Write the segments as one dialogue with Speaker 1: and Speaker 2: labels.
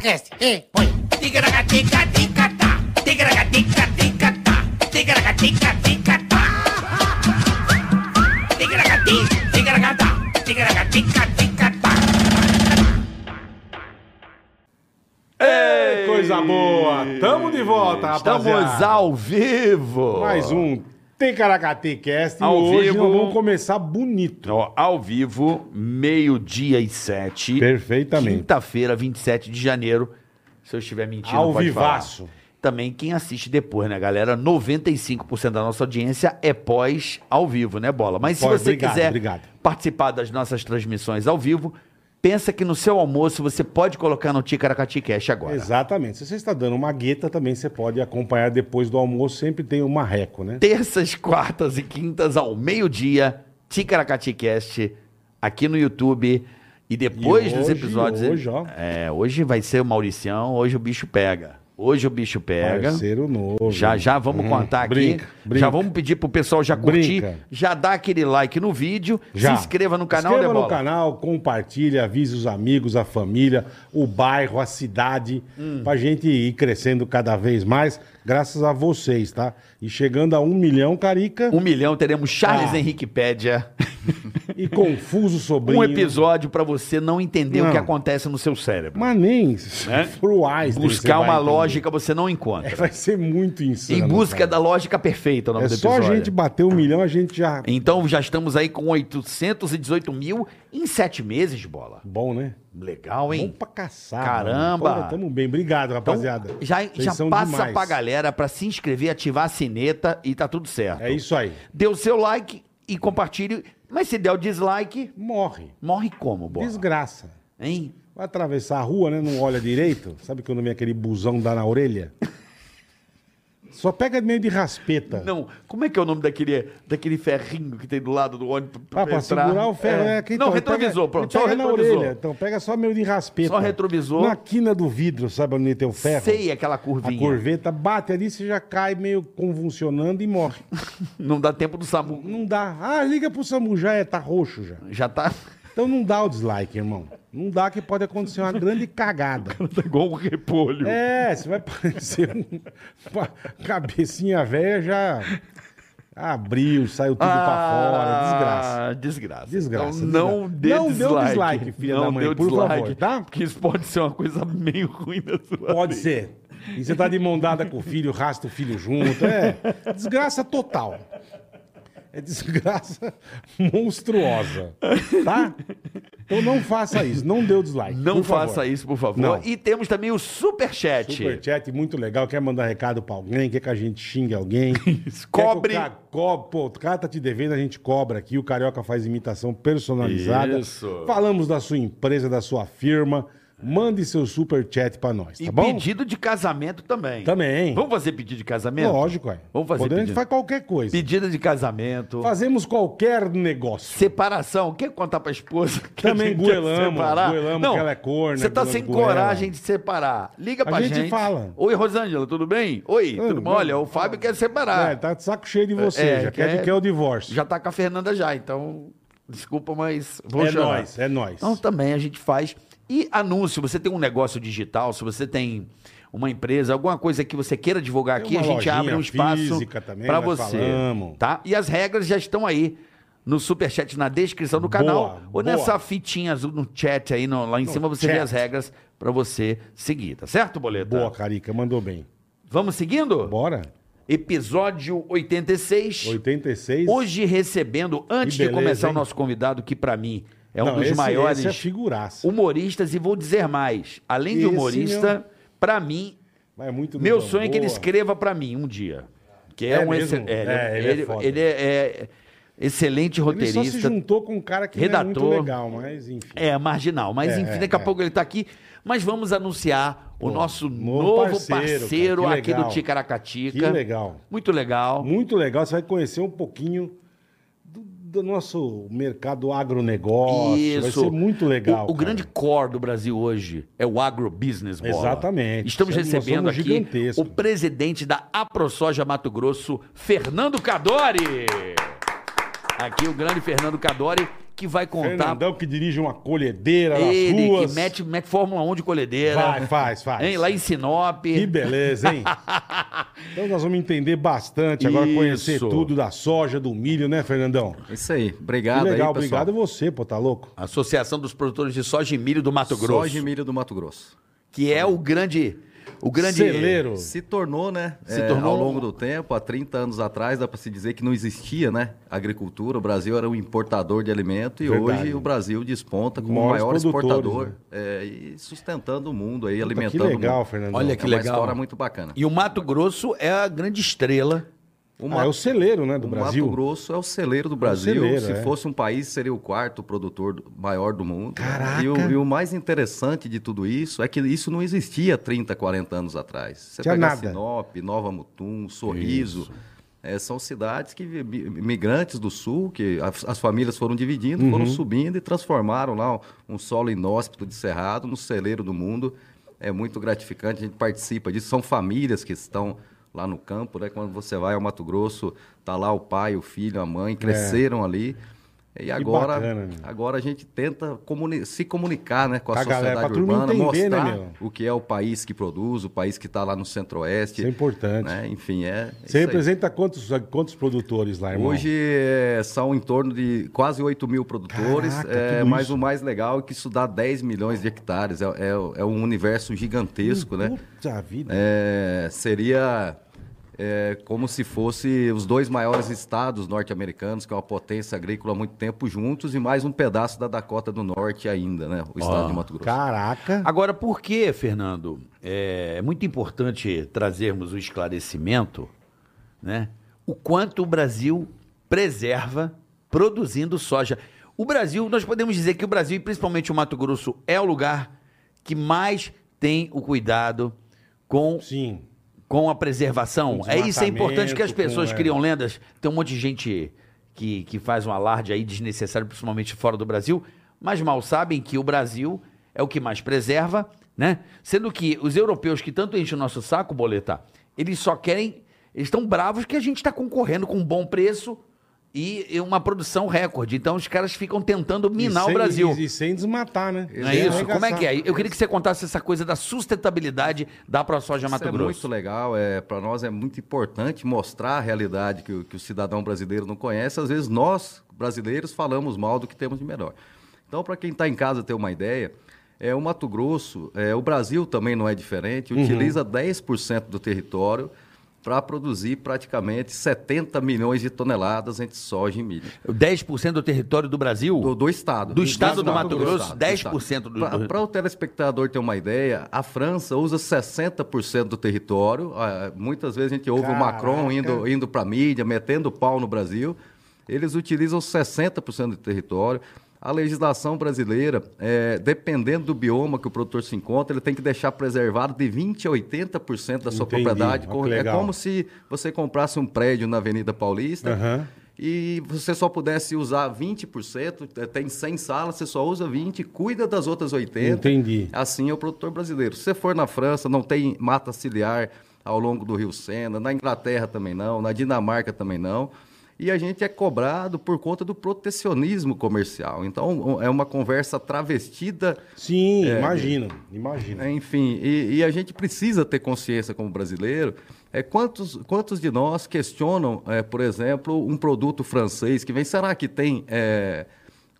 Speaker 1: S, E, põe. Tigaraca, tica, tica, tá. Tigaraca, tica, tica, tá. Tigaraca, tica, tica, tá. Tigaraca, ti, tigaraca, tá. Tigaraca, tica, tica, tá.
Speaker 2: Ei, coisa boa! Tamo de volta,
Speaker 3: Estamos
Speaker 2: rapaziada.
Speaker 3: ao vivo.
Speaker 2: Mais um Tem Cast.
Speaker 3: Ao
Speaker 2: e hoje
Speaker 3: vivo.
Speaker 2: nós vamos começar bonito.
Speaker 3: Ó, ao vivo, meio-dia e sete.
Speaker 2: Perfeitamente.
Speaker 3: Quinta-feira, 27 de janeiro. Se eu estiver mentindo,
Speaker 2: Ao
Speaker 3: pode
Speaker 2: vivaço.
Speaker 3: falar. Também quem assiste depois, né, galera? 95% da nossa audiência é pós ao vivo, né, Bola? Mas se
Speaker 2: Pós,
Speaker 3: você
Speaker 2: obrigado,
Speaker 3: quiser
Speaker 2: obrigado.
Speaker 3: participar das nossas transmissões ao vivo, pensa que no seu almoço você pode colocar no Ticaracati Cash agora.
Speaker 2: Exatamente. Se você está dando uma gueta, também você pode acompanhar depois do almoço. Sempre tem um marreco, né?
Speaker 3: terças, quartas e quintas ao meio-dia, Ticaracatecast, aqui no YouTube. E depois
Speaker 2: E
Speaker 3: dos
Speaker 2: hoje,
Speaker 3: episódios.
Speaker 2: hoje, ó.
Speaker 3: É, hoje vai ser o Mauricião, hoje o bicho pega. Hoje o bicho pega.
Speaker 2: Parceiro novo. Hum,
Speaker 3: Já já vamos contar aqui.
Speaker 2: brinca, brinca.
Speaker 3: Já vamos pedir pro pessoal já curtir,
Speaker 2: Brinca.
Speaker 3: já dá aquele like no vídeo,
Speaker 2: Já.
Speaker 3: se inscreva no canal,
Speaker 2: inscreva
Speaker 3: né,
Speaker 2: no
Speaker 3: Bola?
Speaker 2: canal, compartilha, avise os amigos, a família, o bairro, a cidade,
Speaker 3: Hum.
Speaker 2: pra gente ir crescendo cada vez mais, graças a vocês, tá? E chegando a um milhão, Carica,
Speaker 3: Um milhão teremos Charles
Speaker 2: Ah.
Speaker 3: Henrique Pédia.
Speaker 2: e Confuso Sobrinho.
Speaker 3: Um episódio pra você não entender o que
Speaker 2: Não.
Speaker 3: acontece no seu cérebro.
Speaker 2: Mas nem
Speaker 3: Né?
Speaker 2: pro Einstein você
Speaker 3: Buscar
Speaker 2: vai
Speaker 3: uma
Speaker 2: entender.
Speaker 3: lógica você não encontra.
Speaker 2: É, vai ser muito insano.
Speaker 3: Em busca
Speaker 2: cara.
Speaker 3: da lógica perfeita, o nome
Speaker 2: É
Speaker 3: do
Speaker 2: só a
Speaker 3: episódio.
Speaker 2: gente bater um milhão, a gente já...
Speaker 3: Então já estamos aí com 818 mil em sete meses, bola.
Speaker 2: Bom, né?
Speaker 3: Legal,
Speaker 2: Bom
Speaker 3: hein?
Speaker 2: pra caçar.
Speaker 3: Caramba.
Speaker 2: mano. Porra, tamo bem. Obrigado,
Speaker 3: Então,
Speaker 2: rapaziada.
Speaker 3: já
Speaker 2: Vocês
Speaker 3: já
Speaker 2: são
Speaker 3: passa
Speaker 2: demais.
Speaker 3: pra galera pra se inscrever, ativar a sineta e tá tudo certo.
Speaker 2: É isso aí.
Speaker 3: Dê o seu like e compartilhe. Mas se der o dislike,
Speaker 2: Morre.
Speaker 3: morre como, bola?
Speaker 2: Desgraça.
Speaker 3: Hein?
Speaker 2: Vai atravessar a rua, né? Não olha direito. Sabe quando vem aquele busão dá na orelha? Só pega meio de raspeta.
Speaker 3: Não, como é que é o nome daquele, daquele ferrinho que tem do lado do ônibus?
Speaker 2: Ah, pra
Speaker 3: entrar?
Speaker 2: segurar o ferro.
Speaker 3: É.
Speaker 2: É. que
Speaker 3: Não,
Speaker 2: ele
Speaker 3: retrovisor,
Speaker 2: pega-
Speaker 3: pronto. Só
Speaker 2: ele
Speaker 3: o
Speaker 2: pega Na orelha.
Speaker 3: retrovisor.
Speaker 2: Então pega só meio de raspeta.
Speaker 3: Só retrovisor.
Speaker 2: Na quina do vidro, sabe onde tem o ferro?
Speaker 3: Sei aquela curvinha.
Speaker 2: A corveta bate ali, você já cai meio convulsionando e morre.
Speaker 3: Não dá tempo do Samu.
Speaker 2: Não dá. Ah, liga pro Samu já, é, tá roxo já.
Speaker 3: Já tá.
Speaker 2: Então não dá o dislike, irmão. Não dá que pode acontecer uma grande cagada.
Speaker 3: tá igual um repolho.
Speaker 2: É, você vai parecer um, uma cabecinha velha já abriu, saiu tudo
Speaker 3: Ah,
Speaker 2: pra fora, Ah, desgraça.
Speaker 3: Desgraça.
Speaker 2: Desgraça,
Speaker 3: Então, não
Speaker 2: desgraça.
Speaker 3: dê
Speaker 2: Não dê o
Speaker 3: dislike.
Speaker 2: dislike, filha da mãe,
Speaker 3: dê o
Speaker 2: por favor, tá?
Speaker 3: Porque isso pode ser uma coisa meio ruim da sua
Speaker 2: Pode
Speaker 3: vida.
Speaker 2: ser. E você tá de mão dada com o filho, rasta o filho junto, é desgraça total. É desgraça monstruosa, tá? Então não faça isso, não dê o dislike.
Speaker 3: Não
Speaker 2: por favor.
Speaker 3: faça isso, por favor.
Speaker 2: Não.
Speaker 3: E temos também o Superchat.
Speaker 2: Superchat muito legal. Quer mandar recado pra alguém? Quer que a gente xingue alguém? Quer que o
Speaker 3: Cobre.
Speaker 2: cara co- Pô, o cara tá te devendo, a gente cobra aqui. O Carioca faz imitação personalizada.
Speaker 3: Isso.
Speaker 2: Falamos da sua empresa, da sua firma. Mande seu superchat pra nós, tá
Speaker 3: e
Speaker 2: bom?
Speaker 3: pedido de casamento também.
Speaker 2: Também.
Speaker 3: Vamos fazer pedido de casamento?
Speaker 2: Lógico, é.
Speaker 3: Vamos fazer
Speaker 2: Podemos, a gente
Speaker 3: pedido.
Speaker 2: faz qualquer coisa.
Speaker 3: Pedido de casamento.
Speaker 2: Fazemos qualquer negócio.
Speaker 3: Separação, quer contar pra esposa que
Speaker 2: Também
Speaker 3: quer
Speaker 2: goelamos,
Speaker 3: separar?
Speaker 2: goelamos que ela é corna,
Speaker 3: Você tá
Speaker 2: goelamos
Speaker 3: sem
Speaker 2: que goela.
Speaker 3: coragem de separar. Liga
Speaker 2: A
Speaker 3: pra
Speaker 2: gente
Speaker 3: gente.
Speaker 2: fala.
Speaker 3: Oi, Rosângela, tudo bem? Oi,
Speaker 2: Oi,
Speaker 3: tudo bom?
Speaker 2: não.
Speaker 3: Olha, o Fábio quer
Speaker 2: É,
Speaker 3: separar.
Speaker 2: tá de saco cheio de você.
Speaker 3: Ah. É,
Speaker 2: já quer,
Speaker 3: quer-
Speaker 2: quer o divórcio.
Speaker 3: Já tá com a Fernanda já, então desculpa, mas vou
Speaker 2: é
Speaker 3: chorar.
Speaker 2: nóis, é nóis.
Speaker 3: Então também a gente faz. E anúncio, você tem um negócio digital, se você tem uma empresa, alguma coisa que você queira divulgar aqui,
Speaker 2: Tem
Speaker 3: a
Speaker 2: uma
Speaker 3: gente abre um
Speaker 2: lojinha
Speaker 3: espaço
Speaker 2: física também,
Speaker 3: para
Speaker 2: nós
Speaker 3: você,
Speaker 2: falamos.
Speaker 3: tá? E as regras já estão aí no superchat na descrição do canal
Speaker 2: Boa,
Speaker 3: ou
Speaker 2: boa.
Speaker 3: nessa fitinha azul no chat aí no- lá em cima você vê
Speaker 2: chat.
Speaker 3: as regras para você seguir, tá certo, boleta?
Speaker 2: Boa, Carica, mandou bem.
Speaker 3: Vamos seguindo?
Speaker 2: Bora?
Speaker 3: Episódio 86.
Speaker 2: 86.
Speaker 3: Hoje recebendo antes
Speaker 2: Que
Speaker 3: de
Speaker 2: beleza,
Speaker 3: começar o
Speaker 2: hein?
Speaker 3: nosso convidado que para mim é um
Speaker 2: Não,
Speaker 3: dos
Speaker 2: esse-
Speaker 3: maiores
Speaker 2: Esse é figuraça.
Speaker 3: humoristas e vou dizer mais. Além de
Speaker 2: Esse
Speaker 3: humorista, pra mim,
Speaker 2: Vai muito no
Speaker 3: meu
Speaker 2: Gamboa.
Speaker 3: sonho é que ele escreva pra mim um dia. Que é,
Speaker 2: É
Speaker 3: um
Speaker 2: mesmo?
Speaker 3: excel- é, ele
Speaker 2: É,
Speaker 3: é-
Speaker 2: ele é
Speaker 3: ele-
Speaker 2: foda.
Speaker 3: ele é- é excelente
Speaker 2: Ele
Speaker 3: roteirista.
Speaker 2: só se juntou com um cara que não é
Speaker 3: redator.
Speaker 2: muito legal, mas enfim.
Speaker 3: É, marginal. Mas
Speaker 2: É,
Speaker 3: enfim,
Speaker 2: é,
Speaker 3: daqui a
Speaker 2: é.
Speaker 3: pouco ele tá aqui. Mas vamos anunciar o
Speaker 2: Pô,
Speaker 3: nosso
Speaker 2: novo
Speaker 3: novo
Speaker 2: parceiro,
Speaker 3: parceiro,
Speaker 2: cara, que
Speaker 3: aqui
Speaker 2: legal.
Speaker 3: do Ticaracatica.
Speaker 2: Que legal.
Speaker 3: Muito legal.
Speaker 2: Muito legal, você vai conhecer um pouquinho do, do nosso mercado agronegócio. Vai ser muito legal.
Speaker 3: O, o
Speaker 2: cara.
Speaker 3: grande core do Brasil hoje é o agrobusiness, bola.
Speaker 2: Exatamente. é um
Speaker 3: Estamos
Speaker 2: Nós somos
Speaker 3: recebendo aqui
Speaker 2: gigantescos.
Speaker 3: o presidente da AproSoja Mato Grosso, Fernando Cadori. Aqui o grande Fernando Cadori, que vai contar.
Speaker 2: Fernandão que dirige uma colhedeira
Speaker 3: Ele
Speaker 2: nas ruas.
Speaker 3: que mete, mete Fórmula 1 de colhedeira.
Speaker 4: né?
Speaker 2: Vai, faz, faz.
Speaker 3: Hein, lá em Sinop.
Speaker 2: Que beleza, hein? então nós vamos entender bastante agora, conhecer
Speaker 3: Isso.
Speaker 2: tudo da soja, do milho, né, Fernandão?
Speaker 4: É Isso aí.
Speaker 2: Que
Speaker 4: Obrigado
Speaker 2: legal,
Speaker 4: aí, pessoal.
Speaker 2: obrigado você, pô, tá louco?
Speaker 3: Associação dos Produtores de Soja e Milho do Mato Grosso.
Speaker 4: Soja e milho do Mato Grosso.
Speaker 3: Que é o grande. O grande.
Speaker 2: Celeiro.
Speaker 4: Se tornou, né?
Speaker 3: Se
Speaker 4: é,
Speaker 3: tornou-
Speaker 4: Ao longo do tempo, há 30 anos atrás, dá para se dizer que não existia, né? Agricultura. O Brasil era um importador de alimento e
Speaker 2: Verdade.
Speaker 4: hoje o Brasil desponta como o
Speaker 2: Maiores
Speaker 4: maior
Speaker 2: produtores,
Speaker 4: exportador.
Speaker 2: né?
Speaker 4: é, e sustentando o mundo aí,
Speaker 2: Puta, Que
Speaker 4: alimentando o
Speaker 2: legal,
Speaker 4: mundo.
Speaker 2: Fernandão.
Speaker 3: Olha
Speaker 4: É
Speaker 3: que
Speaker 4: uma
Speaker 3: legal.
Speaker 4: história muito bacana.
Speaker 3: E o Mato Grosso é a grande estrela.
Speaker 4: O
Speaker 2: Ah, é o celeiro, né, do
Speaker 4: o
Speaker 2: Brasil.
Speaker 4: Mato Grosso é o celeiro do Brasil.
Speaker 2: celeiro,
Speaker 4: Se
Speaker 2: é.
Speaker 4: fosse um país, seria o quarto produtor do- maior do mundo. né?
Speaker 2: Caraca!
Speaker 4: E o, e o mais interessante de tudo isso é que isso não existia 30, 40 anos atrás. Você
Speaker 2: Tinha
Speaker 4: pega
Speaker 2: nada.
Speaker 4: Sinop, Nova Mutum, Sorriso. eh, são cidades que vi- mi- migrantes do sul, que as, as famílias foram dividindo, foram
Speaker 2: Uhum.
Speaker 4: subindo e transformaram lá um, um solo inóspito de cerrado no celeiro do mundo. É muito gratificante, a gente participa disso. São famílias que estão lá no campo, né? Quando você vai ao Mato Grosso, tá lá o pai, o filho, a mãe, cresceram ali. E agora,
Speaker 2: É. bacana, né?
Speaker 4: agora a gente tenta comuni- se comunicar né, com a
Speaker 2: Pra galera,
Speaker 4: sociedade
Speaker 2: pra turma
Speaker 4: urbana,
Speaker 2: entender, né,
Speaker 4: mostrar
Speaker 2: meu?
Speaker 4: o que é o país que produz, o país que está lá no centro-oeste.
Speaker 2: Isso é importante.
Speaker 4: né? Enfim, é. é isso
Speaker 2: Você
Speaker 4: aí.
Speaker 2: representa quantos, quantos produtores lá, irmão?
Speaker 4: Hoje é, são em torno de quase 8 mil produtores,
Speaker 2: Caraca,
Speaker 4: é,
Speaker 2: tudo
Speaker 4: mas
Speaker 2: isso.
Speaker 4: o mais legal é que isso dá 10 milhões de hectares. É, é- é um universo gigantesco, né?
Speaker 2: Puta vida.
Speaker 4: É, seria é, como se fosse os dois maiores estados norte-americanos, que é uma potência agrícola há muito tempo juntos, e mais um pedaço da Dakota do Norte ainda, né? O estado de Mato Grosso.
Speaker 2: Caraca.
Speaker 3: Agora, por que, Fernando, é é muito importante trazermos o esclarecimento, né? O quanto o Brasil preserva produzindo soja. O Brasil, nós podemos dizer que o Brasil, e principalmente o Mato Grosso, é o lugar que mais tem o cuidado com,
Speaker 2: Sim.
Speaker 3: com a preservação.
Speaker 2: Com
Speaker 3: É isso, é importante que as
Speaker 2: desmatamento, com,
Speaker 3: pessoas
Speaker 2: é.
Speaker 3: criam lendas. Tem um monte de gente que, que faz um alarde aí desnecessário, principalmente fora do Brasil, mas mal sabem que o Brasil é o que mais preserva, né? Sendo que os europeus que tanto enchem o nosso saco, Boleta, eles só querem... Eles estão bravos que a gente está concorrendo com um bom preço e e uma produção recorde. Então os caras ficam tentando minar
Speaker 2: E
Speaker 3: o
Speaker 2: sem-
Speaker 3: Brasil.
Speaker 2: E, e sem desmatar, né?
Speaker 3: Não é
Speaker 2: Sem
Speaker 3: isso? Como é que é?
Speaker 2: arregaçar.
Speaker 3: Eu queria que você contasse essa coisa da sustentabilidade da ProSoja Mato
Speaker 4: Isso é
Speaker 3: Grosso.
Speaker 4: muito legal, é, para nós é muito importante mostrar a realidade que, o- que o cidadão brasileiro não conhece. Às vezes nós, brasileiros, falamos mal do que temos de melhor. Então, para quem está em casa ter uma ideia, é, o Mato Grosso, é, o Brasil também não é diferente,
Speaker 3: Uhum.
Speaker 4: utiliza 10% do território para produzir praticamente 70 milhões de toneladas entre soja e milho.
Speaker 3: 10% do território do Brasil?
Speaker 4: Do, do estado.
Speaker 3: Do estado do Mato Grosso, 10% do- do-
Speaker 4: Para o telespectador ter uma ideia, a França usa 60% do território. Ah, muitas vezes a gente ouve
Speaker 2: Caraca.
Speaker 4: o Macron indo, indo para a mídia, metendo pau no Brasil. Eles utilizam 60% do território. A legislação brasileira, eh, dependendo do bioma que o produtor se encontra, ele tem que deixar preservado de 20% a 80% da sua
Speaker 2: Entendi.
Speaker 4: propriedade.
Speaker 2: Ó, que
Speaker 4: é
Speaker 2: legal.
Speaker 4: como se você comprasse um prédio na Avenida Paulista
Speaker 2: Aham.
Speaker 4: e você só pudesse usar 20%, eh, tem 100 salas, você só usa 20, cuida das outras 80.
Speaker 2: Entendi.
Speaker 4: Assim é o produtor brasileiro. Se você for na França, não tem mata ciliar ao longo do Rio Sena, na Inglaterra também não, na Dinamarca também não. E a gente é cobrado por conta do protecionismo comercial. Então, é uma conversa travestida
Speaker 2: Sim, imagino. Imagino.
Speaker 4: é, Enfim, e, e a gente precisa ter consciência como brasileiro. É, quantos, quantos de nós questionam, é, por exemplo, um produto francês que vem? Será que tem é,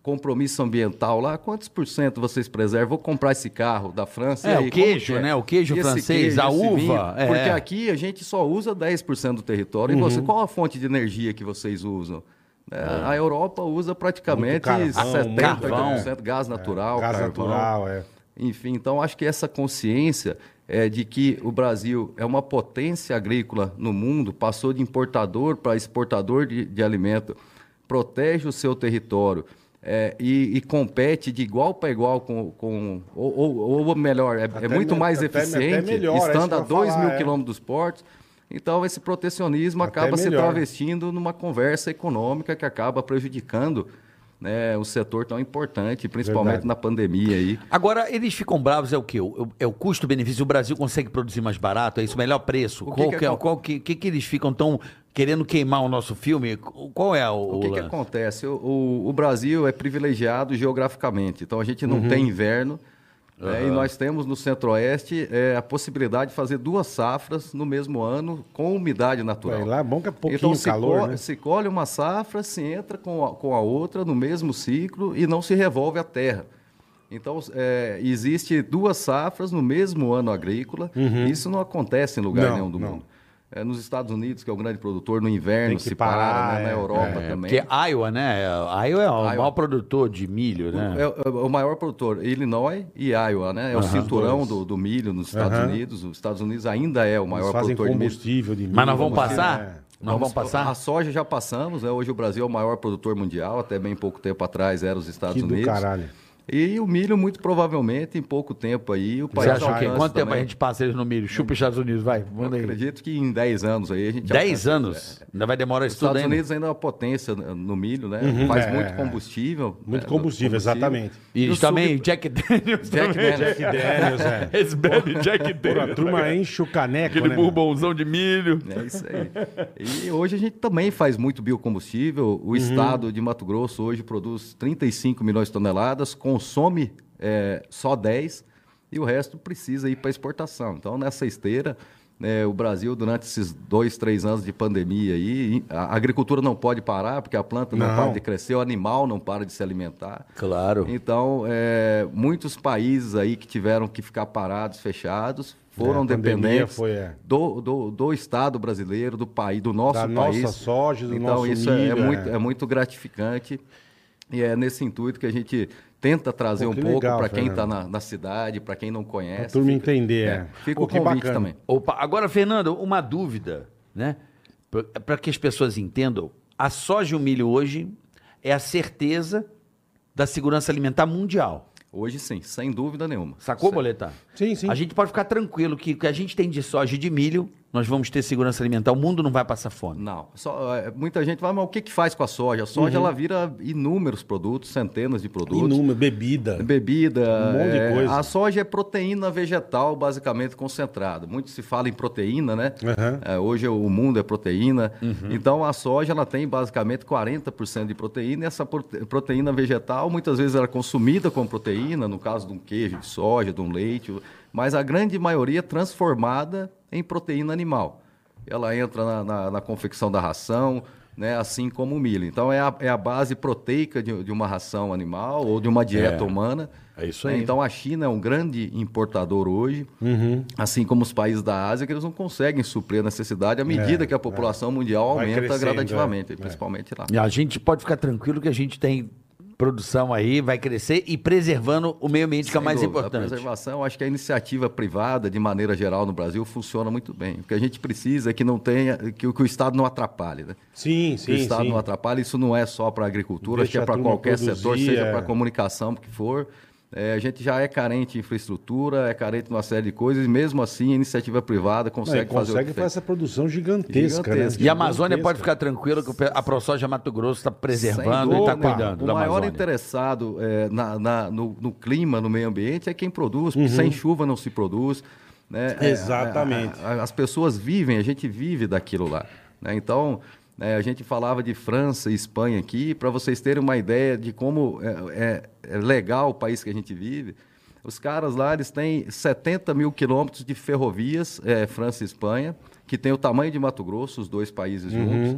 Speaker 4: compromisso ambiental lá? Quantos por cento vocês preservam? Vou comprar esse carro da França.
Speaker 3: É,
Speaker 4: e
Speaker 3: o
Speaker 4: aí,
Speaker 3: queijo,
Speaker 4: como que é?
Speaker 3: né? O queijo
Speaker 4: E esse
Speaker 3: francês, a
Speaker 4: esse
Speaker 3: uva,
Speaker 4: vinho?
Speaker 3: é. Uhum.
Speaker 4: Porque aqui a gente só usa 10% do território. E você, qual a fonte de energia que vocês usam? É,
Speaker 3: Ah.
Speaker 4: A Europa usa praticamente
Speaker 2: Muito carvão,
Speaker 4: 70%,
Speaker 3: carvão.
Speaker 4: 80% gás natural,
Speaker 2: Gás
Speaker 4: carvão.
Speaker 2: natural, é.
Speaker 4: Enfim, então acho que essa consciência é, de que o Brasil é uma potência agrícola no mundo, passou de importador para exportador de, de alimento, protege o seu território é, e, e compete de igual para igual com. com ou, ou- ou melhor, é, é
Speaker 2: Até
Speaker 4: muito
Speaker 2: me-
Speaker 4: mais
Speaker 2: até- até
Speaker 4: eficiente,
Speaker 2: melhor, é isso que
Speaker 4: estando
Speaker 2: eu
Speaker 4: a
Speaker 2: ia
Speaker 4: 2
Speaker 2: falar,
Speaker 4: mil
Speaker 2: é.
Speaker 4: quilômetros dos portos. Então, esse protecionismo
Speaker 2: Até
Speaker 4: acaba se
Speaker 2: melhor.
Speaker 4: travestindo numa conversa econômica que acaba prejudicando né, o setor tão importante, principalmente
Speaker 2: Verdade.
Speaker 4: na pandemia aí.
Speaker 3: Agora, eles ficam bravos, é o quê? O- É o custo-benefício? O Brasil consegue produzir mais barato? É isso? Melhor preço?
Speaker 4: O que
Speaker 3: qual
Speaker 4: que
Speaker 3: que, é-
Speaker 4: acon-
Speaker 3: qual que, que que eles ficam tão querendo queimar o nosso filme? Qual é o.
Speaker 4: O que, que
Speaker 3: lance?
Speaker 4: acontece? O, o- o Brasil é privilegiado geograficamente, então a gente
Speaker 2: Uhum.
Speaker 4: não tem inverno. né? E nós temos no Centro-Oeste é, a possibilidade de fazer duas safras no mesmo ano com umidade natural.
Speaker 2: Ué, lá é bom que é pouquinho
Speaker 4: então, se
Speaker 2: calor,
Speaker 4: co-
Speaker 2: né?
Speaker 4: se colhe uma safra, se entra com a, com a outra no mesmo ciclo e não se revolve a terra. Então, é, existe duas safras no mesmo ano agrícola. Isso não acontece em lugar
Speaker 2: Uhum. Não,
Speaker 4: nenhum do
Speaker 2: não.
Speaker 4: mundo. É, nos Estados Unidos, que é o grande produtor, no inverno
Speaker 2: Tem que
Speaker 4: se para,
Speaker 2: parar,
Speaker 4: né?
Speaker 2: é,
Speaker 4: na Europa
Speaker 2: é,
Speaker 4: também.
Speaker 3: Porque Iowa, né? Iowa é o maior produtor de milho, né?
Speaker 4: É, o- é o maior produtor, Illinois e Iowa, né? É o cinturão do, do milho nos Estados
Speaker 2: Aham.
Speaker 4: Unidos. Os Estados Unidos ainda é o
Speaker 2: Eles
Speaker 4: maior
Speaker 2: fazem
Speaker 4: produtor de milho.
Speaker 2: combustível de milho.
Speaker 3: Mas nós vamos
Speaker 2: combustível,
Speaker 3: passar?
Speaker 2: é.
Speaker 3: Nós vamos
Speaker 4: A
Speaker 3: passar?
Speaker 4: soja já passamos, né? Hoje o Brasil é o maior produtor mundial, até bem pouco tempo atrás era os Estados
Speaker 2: Que do
Speaker 4: Unidos.
Speaker 2: caralho.
Speaker 4: E o milho, muito provavelmente, em pouco tempo aí, o país
Speaker 3: Você acha o quê?
Speaker 4: alcança
Speaker 3: Quanto tempo
Speaker 4: também.
Speaker 3: a gente passa eles no milho? Chupa os Estados Unidos, vai. Manda aí.
Speaker 4: Acredito que em 10 anos aí a gente
Speaker 3: 10
Speaker 4: alcança.
Speaker 3: anos? Ainda vai demorar
Speaker 4: Os
Speaker 3: isso tudo
Speaker 4: Estados
Speaker 3: ainda.
Speaker 4: Unidos ainda é uma potência no milho, né?
Speaker 2: Uhum,
Speaker 4: Faz
Speaker 2: é, é.
Speaker 4: muito combustível.
Speaker 2: Muito
Speaker 4: né?
Speaker 2: combustível, exatamente.
Speaker 3: E
Speaker 4: o
Speaker 3: eles
Speaker 4: sul-
Speaker 3: também, Jack Daniels.
Speaker 4: Jack
Speaker 3: também.
Speaker 4: Daniels.
Speaker 2: Que Daniels, é.
Speaker 3: Eles bebem Jack
Speaker 2: Porra, a
Speaker 3: Daniels.
Speaker 2: turma enche o caneco,
Speaker 3: É Aquele
Speaker 2: né?
Speaker 3: bourbonzão de milho.
Speaker 4: É isso aí. E hoje a gente também faz muito biocombustível. O estado de Mato Grosso hoje produz 35 milhões de toneladas, consome é, só 10 e o resto precisa ir para exportação. Então, nessa esteira, né, o Brasil, durante esses dois, três anos de pandemia, aí, a agricultura não pode parar, porque a planta não,
Speaker 2: Não.
Speaker 4: para de crescer, o animal não para de se alimentar.
Speaker 3: Claro.
Speaker 4: Então, é, muitos países aí que tiveram que ficar parados, fechados, foram
Speaker 2: É, a pandemia
Speaker 4: dependentes
Speaker 2: foi, é.
Speaker 4: do, do, do Estado brasileiro, do país, do nosso
Speaker 2: Da nossa
Speaker 4: país.
Speaker 2: soja, do
Speaker 4: então,
Speaker 2: nosso
Speaker 4: isso é- é,
Speaker 2: milho,
Speaker 4: muito,
Speaker 2: é.
Speaker 4: é muito gratificante. E é nesse intuito que a gente tenta trazer
Speaker 2: Pô,
Speaker 4: um
Speaker 2: que
Speaker 4: pouco
Speaker 2: legal,
Speaker 4: para quem
Speaker 2: Fernando.
Speaker 4: está na, na cidade, para quem não
Speaker 2: Pra
Speaker 4: conhece.
Speaker 2: turma entender, é.
Speaker 4: Fica
Speaker 2: Pô,
Speaker 4: o
Speaker 2: que
Speaker 4: convite
Speaker 2: bacana.
Speaker 4: também.
Speaker 3: Opa, agora, Fernando, uma dúvida, né? Para que as pessoas entendam, a soja e o milho hoje é a certeza da segurança alimentar mundial.
Speaker 4: Hoje sim, sem dúvida nenhuma.
Speaker 3: Sacou, Boletar?
Speaker 2: Sim, sim.
Speaker 3: A gente pode ficar tranquilo que o que a gente tem de soja e de milho, nós vamos ter segurança alimentar. O mundo não vai passar fome.
Speaker 4: Não. Só, é, muita gente vai, mas o que, que faz com a soja? A soja
Speaker 2: Uhum.
Speaker 4: ela vira inúmeros produtos, centenas de produtos.
Speaker 2: Inúmero, bebida.
Speaker 4: Bebida,
Speaker 2: Um monte de
Speaker 4: é,
Speaker 2: coisa.
Speaker 4: A soja é proteína vegetal, basicamente concentrada. Muito se fala em proteína, né?
Speaker 2: Aham.
Speaker 4: É, hoje o mundo é proteína.
Speaker 3: Uhum.
Speaker 4: Então a soja ela tem basicamente 40% de proteína e essa prote- proteína vegetal muitas vezes ela é consumida como proteína, no caso de um queijo de soja, de um leite, mas a grande maioria é transformada em proteína animal. Ela entra na, na- na confecção da ração. Né, assim como o milho. Então é a, é a base proteica de, de uma ração animal ou de uma dieta humana.
Speaker 3: É isso
Speaker 4: Né?
Speaker 3: aí.
Speaker 4: Então a China é um grande importador hoje, assim como os países da Ásia, que eles não conseguem suprir a necessidade à medida
Speaker 2: É,
Speaker 4: que a população mundial
Speaker 2: Vai
Speaker 4: aumenta
Speaker 2: crescendo,
Speaker 4: gradativamente,
Speaker 2: é.
Speaker 4: principalmente lá.
Speaker 3: E a gente pode ficar tranquilo que a gente tem produção aí, vai crescer e preservando o meio ambiente, que é o mais
Speaker 4: Sem dúvida, A
Speaker 3: importante.
Speaker 4: preservação, acho que a iniciativa privada, de maneira geral, no Brasil, funciona muito bem. O que a gente precisa é que não tenha, que, o- que o Estado não atrapalhe, né?
Speaker 2: Sim,
Speaker 4: que o
Speaker 2: sim,
Speaker 4: Estado
Speaker 2: sim.
Speaker 4: não atrapalhe. Isso não é só para a agricultura,
Speaker 2: Deixa
Speaker 4: acho que
Speaker 2: a
Speaker 4: é para
Speaker 2: turma
Speaker 4: qualquer
Speaker 2: produzir,
Speaker 4: setor, seja
Speaker 2: é.
Speaker 4: para comunicação, o que for. É, a gente já é carente em infraestrutura, é carente em uma série de coisas, e mesmo assim a iniciativa privada
Speaker 2: Não,
Speaker 4: consegue,
Speaker 2: e
Speaker 4: fazer o
Speaker 2: consegue
Speaker 4: que
Speaker 2: fazer
Speaker 4: fez.
Speaker 2: essa produção gigantesca, né?
Speaker 4: Gigantesca.
Speaker 3: E a Amazônia pode
Speaker 2: Gigantesca.
Speaker 3: ficar tranquila que o pe- a ProSoja Mato Grosso está
Speaker 4: Sem
Speaker 3: preservando e
Speaker 4: dúvida.
Speaker 3: está cuidando
Speaker 4: O
Speaker 3: da
Speaker 4: maior
Speaker 3: Amazônia.
Speaker 4: interessado é, na- na- no, no clima, no meio ambiente, é quem produz.
Speaker 3: Uhum.
Speaker 4: porque Sem chuva não se produz. né? É,
Speaker 2: Exatamente.
Speaker 4: a- a- as pessoas vivem, a gente vive daquilo lá. né? Então, né, a gente falava de França e Espanha aqui, para vocês terem uma ideia de como é, é- é legal o país que a gente vive. Os caras lá, eles têm 70 mil quilômetros de ferrovias, é, França e Espanha, que tem o tamanho de Mato Grosso, os dois países juntos.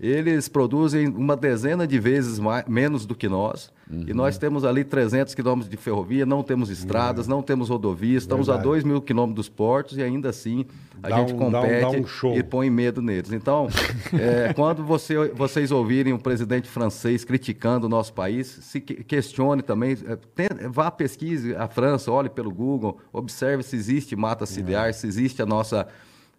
Speaker 4: Eles produzem uma dezena de vezes mais, menos do que nós. E nós temos ali 300 quilômetros de ferrovia, não temos estradas, não temos rodovias, estamos a
Speaker 2: Verdade.
Speaker 4: 2 mil quilômetros dos portos e ainda assim a
Speaker 2: Dá
Speaker 4: gente
Speaker 2: um- dá um-
Speaker 4: compete
Speaker 2: dá um show.
Speaker 4: e põe medo neles. Então, é, quando você- vocês ouvirem um presidente francês criticando o nosso país, se que- questione também, é, tem- vá pesquise a França, olhe pelo Google, observe se existe mata
Speaker 2: É.
Speaker 4: ciliar, se existe a nossa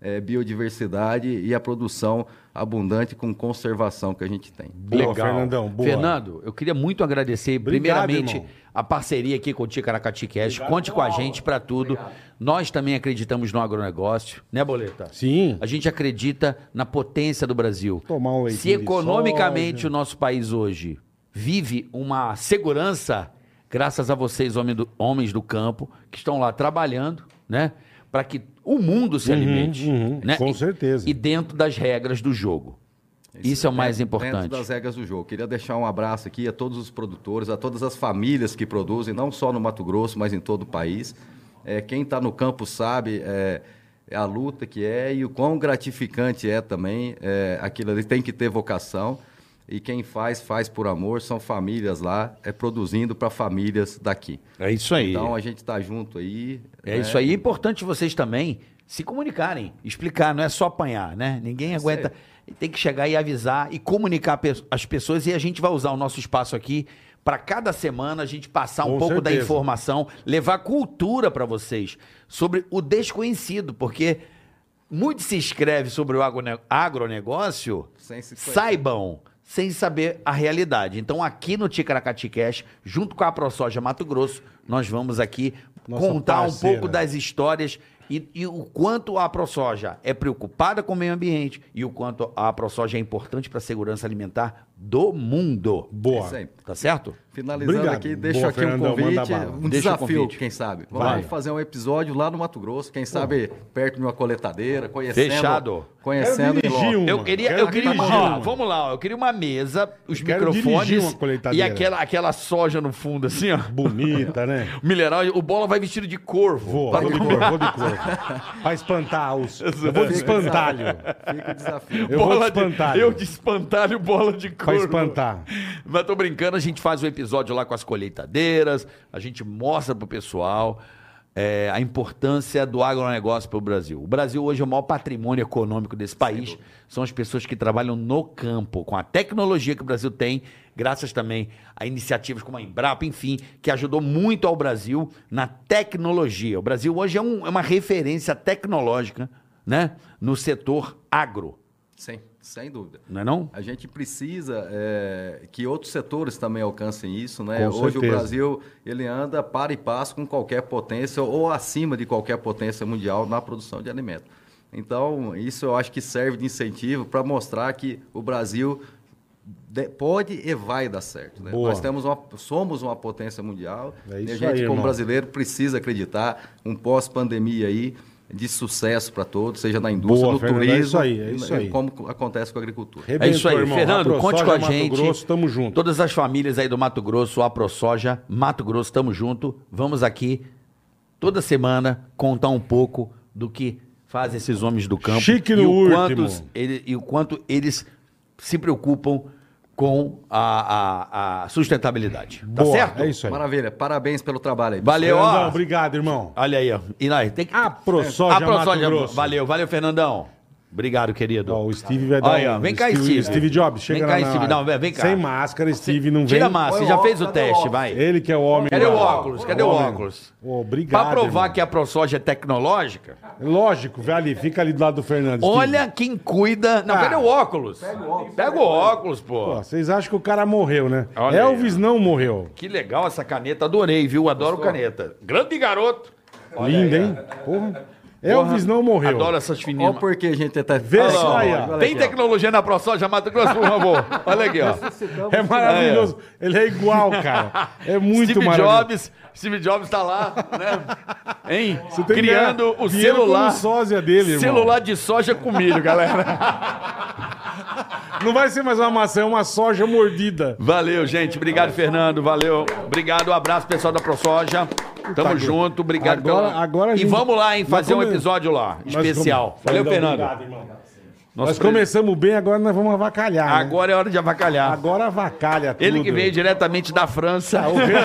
Speaker 4: é, biodiversidade e a produção abundante com conservação que a gente tem.
Speaker 2: Boa, Fernandão, boa.
Speaker 3: Fernando, eu queria muito agradecer,
Speaker 2: Obrigado,
Speaker 3: primeiramente,
Speaker 2: irmão.
Speaker 3: a parceria aqui com o Ticaracati Cash. Conte com a gente para tudo. Nós também acreditamos no agronegócio, né, Boleta?
Speaker 2: Sim.
Speaker 3: A gente acredita na potência do Brasil.
Speaker 2: Tomar um leitinho
Speaker 3: Se
Speaker 2: de
Speaker 3: economicamente
Speaker 2: soja.
Speaker 3: o nosso país hoje vive uma segurança, graças a vocês, homem do- homens do campo, que estão lá trabalhando, né? para que o mundo se
Speaker 2: Uhum,
Speaker 3: alimente.
Speaker 2: uhum,
Speaker 3: né?
Speaker 2: com
Speaker 3: E-
Speaker 2: certeza.
Speaker 3: E dentro das regras do jogo. Isso, é o mais importante.
Speaker 4: Dentro das regras do jogo. Queria deixar um abraço aqui a todos os produtores, a todas as famílias que produzem, não só no Mato Grosso, mas em todo o país. É, quem está no campo sabe é, a luta que é e o quão gratificante é também. É, aquilo ali tem que ter vocação. E quem faz, faz por amor. São famílias lá, é produzindo para famílias daqui.
Speaker 3: É isso aí.
Speaker 4: Então a gente está junto aí. né?
Speaker 3: É
Speaker 2: né?
Speaker 3: isso aí. É importante vocês também se comunicarem, explicar, não é só apanhar, né? Ninguém
Speaker 4: Isso
Speaker 3: aguenta. Tem que chegar e avisar e comunicar pe- as pessoas e a gente vai usar o nosso espaço aqui para cada semana a gente passar um
Speaker 2: Com
Speaker 3: pouco da
Speaker 2: certeza.
Speaker 3: informação, levar cultura para vocês sobre o desconhecido, porque muito se escreve sobre o agrone- agronegócio
Speaker 4: Sem se conhecer.
Speaker 3: saibam, sem saber a realidade. Então, aqui no Ticaracati Cash, junto com a ProSoja Mato Grosso, nós vamos aqui
Speaker 2: Nossa
Speaker 3: contar
Speaker 2: parceira.
Speaker 3: um pouco das histórias e, e o quanto a ProSoja é preocupada com o meio ambiente e o quanto a ProSoja é importante para a segurança alimentar do mundo.
Speaker 2: Boa.
Speaker 4: Isso aí.
Speaker 3: Tá certo?
Speaker 4: Finalizando
Speaker 2: Obrigado.
Speaker 4: aqui, deixo
Speaker 2: Boa,
Speaker 4: aqui
Speaker 2: Fernandão,
Speaker 4: um convite,
Speaker 2: manda bala.
Speaker 4: um
Speaker 3: Deixa o
Speaker 4: desafio,
Speaker 3: convite.
Speaker 4: quem sabe.
Speaker 3: Vai.
Speaker 4: Vamos fazer um episódio lá no Mato Grosso, quem sabe perto de uma coletadeira, conhecendo.
Speaker 3: Fechado.
Speaker 4: Conhecendo
Speaker 2: Quero dirigir
Speaker 4: loco.
Speaker 2: Uma.
Speaker 3: Eu queria,
Speaker 2: Quero
Speaker 3: eu queria uma,
Speaker 2: dirigir
Speaker 3: ó,
Speaker 2: uma.
Speaker 3: vamos lá, ó, eu queria uma mesa, os
Speaker 2: Eu quero dirigir uma
Speaker 3: microfones e
Speaker 2: colheitadeira.
Speaker 3: aquela, aquela soja no fundo, assim, ó.
Speaker 2: Bonita, né?
Speaker 3: Mineral, o bola vai vestido de corvo.
Speaker 2: Vou,
Speaker 3: Pra-
Speaker 2: vou de cor, vou de cor. Pra espantar os. Eu vou de espantalho.
Speaker 4: Fica o desafio.
Speaker 2: Eu vou de
Speaker 3: Bola de-
Speaker 2: espantalho.
Speaker 3: Eu de espantalho, bola de
Speaker 2: Pra
Speaker 3: couro.
Speaker 2: espantar.
Speaker 3: Mas tô brincando, a gente faz um episódio lá com as colheitadeiras, a gente mostra pro pessoal é, a importância do agronegócio pro Brasil. O Brasil hoje é o maior patrimônio econômico desse país. São as pessoas que trabalham no campo, com a tecnologia que o Brasil tem, graças também a iniciativas como a Embrapa, enfim, que ajudou muito ao Brasil na tecnologia. O Brasil hoje é, um- é uma referência tecnológica, né? No setor agro,
Speaker 4: Sem, sem dúvida.
Speaker 3: não é não?
Speaker 4: A gente precisa é, que outros setores também alcancem isso, né?
Speaker 2: Com
Speaker 4: Hoje
Speaker 2: certeza.
Speaker 4: o Brasil ele anda para e passo com qualquer potência ou acima de qualquer potência mundial na produção de alimento. Então isso eu acho que serve de incentivo para mostrar que o Brasil de- pode e vai dar certo. né?
Speaker 2: Boa.
Speaker 4: Nós temos uma- somos uma potência mundial
Speaker 2: É
Speaker 4: e
Speaker 2: isso
Speaker 4: a
Speaker 2: aí,
Speaker 4: gente como
Speaker 2: irmão.
Speaker 4: brasileiro precisa acreditar um pós-pandemia aí de sucesso para todos, seja na indústria,
Speaker 2: Boa,
Speaker 4: no
Speaker 2: Fernando, é
Speaker 4: turismo,
Speaker 2: isso aí, é isso aí.
Speaker 4: como acontece com a agricultura.
Speaker 3: É isso aí,
Speaker 2: Arrebentou, irmão.
Speaker 3: Fernando,
Speaker 2: Mato
Speaker 3: conte
Speaker 2: Soja,
Speaker 3: com a
Speaker 2: Mato
Speaker 3: gente.
Speaker 2: Grosso, tamo junto.
Speaker 3: Todas as famílias aí do Mato Grosso, a ProSoja, Mato Grosso, tamo junto. Vamos aqui toda semana contar um pouco do que fazem esses homens do campo
Speaker 2: Chique
Speaker 3: e,
Speaker 2: no
Speaker 3: o
Speaker 2: último.
Speaker 3: quantos ele- e o quanto eles se preocupam com a, a- a sustentabilidade. Tá
Speaker 2: Boa,
Speaker 3: certo?
Speaker 2: É isso aí.
Speaker 4: Maravilha, parabéns pelo trabalho aí.
Speaker 3: Valeu,
Speaker 2: Fernandão,
Speaker 3: ó.
Speaker 2: obrigado, irmão.
Speaker 3: Olha aí, ó. E nós, tem que...
Speaker 2: A
Speaker 3: A
Speaker 2: ProSoja,
Speaker 3: ProSoja,
Speaker 2: Mato Grosso.
Speaker 3: Valeu, valeu, Fernandão. Obrigado, querido.
Speaker 2: Ó, o Steve vai dar
Speaker 3: Aí, ó,
Speaker 2: um-
Speaker 3: vem cá,
Speaker 2: Steve,
Speaker 3: Steve.
Speaker 2: Steve Jobs, chega
Speaker 3: Vem
Speaker 2: lá
Speaker 3: cá,
Speaker 2: na
Speaker 3: Steve.
Speaker 2: área.
Speaker 3: Não, vem vem cá.
Speaker 2: Sem máscara, Steve não
Speaker 3: Tira a
Speaker 2: vem.
Speaker 3: máscara,
Speaker 4: Olha
Speaker 3: já
Speaker 4: o
Speaker 3: fez o
Speaker 4: óculos, cadê o
Speaker 3: teste,
Speaker 4: óculos?
Speaker 3: vai.
Speaker 2: Ele que é o homem.
Speaker 3: Cadê o
Speaker 2: lá.
Speaker 3: óculos? Cadê o
Speaker 2: Homem.
Speaker 3: óculos?
Speaker 2: Obrigado.
Speaker 3: Pra provar
Speaker 2: irmão.
Speaker 3: que a ProSoja é tecnológica,
Speaker 2: Lógico, velho, ali, fica ali do lado do Fernando. Steve.
Speaker 3: olha quem cuida. Não,
Speaker 2: Ah.
Speaker 3: cadê o óculos? Pega o óculos, pô.
Speaker 2: Pô, vocês acham que o cara morreu, né?
Speaker 3: Olha
Speaker 2: Elvis não morreu.
Speaker 3: Que legal essa caneta, adorei, viu? Adoro caneta. Grande garoto.
Speaker 2: Lindo, hein? Porra. Elvis não morreu.
Speaker 3: Adoro essas
Speaker 4: Olha
Speaker 3: fininas.
Speaker 4: o porquê a gente tá...
Speaker 2: Vê se aí, ó.
Speaker 4: olha
Speaker 3: Tem
Speaker 4: aqui, ó.
Speaker 3: tecnologia na ProSoja Mato Grosso, por favor. Olha aqui, ó.
Speaker 2: É maravilhoso. Ele é igual, cara. É muito
Speaker 3: Steve
Speaker 2: maravilhoso.
Speaker 3: Jobs, Steve Jobs tá lá, né? Hein?
Speaker 2: tem que
Speaker 3: Criando
Speaker 2: ganhar
Speaker 3: o
Speaker 2: dinheiro
Speaker 3: celular.
Speaker 2: como sósia dele, irmão.
Speaker 3: celular de soja com milho, galera.
Speaker 2: Não vai ser mais uma maçã, é uma soja mordida.
Speaker 3: Valeu, gente. Obrigado, Fernando. Valeu. Obrigado. Um abraço, pessoal da ProSoja. Tamo
Speaker 2: Tá,
Speaker 3: junto. Obrigado
Speaker 2: agora- agora a
Speaker 3: E
Speaker 2: gente-
Speaker 3: vamos lá, hein?
Speaker 2: Nós
Speaker 3: Fazer um
Speaker 2: come-
Speaker 3: episódio lá, especial.
Speaker 2: Nós come-
Speaker 3: Valeu, Fernando.
Speaker 2: Obrigado, irmão.
Speaker 3: Nosso
Speaker 2: nós começamos bem, agora nós vamos avacalhar. né?
Speaker 3: Agora é hora de avacalhar.
Speaker 2: Agora avacalha tudo.
Speaker 3: Ele que veio diretamente da França.
Speaker 2: O rei,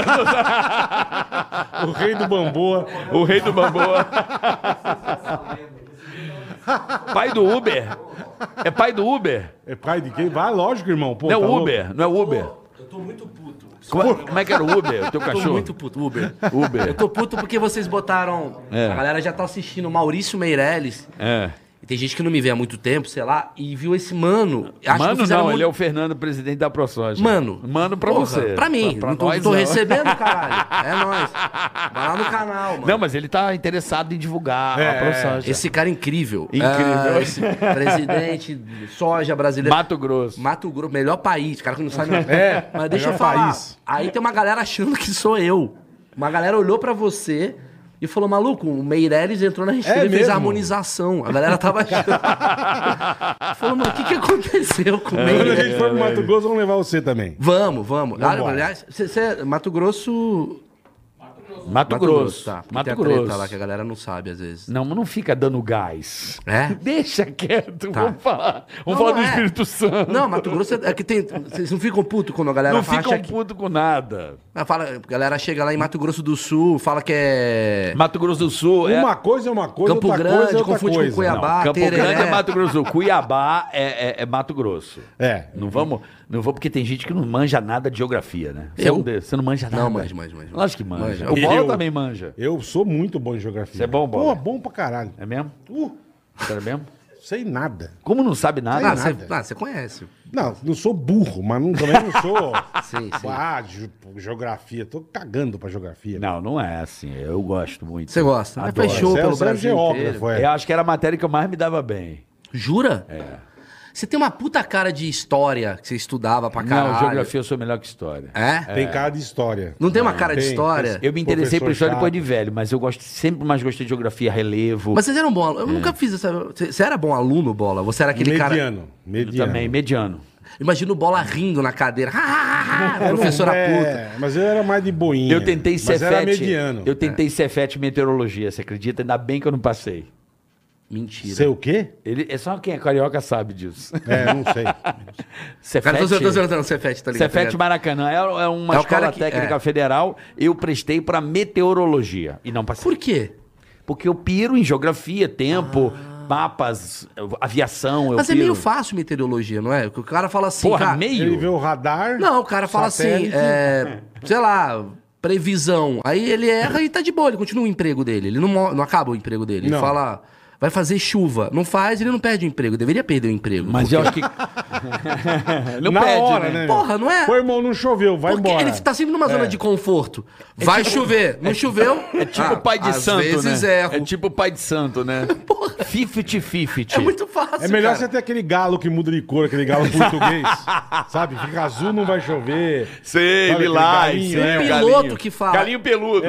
Speaker 2: o rei do Bamboa.
Speaker 3: O rei do Bamboa. pai do Uber? É pai do Uber?
Speaker 2: É pai de quem? Vai, lógico, irmão. Pô,
Speaker 3: Não é
Speaker 2: tá
Speaker 3: o
Speaker 2: louco?
Speaker 3: Uber? Não é o Uber?
Speaker 5: Eu tô muito puto.
Speaker 3: Como, como é que era o Uber? O teu
Speaker 5: Tô
Speaker 3: cachorro?
Speaker 5: muito puto, Uber.
Speaker 3: Uber.
Speaker 5: Eu tô puto porque vocês botaram.
Speaker 3: É.
Speaker 5: A galera já tá assistindo Maurício Meirelles.
Speaker 3: É.
Speaker 5: E tem gente que não me vê há muito tempo, sei lá, e viu esse mano. Acho que
Speaker 3: Mano,
Speaker 5: fizeram
Speaker 3: não,
Speaker 5: muito-
Speaker 3: ele é o Fernando, presidente da ProSoja.
Speaker 5: Mano.
Speaker 3: Mano pra
Speaker 5: Porra,
Speaker 3: você.
Speaker 5: Pra mim. não tô,
Speaker 3: nós,
Speaker 5: tô
Speaker 3: não.
Speaker 5: recebendo, caralho. É nóis. Vai lá no canal, mano.
Speaker 3: Não, mas ele tá interessado em divulgar a ProSoja.
Speaker 5: Esse cara é incrível.
Speaker 3: Incrível.
Speaker 5: Ah, esse presidente de soja brasileiro.
Speaker 3: Mato Grosso.
Speaker 5: Mato Grosso, melhor país, cara que não sabe.
Speaker 2: É,
Speaker 5: mas deixa eu
Speaker 2: melhor
Speaker 5: falar.
Speaker 2: país.
Speaker 5: Aí tem uma galera achando que sou eu. Uma galera olhou pra você E falou, maluco, o Meirelles entrou na rasteira
Speaker 2: É
Speaker 5: e fez
Speaker 2: mesmo?
Speaker 5: a harmonização. A galera tava achando. falou, mano, o que, que aconteceu com o
Speaker 2: É. Quando a
Speaker 3: É,
Speaker 5: Meirelles?
Speaker 2: gente for pro Mato Grosso, vamos levar você também.
Speaker 5: Vamos, vamos. Ah,
Speaker 2: Vambora.
Speaker 5: aliás, cê, cê- Mato Grosso.
Speaker 3: Mato, Grosso.
Speaker 5: tá. Porque
Speaker 3: Mato
Speaker 5: tem a
Speaker 3: Grosso.
Speaker 5: treta lá que a galera não sabe às vezes.
Speaker 3: Não, mas não fica dando gás.
Speaker 5: É?
Speaker 3: Deixa quieto,
Speaker 5: Tá.
Speaker 3: vamos falar. Vamos
Speaker 5: Não,
Speaker 3: falar do
Speaker 5: não é.
Speaker 3: Espírito Santo.
Speaker 5: Não, Mato Grosso é é que tem. Vocês não ficam putos quando a galera
Speaker 3: não
Speaker 5: fala.
Speaker 3: ficam
Speaker 5: acha que-
Speaker 3: puto com nada.
Speaker 5: Ah, fala- a galera chega lá em Mato Grosso do Sul, fala que é.
Speaker 3: Mato Grosso do Sul é.
Speaker 2: Uma coisa é uma coisa,
Speaker 5: Campo
Speaker 2: outra coisa
Speaker 5: Grande,
Speaker 2: é outra
Speaker 5: confunde com
Speaker 2: coisa.
Speaker 5: Cuiabá.
Speaker 3: Não, Campo
Speaker 5: Tereré.
Speaker 3: Grande é Mato Grosso do Sul. Cuiabá é, é- é Mato Grosso.
Speaker 2: É.
Speaker 3: Não vamos, não vou porque tem gente que não manja nada de geografia, né? Você
Speaker 5: Eu?
Speaker 3: não, de- você não manja nada.
Speaker 5: Não, manja, manja, manja.
Speaker 3: Lógico que manja.
Speaker 5: Manja.
Speaker 3: O Bola
Speaker 2: Eu-
Speaker 3: também manja.
Speaker 2: Eu sou muito bom em geografia.
Speaker 3: Você é bom,
Speaker 2: Pô,
Speaker 3: Bola?
Speaker 2: bom pra caralho.
Speaker 3: É mesmo?
Speaker 2: Uh,
Speaker 3: Sério mesmo?
Speaker 2: sei nada.
Speaker 3: Como não sabe nada? assim?
Speaker 5: Ah,
Speaker 2: Sei
Speaker 5: você
Speaker 2: nada.
Speaker 5: ah, você conhece.
Speaker 2: Não, não sou burro, mas não, também não sou.
Speaker 5: Sim, sim.
Speaker 2: Ah, ge- geografia. Tô cagando pra geografia.
Speaker 3: Não, não é assim. Eu gosto muito.
Speaker 5: Você gosta, né?
Speaker 3: Adoro.
Speaker 5: Faz show.
Speaker 2: Você é-
Speaker 5: pelo
Speaker 2: você é
Speaker 5: Brasil
Speaker 2: geógrafo, é.
Speaker 3: Eu acho que era a matéria que eu mais me dava bem.
Speaker 5: Jura? É. Você tem uma puta cara de história que você estudava pra caralho.
Speaker 3: Não, geografia eu sou melhor que história.
Speaker 5: É?
Speaker 2: Tem cara de história.
Speaker 5: Não tem uma cara de
Speaker 2: tem.
Speaker 5: história?
Speaker 3: Eu me interessei por
Speaker 2: Professor
Speaker 3: história depois
Speaker 2: chato.
Speaker 3: de velho, mas eu gosto, sempre mais gostei de geografia, relevo.
Speaker 5: Mas vocês eram bons
Speaker 3: É.
Speaker 5: alunos. Eu nunca fiz essa. Você você era bom aluno, bola? Você era aquele cara.
Speaker 2: mediano,
Speaker 3: Eu
Speaker 2: mediano.
Speaker 3: também, mediano.
Speaker 5: Imagina o bola rindo na cadeira. Professora puta.
Speaker 2: é, Mas eu era mais de boinha.
Speaker 3: Eu tentei
Speaker 2: mas
Speaker 3: Cefete.
Speaker 2: era mediano.
Speaker 3: Eu tentei
Speaker 5: É.
Speaker 3: Cefete meteorologia, você acredita? Ainda bem que eu não passei.
Speaker 5: Mentira.
Speaker 2: Sei o quê?
Speaker 3: Ele, é só quem é carioca sabe disso.
Speaker 2: É, não sei.
Speaker 5: Cara,
Speaker 3: Cefete,
Speaker 5: tô zoando, tô zoando, não, Cefete, tá ligado? tá
Speaker 3: Cefete
Speaker 5: ligado?
Speaker 3: Maracanã é, é uma
Speaker 5: É o
Speaker 3: escola
Speaker 5: cara que-
Speaker 3: técnica
Speaker 5: é.
Speaker 3: federal. Eu prestei pra meteorologia e não passei.
Speaker 5: Por quê?
Speaker 3: Porque eu piro em geografia, tempo,
Speaker 5: Ah.
Speaker 3: mapas, eu- aviação. Eu
Speaker 5: Mas é
Speaker 3: piro.
Speaker 5: meio fácil meteorologia, não é? O cara fala assim.
Speaker 3: Porra,
Speaker 5: cara,
Speaker 2: Ele
Speaker 3: meio?
Speaker 2: vê o radar.
Speaker 5: Não, o cara fala
Speaker 2: satélite.
Speaker 5: assim, é, sei lá, previsão. Aí ele erra e tá de boa, ele continua o emprego dele. Ele não, mo- não acaba o emprego dele.
Speaker 2: Não.
Speaker 5: Ele fala, vai fazer chuva. Não faz, ele não perde o emprego. Deveria perder o emprego.
Speaker 3: Mas eu acho que. não
Speaker 2: Na
Speaker 3: pede,
Speaker 2: hora,
Speaker 3: né?
Speaker 2: né?
Speaker 5: Porra, não é?
Speaker 2: Pô, irmão, não choveu, vai
Speaker 5: Porque
Speaker 2: embora. É.
Speaker 5: ele tá sempre numa zona de conforto. Vai chover. Não choveu.
Speaker 3: tipo-
Speaker 5: Ah,
Speaker 3: É tipo o pai de santo,
Speaker 5: Às vezes
Speaker 3: né?
Speaker 5: erro.
Speaker 3: É tipo o pai de santo, né? Fifty fifty.
Speaker 5: É muito fácil,
Speaker 2: É melhor
Speaker 5: cara.
Speaker 2: você ter aquele galo que muda de cor, aquele galo português. sabe? Fica azul, não vai chover.
Speaker 3: Sei,
Speaker 2: Sabe
Speaker 3: lilás.
Speaker 2: aquele galinho,
Speaker 3: sei,
Speaker 2: né? É.
Speaker 3: o
Speaker 5: Um piloto que fala.
Speaker 3: Galinho peludo.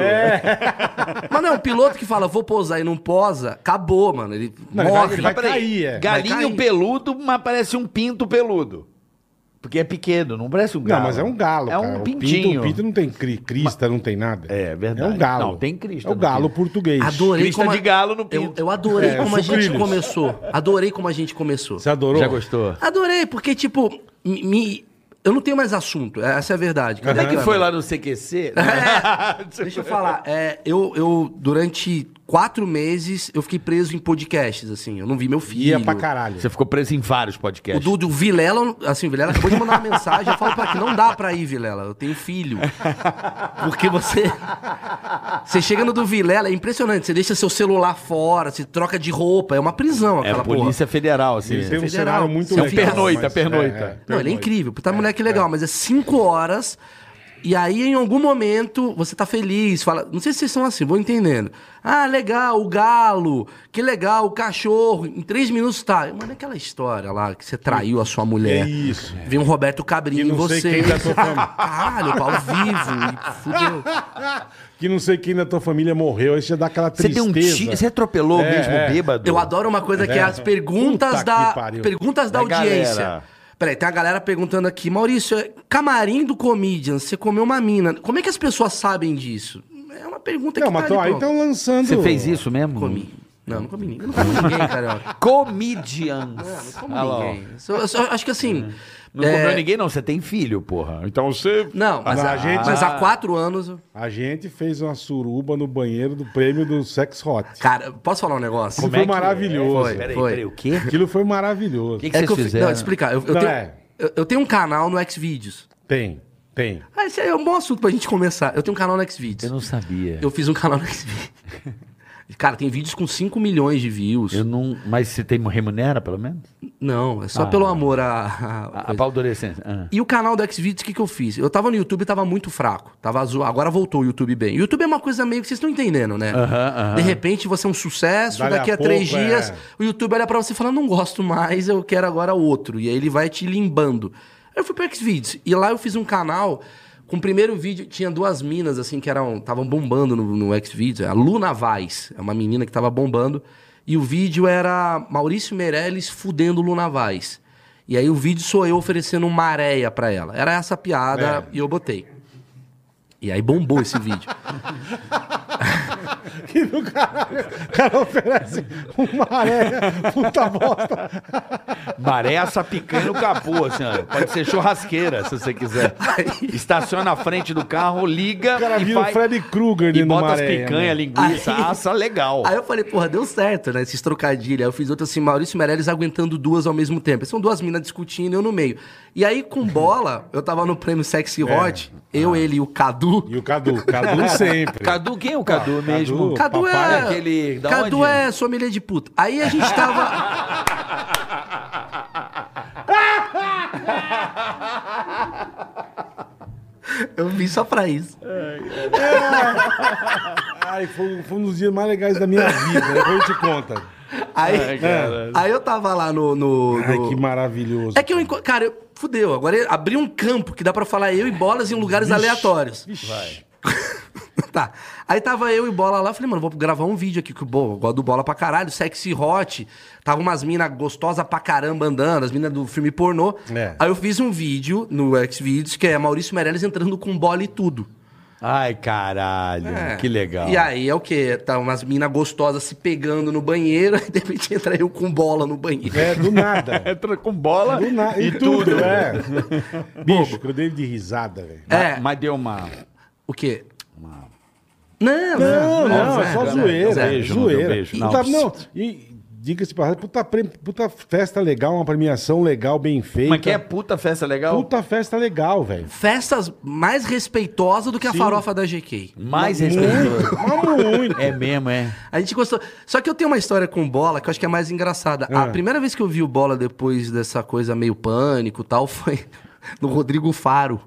Speaker 5: Mas não, o piloto que fala, vou pousar e não posa, acabou, mano. Ele
Speaker 2: Não, ele vai-
Speaker 5: morre.
Speaker 2: ele vai
Speaker 3: Mas peraí,
Speaker 2: cair, é.
Speaker 3: Galinho
Speaker 5: Vai cair.
Speaker 3: peludo, mas parece um pinto peludo. Porque é pequeno, não parece um
Speaker 2: Não,
Speaker 3: galo.
Speaker 2: mas é um galo,
Speaker 3: É
Speaker 2: cara.
Speaker 3: um
Speaker 2: O
Speaker 3: pintinho.
Speaker 2: Pinto, o pinto não tem cri- crista, não tem nada.
Speaker 3: É, verdade.
Speaker 2: É um galo.
Speaker 3: Não, tem crista
Speaker 2: É o
Speaker 3: no
Speaker 2: galo
Speaker 3: pinto.
Speaker 2: português.
Speaker 5: Adorei
Speaker 3: Crista
Speaker 5: como a-
Speaker 3: de galo no
Speaker 5: eu,
Speaker 3: pinto.
Speaker 5: eu adorei
Speaker 2: É,
Speaker 5: como a gente
Speaker 2: sucrilhos.
Speaker 5: começou. Adorei como a gente começou.
Speaker 2: Você adorou?
Speaker 3: Já gostou?
Speaker 5: Adorei, porque, tipo, me, me- eu não tenho mais assunto. Essa é a verdade. Cadê
Speaker 3: Até
Speaker 5: a
Speaker 3: que
Speaker 5: câmera?
Speaker 3: foi lá no CQC.
Speaker 5: É, deixa eu falar. É, eu, eu, durante quatro meses, eu fiquei preso em podcasts, assim. Eu não vi meu filho.
Speaker 2: Ia é pra caralho.
Speaker 3: Você ficou preso em vários
Speaker 5: O
Speaker 3: podcasts.
Speaker 5: Dudu, o Vilela, assim, o Vilela acabou de mandar uma mensagem. Eu falo pra que não dá pra ir, Vilela. Eu tenho filho. Porque você. Você chega no do Vilela, é impressionante. Você deixa seu celular fora, se troca de roupa. É uma prisão
Speaker 3: É,
Speaker 5: aquela
Speaker 3: a
Speaker 5: porra.
Speaker 3: Polícia Federal, assim.
Speaker 2: Ele tem um
Speaker 5: Federal.
Speaker 2: cenário muito
Speaker 5: Você é um
Speaker 2: legal.
Speaker 3: pernoita,
Speaker 2: mas-
Speaker 3: pernoita.
Speaker 5: Não, ele é incrível. Tá moleque legal, mas é cinco horas. E aí, em algum momento, você tá feliz, fala. Não sei se vocês são assim, vou entendendo. Ah, legal, o galo, que legal, o cachorro. Em três minutos tá. Mano, é aquela história lá que você traiu a sua mulher.
Speaker 2: É isso.
Speaker 5: Vem um Roberto
Speaker 2: E
Speaker 5: Cabrinho em
Speaker 2: não sei
Speaker 5: você.
Speaker 2: quem da sua família.
Speaker 5: Caralho, pau vivo. e Fudeu.
Speaker 2: Que não sei quem da tua família morreu, aí você dá aquela
Speaker 3: Você
Speaker 2: tristeza.
Speaker 3: deu um tiro. Você atropelou
Speaker 2: É,
Speaker 3: mesmo
Speaker 2: é.
Speaker 3: bêbado.
Speaker 5: Eu adoro uma coisa que é as perguntas
Speaker 2: Né? Puta que
Speaker 5: da
Speaker 2: pariu.
Speaker 5: perguntas da,
Speaker 3: Da
Speaker 5: audiência.
Speaker 3: galera.
Speaker 5: Peraí, tem a galera perguntando aqui, Maurício, é camarim do comedian, você comeu uma mina. Como é que as pessoas sabem disso? É uma pergunta
Speaker 2: Não,
Speaker 5: que
Speaker 2: mas então-
Speaker 5: tá
Speaker 2: tô-
Speaker 5: ali,
Speaker 2: aí
Speaker 5: pronto.
Speaker 2: estão lançando...
Speaker 3: Você fez isso mesmo?
Speaker 5: Comi. Não, não comi ninguém. Eu não comi ninguém, carioca.
Speaker 3: Comedians.
Speaker 5: Não, não comi
Speaker 3: Olha Ah, lá, ó.
Speaker 5: ninguém. Eu só- eu só- acho que assim.
Speaker 3: Não
Speaker 5: é,
Speaker 3: comeu ninguém, não. Você tem filho, porra. Então você.
Speaker 5: Não, mas,
Speaker 2: Mas a
Speaker 5: há-
Speaker 2: gente- Ah,
Speaker 5: mas
Speaker 3: Ah.
Speaker 5: há quatro anos. eu-
Speaker 2: A gente fez uma suruba no banheiro do prêmio do Sex Hot.
Speaker 5: Cara, posso falar um negócio?
Speaker 2: Aquilo
Speaker 3: é
Speaker 2: foi
Speaker 3: que é?
Speaker 2: maravilhoso.
Speaker 5: Foi.
Speaker 3: Peraí,
Speaker 5: Foi.
Speaker 3: peraí, o quê?
Speaker 2: Aquilo foi
Speaker 3: O
Speaker 2: maravilhoso.
Speaker 3: que, que
Speaker 5: É
Speaker 3: vocês
Speaker 5: que eu fi-
Speaker 3: fizeram?
Speaker 5: Não, explicar. Eu, eu
Speaker 2: Não,
Speaker 5: tenho,
Speaker 2: é.
Speaker 5: eu- eu tenho um canal no Xvideos.
Speaker 2: Tem, tem.
Speaker 5: Ah, esse aí é um bom assunto pra gente começar. Eu tenho um canal no Xvideos.
Speaker 3: Eu não sabia.
Speaker 5: Eu fiz um canal no Xvideos. Cara, tem vídeos com 5 milhões de views.
Speaker 3: Eu não. Mas você tem remunera, pelo menos?
Speaker 5: Não, é só
Speaker 3: Ah.
Speaker 5: pelo amor à. à
Speaker 3: A, a
Speaker 5: coisa.
Speaker 3: Valdorescência. Ah.
Speaker 5: E o canal do Xvideos, o que, que eu fiz? Eu tava no YouTube, tava muito fraco. Tava azul. Agora voltou o YouTube bem. O YouTube é uma coisa meio que vocês estão entendendo, né?
Speaker 3: Aham, aham.
Speaker 5: De repente você é um sucesso,
Speaker 2: Dali a
Speaker 5: daqui a,
Speaker 2: pouco,
Speaker 5: três dias
Speaker 2: é.
Speaker 5: o YouTube olha pra você e fala: não gosto mais, eu quero agora outro. E aí ele vai te limbando. Eu fui pro Xvideos e lá eu fiz um canal Com o primeiro vídeo, tinha duas minas, assim, que eram estavam bombando no, no Xvideos. A Luna Vaz, é uma menina que tava bombando. E o vídeo era Maurício Meirelles fudendo Luna Vaz. E aí o vídeo sou eu oferecendo uma areia pra ela. Era essa a
Speaker 2: É.
Speaker 5: piada e eu botei. E aí bombou esse vídeo.
Speaker 2: Que do caralho. O cara oferece uma areia, puta bosta.
Speaker 3: Maré sapicando o capô, assim, ó. Pode ser churrasqueira, se você quiser. Estaciona na frente do carro, liga
Speaker 2: O cara
Speaker 3: e
Speaker 2: vira o
Speaker 3: faz-
Speaker 2: Freddy Krueger
Speaker 3: e
Speaker 2: no
Speaker 3: bota as
Speaker 2: maré. né?
Speaker 3: picanha, linguiça,
Speaker 5: Aí-
Speaker 3: assa, legal.
Speaker 5: Aí eu falei, porra, deu certo, né? Esses trocadilhos. Aí eu fiz outra assim, Maurício Meirelles aguentando duas ao mesmo tempo. São duas minas discutindo, eu no meio. E aí, com bola, eu tava no prêmio Sexy Hot, eu, ele e o Cadu.
Speaker 2: É. Ah. E o Cadu. Cadu sempre.
Speaker 3: Cadu, quem é o Cadu mesmo?
Speaker 2: o
Speaker 5: Cadu
Speaker 2: papai
Speaker 5: é.
Speaker 3: é aquele- da
Speaker 5: Cadu
Speaker 3: onde?
Speaker 5: é sua milha de puta. Aí a gente tava. eu vim só pra isso.
Speaker 2: Ai, foi, foi um dos dias mais legais da minha vida. Depois eu te conta.
Speaker 5: Aí,
Speaker 2: É, cara.
Speaker 5: aí eu tava lá no. no-
Speaker 2: Ai,
Speaker 5: no-
Speaker 2: que maravilhoso.
Speaker 5: É que eu encontro. Cara, eu- fudeu. Agora eu abri um campo que dá pra falar eu e bolas em lugares aleatórios.
Speaker 2: Vai.
Speaker 5: tá. Aí tava eu e bola lá, eu falei, mano, vou gravar um vídeo aqui que bom, eu gosto do bola pra caralho, sexy hot. Tava umas minas gostosas pra caramba andando, as minas do filme pornô.
Speaker 2: É.
Speaker 5: Aí eu fiz um vídeo no Xvideos que é Maurício Meirelles entrando com bola e tudo.
Speaker 3: Ai, caralho,
Speaker 5: É.
Speaker 3: Hum, que legal.
Speaker 5: E aí é o quê? Tá umas minas gostosas se pegando no banheiro, aí de repente entra eu com bola no banheiro.
Speaker 2: É, do nada.
Speaker 3: Entra com bola
Speaker 2: Do na... E, tudo, é. Bicho, que eu dei de risada, velho.
Speaker 5: É,
Speaker 3: Mas deu uma...
Speaker 5: o quê? Não,
Speaker 2: Não, não, é só
Speaker 5: zero,
Speaker 2: zoeira.
Speaker 5: zero.
Speaker 2: é
Speaker 3: Beijo, não deu
Speaker 2: zoeira.
Speaker 3: beijo,
Speaker 2: E
Speaker 3: não.
Speaker 2: tá- não, e diga-se pra puta, pre- puta festa legal, uma premiação legal, bem feita.
Speaker 3: Mas que é puta festa legal?
Speaker 2: Puta festa legal, velho.
Speaker 5: Festas mais respeitosas do que a farofa da GK.
Speaker 3: Mais respeitoso.
Speaker 2: Mas muito.
Speaker 3: É mesmo, é.
Speaker 5: A gente gostou. Só que eu tenho uma história com o bola que eu acho que é mais engraçada.
Speaker 2: Ah.
Speaker 5: A primeira vez que eu vi o bola depois dessa coisa meio pânico e tal foi no Rodrigo Faro.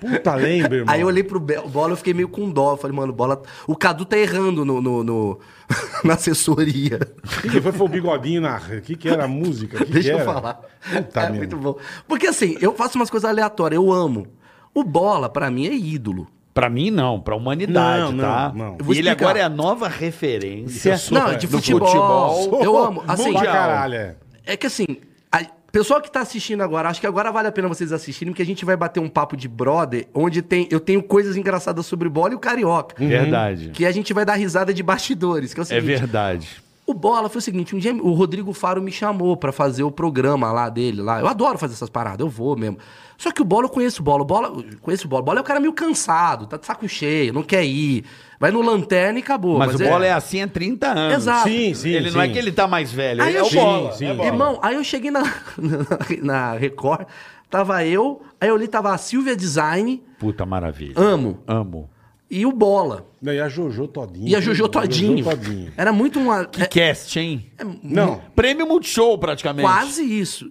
Speaker 2: Puta, lembra, irmão.
Speaker 5: Aí eu olhei pro Be- bola eu fiquei meio com dó. Eu falei, mano, o bola. O Cadu tá errando no, no- no- na assessoria.
Speaker 2: O que, que foi? Foi o bigodinho na. O que, que era a música? O que que
Speaker 5: Deixa eu
Speaker 2: era?
Speaker 5: falar.
Speaker 2: Puta,
Speaker 5: é
Speaker 2: meu.
Speaker 5: muito bom. Porque assim, eu faço umas coisas aleatórias, eu amo. O bola, pra mim, é ídolo.
Speaker 3: Pra mim, não. Pra humanidade,
Speaker 2: Não, não,
Speaker 3: tá?
Speaker 2: não.
Speaker 5: Eu vou
Speaker 3: E ele
Speaker 5: explicar.
Speaker 3: agora é a nova referência
Speaker 2: Sou,
Speaker 5: Não, é de
Speaker 3: do
Speaker 5: futebol. Eu amo. Assim,
Speaker 2: Bom pra caralho, é.
Speaker 5: É que assim, a- pessoal que tá assistindo agora, acho que agora vale a pena vocês assistirem, porque a gente vai bater um papo de brother, onde tem, eu tenho coisas engraçadas sobre bola e o carioca.
Speaker 3: Verdade.
Speaker 5: Que a gente vai dar risada de bastidores, que é o
Speaker 3: Hum. É
Speaker 5: seguinte.
Speaker 3: verdade.
Speaker 5: O Bola foi o seguinte, um dia o Rodrigo Faro me chamou pra fazer o programa lá dele, lá. Eu adoro fazer essas paradas, eu vou mesmo. Só que o Bola, eu conheço o Bola, o Bola, eu conheço o Bola. O Bola é o cara meio cansado, tá de saco cheio, não quer ir. Vai no lanterna e acabou.
Speaker 3: mas, o Bola é... assim há 30 anos.
Speaker 5: Exato.
Speaker 2: Sim, sim.
Speaker 3: ele
Speaker 2: sim.
Speaker 3: não é que ele tá mais velho,
Speaker 5: Aí
Speaker 3: ele é
Speaker 5: eu
Speaker 3: o
Speaker 5: cheguei-
Speaker 3: Bola.
Speaker 2: Sim,
Speaker 3: é
Speaker 2: sim.
Speaker 3: Bola.
Speaker 5: Irmão, aí eu cheguei na, na, na Record, tava eu, aí eu li, tava a Silvia Design,
Speaker 3: Puta maravilha.
Speaker 5: Amo,
Speaker 3: Amo.
Speaker 5: e o Bola.
Speaker 2: Não, e a Jojo Todinho.
Speaker 5: E a Jojo Todinho.
Speaker 2: Jojo Todinho.
Speaker 5: Era muito uma.
Speaker 3: Que
Speaker 5: é-
Speaker 3: cast, hein?
Speaker 2: Não.
Speaker 3: Prêmio Multishow, praticamente.
Speaker 5: quase é isso.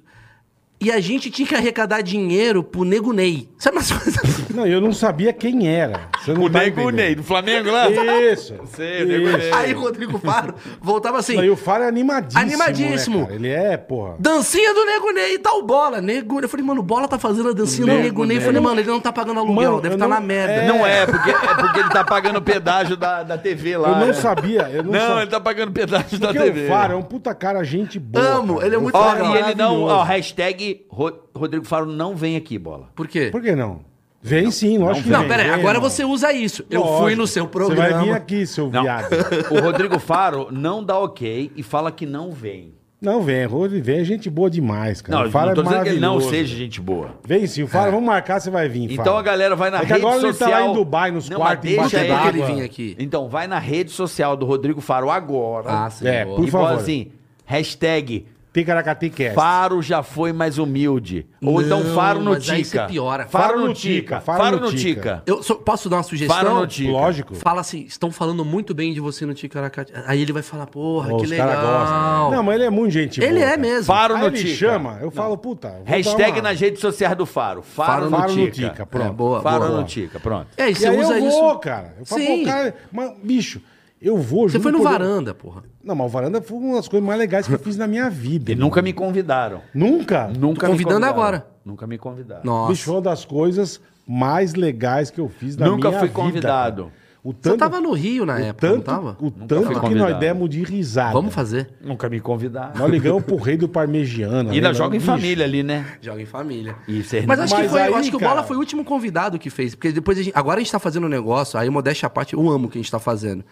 Speaker 5: E a gente tinha que arrecadar dinheiro pro Nego Ney. Sabe umas coisas assim?
Speaker 2: Não, eu não sabia quem era. Você não
Speaker 3: O
Speaker 2: tá
Speaker 3: Nego
Speaker 2: entendendo.
Speaker 3: Ney, do Flamengo lá.
Speaker 2: Isso.
Speaker 3: Sei, o Nego Ney.
Speaker 5: Aí o Rodrigo Faro voltava assim.
Speaker 2: Não, e É. o Faro é animadíssimo.
Speaker 5: Animadíssimo.
Speaker 2: né, cara? Ele é, porra.
Speaker 5: Dancinha do Nego Ney e tal bola. Nego... Eu falei, mano, o bola tá fazendo a dancinha do Nego Ney. Eu falei, mano, ele não tá pagando aluguel,
Speaker 2: Mano, eu
Speaker 5: deve estar
Speaker 2: não-
Speaker 5: na merda.
Speaker 2: É.
Speaker 3: Não é porque, é porque ele tá pagando pedágio da, da TV lá.
Speaker 2: Eu não
Speaker 3: né?
Speaker 2: sabia. Eu não,
Speaker 3: Não,
Speaker 2: sabia.
Speaker 3: ele tá pagando pedágio da
Speaker 2: Porque
Speaker 3: TV.
Speaker 2: o Faro é um puta cara, gente boa.
Speaker 5: Amo,
Speaker 2: cara.
Speaker 5: ele é
Speaker 2: O
Speaker 5: muito
Speaker 3: Ó,
Speaker 2: Faro é
Speaker 3: Ah, e ele não. Ó,
Speaker 2: maravilhoso.
Speaker 3: hashtag Ro- Rodrigo Faro não vem aqui, bola.
Speaker 5: Por quê?
Speaker 2: Por que não? Vem sim, lógico que
Speaker 5: Não,
Speaker 2: vem.
Speaker 5: peraí,
Speaker 2: Vem,
Speaker 5: agora
Speaker 2: irmão.
Speaker 5: você usa isso. Eu fui
Speaker 2: Lógico.
Speaker 5: no seu
Speaker 2: Você vai vir
Speaker 5: programa.
Speaker 2: aqui, seu
Speaker 3: Não.
Speaker 2: viado.
Speaker 3: O Rodrigo Faro não dá ok e fala que não vem.
Speaker 2: Não, vem, Rony, vem, é gente boa demais, cara.
Speaker 3: Não,
Speaker 2: o
Speaker 3: eu
Speaker 2: Faro
Speaker 3: não tô
Speaker 2: é
Speaker 3: dizendo que ele não
Speaker 2: maravilhoso.
Speaker 3: seja gente boa.
Speaker 2: Vem sim, o Faro, vamos marcar, você vai vir,
Speaker 3: Então
Speaker 2: Faro.
Speaker 3: a galera vai na
Speaker 2: É que
Speaker 3: rede
Speaker 2: agora ele tá
Speaker 3: social.
Speaker 2: lá em Dubai, nos
Speaker 3: Não,
Speaker 2: quartos,
Speaker 3: mas deixa
Speaker 2: embaixo
Speaker 5: Deixa
Speaker 2: d'água.
Speaker 5: ele vir aqui.
Speaker 3: Então vai na rede social do Rodrigo Faro agora.
Speaker 5: Ah, sim.
Speaker 2: É,
Speaker 5: boa.
Speaker 2: por
Speaker 3: e fala
Speaker 2: favor.
Speaker 3: assim: hashtag
Speaker 2: Ticaracatiquest.
Speaker 3: Faro já foi mais humilde. Ou
Speaker 5: Não,
Speaker 3: então Faro no
Speaker 5: mas
Speaker 3: Tica.
Speaker 5: aí você piora.
Speaker 3: Faro no Tica. Faro no Tica.
Speaker 5: Eu só- posso dar uma sugestão?
Speaker 3: Faro no Tica.
Speaker 2: Lógico.
Speaker 5: Fala assim, estão falando muito bem de você no Ticaracati. Aí ele vai falar, porra,
Speaker 2: Pô,
Speaker 5: Ah, que
Speaker 2: os
Speaker 5: legal.
Speaker 2: caras gostam. Não, mas ele é muito gente boa.
Speaker 5: ele é
Speaker 2: cara.
Speaker 5: mesmo.
Speaker 3: Faro
Speaker 2: Aí
Speaker 3: no
Speaker 2: ele
Speaker 3: Tica.
Speaker 2: chama, eu falo, puta... vou dar
Speaker 3: Hashtag
Speaker 2: uma-
Speaker 3: nas redes sociais do Faro. Faro,
Speaker 5: Faro
Speaker 3: no,
Speaker 2: Então Faro no
Speaker 3: Tica.
Speaker 2: Tica, pronto.
Speaker 5: É, boa,
Speaker 3: Faro
Speaker 5: boa.
Speaker 3: no Tica, pronto.
Speaker 5: É, e
Speaker 2: E
Speaker 5: você
Speaker 2: aí eu
Speaker 5: usa
Speaker 2: vou,
Speaker 5: isso.
Speaker 2: cara. Eu falo,
Speaker 5: Sim.
Speaker 2: pô, cara... Mas, bicho, Eu vou
Speaker 5: Você
Speaker 2: juro
Speaker 5: foi no
Speaker 2: por Deus-
Speaker 5: varanda, porra.
Speaker 2: Não, mas o varanda foi uma das coisas mais legais que eu fiz na minha vida.
Speaker 3: E nunca me convidaram.
Speaker 2: Nunca?
Speaker 3: Nunca me
Speaker 5: convidando
Speaker 3: convidaram.
Speaker 5: agora.
Speaker 3: Nunca me convidaram.
Speaker 5: Nossa.
Speaker 2: Bicho, foi uma das coisas mais legais que eu fiz na
Speaker 3: Nunca
Speaker 2: minha vida.
Speaker 3: fui
Speaker 2: cara.
Speaker 3: convidado.
Speaker 2: O
Speaker 5: Você
Speaker 2: tanto,
Speaker 5: tava no Rio na
Speaker 2: o
Speaker 5: época,
Speaker 2: tanto,
Speaker 5: não tava?
Speaker 3: fui
Speaker 2: O tanto que nós
Speaker 3: convidado.
Speaker 2: demos de risada.
Speaker 5: Vamos fazer.
Speaker 3: Nunca me convidaram.
Speaker 2: Nós ligamos pro rei do Parmegiana.
Speaker 3: E ainda
Speaker 2: lembra?
Speaker 3: joga em
Speaker 2: Bicho,
Speaker 3: família ali, né?
Speaker 5: Joga em família.
Speaker 3: E vocês
Speaker 5: Mas acho que
Speaker 2: Mas
Speaker 5: foi,
Speaker 2: aí,
Speaker 5: eu acho que o
Speaker 2: cara-
Speaker 5: Bola foi o último convidado que fez, porque depois a gente, agora a gente tá fazendo um negócio, aí modéstia à parte, eu amo o que a gente tá fazendo.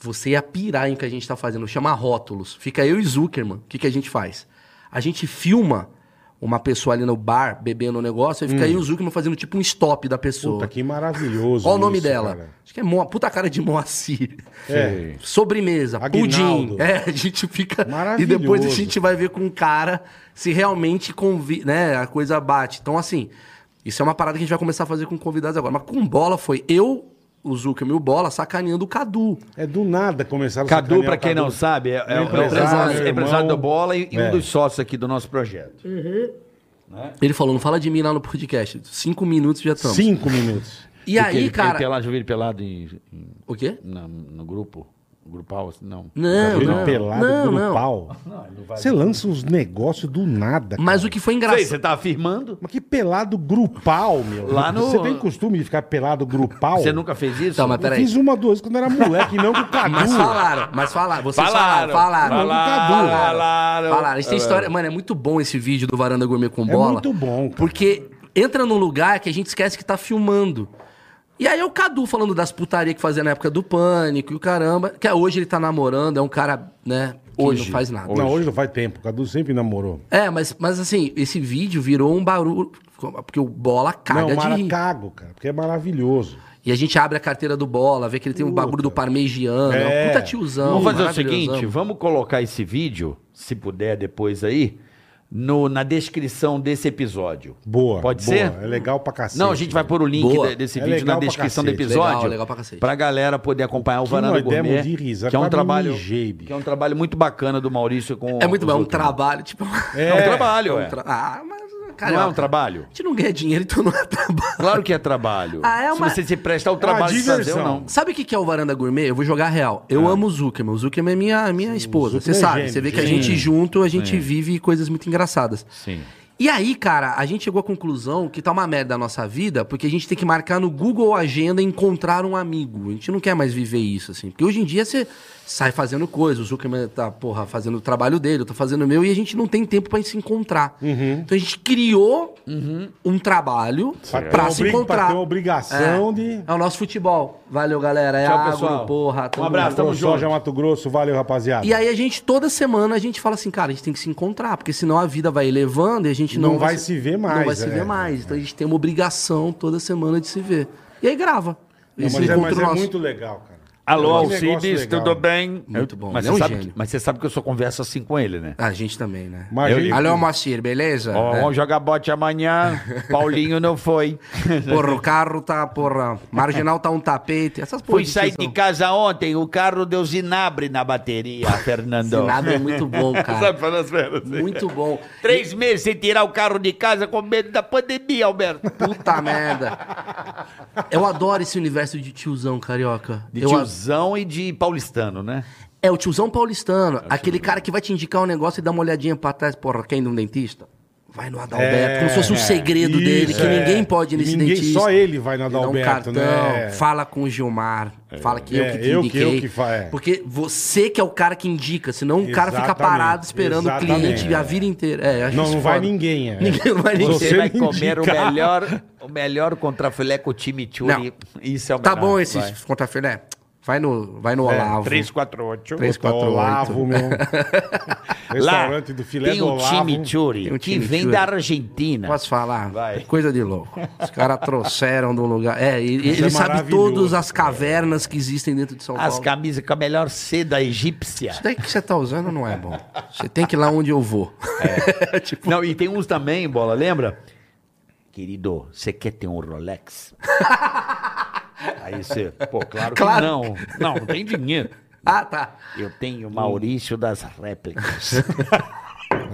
Speaker 5: Você ia pirar em que a gente tá fazendo, chama rótulos. Fica eu e Zuckerman. O que que a gente faz? A gente filma uma pessoa ali no bar bebendo um negócio, aí fica eu e o Zuckerman fazendo tipo um stop da pessoa.
Speaker 2: Hum. Puta, que maravilhoso.
Speaker 5: Qual o nome
Speaker 2: isso,
Speaker 5: dela?
Speaker 2: cara.
Speaker 5: Acho que é Mo... puta cara de Moacir.
Speaker 2: É.
Speaker 5: Sobremesa,
Speaker 2: Aguinaldo.
Speaker 5: pudim. É, a gente fica. E
Speaker 2: Maravilhoso.
Speaker 5: depois a gente vai ver com o cara se realmente convi... né, a coisa bate. Então, assim, isso é uma parada que a gente vai começar a fazer com convidados agora. Mas com bola foi eu, o Zuckerman e o Bola sacaneando o Cadu.
Speaker 2: É do nada começaram a
Speaker 3: Cadu,
Speaker 2: sacanear
Speaker 3: pra
Speaker 2: o
Speaker 3: quem
Speaker 2: Cadu.
Speaker 3: não sabe, é, é o
Speaker 2: Empresário,
Speaker 3: empresário,
Speaker 2: irmão.
Speaker 3: empresário da bola e, e
Speaker 2: É.
Speaker 3: um dos sócios aqui do nosso projeto.
Speaker 5: Ele falou: não fala de mim lá no podcast. Cinco minutos já estamos.
Speaker 2: Cinco minutos.
Speaker 5: E aí,
Speaker 3: ele,
Speaker 5: cara.
Speaker 3: Ele pelado, já vi ele pelado em- em-
Speaker 5: O quê?
Speaker 3: na- no grupo. Grupal, assim, não.
Speaker 5: Não,
Speaker 2: Ele
Speaker 5: não.
Speaker 2: pelado
Speaker 5: não,
Speaker 2: pelo
Speaker 5: não.
Speaker 2: pau. Você lança uns negócios do nada.
Speaker 5: Mas
Speaker 2: cara.
Speaker 5: o que foi engraçado.
Speaker 2: é
Speaker 3: Sei, você tá afirmando?
Speaker 2: Mas que pelado grupal, meu.
Speaker 3: Lá no-
Speaker 2: Você tem costume de ficar pelado grupal?
Speaker 3: Você nunca fez isso?
Speaker 5: Tá, mas
Speaker 2: Eu
Speaker 5: peraí.
Speaker 2: fiz uma, duas quando eu era moleque, não com o Cadu.
Speaker 5: Mas falaram, mas falaram. Vocês falaram,
Speaker 3: Falaram,
Speaker 5: falaram.
Speaker 3: falaram,
Speaker 5: falaram.
Speaker 3: falaram.
Speaker 5: Falaram. Isso tem história. Mano, é muito bom esse vídeo do Varanda Gourmet com
Speaker 2: É
Speaker 5: Bola.
Speaker 2: muito bom, cara.
Speaker 5: Porque entra num lugar que a gente esquece que tá filmando. E aí é o Cadu falando das putarias que fazia na época do Pânico e o caramba. Que hoje ele tá namorando, é um cara, né, que
Speaker 3: Hoje.
Speaker 5: não faz nada.
Speaker 2: Não, hoje não faz tempo. O Cadu sempre namorou.
Speaker 5: É, mas, mas assim, esse vídeo virou um barulho... Porque o Bola caga
Speaker 2: não,
Speaker 5: de
Speaker 2: mara
Speaker 5: rir.
Speaker 2: cago, cara, porque é maravilhoso.
Speaker 5: E a gente abre a carteira do Bola, vê que ele tem um
Speaker 2: Puta.
Speaker 5: bagulho do parmegiano.
Speaker 2: É.
Speaker 5: É. um puta tiozão.
Speaker 3: Vamos fazer o
Speaker 5: maravilhosão.
Speaker 3: seguinte, vamos colocar esse vídeo, se puder depois aí, no- na descrição desse episódio.
Speaker 2: Boa.
Speaker 3: Pode
Speaker 2: boa.
Speaker 3: ser?
Speaker 2: É legal pra cacete.
Speaker 3: Não, a gente vai pôr o link
Speaker 5: Boa.
Speaker 3: de- desse
Speaker 2: É
Speaker 3: vídeo
Speaker 2: legal
Speaker 3: na
Speaker 2: pra
Speaker 3: descrição do
Speaker 2: cacete.
Speaker 3: episódio.
Speaker 5: Legal, legal pra cacete.
Speaker 3: galera poder acompanhar o
Speaker 2: Que
Speaker 3: Varanda
Speaker 2: nós demos
Speaker 3: Gourmet,
Speaker 2: de tá risada,
Speaker 3: que é um
Speaker 2: quase
Speaker 3: trabalho,
Speaker 2: me mijei, bicho.
Speaker 3: que é um trabalho muito bacana do Maurício com
Speaker 5: É muito
Speaker 3: com
Speaker 5: bom, é
Speaker 3: os
Speaker 5: um
Speaker 3: outros. né?
Speaker 5: trabalho, tipo...
Speaker 3: É, um trabalho,
Speaker 5: É
Speaker 3: é.
Speaker 5: um tra- Ah, mas, cara,
Speaker 3: Não é
Speaker 5: ó,
Speaker 3: um trabalho?
Speaker 5: A gente não ganha dinheiro, então não é trabalho.
Speaker 3: Claro que é trabalho.
Speaker 5: Ah, é uma-
Speaker 3: Se você se presta ao trabalho de fazer ou
Speaker 2: diversão.
Speaker 3: não.
Speaker 5: Sabe o que que é o Varanda Gourmet? Eu vou jogar real. Eu amo o Zuckerman. O Zuckerman é minha, minha esposa. Você
Speaker 2: Ah. Zuckerman é
Speaker 5: sabe,
Speaker 2: gênio,
Speaker 5: você vê que a
Speaker 2: gênio.
Speaker 5: gente junto, a gente vive coisas muito engraçadas.
Speaker 3: Sim.
Speaker 5: E aí, cara, a gente chegou à conclusão que tá uma merda a nossa vida, porque a gente tem que marcar no Google Agenda encontrar um amigo. A gente não quer mais viver isso, assim. Porque hoje em dia você sai fazendo coisa, o Zuckerman tá, porra, fazendo o trabalho dele, eu tô fazendo o meu, e a gente não tem tempo pra se encontrar.
Speaker 2: Uhum.
Speaker 5: Então a gente criou um trabalho
Speaker 2: Pra,
Speaker 5: pra,
Speaker 2: ter uma
Speaker 5: se
Speaker 2: obri- pra
Speaker 5: encontrar.
Speaker 2: ter uma obrigação de.
Speaker 5: É o nosso futebol. Valeu, galera. É
Speaker 3: Tchau,
Speaker 5: água,
Speaker 3: pessoal.
Speaker 5: porra.
Speaker 3: Um
Speaker 5: tamo
Speaker 3: abraço.
Speaker 5: junto.
Speaker 3: tamo
Speaker 2: Tamo Soja
Speaker 3: junto.
Speaker 2: Mato Grosso, valeu, rapaziada.
Speaker 5: E aí a gente, toda semana, a gente fala assim, cara, a gente tem que se encontrar, porque senão a vida vai elevando e a gente não,
Speaker 2: Não vai se ver mais,
Speaker 5: Não vai se
Speaker 2: né?
Speaker 5: ver mais. Então a gente tem uma obrigação toda semana de se ver. E aí grava.
Speaker 2: Não,
Speaker 5: Esse
Speaker 2: mas é, mas
Speaker 5: encontro
Speaker 2: é
Speaker 5: nosso.
Speaker 2: muito legal, cara.
Speaker 3: Alô,
Speaker 2: Que É um negócio
Speaker 3: Alcides,
Speaker 2: legal.
Speaker 3: tudo bem?
Speaker 5: Muito bom,
Speaker 3: Mas,
Speaker 5: ele é
Speaker 3: você
Speaker 5: um
Speaker 3: sabe,
Speaker 5: gênio.
Speaker 3: mas você sabe que eu só converso assim com ele, né?
Speaker 5: A gente também, né?
Speaker 2: Mas
Speaker 3: Eu-
Speaker 2: ele-
Speaker 5: Alô, Moacir, beleza?
Speaker 3: Ó,
Speaker 5: É.
Speaker 3: vamos jogar bote amanhã. Paulinho não foi.
Speaker 5: Porra, o carro tá, porra, marginal tá um tapete, essas
Speaker 3: Fui
Speaker 5: porras.
Speaker 3: sair de casa ontem, o carro deu zinabre na bateria, Fernando.
Speaker 5: Nada Ah, é muito bom, cara.
Speaker 3: Sabe, falando as merdas assim.
Speaker 5: muito bom.
Speaker 3: Três meses sem tirar o carro de casa com medo da pandemia, Alberto.
Speaker 5: Puta merda. Eu adoro esse universo de tiozão carioca.
Speaker 3: De
Speaker 5: Eu adoro.
Speaker 3: tiozão e de paulistano, né?
Speaker 5: É o tiozão
Speaker 2: É
Speaker 5: paulistano, aquele cara que vai te indicar um negócio e dá uma olhadinha pra trás, porra, quer ir num dentista? Vai no Adalberto,
Speaker 2: É,
Speaker 5: como se fosse um
Speaker 2: é.
Speaker 5: segredo
Speaker 2: Isso,
Speaker 5: dele, que
Speaker 2: é.
Speaker 5: ninguém pode ir nesse
Speaker 2: Ninguém-
Speaker 5: dentista.
Speaker 2: só ele vai no
Speaker 5: Ele dá um
Speaker 2: Adalberto, né?
Speaker 5: Fala com o Gilmar, fala que eu
Speaker 2: É,
Speaker 5: que te
Speaker 2: eu que-
Speaker 5: indiquei.
Speaker 2: eu que fa- é.
Speaker 5: Porque você que é o cara que indica, senão o cara fica
Speaker 2: Exatamente,
Speaker 5: parado esperando o cliente
Speaker 2: exatamente,
Speaker 5: a
Speaker 2: é.
Speaker 5: vida inteira. É, eu acho
Speaker 2: Não,
Speaker 5: isso
Speaker 2: não vai
Speaker 5: foda.
Speaker 2: ninguém, é.
Speaker 5: Ninguém não vai ninguém.
Speaker 2: Você
Speaker 3: Você vai
Speaker 2: me
Speaker 3: comer o
Speaker 2: indicar.
Speaker 3: melhor, o melhor contrafilé com o time
Speaker 5: Não.
Speaker 3: Churi. Isso é o
Speaker 5: Tá
Speaker 3: melhor,
Speaker 5: bom esse
Speaker 3: vai.
Speaker 5: contrafilé? Né? Vai no, vai
Speaker 2: É,
Speaker 5: no Olavo.
Speaker 3: 348.
Speaker 5: Três,
Speaker 2: Puta,
Speaker 5: quatro,
Speaker 2: Olavo,
Speaker 5: oito.
Speaker 2: meu. Restaurante do filé
Speaker 3: tem
Speaker 5: um
Speaker 2: do
Speaker 3: o
Speaker 2: Olavo.
Speaker 3: time
Speaker 5: Tem o
Speaker 3: Churi, que vem
Speaker 5: chimichurri.
Speaker 3: da Argentina.
Speaker 5: Posso falar? É
Speaker 3: Vai.
Speaker 5: Coisa de louco. Os caras trouxeram do lugar. É, e- e-
Speaker 2: Isso
Speaker 5: ele
Speaker 2: é
Speaker 5: sabe
Speaker 2: maravilhoso,
Speaker 5: todas as cavernas que existem dentro de São
Speaker 3: As
Speaker 5: Paulo.
Speaker 3: camisas com a melhor seda egípcia.
Speaker 5: Isso daí que você tá usando não é bom. Você tem que ir lá onde eu vou. É. tipo,
Speaker 3: Não, e tem uns também, bola, lembra? Querido, você quer ter um Rolex? Aí você, pô, claro,
Speaker 5: Claro.
Speaker 3: que não. Não, não tem dinheiro.
Speaker 5: ah, tá.
Speaker 3: Eu tenho Maurício das réplicas.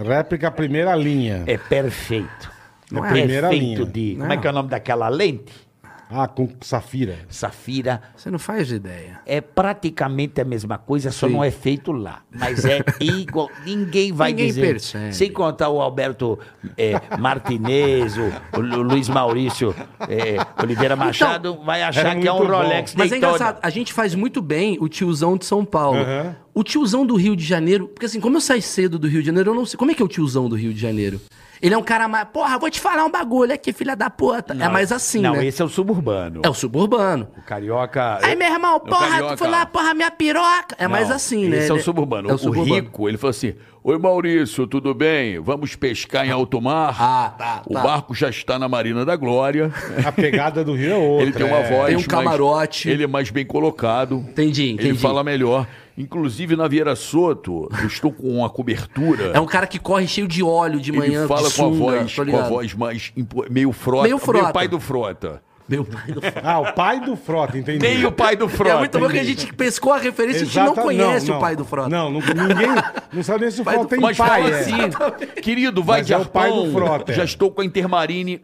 Speaker 2: Réplica primeira linha.
Speaker 3: É perfeito.
Speaker 5: Não um- é?
Speaker 3: perfeito
Speaker 2: Primeira linha.
Speaker 3: de.
Speaker 5: Não.
Speaker 3: Como é que é o nome daquela lente?
Speaker 2: Ah, com safira.
Speaker 3: Safira,
Speaker 5: Você não faz ideia.
Speaker 3: é praticamente a mesma coisa, só não é feito lá. Mas é igual. Ninguém vai
Speaker 5: Ninguém
Speaker 3: dizer.
Speaker 5: percebe.
Speaker 3: Sem contar o Alberto é, Martinez, o, o Lu- Luiz Maurício é, Oliveira
Speaker 5: Então,
Speaker 3: Machado, vai achar
Speaker 2: é
Speaker 3: que é um
Speaker 2: muito bom.
Speaker 3: Rolex
Speaker 5: Mas é
Speaker 3: Daytona.
Speaker 5: engraçado, a gente faz muito bem o tiozão de São Paulo.
Speaker 2: Aham.
Speaker 5: O tiozão do Rio de Janeiro, porque assim, como eu saí cedo do Rio de Janeiro, eu não sei. Como é que é o tiozão do Rio de Janeiro? Ele é um cara mais. Porra, vou te falar um bagulho aqui, filha da puta. é mais assim,
Speaker 3: Não,
Speaker 5: né?
Speaker 3: esse é o suburbano.
Speaker 5: É o suburbano.
Speaker 3: O carioca.
Speaker 5: Aí, meu irmão,
Speaker 3: o
Speaker 5: porra,
Speaker 3: É? carioca-
Speaker 5: tu foi lá, porra, minha piroca. É
Speaker 3: Não,
Speaker 5: mais assim, né?
Speaker 3: Esse é o
Speaker 5: Ele-
Speaker 3: suburbano.
Speaker 5: é
Speaker 3: o,
Speaker 5: suburbano.
Speaker 3: rico, ele falou assim: Oi Maurício, tudo bem? Vamos pescar em alto mar.
Speaker 5: Ah, tá,
Speaker 6: O
Speaker 5: tá.
Speaker 6: barco já está na Marina da Glória.
Speaker 2: A pegada do Rio é outra.
Speaker 6: Ele tem uma
Speaker 2: é.
Speaker 6: voz.
Speaker 5: Tem um
Speaker 6: mais-
Speaker 5: camarote.
Speaker 6: ele é mais bem colocado.
Speaker 5: Entendi,
Speaker 6: Ele
Speaker 5: entendi.
Speaker 6: fala melhor. Inclusive, na Vieira Soto, eu estou com uma cobertura.
Speaker 5: É um cara que corre cheio de óleo de manhã.
Speaker 6: ele fala
Speaker 5: de
Speaker 6: com a
Speaker 5: sunga,
Speaker 6: voz,
Speaker 5: tô
Speaker 6: com a
Speaker 5: ligado.
Speaker 6: voz mais impo- meio frota.
Speaker 5: Meio frota.
Speaker 6: pai do frota.
Speaker 5: Meu pai do
Speaker 2: Ah, o pai do Frota, entendi.
Speaker 6: Nem o pai do frota.
Speaker 5: É muito bom que a gente pescou a referência e a gente não
Speaker 2: Exata-
Speaker 5: conhece
Speaker 2: não,
Speaker 5: o pai
Speaker 2: não.
Speaker 5: do Frota.
Speaker 2: Não, não- ninguém. Não sabe nem se o
Speaker 5: Pai do-
Speaker 2: Frota tem
Speaker 6: Mas
Speaker 2: pai.
Speaker 6: fala
Speaker 2: é.
Speaker 6: assim, querido, vai
Speaker 2: Mas
Speaker 6: de
Speaker 2: é o pai
Speaker 6: arpão,
Speaker 2: do frota, é.
Speaker 6: Já estou com a Intermarine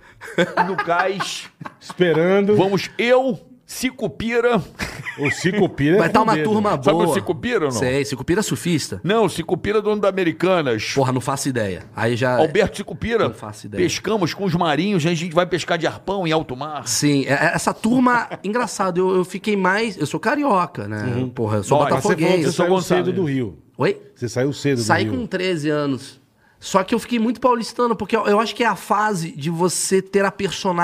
Speaker 6: no cais.
Speaker 2: Esperando.
Speaker 6: Vamos eu, Sicupira.
Speaker 2: O Cico Pira. é
Speaker 5: Vai estar uma
Speaker 2: fudido.
Speaker 5: turma
Speaker 6: Sabe
Speaker 5: boa.
Speaker 6: o Sicupira ou não?
Speaker 5: Sei, Sicupira é surfista.
Speaker 6: Não, Sicupira é dono da Americanas.
Speaker 5: Porra, não faço ideia. Aí já...
Speaker 6: Alberto Sicupira.
Speaker 5: É. Não faço ideia.
Speaker 6: Pescamos com os marinhos, a gente vai pescar de arpão em alto mar.
Speaker 5: Sim, é- é- essa turma... Engraçado, eu, eu fiquei mais... Eu sou carioca, né? Porra, eu sou
Speaker 6: Nós,
Speaker 2: Mas Tá, você falou que
Speaker 5: botafoguense.
Speaker 2: você
Speaker 5: eu sou-
Speaker 2: saiu
Speaker 6: Gonçalo.
Speaker 2: cedo do Rio.
Speaker 5: Oi?
Speaker 2: Você saiu cedo do
Speaker 5: Saí
Speaker 2: Rio.
Speaker 5: com 13 anos. Só que eu fiquei muito paulistano, porque eu, eu acho que é a fase de você ter a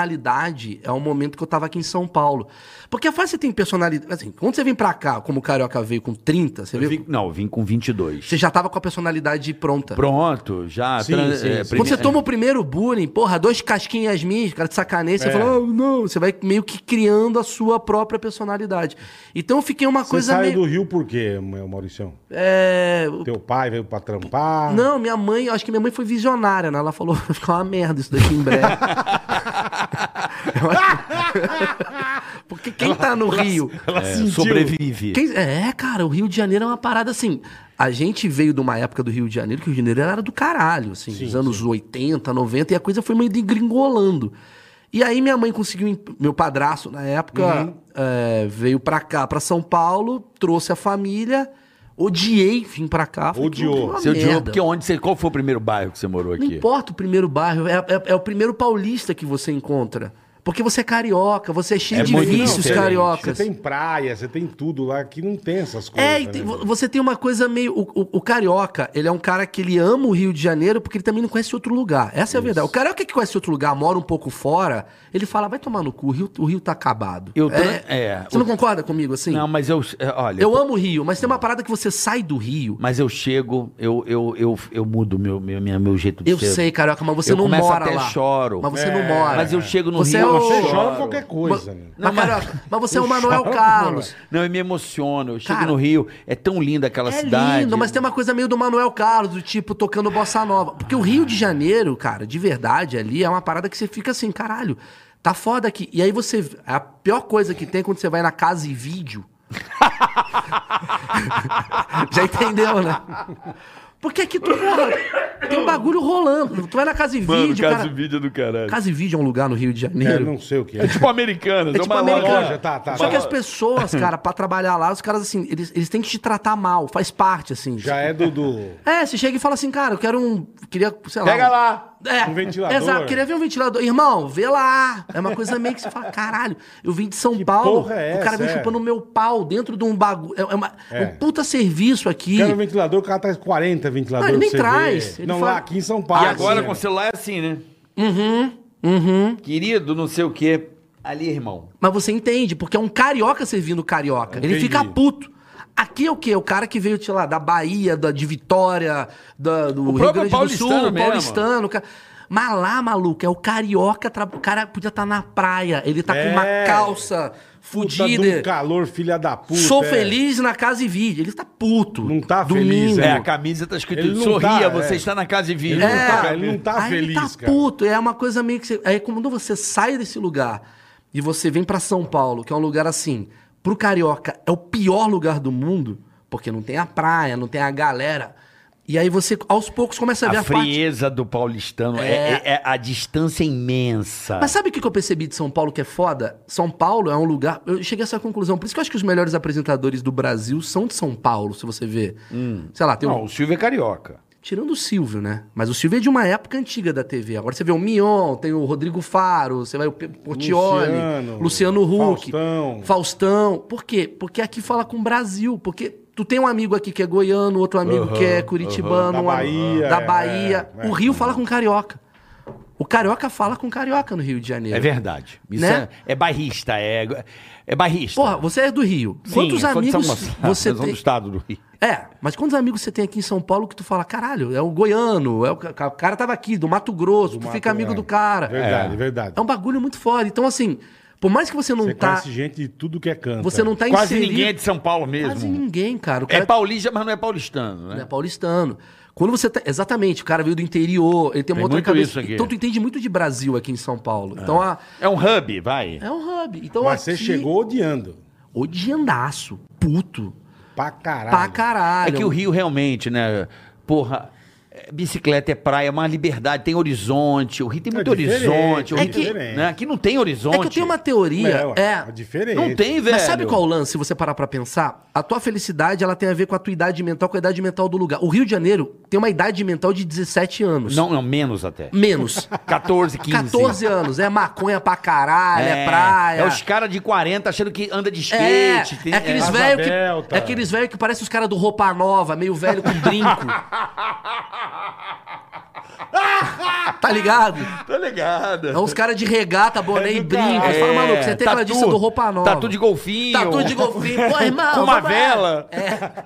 Speaker 5: personalidade. É o momento que eu tava aqui em São Paulo. Porque a fase que você tem personalidade. Assim, quando você vem pra cá, como o Carioca veio com 30, você,
Speaker 3: Eu
Speaker 5: veio-
Speaker 3: vim- não, eu vim com 22.
Speaker 5: você já tava com a personalidade pronta.
Speaker 3: Pronto, já.
Speaker 2: Sim,
Speaker 3: tran- é,
Speaker 2: sim, sim.
Speaker 5: Quando
Speaker 3: primeiro-
Speaker 5: você toma o primeiro bullying, porra, dois casquinhas minhas, cara de sacanagem, você
Speaker 2: É.
Speaker 5: fala, "Ah, não, você vai meio que criando a sua própria personalidade. Então eu fiquei uma
Speaker 2: Você
Speaker 5: coisa
Speaker 2: saiu
Speaker 5: meio.
Speaker 2: do Rio por quê, Mauricião?
Speaker 5: É,
Speaker 2: Teu pai veio pra trampar.
Speaker 5: Não, minha mãe, acho que minha mãe foi visionária, né? Ela falou, vai ficar uma merda isso daqui em breve. Eu acho- Porque quem tá no Rio.
Speaker 2: Ela sentiu.
Speaker 3: É, sobrevive.
Speaker 5: quem- É, cara, o Rio de Janeiro é uma parada assim. A gente veio de uma época do Rio de Janeiro que o Rio de Janeiro era do caralho, assim, dos anos 80, 90, e a coisa foi meio degringolando. E aí minha mãe conseguiu. em- Meu padrasto, na época,
Speaker 2: Uhum.
Speaker 5: é, veio pra cá, pra São Paulo, trouxe a família. Odiei vim pra cá. falei,
Speaker 2: Odiou.
Speaker 5: "Que uma
Speaker 3: Seu Diogo,
Speaker 5: merda".
Speaker 3: porque onde você, qual foi o primeiro bairro que você morou
Speaker 5: é Não
Speaker 3: aqui?
Speaker 5: importa o primeiro bairro, é, é- é o primeiro paulista que você encontra. Porque você é carioca, você é cheio
Speaker 2: É
Speaker 5: de
Speaker 2: muito
Speaker 5: vícios
Speaker 2: diferente.
Speaker 5: cariocas.
Speaker 2: Você tem praia, você tem tudo lá que não tem essas coisas.
Speaker 5: É, e tem-
Speaker 2: né?
Speaker 5: vo- você tem uma coisa meio. O, o- o carioca, ele é um cara que ele ama o Rio de Janeiro porque ele também não conhece outro lugar. Essa é a verdade. O carioca que conhece outro lugar, mora um pouco fora, ele fala, vai tomar no cu, o Rio, o Rio tá acabado.
Speaker 3: Eu tra- é,
Speaker 5: você
Speaker 3: o-
Speaker 5: não concorda comigo assim?
Speaker 3: Não, mas eu. é, Olha,
Speaker 5: eu amo o Rio, mas tem uma parada que você sai do Rio.
Speaker 3: Mas eu chego, eu, eu, eu, eu mudo meu, meu, minha- meu jeito de
Speaker 5: Eu
Speaker 3: ser.
Speaker 5: sei, carioca, mas você
Speaker 3: Eu
Speaker 5: não
Speaker 3: começo
Speaker 5: mora
Speaker 3: até
Speaker 5: lá.
Speaker 3: choro.
Speaker 5: Mas você
Speaker 2: É,
Speaker 5: não mora.
Speaker 3: Mas eu chego no
Speaker 5: Você
Speaker 3: Rio,
Speaker 5: é o-
Speaker 2: Você
Speaker 3: eu
Speaker 2: chora
Speaker 3: choro.
Speaker 2: qualquer
Speaker 5: Mas,
Speaker 2: coisa. né?
Speaker 5: mas, Carioca, mas você é o
Speaker 2: Eu
Speaker 5: Manuel
Speaker 2: choro,
Speaker 5: Carlos.
Speaker 3: Não, eu me emociono. Eu chego
Speaker 5: Cara,
Speaker 3: no Rio, é tão linda aquela
Speaker 5: É
Speaker 3: cidade.
Speaker 5: lindo, mas tem uma coisa meio do Manuel Carlos, do tipo, tocando bossa nova. Porque o Rio de Janeiro, cara, de verdade, ali é uma parada que você fica assim, caralho, tá foda aqui. E aí você. é A pior coisa que tem é quando você vai na casa e vídeo. Já entendeu, né? Porque aqui tu, porra, tem um bagulho rolando. Tu vai na casa e vídeo, cara.
Speaker 6: vídeo do caralho.
Speaker 5: Casa e vídeo é um lugar no Rio de
Speaker 2: É,
Speaker 5: Janeiro.
Speaker 2: não sei o que é.
Speaker 6: Tipo Americanas, é,
Speaker 5: É tipo
Speaker 6: uma
Speaker 5: americano.
Speaker 6: loja.
Speaker 2: tá, tá,
Speaker 5: Só
Speaker 2: tá.
Speaker 5: que as pessoas, cara, pra trabalhar lá, os caras, assim, eles, eles têm que te tratar mal, faz parte, assim.
Speaker 2: Já é do. do-
Speaker 5: É, você chega e fala assim, cara, eu quero um. Queria, sei lá.
Speaker 6: Pega
Speaker 5: um-
Speaker 6: lá.
Speaker 5: É,
Speaker 2: Um ventilador.
Speaker 5: Exato, queria ver um ventilador. Irmão, vê lá. É uma coisa meio que você fala, caralho, eu vim de São Paulo,
Speaker 2: porra é
Speaker 5: o cara
Speaker 2: essa,
Speaker 5: veio
Speaker 2: é?
Speaker 5: chupando o meu pau dentro de um bagulho. É, é uma-
Speaker 2: É.
Speaker 5: um puta serviço aqui.
Speaker 2: Quero um ventilador, o cara traz 40 ventiladores.
Speaker 5: Não, ele nem
Speaker 2: pra você
Speaker 5: traz.
Speaker 2: ver.
Speaker 5: Ele
Speaker 2: não,
Speaker 5: fala-
Speaker 2: lá aqui em São
Speaker 3: E
Speaker 2: Paulo.
Speaker 3: agora
Speaker 2: né?
Speaker 3: com o celular é assim, né? Uhum, uhum. Querido, não sei o quê. Ali, irmão.
Speaker 5: Mas você entende, porque é um carioca servindo carioca. Ele
Speaker 2: Entendi.
Speaker 5: fica puto. Aqui é o quê? O cara que veio, sei lá, da Bahia, da, de Vitória, da- do Rio Grande do
Speaker 6: próprio
Speaker 5: Sul,
Speaker 6: paulistano mesmo.
Speaker 5: paulistano. Cara. Mas lá, maluco, é o carioca. tra- O cara podia estar na praia, ele tá com uma
Speaker 2: É.
Speaker 5: calça
Speaker 2: Puta de um
Speaker 5: fudida.
Speaker 2: calor, filha da puta.
Speaker 5: Sou
Speaker 2: é.
Speaker 5: feliz na casa e vídeo. Ele tá puto.
Speaker 2: Não tá
Speaker 5: domingo.
Speaker 2: feliz,
Speaker 3: É,
Speaker 2: É,
Speaker 3: a camisa tá escrito
Speaker 2: ele não
Speaker 3: sorria,
Speaker 2: tá,
Speaker 3: você
Speaker 2: é.
Speaker 3: está na casa e
Speaker 2: Ele
Speaker 3: vive.
Speaker 2: não tá, ele não tá
Speaker 5: É, Aí
Speaker 2: feliz,
Speaker 5: ele tá
Speaker 2: cara.
Speaker 5: puto. É uma coisa meio que você. É quando você sai desse lugar e você vem pra São Paulo, que é um lugar assim, pro carioca é o pior lugar do mundo, porque não tem a praia, não tem a galera. E aí você, aos poucos, começa a ver
Speaker 3: A
Speaker 5: a, parte.
Speaker 3: frieza do paulistano é,
Speaker 5: É.
Speaker 3: é- é a distância imensa.
Speaker 5: Mas sabe o que que eu percebi de São Paulo que é foda? São Paulo é um lugar. Eu cheguei a essa conclusão. Por isso que eu acho que os melhores apresentadores do Brasil são de São Paulo, se você ver. Sei lá, tem um.
Speaker 2: Não, o Silvio é carioca.
Speaker 5: Tirando o Silvio, né? Mas o Silvio é de uma época antiga da TV. Agora você vê o Mion, tem o Rodrigo Faro, você vai o Pe- Portioli,
Speaker 2: Luciano,
Speaker 5: Luciano Huck,
Speaker 2: Faustão.
Speaker 5: Faustão. Por quê? Porque aqui fala com o Brasil. Porque tu tem um amigo aqui que é goiano, outro amigo que é curitibano,
Speaker 2: Da
Speaker 5: um am-
Speaker 2: Bahia,
Speaker 5: da
Speaker 2: é,
Speaker 5: Bahia.
Speaker 2: é, é.
Speaker 5: O Rio fala com carioca. O carioca fala com carioca no Rio de Janeiro.
Speaker 3: É verdade. Isso
Speaker 5: Né?
Speaker 3: é, é bairrista, é, é bairrista.
Speaker 5: Porra, você é do Rio. Quantos
Speaker 3: eu sou de São
Speaker 5: amigos
Speaker 3: Gonçalo,
Speaker 5: você
Speaker 3: eu sou do
Speaker 5: tem?
Speaker 3: estado do Rio.
Speaker 5: É, mas quantos amigos você tem aqui em São Paulo que tu fala, caralho, é o goiano, é o, ca- o cara tava aqui, do Mato Grosso, tu
Speaker 2: Mato,
Speaker 5: fica amigo
Speaker 2: é.
Speaker 5: do cara.
Speaker 2: Verdade,
Speaker 3: É.
Speaker 2: verdade.
Speaker 5: É um bagulho muito foda. Então, assim, por mais que você não
Speaker 2: Você
Speaker 5: tá.
Speaker 2: conhece gente de tudo que é canto.
Speaker 5: Você não tá
Speaker 3: Quase
Speaker 5: inserido.
Speaker 3: ninguém é de São Paulo mesmo.
Speaker 5: Quase ninguém, cara. O
Speaker 3: É
Speaker 5: cara
Speaker 3: paulista, mas não é paulistano, né?
Speaker 5: é paulistano. Quando você tá. Exatamente, o cara veio do interior, ele tem uma
Speaker 3: Tem
Speaker 5: outra
Speaker 3: muito
Speaker 5: cabeça.
Speaker 3: isso aqui.
Speaker 5: Então tu entende muito de Brasil aqui em São Paulo. Então a-
Speaker 3: É um hub, vai.
Speaker 5: é um hub. Então
Speaker 2: Mas você
Speaker 5: aqui,
Speaker 2: chegou odiando.
Speaker 5: Odiandaço, puto.
Speaker 2: Pra caralho.
Speaker 5: Pra caralho.
Speaker 3: É que o Rio realmente, né? Porra, é, bicicleta é praia, é uma liberdade, tem horizonte. O Rio tem muito
Speaker 2: É diferente,
Speaker 3: horizonte. o
Speaker 2: é
Speaker 3: Rio-
Speaker 2: diferente.
Speaker 3: né? Aqui não tem horizonte.
Speaker 5: É que eu tenho uma teoria.
Speaker 2: É, ué,
Speaker 5: é,
Speaker 2: é diferente.
Speaker 3: Não tem, velho.
Speaker 5: Mas sabe qual é o lance, se você parar pra pensar? A tua felicidade, ela tem a ver com a tua idade mental, com a idade mental do lugar. O Rio de Janeiro tem uma idade mental de 17 anos.
Speaker 3: Não, não, menos até.
Speaker 5: Hum, Menos.
Speaker 3: 14, 15.
Speaker 5: 14 anos. É maconha pra caralho, é, praia.
Speaker 3: É os caras de 40 achando que anda de skate. Ah,
Speaker 5: É,
Speaker 3: tem-
Speaker 5: é aqueles
Speaker 2: Asa
Speaker 5: velho que
Speaker 2: delta.
Speaker 5: é aqueles velho que parece os caras do roupa nova, meio velho com brinco. tá ligado?
Speaker 3: Tá ligado.
Speaker 5: É uns caras de regata,
Speaker 3: É
Speaker 5: boné e brinco. Você fala, maluco, você tem aquela disso do roupa nova.
Speaker 3: Tatu de golfinho.
Speaker 5: Tatu de golfinho. Pô, irmão.
Speaker 3: Com uma
Speaker 5: vamos lá. É,
Speaker 3: vela.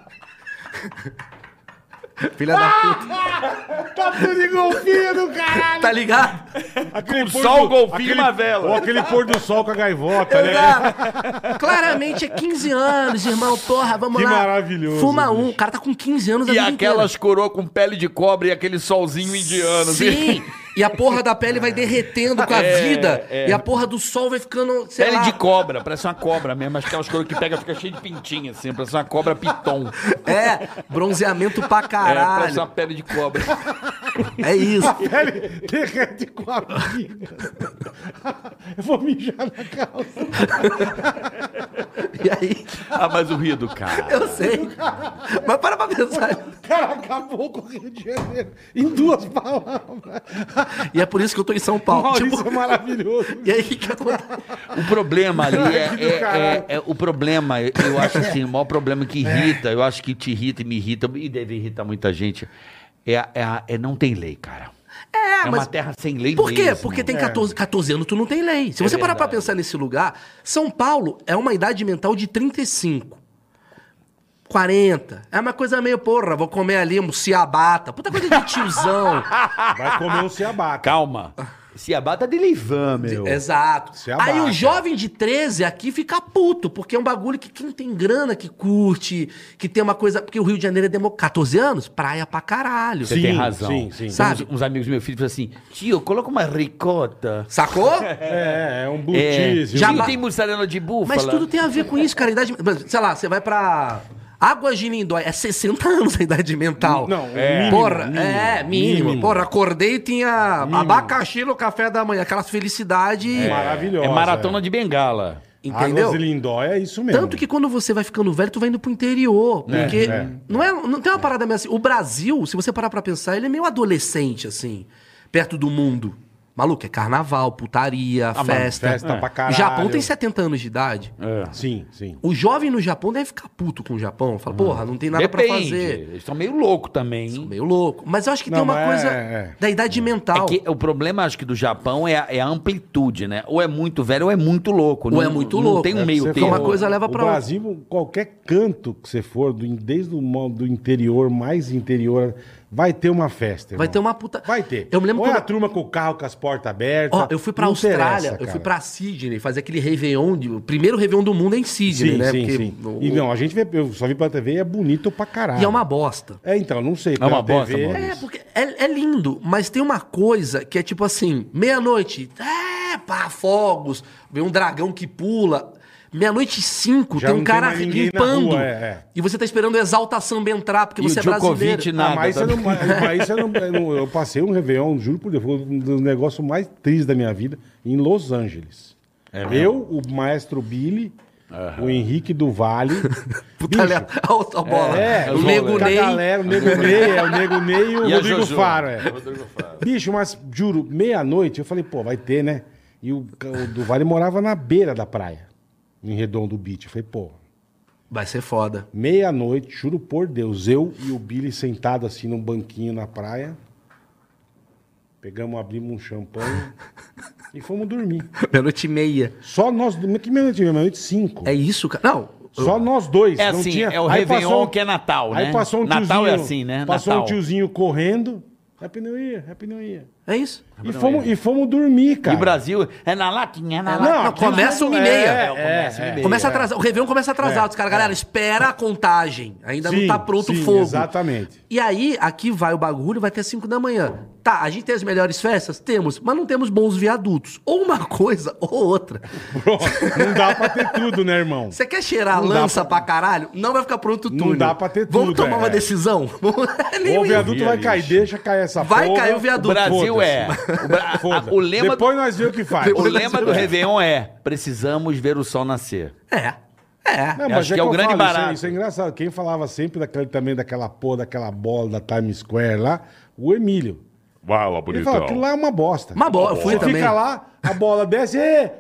Speaker 4: Filha da puta.
Speaker 2: Tatu de golfinho Tá do caralho.
Speaker 5: Tá ligado?
Speaker 2: Aquele
Speaker 3: Com
Speaker 2: pôr
Speaker 3: sol, golfinho e
Speaker 2: aquele-
Speaker 3: uma vela.
Speaker 2: Ou aquele pôr do sol com a gaivota, né?
Speaker 5: Exato. Claramente é 15 anos, irmão. Porra, vamos
Speaker 2: Que
Speaker 5: lá.
Speaker 2: maravilhoso,
Speaker 5: Fuma um.
Speaker 2: bicho.
Speaker 5: O cara tá com 15 anos a
Speaker 6: E
Speaker 5: vida
Speaker 6: aquelas coroas com pele de cobre e aquele solzinho
Speaker 5: indiana.
Speaker 6: indiano.
Speaker 5: Sim. E a porra da pele vai derretendo com a vida. E a porra do sol vai ficando. Sei
Speaker 6: Pele
Speaker 5: lá,
Speaker 6: de cobra, parece uma cobra mesmo, mas
Speaker 3: é
Speaker 6: aquelas coroas que pega, fica cheio de pintinha, assim, parece uma cobra piton.
Speaker 5: É, bronzeamento pra
Speaker 6: É, parece uma
Speaker 5: caralho.
Speaker 6: pele de cobra.
Speaker 5: É, isso.
Speaker 2: Ele derrete com a pica. Eu vou mijar na calça.
Speaker 5: E aí,
Speaker 6: ah, mas o Rio do cara.
Speaker 5: eu sei. Mas para pra pensar.
Speaker 2: O cara acabou com o Rio de Janeiro. Em duas palavras.
Speaker 5: E é por isso que eu tô em São Paulo.
Speaker 2: Maurício
Speaker 5: Tipo,
Speaker 2: é maravilhoso.
Speaker 5: e aí, o que que acontece?
Speaker 3: O problema ali é,
Speaker 2: Do
Speaker 3: é-
Speaker 2: caralho.
Speaker 3: é- é- O problema, eu acho assim, o maior problema que irrita, eu acho que te irrita e me irrita, e deve irritar muita gente, é, a- é, a- é não tem lei, cara. É, uma
Speaker 5: Ah, mas-
Speaker 3: terra sem lei
Speaker 5: Por quê?
Speaker 3: mesmo.
Speaker 5: Porque tem 14, 14 anos, tu não tem lei. Se
Speaker 3: É
Speaker 5: você parar pra
Speaker 3: verdade.
Speaker 5: pensar nesse lugar, São Paulo é uma idade mental de 35. 40. É uma coisa meio, porra, vou comer ali um ciabata. Puta coisa de tiozão.
Speaker 2: Vai comer um ceabaca.
Speaker 3: Calma. Se abata tá de Leivan, meu.
Speaker 6: É,
Speaker 5: Exato.
Speaker 2: ciabatta.
Speaker 5: Aí o jovem de 13 aqui fica puto, porque é um bagulho que quem tem grana que curte, que tem uma coisa. Porque o Rio de Janeiro é democrático. 14 anos? Praia pra caralho.
Speaker 3: Você tem razão.
Speaker 2: Sim, sim.
Speaker 5: Sabe?
Speaker 3: Uns, uns amigos do meu filho falam assim, tio, coloca uma ricota.
Speaker 5: Sacou?
Speaker 2: É, é um
Speaker 3: É,
Speaker 2: butíssimo.
Speaker 5: já-
Speaker 3: tio, tem mussarela de búfala.
Speaker 5: Mas tudo tem a ver com isso, cara. A idade. mas, Sei lá, você vai pra. Águas de Lindóia, é 60 anos a idade mental.
Speaker 2: Não, mínimo,
Speaker 5: Porra,
Speaker 2: mínimo,
Speaker 5: é, mínimo.
Speaker 2: mínimo.
Speaker 5: Porra, acordei e tinha abacaxi no café da manhã. Aquela felicidade,
Speaker 2: Maravilhosa.
Speaker 3: É maratona de bengala.
Speaker 5: entendeu?
Speaker 2: Águas de Lindóia é isso mesmo.
Speaker 5: Tanto que quando você vai ficando velho, tu vai indo pro interior. Porque
Speaker 2: é.
Speaker 5: Não, é, não tem uma parada meio assim. O Brasil, se você parar pra pensar, ele é meio adolescente, assim, perto do mundo. Maluco, é carnaval, putaria,
Speaker 2: Ah, mano,
Speaker 5: festa.
Speaker 2: festa pra caralho. É.
Speaker 5: O Japão tem 70 anos de idade.
Speaker 2: Sim, sim.
Speaker 5: O jovem no Japão deve ficar puto com o Japão.
Speaker 2: Hum.
Speaker 5: Fala, porra, não tem nada pra
Speaker 3: Depende.
Speaker 5: fazer.
Speaker 3: Eles estão meio loucos também. hein?
Speaker 5: Meio louco. Mas eu acho que
Speaker 2: Não,
Speaker 5: tem uma
Speaker 2: mas
Speaker 5: coisa
Speaker 2: é- é.
Speaker 5: da idade mental.
Speaker 3: É que o problema, acho que, do Japão é a, é a amplitude, né? Ou é muito velho ou é muito louco.
Speaker 5: Ou é muito louco.
Speaker 3: Não tem
Speaker 5: É
Speaker 3: um meio
Speaker 2: Você
Speaker 3: termo.
Speaker 5: Uma
Speaker 2: falou,
Speaker 5: coisa leva pra
Speaker 2: O
Speaker 5: outra.
Speaker 2: Brasil, qualquer canto que você for, do, desde o mo- do interior, mais interior, vai ter uma festa.
Speaker 5: Vai
Speaker 2: irmão.
Speaker 5: ter uma puta.
Speaker 2: Vai ter.
Speaker 5: Eu me lembro
Speaker 2: Ou é
Speaker 5: quando-
Speaker 2: a turma com o carro com as portas abertas.
Speaker 5: Ó, eu fui pra
Speaker 2: Não
Speaker 5: Austrália,
Speaker 2: interessa,
Speaker 5: eu fui
Speaker 2: cara.
Speaker 5: pra Sydney fazer aquele Réveillon. de- o primeiro Réveillon do mundo é em Sydney,
Speaker 2: Sim,
Speaker 5: né?
Speaker 2: sim,
Speaker 5: Porque
Speaker 2: sim.
Speaker 5: o-
Speaker 2: E não, a gente vê, eu só vi pela TV e é bonito pra caralho.
Speaker 5: e é uma bosta.
Speaker 2: É, então, não sei. É
Speaker 3: uma bosta, mano.
Speaker 5: É, porque é, é lindo, mas tem uma coisa que é tipo assim, meia-noite, é, pá, fogos, vem um dragão que pula. Meia-noite e cinco,
Speaker 2: Já
Speaker 5: tem um
Speaker 2: não tem
Speaker 5: cara
Speaker 2: mais ninguém na
Speaker 5: limpando.
Speaker 2: rua, é, é.
Speaker 5: E você tá esperando o Exalta Samba entrar, porque
Speaker 3: E o
Speaker 5: você é brasileiro.
Speaker 3: Djokovic
Speaker 2: Ah,
Speaker 3: nada.
Speaker 2: mas isso eu,
Speaker 3: também.
Speaker 2: não, mas isso eu, não- eu não- eu passei um Réveillon, juro por Deus, foi um dos negócios mais tristes da minha vida, em Los Angeles. eu, o maestro Billy, o Henrique do Vale.
Speaker 5: Puta, olha, alta bola.
Speaker 2: É,
Speaker 5: o Nego
Speaker 2: com a
Speaker 5: Ney.
Speaker 2: galera, o Nego Ney, é, o Nego Ney e o
Speaker 6: E a
Speaker 2: Rodrigo
Speaker 6: Jojo?
Speaker 2: Faro. É.
Speaker 6: Rodrigo Faro.
Speaker 2: Bicho, mas juro, meia-noite eu falei, pô, vai ter, né? E o, o do Vale morava na beira da praia, em Redondo Beach. Eu falei, pô,
Speaker 5: Vai ser foda.
Speaker 2: Meia-noite, juro por Deus, eu e o Billy sentado assim num banquinho na praia. Pegamos, abrimos um champanhe e fomos dormir.
Speaker 5: Meia-noite e meia.
Speaker 2: Só nós. Que meia-noite? Meia-noite cinco.
Speaker 5: É isso, cara? Não.
Speaker 2: Só nós dois.
Speaker 3: É
Speaker 2: não
Speaker 3: assim,
Speaker 2: tinha-
Speaker 3: é o
Speaker 2: Aí
Speaker 3: Réveillon
Speaker 2: passou
Speaker 3: que é Natal, né?
Speaker 2: Aí passou um
Speaker 3: Natal
Speaker 2: tiozinho.
Speaker 3: é assim, né?
Speaker 2: Passou
Speaker 3: Natal.
Speaker 2: um tiozinho correndo. é Happy New Year, Happy New Year.
Speaker 5: É isso.
Speaker 2: E fomos, e fomos dormir,
Speaker 3: E
Speaker 2: cara.
Speaker 3: o Brasil é na latinha, é na
Speaker 5: Não,
Speaker 3: latinha.
Speaker 5: não, começa
Speaker 2: aquilo-
Speaker 5: uma e meia.
Speaker 2: É,
Speaker 5: É,
Speaker 3: começa uma e
Speaker 2: é, é.
Speaker 3: meia.
Speaker 5: Começa atrasado. O Réveillon começa atrasado. Os caras, galera, espera a contagem. Ainda
Speaker 2: Sim,
Speaker 5: não tá pronto
Speaker 2: sim,
Speaker 5: o fogo.
Speaker 2: Exatamente.
Speaker 5: E aí, aqui vai o bagulho, vai até 5 da manhã. Tá, a gente tem as melhores festas? Temos, mas não temos bons viadutos. Ou uma coisa ou outra.
Speaker 2: Pronto. Não dá pra ter tudo, né, irmão?
Speaker 5: Você quer cheirar a
Speaker 2: Não dá
Speaker 5: lança pra... caralho? Não vai ficar pronto tudo.
Speaker 2: Não dá pra ter
Speaker 5: Vamos
Speaker 2: tudo,
Speaker 5: tomar
Speaker 2: é.
Speaker 5: uma decisão? Vamos- Nem
Speaker 2: Ou o
Speaker 5: me-
Speaker 2: viaduto vai cair, deixa cair essa
Speaker 5: Vai
Speaker 2: porra.
Speaker 5: cair o
Speaker 3: O
Speaker 5: viaduto.
Speaker 3: Brasil
Speaker 2: Foda-se.
Speaker 3: é. O, Bra- a-
Speaker 2: Foda.
Speaker 3: o lema,
Speaker 2: Depois nós vemos o que faz.
Speaker 3: o lema do Réveillon é: precisamos ver o sol nascer.
Speaker 5: É. É.
Speaker 2: Não, mas
Speaker 3: Acho
Speaker 2: é
Speaker 3: que é o
Speaker 2: eu
Speaker 3: grande
Speaker 2: falo, isso é-
Speaker 3: barato.
Speaker 2: Isso, é engraçado. Quem falava sempre daquele, também daquela porra, daquela bola da Times Square lá, o Emílio.
Speaker 6: Vai lá,
Speaker 2: Ele fala, aquilo lá é uma bosta.
Speaker 5: Uma bola, eu fui
Speaker 2: Você
Speaker 5: também.
Speaker 2: fica lá, a bola desce, e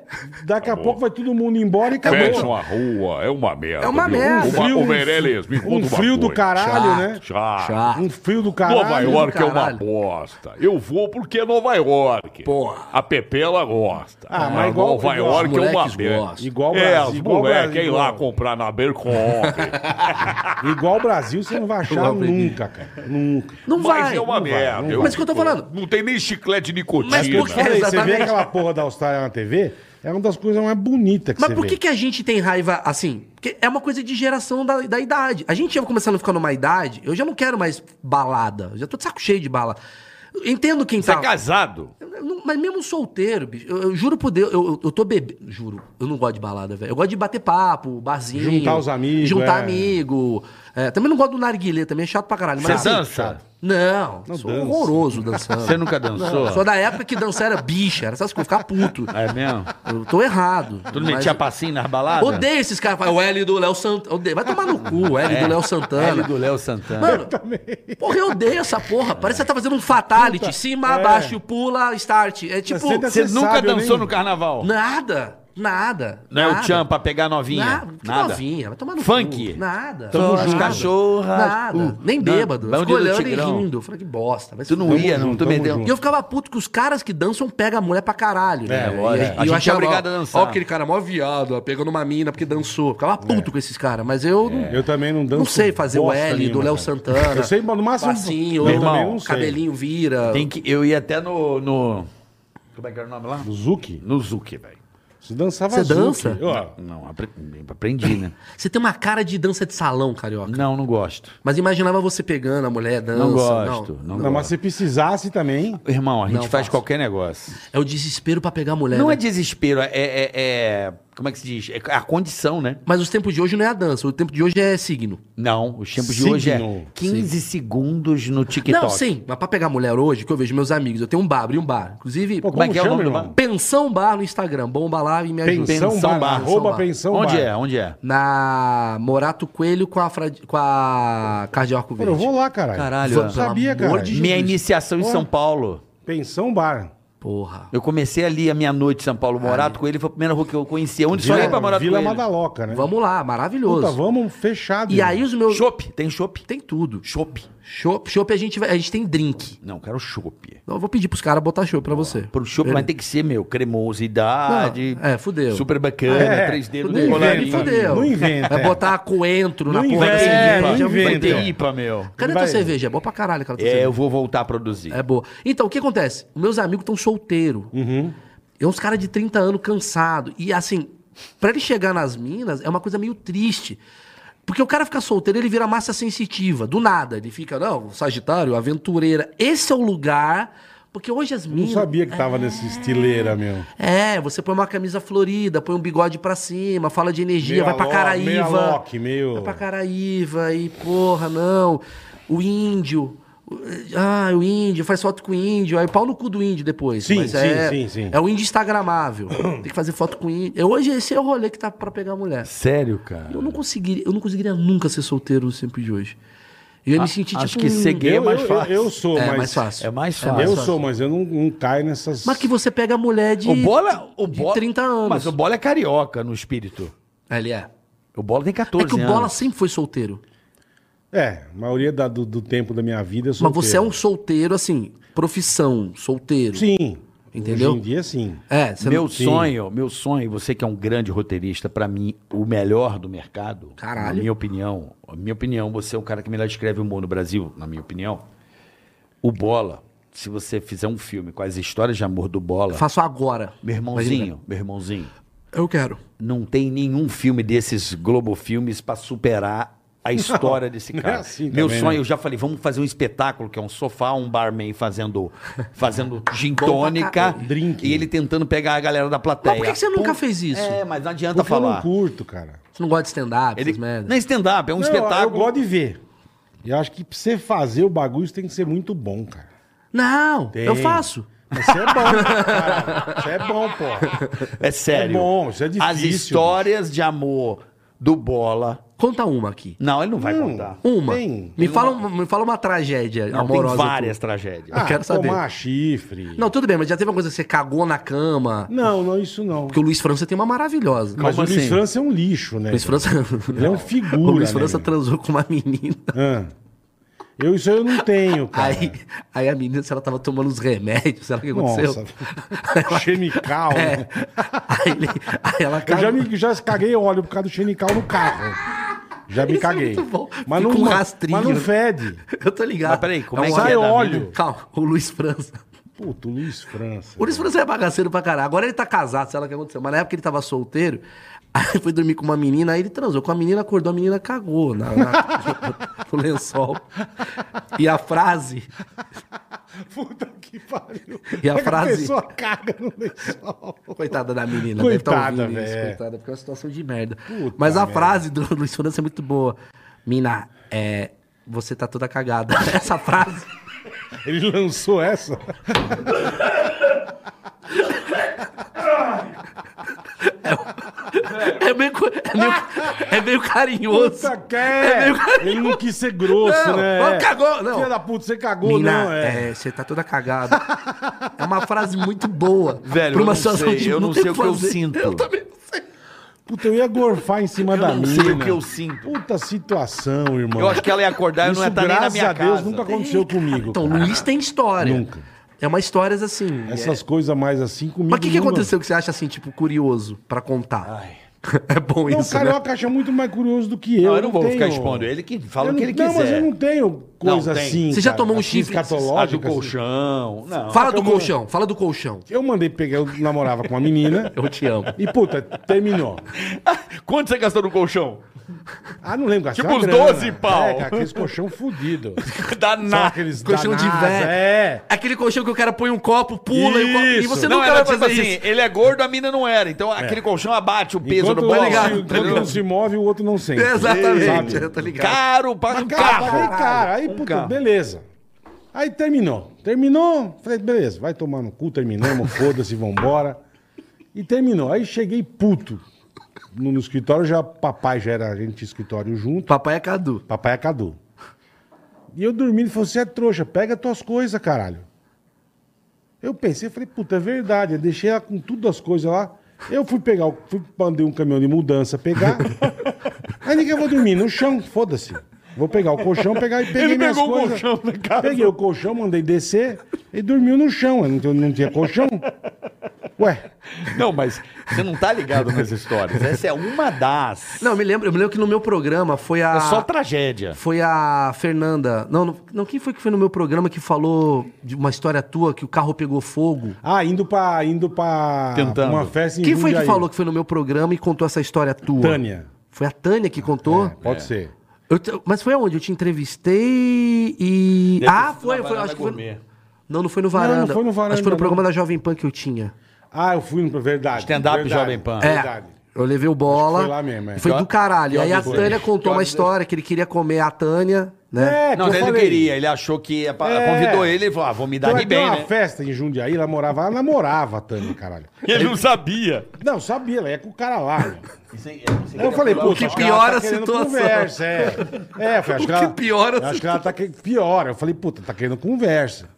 Speaker 2: daqui a pouco vai todo mundo embora e acabou. Um
Speaker 6: Fecham a rua, é uma merda.
Speaker 5: É uma
Speaker 6: viu?
Speaker 5: merda.
Speaker 6: Uma,
Speaker 2: Frio,
Speaker 6: o Meirelles, me conta
Speaker 2: Um
Speaker 6: uma
Speaker 2: frio do
Speaker 6: coisa.
Speaker 2: caralho, né?
Speaker 6: Já.
Speaker 5: Chato.
Speaker 2: Um frio do caralho.
Speaker 6: Nova York é uma
Speaker 5: caralho.
Speaker 6: bosta. Eu vou porque é Nova York.
Speaker 5: Porra.
Speaker 6: A Pepela gosta.
Speaker 2: Ah, mas igual- igual
Speaker 6: Nova York
Speaker 5: os
Speaker 6: é uma
Speaker 5: moleques
Speaker 6: merda.
Speaker 5: gostam.
Speaker 2: Igual o
Speaker 6: é,
Speaker 2: Brasil,
Speaker 6: os
Speaker 2: igual o
Speaker 6: moleques
Speaker 2: Brasil,
Speaker 6: ir lá
Speaker 2: igual.
Speaker 6: comprar na Bercombe.
Speaker 2: Igual o Brasil, você não vai achar
Speaker 5: amo Emílio.
Speaker 2: nunca, cara. Nunca.
Speaker 5: Não vai.
Speaker 6: Mas é uma
Speaker 5: não vai.
Speaker 6: merda.
Speaker 5: vai. Mas o que
Speaker 2: tipo,
Speaker 5: eu tô falando?
Speaker 6: Não tem nem chiclete de nicotina. é
Speaker 5: Mas por
Speaker 2: Eu te falei, você vê
Speaker 5: Exatamente.
Speaker 2: aquela porra da Austrália na TV, é uma das coisas mais bonitas que
Speaker 5: Mas
Speaker 2: você
Speaker 5: por
Speaker 2: vê.
Speaker 5: que, que a gente tem raiva assim? Porque é uma coisa de geração da, da idade. A gente já começando a ficar numa idade, eu já não quero mais balada. Eu já tô de saco cheio de bala. Eu Entendo quem
Speaker 6: Você
Speaker 5: tá.
Speaker 6: é casado.
Speaker 5: Eu não- mas mesmo solteiro, bicho, eu, eu juro por Deus, eu, eu, eu tô bebendo. Juro, eu não gosto de balada, velho. Eu gosto de bater papo, barzinho.
Speaker 2: Juntar os amigos,
Speaker 5: Juntar
Speaker 2: é.
Speaker 5: amigo. É, também não gosto do narguilé, também é chato pra caralho.
Speaker 3: Você
Speaker 5: Mas assim,
Speaker 3: dança?
Speaker 5: Não,
Speaker 2: Não
Speaker 5: sou
Speaker 2: dança.
Speaker 5: horroroso dançando.
Speaker 3: Você nunca dançou?
Speaker 5: Sou da época que dançar era bicha, era essas coisas, ficar puto.
Speaker 3: É mesmo?
Speaker 5: Eu tô errado.
Speaker 3: Tu não
Speaker 5: mas-
Speaker 3: metia passinho nas baladas?
Speaker 5: Odeio esses caras. Fala, "É O L do Léo Santana. Vai tomar no cu, o L do Léo Santana.
Speaker 3: É. L do Léo Santana.
Speaker 5: Mano, porra, eu odeio essa porra. Parece que você tá fazendo um fatality. Cima,
Speaker 2: é.
Speaker 5: abaixo, pula, start. É tipo.
Speaker 2: Você tá-
Speaker 3: Você assim, nunca
Speaker 2: sabe, eu
Speaker 3: dançou
Speaker 2: nem-
Speaker 3: no carnaval?
Speaker 5: Nada. Nada.
Speaker 3: Não é o
Speaker 5: nada.
Speaker 3: Tchan pra pegar novinha?
Speaker 5: Nada. que
Speaker 3: Nada.
Speaker 5: Novinha. Vai tomar no
Speaker 3: Funk.
Speaker 5: cu. Nada.
Speaker 3: Tamo
Speaker 5: Nada.
Speaker 3: junto. Cachorras.
Speaker 5: Nada.
Speaker 3: Uh,
Speaker 5: Nem
Speaker 3: não.
Speaker 5: bêbado. Eu
Speaker 3: Bandido
Speaker 5: fico olhando e
Speaker 3: Tigrão.
Speaker 5: rindo. Eu falei que bosta. Vai se
Speaker 3: Tu não
Speaker 5: fuder.
Speaker 3: ia, não,
Speaker 2: junto,
Speaker 3: tu
Speaker 2: tamo
Speaker 3: perdeu.
Speaker 5: E eu ficava puto que os caras que dançam pegam a mulher pra caralho.
Speaker 2: É,
Speaker 5: né?
Speaker 2: lógico. A
Speaker 5: E- E,
Speaker 3: gente
Speaker 5: eu
Speaker 3: é
Speaker 5: achava,
Speaker 3: obrigado
Speaker 5: ó,
Speaker 3: a dançar. É.
Speaker 5: Ó, aquele cara mó viado, ó, pegando uma mina porque dançou. Ficava puto com esses caras, mas eu não-
Speaker 2: Eu também não danço.
Speaker 5: Não sei fazer o
Speaker 2: bosta
Speaker 5: L do
Speaker 2: nenhuma,
Speaker 5: Léo
Speaker 2: cara.
Speaker 5: Santana.
Speaker 2: Eu sei, mas no máximo.
Speaker 5: Passinho,
Speaker 2: eu também não sei.
Speaker 5: cabelinho vira.
Speaker 3: Tem que, eu ia até no, no. Como é que era o nome lá?
Speaker 2: O Zuki.
Speaker 3: No Zuki, velho.
Speaker 2: Você dançava
Speaker 5: Você
Speaker 2: Zuki.
Speaker 5: dança?
Speaker 2: Ó,
Speaker 3: Não, apre- aprendi, né?
Speaker 5: Você tem uma cara de dança de salão, carioca.
Speaker 3: Não, não gosto.
Speaker 5: Mas imaginava você pegando a mulher, dança.
Speaker 3: Não gosto.
Speaker 5: não.
Speaker 3: Não,
Speaker 2: não, mas
Speaker 3: gosto.
Speaker 2: se precisasse também.
Speaker 3: Irmão, a gente
Speaker 5: Não
Speaker 3: faz
Speaker 5: faço.
Speaker 3: qualquer negócio.
Speaker 5: É o desespero pra pegar a mulher.
Speaker 3: Não
Speaker 5: né?
Speaker 3: é desespero, é, é- é- Como é que se diz? É a condição, né?
Speaker 5: Mas os tempos de hoje não é a dança, o tempo de hoje é signo.
Speaker 3: Não, os tempos de
Speaker 2: Signo.
Speaker 3: hoje é 15 segundos no TikTok.
Speaker 5: Não, sim, mas pra pegar a mulher hoje, que eu vejo meus amigos, eu tenho um bar, abri um bar. Inclusive,
Speaker 2: Pô,
Speaker 3: Como é
Speaker 2: como
Speaker 3: que é o
Speaker 2: chama,
Speaker 3: nome do
Speaker 2: irmão?
Speaker 5: Pensão Bar no Instagram, bomba lá e me ajuda.
Speaker 2: Pensão
Speaker 3: Pensão
Speaker 2: Bar.
Speaker 3: Bar.
Speaker 2: Arroba
Speaker 5: Bar.
Speaker 2: Pensão Bar.
Speaker 3: Onde é? Onde é?
Speaker 5: Na Morato Coelho com a, Fra... com a Cardiaco
Speaker 2: Pô, eu
Speaker 5: Verde.
Speaker 2: vou lá, caralho.
Speaker 3: Caralho,
Speaker 2: Eu
Speaker 3: pelo
Speaker 2: não sabia,
Speaker 5: amor
Speaker 2: cara.
Speaker 5: de Jesus.
Speaker 3: Minha iniciação em
Speaker 2: Porra.
Speaker 3: São Paulo.
Speaker 2: Pensão Bar.
Speaker 5: Porra.
Speaker 3: Eu comecei ali a minha noite em São Paulo. Morato Coelho foi a primeira rua que eu conhecia. Onde só ia pra Morato
Speaker 2: Vila
Speaker 3: Coelho?
Speaker 2: Madaloca, né?
Speaker 5: Vamos lá, maravilhoso.
Speaker 2: Puta, vamos fechado.
Speaker 5: E aí os meus...
Speaker 3: Chopp, tem chopp?
Speaker 5: Tem tudo.
Speaker 3: Chopp.
Speaker 5: Chopp, chopp a gente vai... A gente tem drink.
Speaker 3: Não, quero chopp.
Speaker 5: Então eu vou pedir pros caras botar chopp pra você.
Speaker 3: Pro chopp, mas tem que ser, meu, cremosidade.
Speaker 5: Não, é, fudeu.
Speaker 3: Super bacana,
Speaker 2: É,
Speaker 3: três dedos
Speaker 5: Não
Speaker 3: de
Speaker 5: inventa,
Speaker 3: colarinho.
Speaker 5: fudeu.
Speaker 2: Não inventa,
Speaker 5: Vai
Speaker 2: é.
Speaker 5: botar coentro na
Speaker 2: Não
Speaker 5: porra da
Speaker 2: inventa, é,
Speaker 5: cerveja.
Speaker 2: não
Speaker 5: Vai
Speaker 3: Vai
Speaker 2: inventa.
Speaker 5: ter-
Speaker 3: ter IPA, meu.
Speaker 5: Cadê
Speaker 2: Vai.
Speaker 5: tua cerveja? É boa pra caralho aquela
Speaker 3: É,
Speaker 5: tua cerveja.
Speaker 3: eu vou voltar a produzir.
Speaker 5: É boa. Então, o que acontece? Os meus amigos estão solteiros.
Speaker 2: Uhum.
Speaker 5: É uns caras de 30 anos cansados. E assim, pra ele chegar nas minas é uma coisa meio triste. Porque o cara fica solteiro, ele vira massa sensitiva. Do nada. Ele fica, não, Sagitário, aventureira. Esse é o lugar. pô, Porque hoje as
Speaker 2: Não
Speaker 5: minas.
Speaker 2: sabia que tava nesse estileira, meu.
Speaker 5: É, você põe uma camisa florida, põe um bigode pra cima, fala de energia,
Speaker 2: Meio
Speaker 5: vai pra
Speaker 2: alo-
Speaker 5: Caraíva.
Speaker 2: meio aloque, meio-
Speaker 5: Vai pra Caraíva e, porra, não. O índio. o- Ah, o índio, faz foto com o índio. Aí pau no cu do índio depois.
Speaker 2: Sim,
Speaker 5: mas
Speaker 2: sim,
Speaker 5: é,
Speaker 2: sim, sim.
Speaker 5: É o índio instagramável. Tem que fazer foto com o índio. Eu- Hoje esse é o rolê que tá pra pegar mulher.
Speaker 3: Sério, cara?
Speaker 5: Eu não conseguiria, eu não conseguiria nunca ser solteiro no tempo de hoje. Eu ia me sentir
Speaker 3: Ah, acho
Speaker 5: tipo.
Speaker 3: que
Speaker 5: um-
Speaker 3: cegueira- Gay é
Speaker 2: eu,
Speaker 3: mais
Speaker 2: eu-
Speaker 3: fácil.
Speaker 2: eu- eu sou,
Speaker 5: É
Speaker 2: mas.
Speaker 5: mais fácil.
Speaker 3: É mais
Speaker 5: É
Speaker 3: fácil.
Speaker 5: mais
Speaker 2: Eu
Speaker 5: fácil.
Speaker 2: sou, mas eu não, não caio nessas.
Speaker 5: Mas que você pega a mulher de.
Speaker 3: O bola. O
Speaker 5: de
Speaker 3: bola
Speaker 5: 30 anos.
Speaker 3: Mas o bola é carioca no espírito.
Speaker 5: Ele é.
Speaker 3: O bola tem
Speaker 5: É
Speaker 3: 14
Speaker 5: que o
Speaker 3: anos.
Speaker 5: bola sempre foi solteiro.
Speaker 2: É, a maioria da- do, do tempo da minha vida eu sou.
Speaker 5: Mas você é um solteiro, assim, profissão, solteiro.
Speaker 2: Sim.
Speaker 5: Entendeu?
Speaker 2: Hoje em dia, sim.
Speaker 5: É, você
Speaker 3: Meu
Speaker 2: Sim.
Speaker 3: sonho, meu sonho, você que é um grande roteirista, pra mim, o melhor do mercado.
Speaker 5: Caralho.
Speaker 3: Na minha opinião, a minha opinião, você é o cara que melhor escreve o mundo no Brasil, na minha opinião. O Bola, se você fizer um filme com as histórias de amor do Bola,
Speaker 5: não... Faço agora.
Speaker 3: meu irmãozinho, meu irmãozinho,
Speaker 5: Eu quero.
Speaker 3: não tem nenhum filme desses Globo Filmes pra superar a história desse
Speaker 2: não é
Speaker 3: cara.
Speaker 2: assim
Speaker 3: Meu
Speaker 2: também,
Speaker 3: sonho,
Speaker 2: né?
Speaker 3: eu já falei, vamos fazer um espetáculo que é um sofá, um barman fazendo fazendo gin tônica
Speaker 2: é, Drink.
Speaker 3: e ele tentando pegar a galera da plateia.
Speaker 5: Mas por que, que você nunca fez isso?
Speaker 3: É, mas não
Speaker 5: Tá
Speaker 3: adianta
Speaker 2: Porque eu não
Speaker 3: falar.
Speaker 2: curto, cara.
Speaker 5: Você não gosta de stand-up,
Speaker 3: Ele
Speaker 5: essas merdas?
Speaker 3: não é stand-up, é um
Speaker 2: Não, eu- Eu
Speaker 3: espetáculo.
Speaker 2: gosto de ver. Eu acho que pra você fazer o bagulho, isso tem que ser muito bom, cara.
Speaker 5: Não,
Speaker 2: Tem.
Speaker 5: eu faço.
Speaker 2: Mas Você é bom, cara. Você é bom, pô.
Speaker 3: É sério.
Speaker 2: É bom, isso é difícil,
Speaker 3: As histórias de amor do Bola.
Speaker 5: Conta uma aqui.
Speaker 3: Não, ele não vai
Speaker 2: Hum.
Speaker 3: contar.
Speaker 5: Uma.
Speaker 2: Tem.
Speaker 5: Me, fala, um- me fala uma tragédia
Speaker 3: Não, tem
Speaker 5: amorosa.
Speaker 3: várias
Speaker 5: tua.
Speaker 3: tragédias.
Speaker 2: Ah,
Speaker 5: Eu quero saber.
Speaker 2: Tomar chifre.
Speaker 5: Não, tudo bem, mas já teve uma coisa que você cagou na cama.
Speaker 2: não, não, isso não.
Speaker 5: Porque o Luiz França tem uma maravilhosa.
Speaker 2: Mas
Speaker 3: Como
Speaker 2: o Luiz
Speaker 3: assim?
Speaker 2: França é um lixo, né?
Speaker 5: Luiz França.
Speaker 2: Ele é um figura.
Speaker 5: o Luiz
Speaker 2: né,
Speaker 5: França
Speaker 2: meu?
Speaker 5: transou com uma menina.
Speaker 2: Ah. Eu isso eu não tenho, cara.
Speaker 5: Aí, aí a menina, se ela tava tomando os remédios, sei lá o que aconteceu.
Speaker 2: Nossa. Chemical.
Speaker 5: É.
Speaker 2: né?
Speaker 5: Aí, ele- aí ela
Speaker 2: Eu já,
Speaker 5: cagou.
Speaker 2: me, já caguei óleo por causa do chemical no carro. Já me
Speaker 5: Isso é
Speaker 2: caguei.
Speaker 5: muito bom.
Speaker 2: Mas,
Speaker 5: Fica
Speaker 2: não,
Speaker 5: um rastrinho,
Speaker 2: mas não
Speaker 5: né?
Speaker 2: fede.
Speaker 5: Eu tô ligado.
Speaker 3: Mas peraí, como é
Speaker 5: um
Speaker 3: que é
Speaker 2: Sai
Speaker 3: da
Speaker 2: óleo.
Speaker 5: Calma, o Luiz França.
Speaker 2: Puto, Luiz França.
Speaker 5: O Luiz França é bagaceiro pra caralho. Agora ele tá casado, sei lá o que aconteceu. Mas na época ele tava solteiro, aí foi dormir com uma menina, aí ele transou com a menina, acordou, a menina cagou na, na- no lençol. E a frase.
Speaker 2: Puta que pariu.
Speaker 5: E a
Speaker 2: Como é que
Speaker 5: frase-
Speaker 2: pessoa caga no lençol.
Speaker 5: Coitada da menina,
Speaker 2: Coitada,
Speaker 5: deve tá ouvindo isso,
Speaker 2: velho.
Speaker 5: coitada, porque é uma situação de merda.
Speaker 2: Puta
Speaker 5: Mas a
Speaker 2: merda.
Speaker 5: frase do Luiz França é muito boa. Mina, é. Você tá toda cagada. Essa frase.
Speaker 2: Ele lançou essa.
Speaker 5: É meio, co- é meio, é meio carinhoso.
Speaker 2: Puta que é. Ele não quis ser grosso,
Speaker 5: Não,
Speaker 2: né?
Speaker 5: mas cagou, não.
Speaker 2: Filha da puta, você cagou, não,
Speaker 5: Mina,
Speaker 2: é.
Speaker 5: é, você tá toda cagada. É uma frase muito boa.
Speaker 6: Velho,
Speaker 5: pra
Speaker 6: eu não sei, eu não
Speaker 5: ter
Speaker 6: sei o que eu
Speaker 5: fazer.
Speaker 6: sinto.
Speaker 5: Eu também não sei.
Speaker 2: Puta, eu ia gorfar em cima da
Speaker 6: não
Speaker 2: mina.
Speaker 6: sei o que eu sinto.
Speaker 2: Puta situação, irmão.
Speaker 3: Eu acho que ela ia acordar e não ia
Speaker 2: Isso,
Speaker 3: estar nem na
Speaker 2: graças
Speaker 3: minha
Speaker 2: a Deus,
Speaker 3: casa.
Speaker 2: nunca aconteceu comigo.
Speaker 5: Então,
Speaker 2: cara.
Speaker 5: Luiz tem história.
Speaker 2: Nunca.
Speaker 5: É uma histórias assim.
Speaker 2: Essas coisas mais assim comigo.
Speaker 5: Mas o que, que
Speaker 2: nunca-
Speaker 5: aconteceu que você acha assim, tipo, curioso pra contar? É bom
Speaker 2: Não,
Speaker 5: isso,
Speaker 2: o
Speaker 5: né?
Speaker 2: carioca acha muito mais curioso do que eu.
Speaker 3: Não, eu não vou
Speaker 2: tenho-
Speaker 3: ficar expondo. Ele que fala
Speaker 2: Eu
Speaker 3: o que
Speaker 2: não-
Speaker 3: ele
Speaker 2: Não, mas
Speaker 3: quiser.
Speaker 2: eu não tenho
Speaker 3: Não,
Speaker 2: coisa
Speaker 3: tem.
Speaker 2: assim.
Speaker 5: Você já
Speaker 2: cara,
Speaker 5: tomou um
Speaker 2: assim,
Speaker 5: chifre-
Speaker 3: A ah, do
Speaker 2: escatológica, assim.
Speaker 3: colchão. Não.
Speaker 5: Fala do
Speaker 2: Acabou.
Speaker 5: colchão, fala do colchão.
Speaker 2: Eu mandei pegar, eu namorava com uma menina.
Speaker 5: Eu te amo.
Speaker 2: E puta, terminou.
Speaker 6: Quanto você gastou no colchão?
Speaker 2: Ah, não lembro.
Speaker 6: Tipo
Speaker 2: gastou uma
Speaker 6: uns
Speaker 2: grana.
Speaker 6: 12 pau.
Speaker 2: É, cara, aqueles colchão fudido. Sabe
Speaker 6: Danado.
Speaker 2: aqueles
Speaker 5: Colchão de
Speaker 2: danados?
Speaker 5: velho.
Speaker 2: É.
Speaker 5: Aquele colchão que o cara põe um copo, pula e, o copo-
Speaker 2: Isso.
Speaker 5: e
Speaker 2: É.
Speaker 5: você
Speaker 6: Não,
Speaker 5: nunca
Speaker 6: era
Speaker 5: vai
Speaker 6: tipo
Speaker 5: fazer
Speaker 6: assim,
Speaker 5: isso.
Speaker 6: ele é gordo, a mina não era. Então aquele colchão abate o peso
Speaker 2: Enquanto
Speaker 6: do
Speaker 2: um
Speaker 6: bola.
Speaker 3: Tá
Speaker 5: ligado,
Speaker 2: se-
Speaker 5: entendeu?
Speaker 2: Enquanto um se move, o outro não sente.
Speaker 5: Exatamente,
Speaker 2: Sabe?
Speaker 5: eu tô ligado.
Speaker 6: Caro, paga um
Speaker 2: Aí,
Speaker 6: carro.
Speaker 2: cara, aí, puta, beleza. Aí terminou. Terminou, falei, beleza, vai tomar no cu, terminamos, foda-se, vambora. E terminou. Aí cheguei puto no, no escritório, já papai já era, a gente tinha escritório junto,
Speaker 5: Papai é Cadu.
Speaker 2: papai é Cadu. E eu dormindo, ele falou, você é trouxa, pega tuas coisas, caralho. Eu pensei, falei, puta, é verdade, eu deixei ela com tudo as coisas lá. Eu fui pegar, o- fui mandei um caminhão de mudança pegar. Aí nem que eu vou dormir no chão, foda-se. Vou pegar o colchão, pegar e peguei
Speaker 6: Ele
Speaker 2: minhas
Speaker 6: pegou o
Speaker 2: coisas.
Speaker 6: colchão da casa.
Speaker 2: Peguei o colchão, mandei descer e dormiu no chão. Eu não, tinha- não tinha colchão. Ué,
Speaker 3: Não, mas você não tá ligado nas histórias. Essa é uma das.
Speaker 5: Não, eu me lembro, eu me lembro que no meu programa foi a.
Speaker 3: É
Speaker 2: Ah.
Speaker 3: só tragédia.
Speaker 5: Foi a Fernanda. Não, não, não, quem foi que foi no meu programa que falou de uma história tua que o carro pegou fogo?
Speaker 2: ah, indo pra, indo pra
Speaker 3: Tentando.
Speaker 2: uma festa em
Speaker 5: Quem foi que
Speaker 2: Jundiaí.
Speaker 5: falou que foi no meu programa e contou essa história tua?
Speaker 2: Tânia.
Speaker 5: Foi a Tânia que contou?
Speaker 2: É, pode ser.
Speaker 5: Eu te- mas foi aonde? Eu te entrevistei e. ah, foi, foi, acho que foi. Não, não foi no Varanda.
Speaker 2: Não, não foi no Varanda,
Speaker 5: Acho que foi no
Speaker 2: não.
Speaker 5: programa da Jovem Pan que eu tinha.
Speaker 2: Ah, eu fui no. Verdade.
Speaker 3: Stand-up
Speaker 2: verdade,
Speaker 3: Jovem Pan.
Speaker 5: É.
Speaker 2: Ah, Verdade.
Speaker 5: Eu levei o bola.
Speaker 2: foi lá mesmo, é.
Speaker 5: Foi do caralho.
Speaker 3: Pior
Speaker 5: Aí a
Speaker 3: desejo.
Speaker 5: Tânia contou
Speaker 3: Pior
Speaker 5: uma
Speaker 3: desejo.
Speaker 5: história que ele queria comer a Tânia, né?
Speaker 2: É,
Speaker 3: Não,
Speaker 2: que eu
Speaker 3: ele
Speaker 2: falei.
Speaker 3: queria, ele achou que. ia pra-
Speaker 2: É.
Speaker 3: Convidou ele e falou: ah, vou me dar
Speaker 2: Então,
Speaker 3: de
Speaker 2: tem
Speaker 3: bem,
Speaker 2: uma
Speaker 3: né?
Speaker 2: festa em Jundiaí, ela morava, ela namorava a Tânia, caralho.
Speaker 6: Ele não sabia.
Speaker 2: Não, sabia, ela ia com o cara lá. meu.
Speaker 5: é,
Speaker 2: Aí eu
Speaker 3: Eu
Speaker 2: falei, pô,
Speaker 5: que
Speaker 2: acho
Speaker 5: piora
Speaker 2: ela tá
Speaker 5: a
Speaker 2: querendo
Speaker 5: situação.
Speaker 2: Conversa, é. É, eu falei, acho
Speaker 5: O
Speaker 2: que, ela,
Speaker 5: que piora a
Speaker 2: Acho que ela tá que, piora. Eu falei, puta, tá querendo conversa.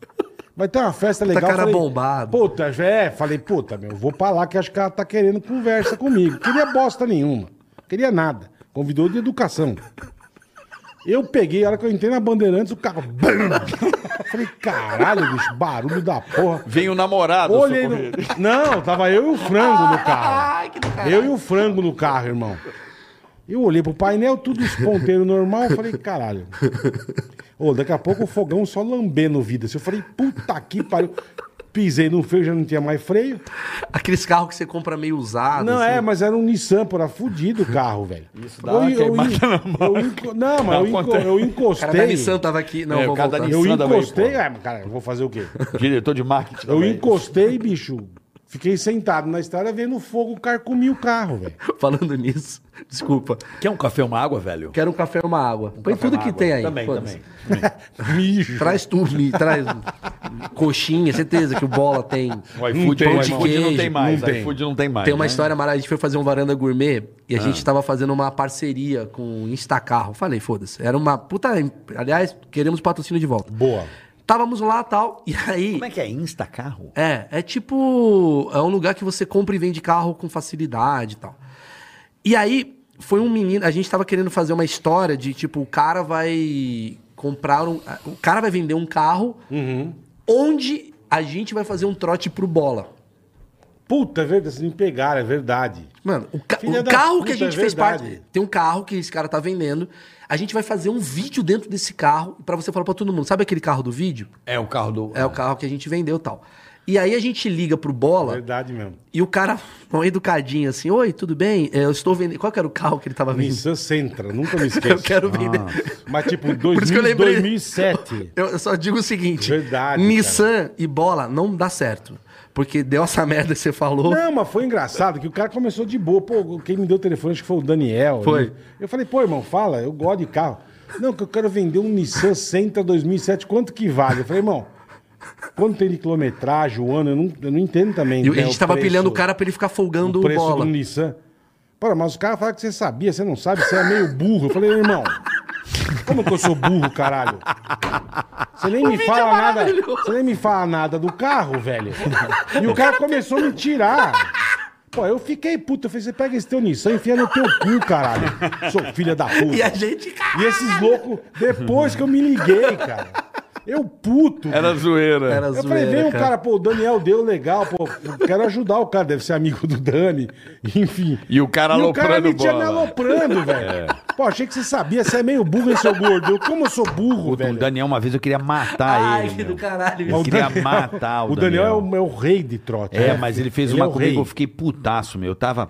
Speaker 2: Vai ter uma festa legal.
Speaker 5: cara
Speaker 2: falei,
Speaker 5: bombado.
Speaker 2: Puta, é, falei, puta, meu, vou pra lá que acho que ela tá querendo conversa comigo. Queria bosta nenhuma. Queria nada. Convidou de educação. Eu peguei, a hora que eu entrei na Bandeirantes, o carro. bam! Falei, caralho, bicho, barulho da porra.
Speaker 6: Vem o namorado.
Speaker 2: Olhei no...
Speaker 6: socorrer.
Speaker 2: Não, tava eu e o frango no carro. eu e o frango no carro, irmão. Eu olhei pro painel, tudo esponteiro normal, eu falei, caralho. Ô, daqui a pouco o fogão só lambendo vida. Eu falei, puta que pariu. Pisei no freio, já não tinha mais freio.
Speaker 5: Aqueles carros que você compra meio usado.
Speaker 2: Não,
Speaker 5: assim.
Speaker 2: é, mas era um Nissan, pô, era fudido o carro, velho. Isso dá eu, eu, eu enco- Não, mas eu, enco- eu
Speaker 5: O
Speaker 2: encostei.
Speaker 5: cara da Nissan tava aqui. Não,
Speaker 6: É,
Speaker 5: vou
Speaker 6: o cara da
Speaker 5: voltar.
Speaker 6: Nissan.
Speaker 2: eu
Speaker 6: também,
Speaker 2: encostei.
Speaker 6: pô.
Speaker 2: É, mas, cara, eu vou fazer o quê?
Speaker 6: Diretor de marketing.
Speaker 2: Eu
Speaker 6: também.
Speaker 2: encostei, bicho. Fiquei sentado na estrada vendo o fogo carcomir o carro, velho.
Speaker 5: Falando nisso, desculpa.
Speaker 3: Quer um café, uma água, velho?
Speaker 5: Quero um café e uma água. Põe tudo que tem aí.
Speaker 3: Também,
Speaker 5: foda-se.
Speaker 3: também.
Speaker 2: Mijo.
Speaker 5: Traz tudo, me traz coxinha, certeza que o bola tem.
Speaker 3: Um
Speaker 6: O iFood,
Speaker 3: é
Speaker 5: Não tem,
Speaker 6: o iFood não
Speaker 5: Hum, queijo,
Speaker 6: tem mais.
Speaker 2: não tem.
Speaker 6: O iFood não tem mais.
Speaker 5: Tem uma
Speaker 6: né?
Speaker 5: história maravilhosa. A gente foi fazer um varanda gourmet e a gente tava fazendo uma parceria com o Instacarro. Falei, foda-se. Era uma puta. em- Aliás, queremos patrocínio de volta.
Speaker 2: Boa.
Speaker 5: Távamos lá tal, e aí.
Speaker 3: Como é que é? Insta carro?
Speaker 5: É, é tipo. É um lugar que você compra e vende carro com facilidade e tal. E aí, foi um menino. A gente tava querendo fazer uma história de tipo, o cara vai comprar um. O cara vai vender um carro onde a gente vai fazer um trote pro bola.
Speaker 2: Puta, é verdade, vocês me pegaram, é verdade.
Speaker 5: Mano, o, ca-
Speaker 2: Filha
Speaker 5: o
Speaker 2: da
Speaker 5: carro
Speaker 2: puta,
Speaker 5: que a gente
Speaker 2: é
Speaker 5: fez
Speaker 2: verdade.
Speaker 5: parte. Tem um carro que esse cara tá vendendo. A gente vai fazer um vídeo dentro desse carro pra você falar pra todo mundo. Sabe aquele carro do vídeo?
Speaker 3: É o carro do.
Speaker 5: É o carro que a gente vendeu e tal. E aí a gente liga pro Bola
Speaker 2: Verdade mesmo.
Speaker 5: e o cara, um educadinho assim, oi, tudo bem? É, Eu estou vendendo. Qual que era o carro que ele tava vendendo?
Speaker 2: Nissan Sentra, nunca me esqueço.
Speaker 5: Tá Eu quero vender.
Speaker 2: Mas tipo,
Speaker 5: Por isso que eu
Speaker 2: 2000,
Speaker 5: lembrei.
Speaker 2: 2007.
Speaker 5: Eu eu só digo o seguinte:
Speaker 2: Verdade,
Speaker 5: Nissan e bola não dá certo. Porque deu essa merda que você falou.
Speaker 2: Não, mas foi engraçado que o cara começou de boa. Pô, quem me deu o telefone acho que foi o Daniel.
Speaker 5: Foi.
Speaker 2: né? Eu falei, pô, irmão, fala, eu gosto de carro. Não, que eu quero vender um Nissan Sentra 2007, quanto que vale? Eu falei, irmão, quanto tem de quilometragem, o ano, eu não, eu não entendo também.
Speaker 5: E a
Speaker 2: né,
Speaker 5: gente tava
Speaker 2: preço.
Speaker 5: pilhando o cara pra ele ficar folgando
Speaker 2: o
Speaker 5: o
Speaker 2: preço
Speaker 5: bola.
Speaker 2: do Nissan. Pô, mas os caras falaram que você sabia, você não sabe, você é meio burro. Eu falei, irmão, como que eu sou burro, caralho? Você nem me
Speaker 5: é
Speaker 2: fala nada. Você nem me fala nada do carro, velho. E o cara começou a me tirar. Pô, eu fiquei puto. Eu falei, você pega esse teu Nissan e enfia no teu cu, caralho. Sou filha da puta.
Speaker 5: E a gente.
Speaker 2: E esses loucos, depois que eu me liguei, cara. Eu puto.
Speaker 6: Era zoeira.
Speaker 5: Era
Speaker 2: Eu falei,
Speaker 5: zoeira,
Speaker 2: vem o
Speaker 5: cara.
Speaker 2: cara, pô, o Daniel deu legal, pô, eu quero ajudar o cara, deve ser amigo do Dani, enfim.
Speaker 6: E o cara
Speaker 2: cara
Speaker 6: aloprando
Speaker 2: me tinha me
Speaker 6: bola.
Speaker 2: aloprando, velho. Pô, achei que você sabia, você é meio burro, hein, seu gordo? Eu, como eu sou burro,
Speaker 3: O
Speaker 2: velho.
Speaker 3: Daniel, uma vez eu queria matar
Speaker 5: Ai,
Speaker 3: ele.
Speaker 5: que
Speaker 3: meu.
Speaker 5: do caralho.
Speaker 3: Eu
Speaker 2: Mas
Speaker 3: queria matar o
Speaker 2: o Daniel. é
Speaker 3: Daniel.
Speaker 2: o, é o rei de trote.
Speaker 3: É,
Speaker 2: né?
Speaker 3: mas ele fez
Speaker 2: é
Speaker 3: uma
Speaker 2: o
Speaker 3: comigo, eu
Speaker 2: rei.
Speaker 3: fiquei putaço, meu. Eu tava.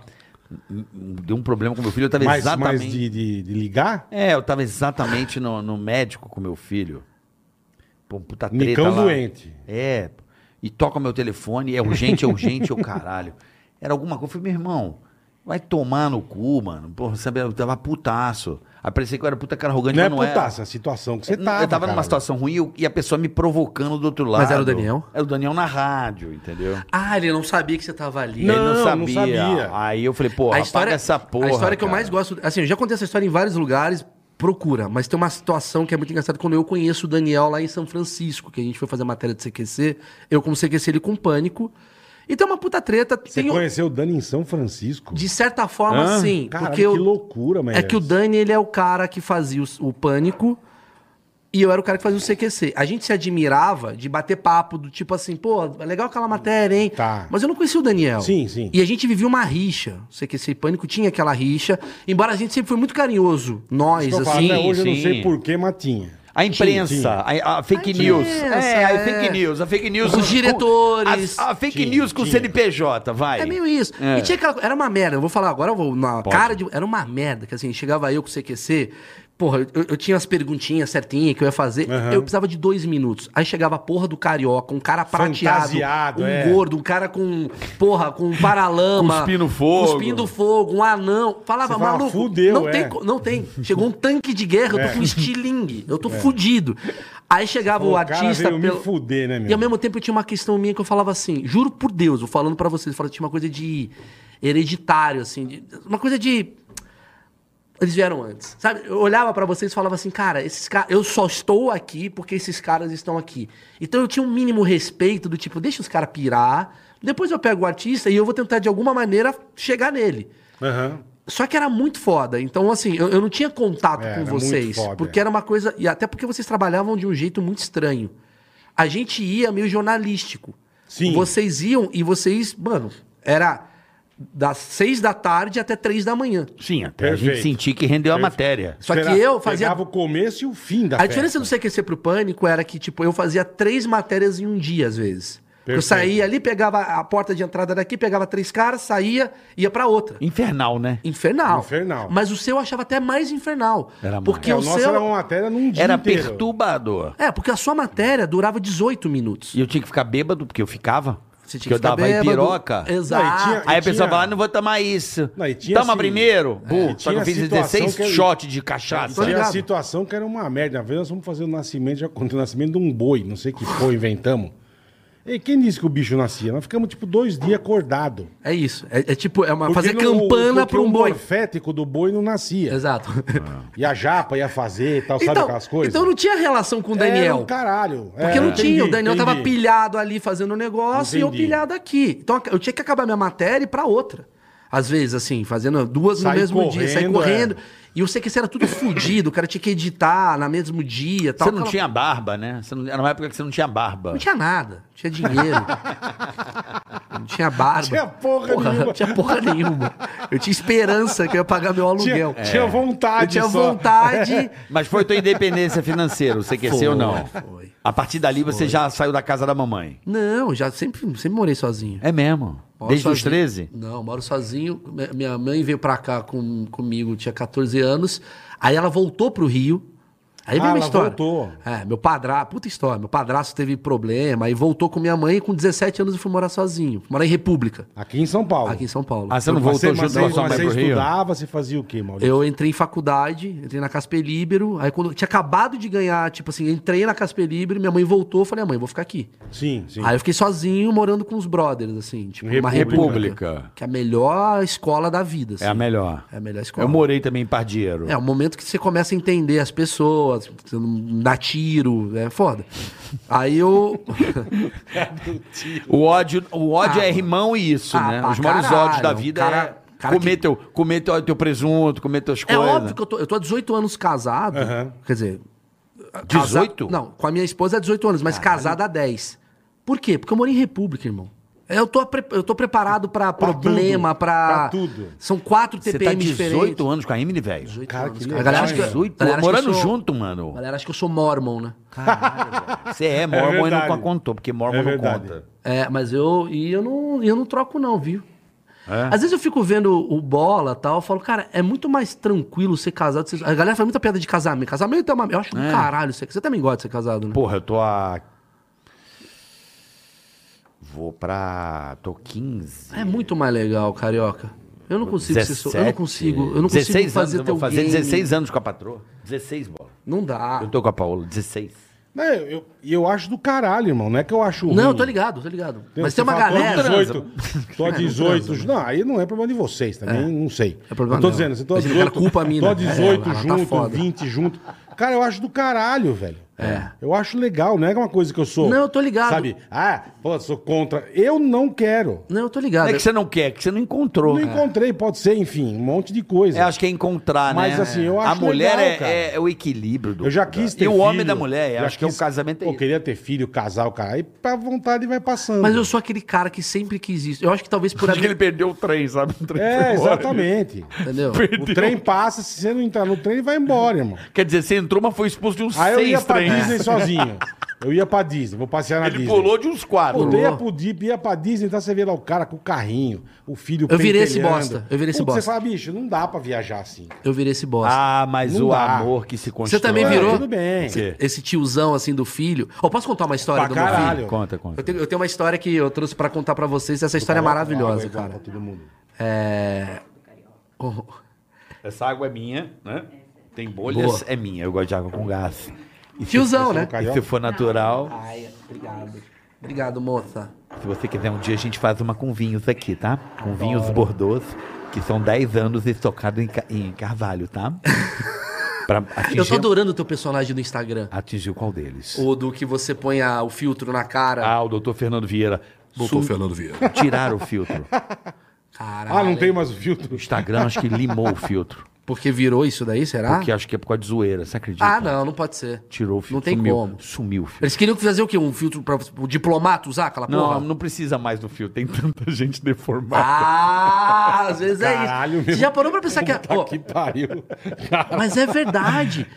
Speaker 3: Deu um problema com meu filho, eu tava
Speaker 2: Mas,
Speaker 3: exatamente.
Speaker 2: mas de, de- de ligar?
Speaker 3: É, eu tava exatamente no, no médico com meu filho. Pô, puta treta
Speaker 2: Nicão
Speaker 3: lá.
Speaker 2: doente.
Speaker 3: É. E toca meu telefone, é urgente, é urgente, é o caralho. Era alguma coisa. Eu falei, meu irmão, vai tomar no cu, mano. Porra, sabe, eu tava putaço. Aí parecia que eu era puta cara arrogante,
Speaker 2: Não é
Speaker 3: mas não era.
Speaker 2: putaça, a situação que você tava.
Speaker 3: eu tava numa
Speaker 2: caralho.
Speaker 3: situação ruim eu- e a pessoa me provocando do outro lado.
Speaker 5: Mas era o Daniel?
Speaker 3: Era o Daniel na rádio, entendeu?
Speaker 5: Ah, ele não sabia que você tava ali.
Speaker 2: Não,
Speaker 3: ele não
Speaker 2: não
Speaker 3: sabia.
Speaker 2: sabia.
Speaker 3: Aí eu falei, pô,
Speaker 5: a
Speaker 3: apaga
Speaker 5: história,
Speaker 3: essa porra.
Speaker 5: A história que eu
Speaker 3: cara.
Speaker 5: mais gosto. Assim, eu já contei essa história em vários lugares, procura. Mas tem uma situação que é muito engraçada. Quando eu conheço o Daniel lá em São Francisco, que a gente foi fazer a matéria de CQC, eu como CQC ele com pânico. Então é uma puta treta.
Speaker 2: Você
Speaker 5: tem-
Speaker 2: conheceu o Dani em São Francisco?
Speaker 5: De certa forma,
Speaker 2: Hã?
Speaker 5: sim.
Speaker 2: Caralho,
Speaker 5: assim? porque eu,
Speaker 2: que loucura, mas
Speaker 5: É que o Dani, ele é o cara que fazia os- o, pânico e eu era o cara que fazia o CQC. A gente se admirava de bater papo do tipo assim, pô, legal aquela matéria, hein?
Speaker 2: Tá.
Speaker 5: Mas eu não conhecia o Daniel.
Speaker 2: Sim, sim.
Speaker 5: E a gente vivia uma rixa. O CQC e pânico tinha aquela rixa, embora a gente sempre foi muito carinhoso, nós,
Speaker 2: Eu falo,
Speaker 5: assim.
Speaker 2: até hoje eu não
Speaker 3: sim.
Speaker 2: sei porquê, mas tinha.
Speaker 3: A imprensa, a, a fake
Speaker 5: A
Speaker 3: news.
Speaker 5: imprensa,
Speaker 3: é, a
Speaker 5: é.
Speaker 3: fake news, a fake news. com-
Speaker 5: Os diretores.
Speaker 3: as- a, fake
Speaker 2: Tinha,
Speaker 3: news com o
Speaker 2: tinha.
Speaker 3: CNPJ, vai.
Speaker 5: É meio isso. E tinha aquela. Era uma merda. Eu vou falar agora, eu vou na cara de. Era uma merda. Que assim, chegava eu com o CQC. Porra, eu, eu tinha as perguntinhas certinhas que eu ia fazer.
Speaker 2: Aham.
Speaker 5: Eu precisava de dois minutos. Aí chegava a porra do carioca, um cara prateado.
Speaker 2: Fantasiado,
Speaker 5: um
Speaker 2: é.
Speaker 5: gordo, um cara com. Porra, com um paralama.
Speaker 6: Cuspindo fogo.
Speaker 5: Cuspindo fogo, um anão. Falava,
Speaker 2: Você fala,
Speaker 5: maluco.
Speaker 2: "Fudeu,
Speaker 5: não,
Speaker 2: é."
Speaker 5: tem, co- não tem. Chegou um tanque de guerra, eu tô com estilingue. Eu
Speaker 2: É.
Speaker 5: tô fudido. Aí chegava
Speaker 2: Pô, o
Speaker 5: o
Speaker 2: cara
Speaker 5: artista.
Speaker 2: veio me fuder, né, meu?
Speaker 5: E ao mesmo tempo eu tinha uma questão minha que eu falava assim, juro por Deus, eu falando pra vocês, eu falava, tinha uma coisa de hereditário, assim, de- uma coisa de. Eles vieram antes. Sabe? Eu olhava pra vocês e falava assim, cara, esses caras. Eu só estou aqui porque esses caras estão aqui. Então eu tinha um mínimo respeito do tipo, deixa os caras pirar. Depois eu pego o artista e eu vou tentar de alguma maneira chegar nele.
Speaker 2: Aham.
Speaker 5: Só que era muito foda. Então, assim, eu, eu não tinha contato
Speaker 2: É,
Speaker 5: com
Speaker 2: era
Speaker 5: vocês.
Speaker 2: muito foda,
Speaker 5: porque
Speaker 2: é.
Speaker 5: era uma coisa. E até porque vocês trabalhavam de um jeito muito estranho. A gente ia meio jornalístico.
Speaker 2: Sim.
Speaker 5: Vocês iam e vocês. Mano, era das seis da tarde até três da manhã.
Speaker 3: Sim, até a
Speaker 2: Perfeito.
Speaker 3: gente sentir que rendeu a matéria.
Speaker 5: Só
Speaker 2: Espera-
Speaker 5: que eu fazia-
Speaker 2: Pegava o começo e o fim da
Speaker 5: A diferença do CQC pro Pânico era que, tipo, eu fazia três matérias em um dia, às vezes. Eu
Speaker 2: Perfeito.
Speaker 5: saía ali, pegava a porta de entrada daqui, pegava três caras, saía, ia pra outra.
Speaker 3: Infernal, né?
Speaker 5: Infernal.
Speaker 2: Infernal.
Speaker 5: Mas o seu eu achava até mais infernal.
Speaker 3: Era
Speaker 5: porque
Speaker 2: É,
Speaker 5: o
Speaker 2: o nosso
Speaker 5: seu...
Speaker 2: era uma matéria num dia
Speaker 3: Era
Speaker 2: inteiro.
Speaker 3: perturbador.
Speaker 5: É, porque a sua matéria durava 18 minutos.
Speaker 3: E eu tinha que ficar bêbado, porque eu ficava. porque
Speaker 5: Você tinha que
Speaker 3: eu
Speaker 5: ficar
Speaker 3: dava
Speaker 5: bêbado.
Speaker 3: piroca.
Speaker 5: Exato.
Speaker 2: Não, e tinha-
Speaker 3: Aí a pessoa
Speaker 2: tinha-
Speaker 3: fala, não vou tomar isso.
Speaker 2: Não, e tinha,
Speaker 3: Toma
Speaker 2: assim,
Speaker 3: primeiro.
Speaker 2: é,
Speaker 3: Pô,
Speaker 2: e
Speaker 3: só que eu
Speaker 2: tinha
Speaker 3: fiz
Speaker 2: situação
Speaker 3: 16
Speaker 2: que eu-
Speaker 3: shot de
Speaker 2: E
Speaker 3: cachaça.
Speaker 2: Tinha
Speaker 5: ligado?
Speaker 2: a situação que era uma merda. Uma vez nós fomos fazer o nascimento, já contei o nascimento de um boi, não sei que foi, inventamos. E quem disse que o bicho nascia? Nós ficamos tipo dois dias acordado.
Speaker 5: É isso. É, é tipo, é uma
Speaker 2: Porque
Speaker 5: fazer
Speaker 2: no-
Speaker 5: campana
Speaker 2: porque
Speaker 5: pra um boi.
Speaker 2: O morfético do boi não nascia.
Speaker 5: Exato.
Speaker 2: E a japa ia fazer e tal, Ah. sabe
Speaker 5: então,
Speaker 2: aquelas coisas?
Speaker 5: então não tinha relação com o
Speaker 2: Era
Speaker 5: Daniel.
Speaker 2: um caralho.
Speaker 5: porque
Speaker 2: É,
Speaker 5: não tinha. O
Speaker 2: entendi,
Speaker 5: Daniel tava
Speaker 2: entendi.
Speaker 5: pilhado ali fazendo um negócio e eu
Speaker 2: Entendi.
Speaker 5: pilhado aqui. Então eu tinha que acabar minha matéria e ir pra outra. Às vezes, assim, fazendo duas
Speaker 2: Sair
Speaker 5: no mesmo dia, sair
Speaker 2: correndo,
Speaker 5: correndo.
Speaker 2: é.
Speaker 5: E eu sei que isso era tudo fudido, o cara tinha que editar na mesmo dia tal.
Speaker 3: Você não
Speaker 5: Aquela-
Speaker 3: tinha barba, né? Você não- Era uma época que você não tinha barba.
Speaker 5: Não tinha nada. Não tinha dinheiro. não tinha barba.
Speaker 2: Tinha porra nenhuma.
Speaker 5: Não tinha porra nenhuma. Eu tinha esperança que eu ia pagar meu aluguel.
Speaker 2: Tinha,
Speaker 3: É.
Speaker 2: tinha vontade
Speaker 5: Eu tinha
Speaker 2: só. É.
Speaker 5: vontade.
Speaker 3: Mas foi tua independência financeira, você
Speaker 5: Foi,
Speaker 3: cresceu ou não?
Speaker 5: foi.
Speaker 3: A partir dali você já saiu da casa da mamãe.
Speaker 5: Não, já sempre, sempre morei sozinho.
Speaker 3: É mesmo.
Speaker 5: Moro
Speaker 3: Desde os
Speaker 5: sozinho.
Speaker 3: 13?
Speaker 5: Não, moro sozinho. Mi- Minha mãe veio pra cá com, comigo, tinha 14 anos. Aí ela voltou pro Rio. Aí
Speaker 2: Ah,
Speaker 5: veio uma
Speaker 2: ela
Speaker 5: história.
Speaker 2: voltou.
Speaker 5: É, meu padrasto, puta história. Meu padrasto teve problema, aí voltou com minha mãe e com 17 anos eu fui morar sozinho. Fui morar em República,
Speaker 2: Aqui em São Paulo.
Speaker 5: aqui em São Paulo.
Speaker 3: Ah, você não
Speaker 2: Mas
Speaker 3: voltou
Speaker 2: você- mas
Speaker 3: junto
Speaker 2: você-
Speaker 3: com a sua
Speaker 2: mas
Speaker 3: mãe
Speaker 2: você
Speaker 3: pro Rio?
Speaker 2: estudava, você fazia o quê, Maurício?
Speaker 5: Eu entrei em faculdade, entrei na Casper Libero. Aí quando eu tinha acabado de ganhar, tipo assim, entrei na Casper Libero, minha mãe voltou, eu falei, "Ah, mãe, vou ficar aqui.
Speaker 2: Sim, sim.
Speaker 5: Aí eu fiquei sozinho morando com os brothers, assim, tipo, uma república.
Speaker 2: República.
Speaker 3: República.
Speaker 5: Que é a melhor escola da vida. assim.
Speaker 3: É a melhor.
Speaker 5: É a melhor escola.
Speaker 3: Eu morei também em Pardieiro.
Speaker 5: É o momento que você começa a entender as pessoas, você não dá tiro, é foda. Aí eu.
Speaker 3: O ódio, o ódio
Speaker 5: Ah,
Speaker 3: é irmão e isso,
Speaker 5: ah,
Speaker 3: né?
Speaker 5: pra
Speaker 3: Os maiores
Speaker 5: caralho,
Speaker 3: ódios da vida
Speaker 5: cara- um
Speaker 3: é
Speaker 5: cara
Speaker 3: comer,
Speaker 5: que-
Speaker 3: teu, comer teu, teu presunto, comer tuas
Speaker 5: É
Speaker 3: coisas.
Speaker 5: óbvio que eu tô, eu tô há 18 anos casado.
Speaker 2: Aham.
Speaker 5: Quer dizer. casa-
Speaker 3: 18?
Speaker 5: Não, com a minha esposa há 18 anos, mas casado há 10. Por quê? Porque eu moro em república, irmão. Eu tô, pre- eu tô preparado pra
Speaker 2: Pra
Speaker 5: problema,
Speaker 2: tudo,
Speaker 5: pra...
Speaker 2: pra tudo.
Speaker 5: São quatro
Speaker 3: Você tá
Speaker 5: TPM
Speaker 3: 18
Speaker 5: diferentes.
Speaker 3: anos com a Emily, velho.
Speaker 5: 18
Speaker 2: Cara, que
Speaker 5: cara.
Speaker 2: legal,
Speaker 5: A galera acha que eu-
Speaker 3: 18
Speaker 5: galera acha que eu
Speaker 3: Morando
Speaker 5: sou-
Speaker 3: junto,
Speaker 5: A
Speaker 3: mano.
Speaker 5: galera acha que eu sou mormon, né?
Speaker 3: Você é mormon e
Speaker 2: verdade.
Speaker 3: não contou, porque mormon
Speaker 2: É
Speaker 3: não
Speaker 2: verdade.
Speaker 3: conta.
Speaker 5: É, mas eu, e eu, não, e eu não troco, não, viu?
Speaker 3: É?
Speaker 5: Às vezes eu fico vendo o bola e tal, eu falo, cara, é muito mais tranquilo ser casado. ser- A galera faz muita piada de casamento. Casamento é uma. Eu acho do caralho isso aqui. Você também gosta de ser casado, né?
Speaker 3: Porra, eu tô a... Vou pra... Tô 15.
Speaker 5: É muito mais legal, carioca. Eu não consigo ser so... Eu não
Speaker 3: 17.
Speaker 5: consigo. Eu não consigo
Speaker 3: 16
Speaker 5: fazer
Speaker 3: anos, eu
Speaker 5: teu
Speaker 3: vou fazer
Speaker 5: game.
Speaker 3: 16 anos com a patroa. 16, bola.
Speaker 5: Não
Speaker 2: Ah.
Speaker 5: dá.
Speaker 3: Eu tô com a Paola, 16.
Speaker 2: Não, Né, eu, eu, eu acho do caralho, irmão. Não é que eu acho
Speaker 5: Não,
Speaker 2: ruim.
Speaker 5: eu tô ligado, tô ligado.
Speaker 2: Entendeu?
Speaker 5: Mas
Speaker 2: Você
Speaker 5: tem uma
Speaker 2: fala, tô
Speaker 5: galera.
Speaker 2: 18, tô a
Speaker 5: É, não
Speaker 2: 18.
Speaker 5: transa,
Speaker 2: Não, aí não é problema de vocês também, não sei.
Speaker 5: É problema
Speaker 2: Eu tô
Speaker 5: dela.
Speaker 2: dizendo, você tô a
Speaker 5: Mas jogaram
Speaker 2: 18,
Speaker 5: culpa a mina.
Speaker 2: Tô a 18
Speaker 5: É, ela tá
Speaker 2: junto,
Speaker 5: foda.
Speaker 2: 20 junto. Cara, eu acho do caralho, velho. É. Eu acho legal, não é uma coisa que eu sou.
Speaker 5: Não, eu tô ligado.
Speaker 2: Sabe? Ah, pô, sou contra. Eu não quero.
Speaker 5: Não, eu tô
Speaker 3: Não
Speaker 5: ligado.
Speaker 3: é que você não quer, é que você não encontrou.
Speaker 2: Não encontrei, pode ser, enfim, um monte de coisa.
Speaker 3: Eu acho que é encontrar, né?
Speaker 2: Mas, assim, eu
Speaker 3: A
Speaker 2: acho
Speaker 3: mulher
Speaker 2: legal,
Speaker 3: é-
Speaker 2: cara.
Speaker 3: é, é o equilíbrio do.
Speaker 2: Eu já quis
Speaker 3: da-
Speaker 2: ter
Speaker 3: E
Speaker 2: filho.
Speaker 3: o homem da mulher,
Speaker 2: já
Speaker 3: acho que é o
Speaker 5: um
Speaker 2: quis-
Speaker 3: casamento
Speaker 2: Pô,
Speaker 3: é
Speaker 2: Eu queria ter filho, casar o cara. Aí pra vontade vai passando.
Speaker 5: Mas eu sou aquele cara que sempre quis isso. Eu acho que talvez por
Speaker 6: Acho que
Speaker 5: ali.
Speaker 6: ele perdeu o trem, sabe? O trem
Speaker 2: É,
Speaker 6: foi embora.
Speaker 2: exatamente.
Speaker 5: Entendeu?
Speaker 2: O trem passa, se você não entrar no trem, vai embora, irmão.
Speaker 3: Quer dizer, você entrou, mas foi expulso de uns
Speaker 2: Aí eu ia
Speaker 3: seis
Speaker 2: pra
Speaker 6: trem,
Speaker 2: Disney sozinho. Eu ia pra Disney, vou passear na
Speaker 6: Ele
Speaker 2: Disney.
Speaker 6: pulou de uns quadros.
Speaker 2: Pulou. Ia, pro Di- ia pra Disney, então você vê lá o cara com o carrinho, o filho
Speaker 5: Eu virei esse
Speaker 2: pentelhando.
Speaker 5: bosta, eu virei esse
Speaker 2: Putz, Você
Speaker 5: bosta.
Speaker 2: fala, bicho, não dá pra viajar assim.
Speaker 5: Eu virei esse bosta.
Speaker 3: Ah, mas
Speaker 2: Não
Speaker 3: o
Speaker 2: dá.
Speaker 3: amor que se constrói.
Speaker 5: Você também
Speaker 2: Ah,
Speaker 5: virou?
Speaker 2: Tudo bem.
Speaker 3: Você-
Speaker 5: Esse tiozão assim do filho. Ó, posso contar uma história
Speaker 2: Pra
Speaker 5: do meu
Speaker 2: caralho.
Speaker 5: filho?
Speaker 3: Conta,
Speaker 5: Eu
Speaker 3: conta.
Speaker 5: tenho, eu tenho uma história que eu trouxe pra contar pra vocês. Essa história é maravilhosa,
Speaker 2: Água aí,
Speaker 5: cara.
Speaker 2: pra todo mundo.
Speaker 5: É. Oh,
Speaker 6: Essa água é minha, né?
Speaker 3: Tem bolhas,
Speaker 5: Boa.
Speaker 3: é minha. Eu gosto de água com gás. E se
Speaker 5: Tiozão,
Speaker 2: é
Speaker 3: for-
Speaker 2: um
Speaker 5: né?
Speaker 3: E se for natural,
Speaker 5: Ai, obrigado. Obrigado, moça.
Speaker 3: se você quiser um dia, a gente faz uma com vinhos aqui, tá? Com vinhos bordeaux, que são 10 anos estocados em, ca- em carvalho, tá? pra
Speaker 5: Eu tô
Speaker 3: atingir,
Speaker 5: adorando o teu personagem do Instagram.
Speaker 3: atingir qual deles?
Speaker 5: O do que você põe a- o filtro na cara.
Speaker 6: Ah, o doutor Fernando Vieira.
Speaker 4: Doutor Fernando Vieira.
Speaker 3: Tiraram o filtro.
Speaker 5: Caralho.
Speaker 2: Ah, não tem mais o filtro?
Speaker 3: O Instagram acho que limou o filtro.
Speaker 5: Porque virou isso daí, será?
Speaker 3: Porque acho que é por causa de zoeira, você acredita?
Speaker 5: Ah, não, não pode ser.
Speaker 3: Tirou o filtro.
Speaker 5: Não tem
Speaker 3: sumiu,
Speaker 5: como.
Speaker 3: Sumiu o filtro.
Speaker 5: Eles queriam fazer o quê? Um filtro pra o diplomata usar aquela
Speaker 3: Não,
Speaker 5: porra?
Speaker 3: não precisa mais do filtro. Tem tanta gente deformada.
Speaker 5: Ah, às vezes é isso.
Speaker 2: Caralho, meu.
Speaker 5: Você já parou pra pensar que... a-
Speaker 2: Puta
Speaker 5: Pô,
Speaker 2: que pariu.
Speaker 5: Mas é verdade.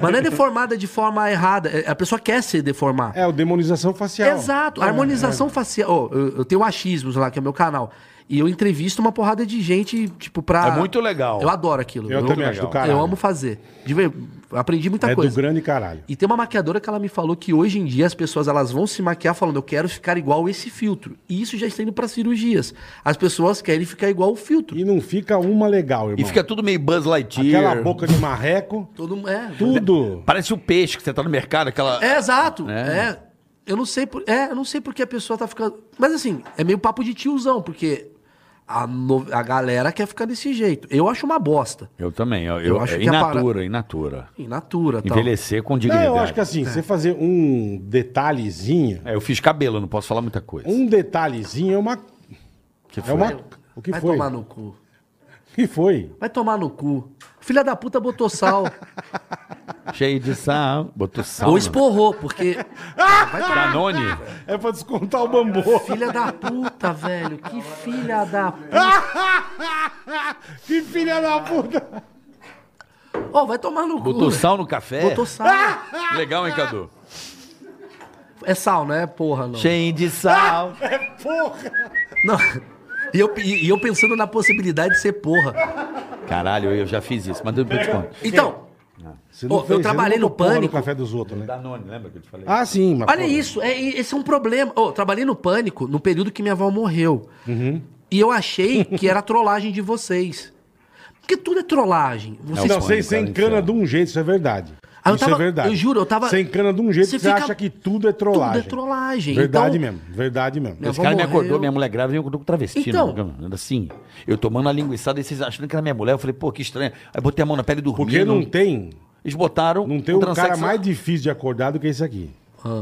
Speaker 5: Mas não é deformada de forma errada. É- A pessoa quer se deformar.
Speaker 2: É, o demonização facial.
Speaker 5: Exato.
Speaker 2: É,
Speaker 5: harmonização facial. Ó, eu, eu tenho achismos lá, que é o meu canal. E eu entrevisto uma porrada de gente, tipo, pra.
Speaker 6: É muito legal.
Speaker 5: Eu adoro aquilo.
Speaker 2: Eu também acho do caralho.
Speaker 5: Eu amo fazer. De ver- Aprendi muita
Speaker 2: É do
Speaker 5: coisa.
Speaker 2: grande caralho.
Speaker 5: E tem uma maquiadora que ela me falou que hoje em dia as pessoas elas vão se maquiar falando eu quero ficar igual esse filtro. E isso já está indo para cirurgias. As pessoas querem ficar igual o filtro.
Speaker 2: E não fica uma legal, irmão.
Speaker 6: Ah, E fica tudo meio Buzz Lightyear.
Speaker 2: Aquela boca de marreco,
Speaker 5: Todo mundo é.
Speaker 2: tudo.
Speaker 6: Parece o peixe que você tá no mercado, aquela...
Speaker 5: É, exato. É. Eu não sei por, é, eu não sei porque a pessoa tá ficando, mas assim, é meio papo de tiozão, porque a, no- a galera quer ficar desse jeito. Eu acho uma bosta.
Speaker 6: Eu também. Eu,
Speaker 5: Eu acho
Speaker 6: acho
Speaker 5: que
Speaker 6: in
Speaker 5: a para- Então.
Speaker 6: natura, in natura.
Speaker 5: In natura, tal.
Speaker 6: Envelhecer com
Speaker 2: Não,
Speaker 6: dignidade.
Speaker 2: eu acho que assim, você fazer um detalhezinho,
Speaker 6: É, eu fiz cabelo, não posso falar muita coisa.
Speaker 2: um detalhezinho é uma... É uma... O que
Speaker 5: Vai
Speaker 2: foi?
Speaker 5: tomar no cu.
Speaker 2: O que foi?
Speaker 5: Vai tomar no cu. Filha da puta botou sal.
Speaker 6: Cheio de sal, botou sal.
Speaker 5: Ou
Speaker 6: né?
Speaker 5: esporrou, porque.
Speaker 6: Danone.
Speaker 2: É pra descontar o bambu.
Speaker 5: Filha da puta, velho. Que filha da puta.
Speaker 2: que filha da puta.
Speaker 5: Ó, vai tomar no cu. É.
Speaker 6: Botou sal no café.
Speaker 5: Botou sal.
Speaker 6: Legal, hein, Cadu?
Speaker 5: É sal, né? Porra, não.
Speaker 3: Cheio de sal.
Speaker 5: Não. E eu, e e eu pensando na possibilidade de ser porra.
Speaker 3: Caralho, eu já fiz isso. Mas depois eu te conto.
Speaker 5: Então,
Speaker 2: Você
Speaker 5: Ô, eu
Speaker 2: você
Speaker 5: trabalhei no
Speaker 2: botou porra
Speaker 5: Pânico.
Speaker 2: café dos outros, né?
Speaker 6: Danone, lembra que eu te falei?
Speaker 2: Ah, sim, mas...
Speaker 5: Olha
Speaker 2: porra.
Speaker 5: isso, é, e- esse é um problema. Ô, trabalhei no pânico no período que minha avó morreu.
Speaker 2: Uhum.
Speaker 5: E eu achei que era trollagem de vocês. Porque tudo é trollagem. Vocês
Speaker 2: um Não, você,
Speaker 6: Pânico,
Speaker 2: você
Speaker 6: cara,
Speaker 2: encana
Speaker 6: inferno.
Speaker 2: de um jeito, isso é verdade.
Speaker 5: Ah, eu
Speaker 2: isso
Speaker 5: tava-
Speaker 2: é verdade.
Speaker 5: eu juro, eu tava-
Speaker 2: Você encana de um jeito
Speaker 5: Você
Speaker 2: que você
Speaker 5: fica-
Speaker 2: acha que tudo é trollagem.
Speaker 5: Tudo é trollagem.
Speaker 2: Verdade
Speaker 5: Então-
Speaker 2: mesmo, verdade mesmo.
Speaker 5: Meu-
Speaker 6: Esse cara me
Speaker 5: morreu.
Speaker 6: acordou, minha mulher grávida, e eu tô com travestino.
Speaker 5: Então.
Speaker 6: né? Assim, eu tomando a linguiçada e vocês achando que era minha mulher. Eu falei, pô, que estranho. Aí botei a mão na pele e dormi.
Speaker 2: Porque não tem,
Speaker 6: Eles botaram
Speaker 2: não tem um, cara
Speaker 6: transexo
Speaker 2: mais difícil de acordar do que esse aqui.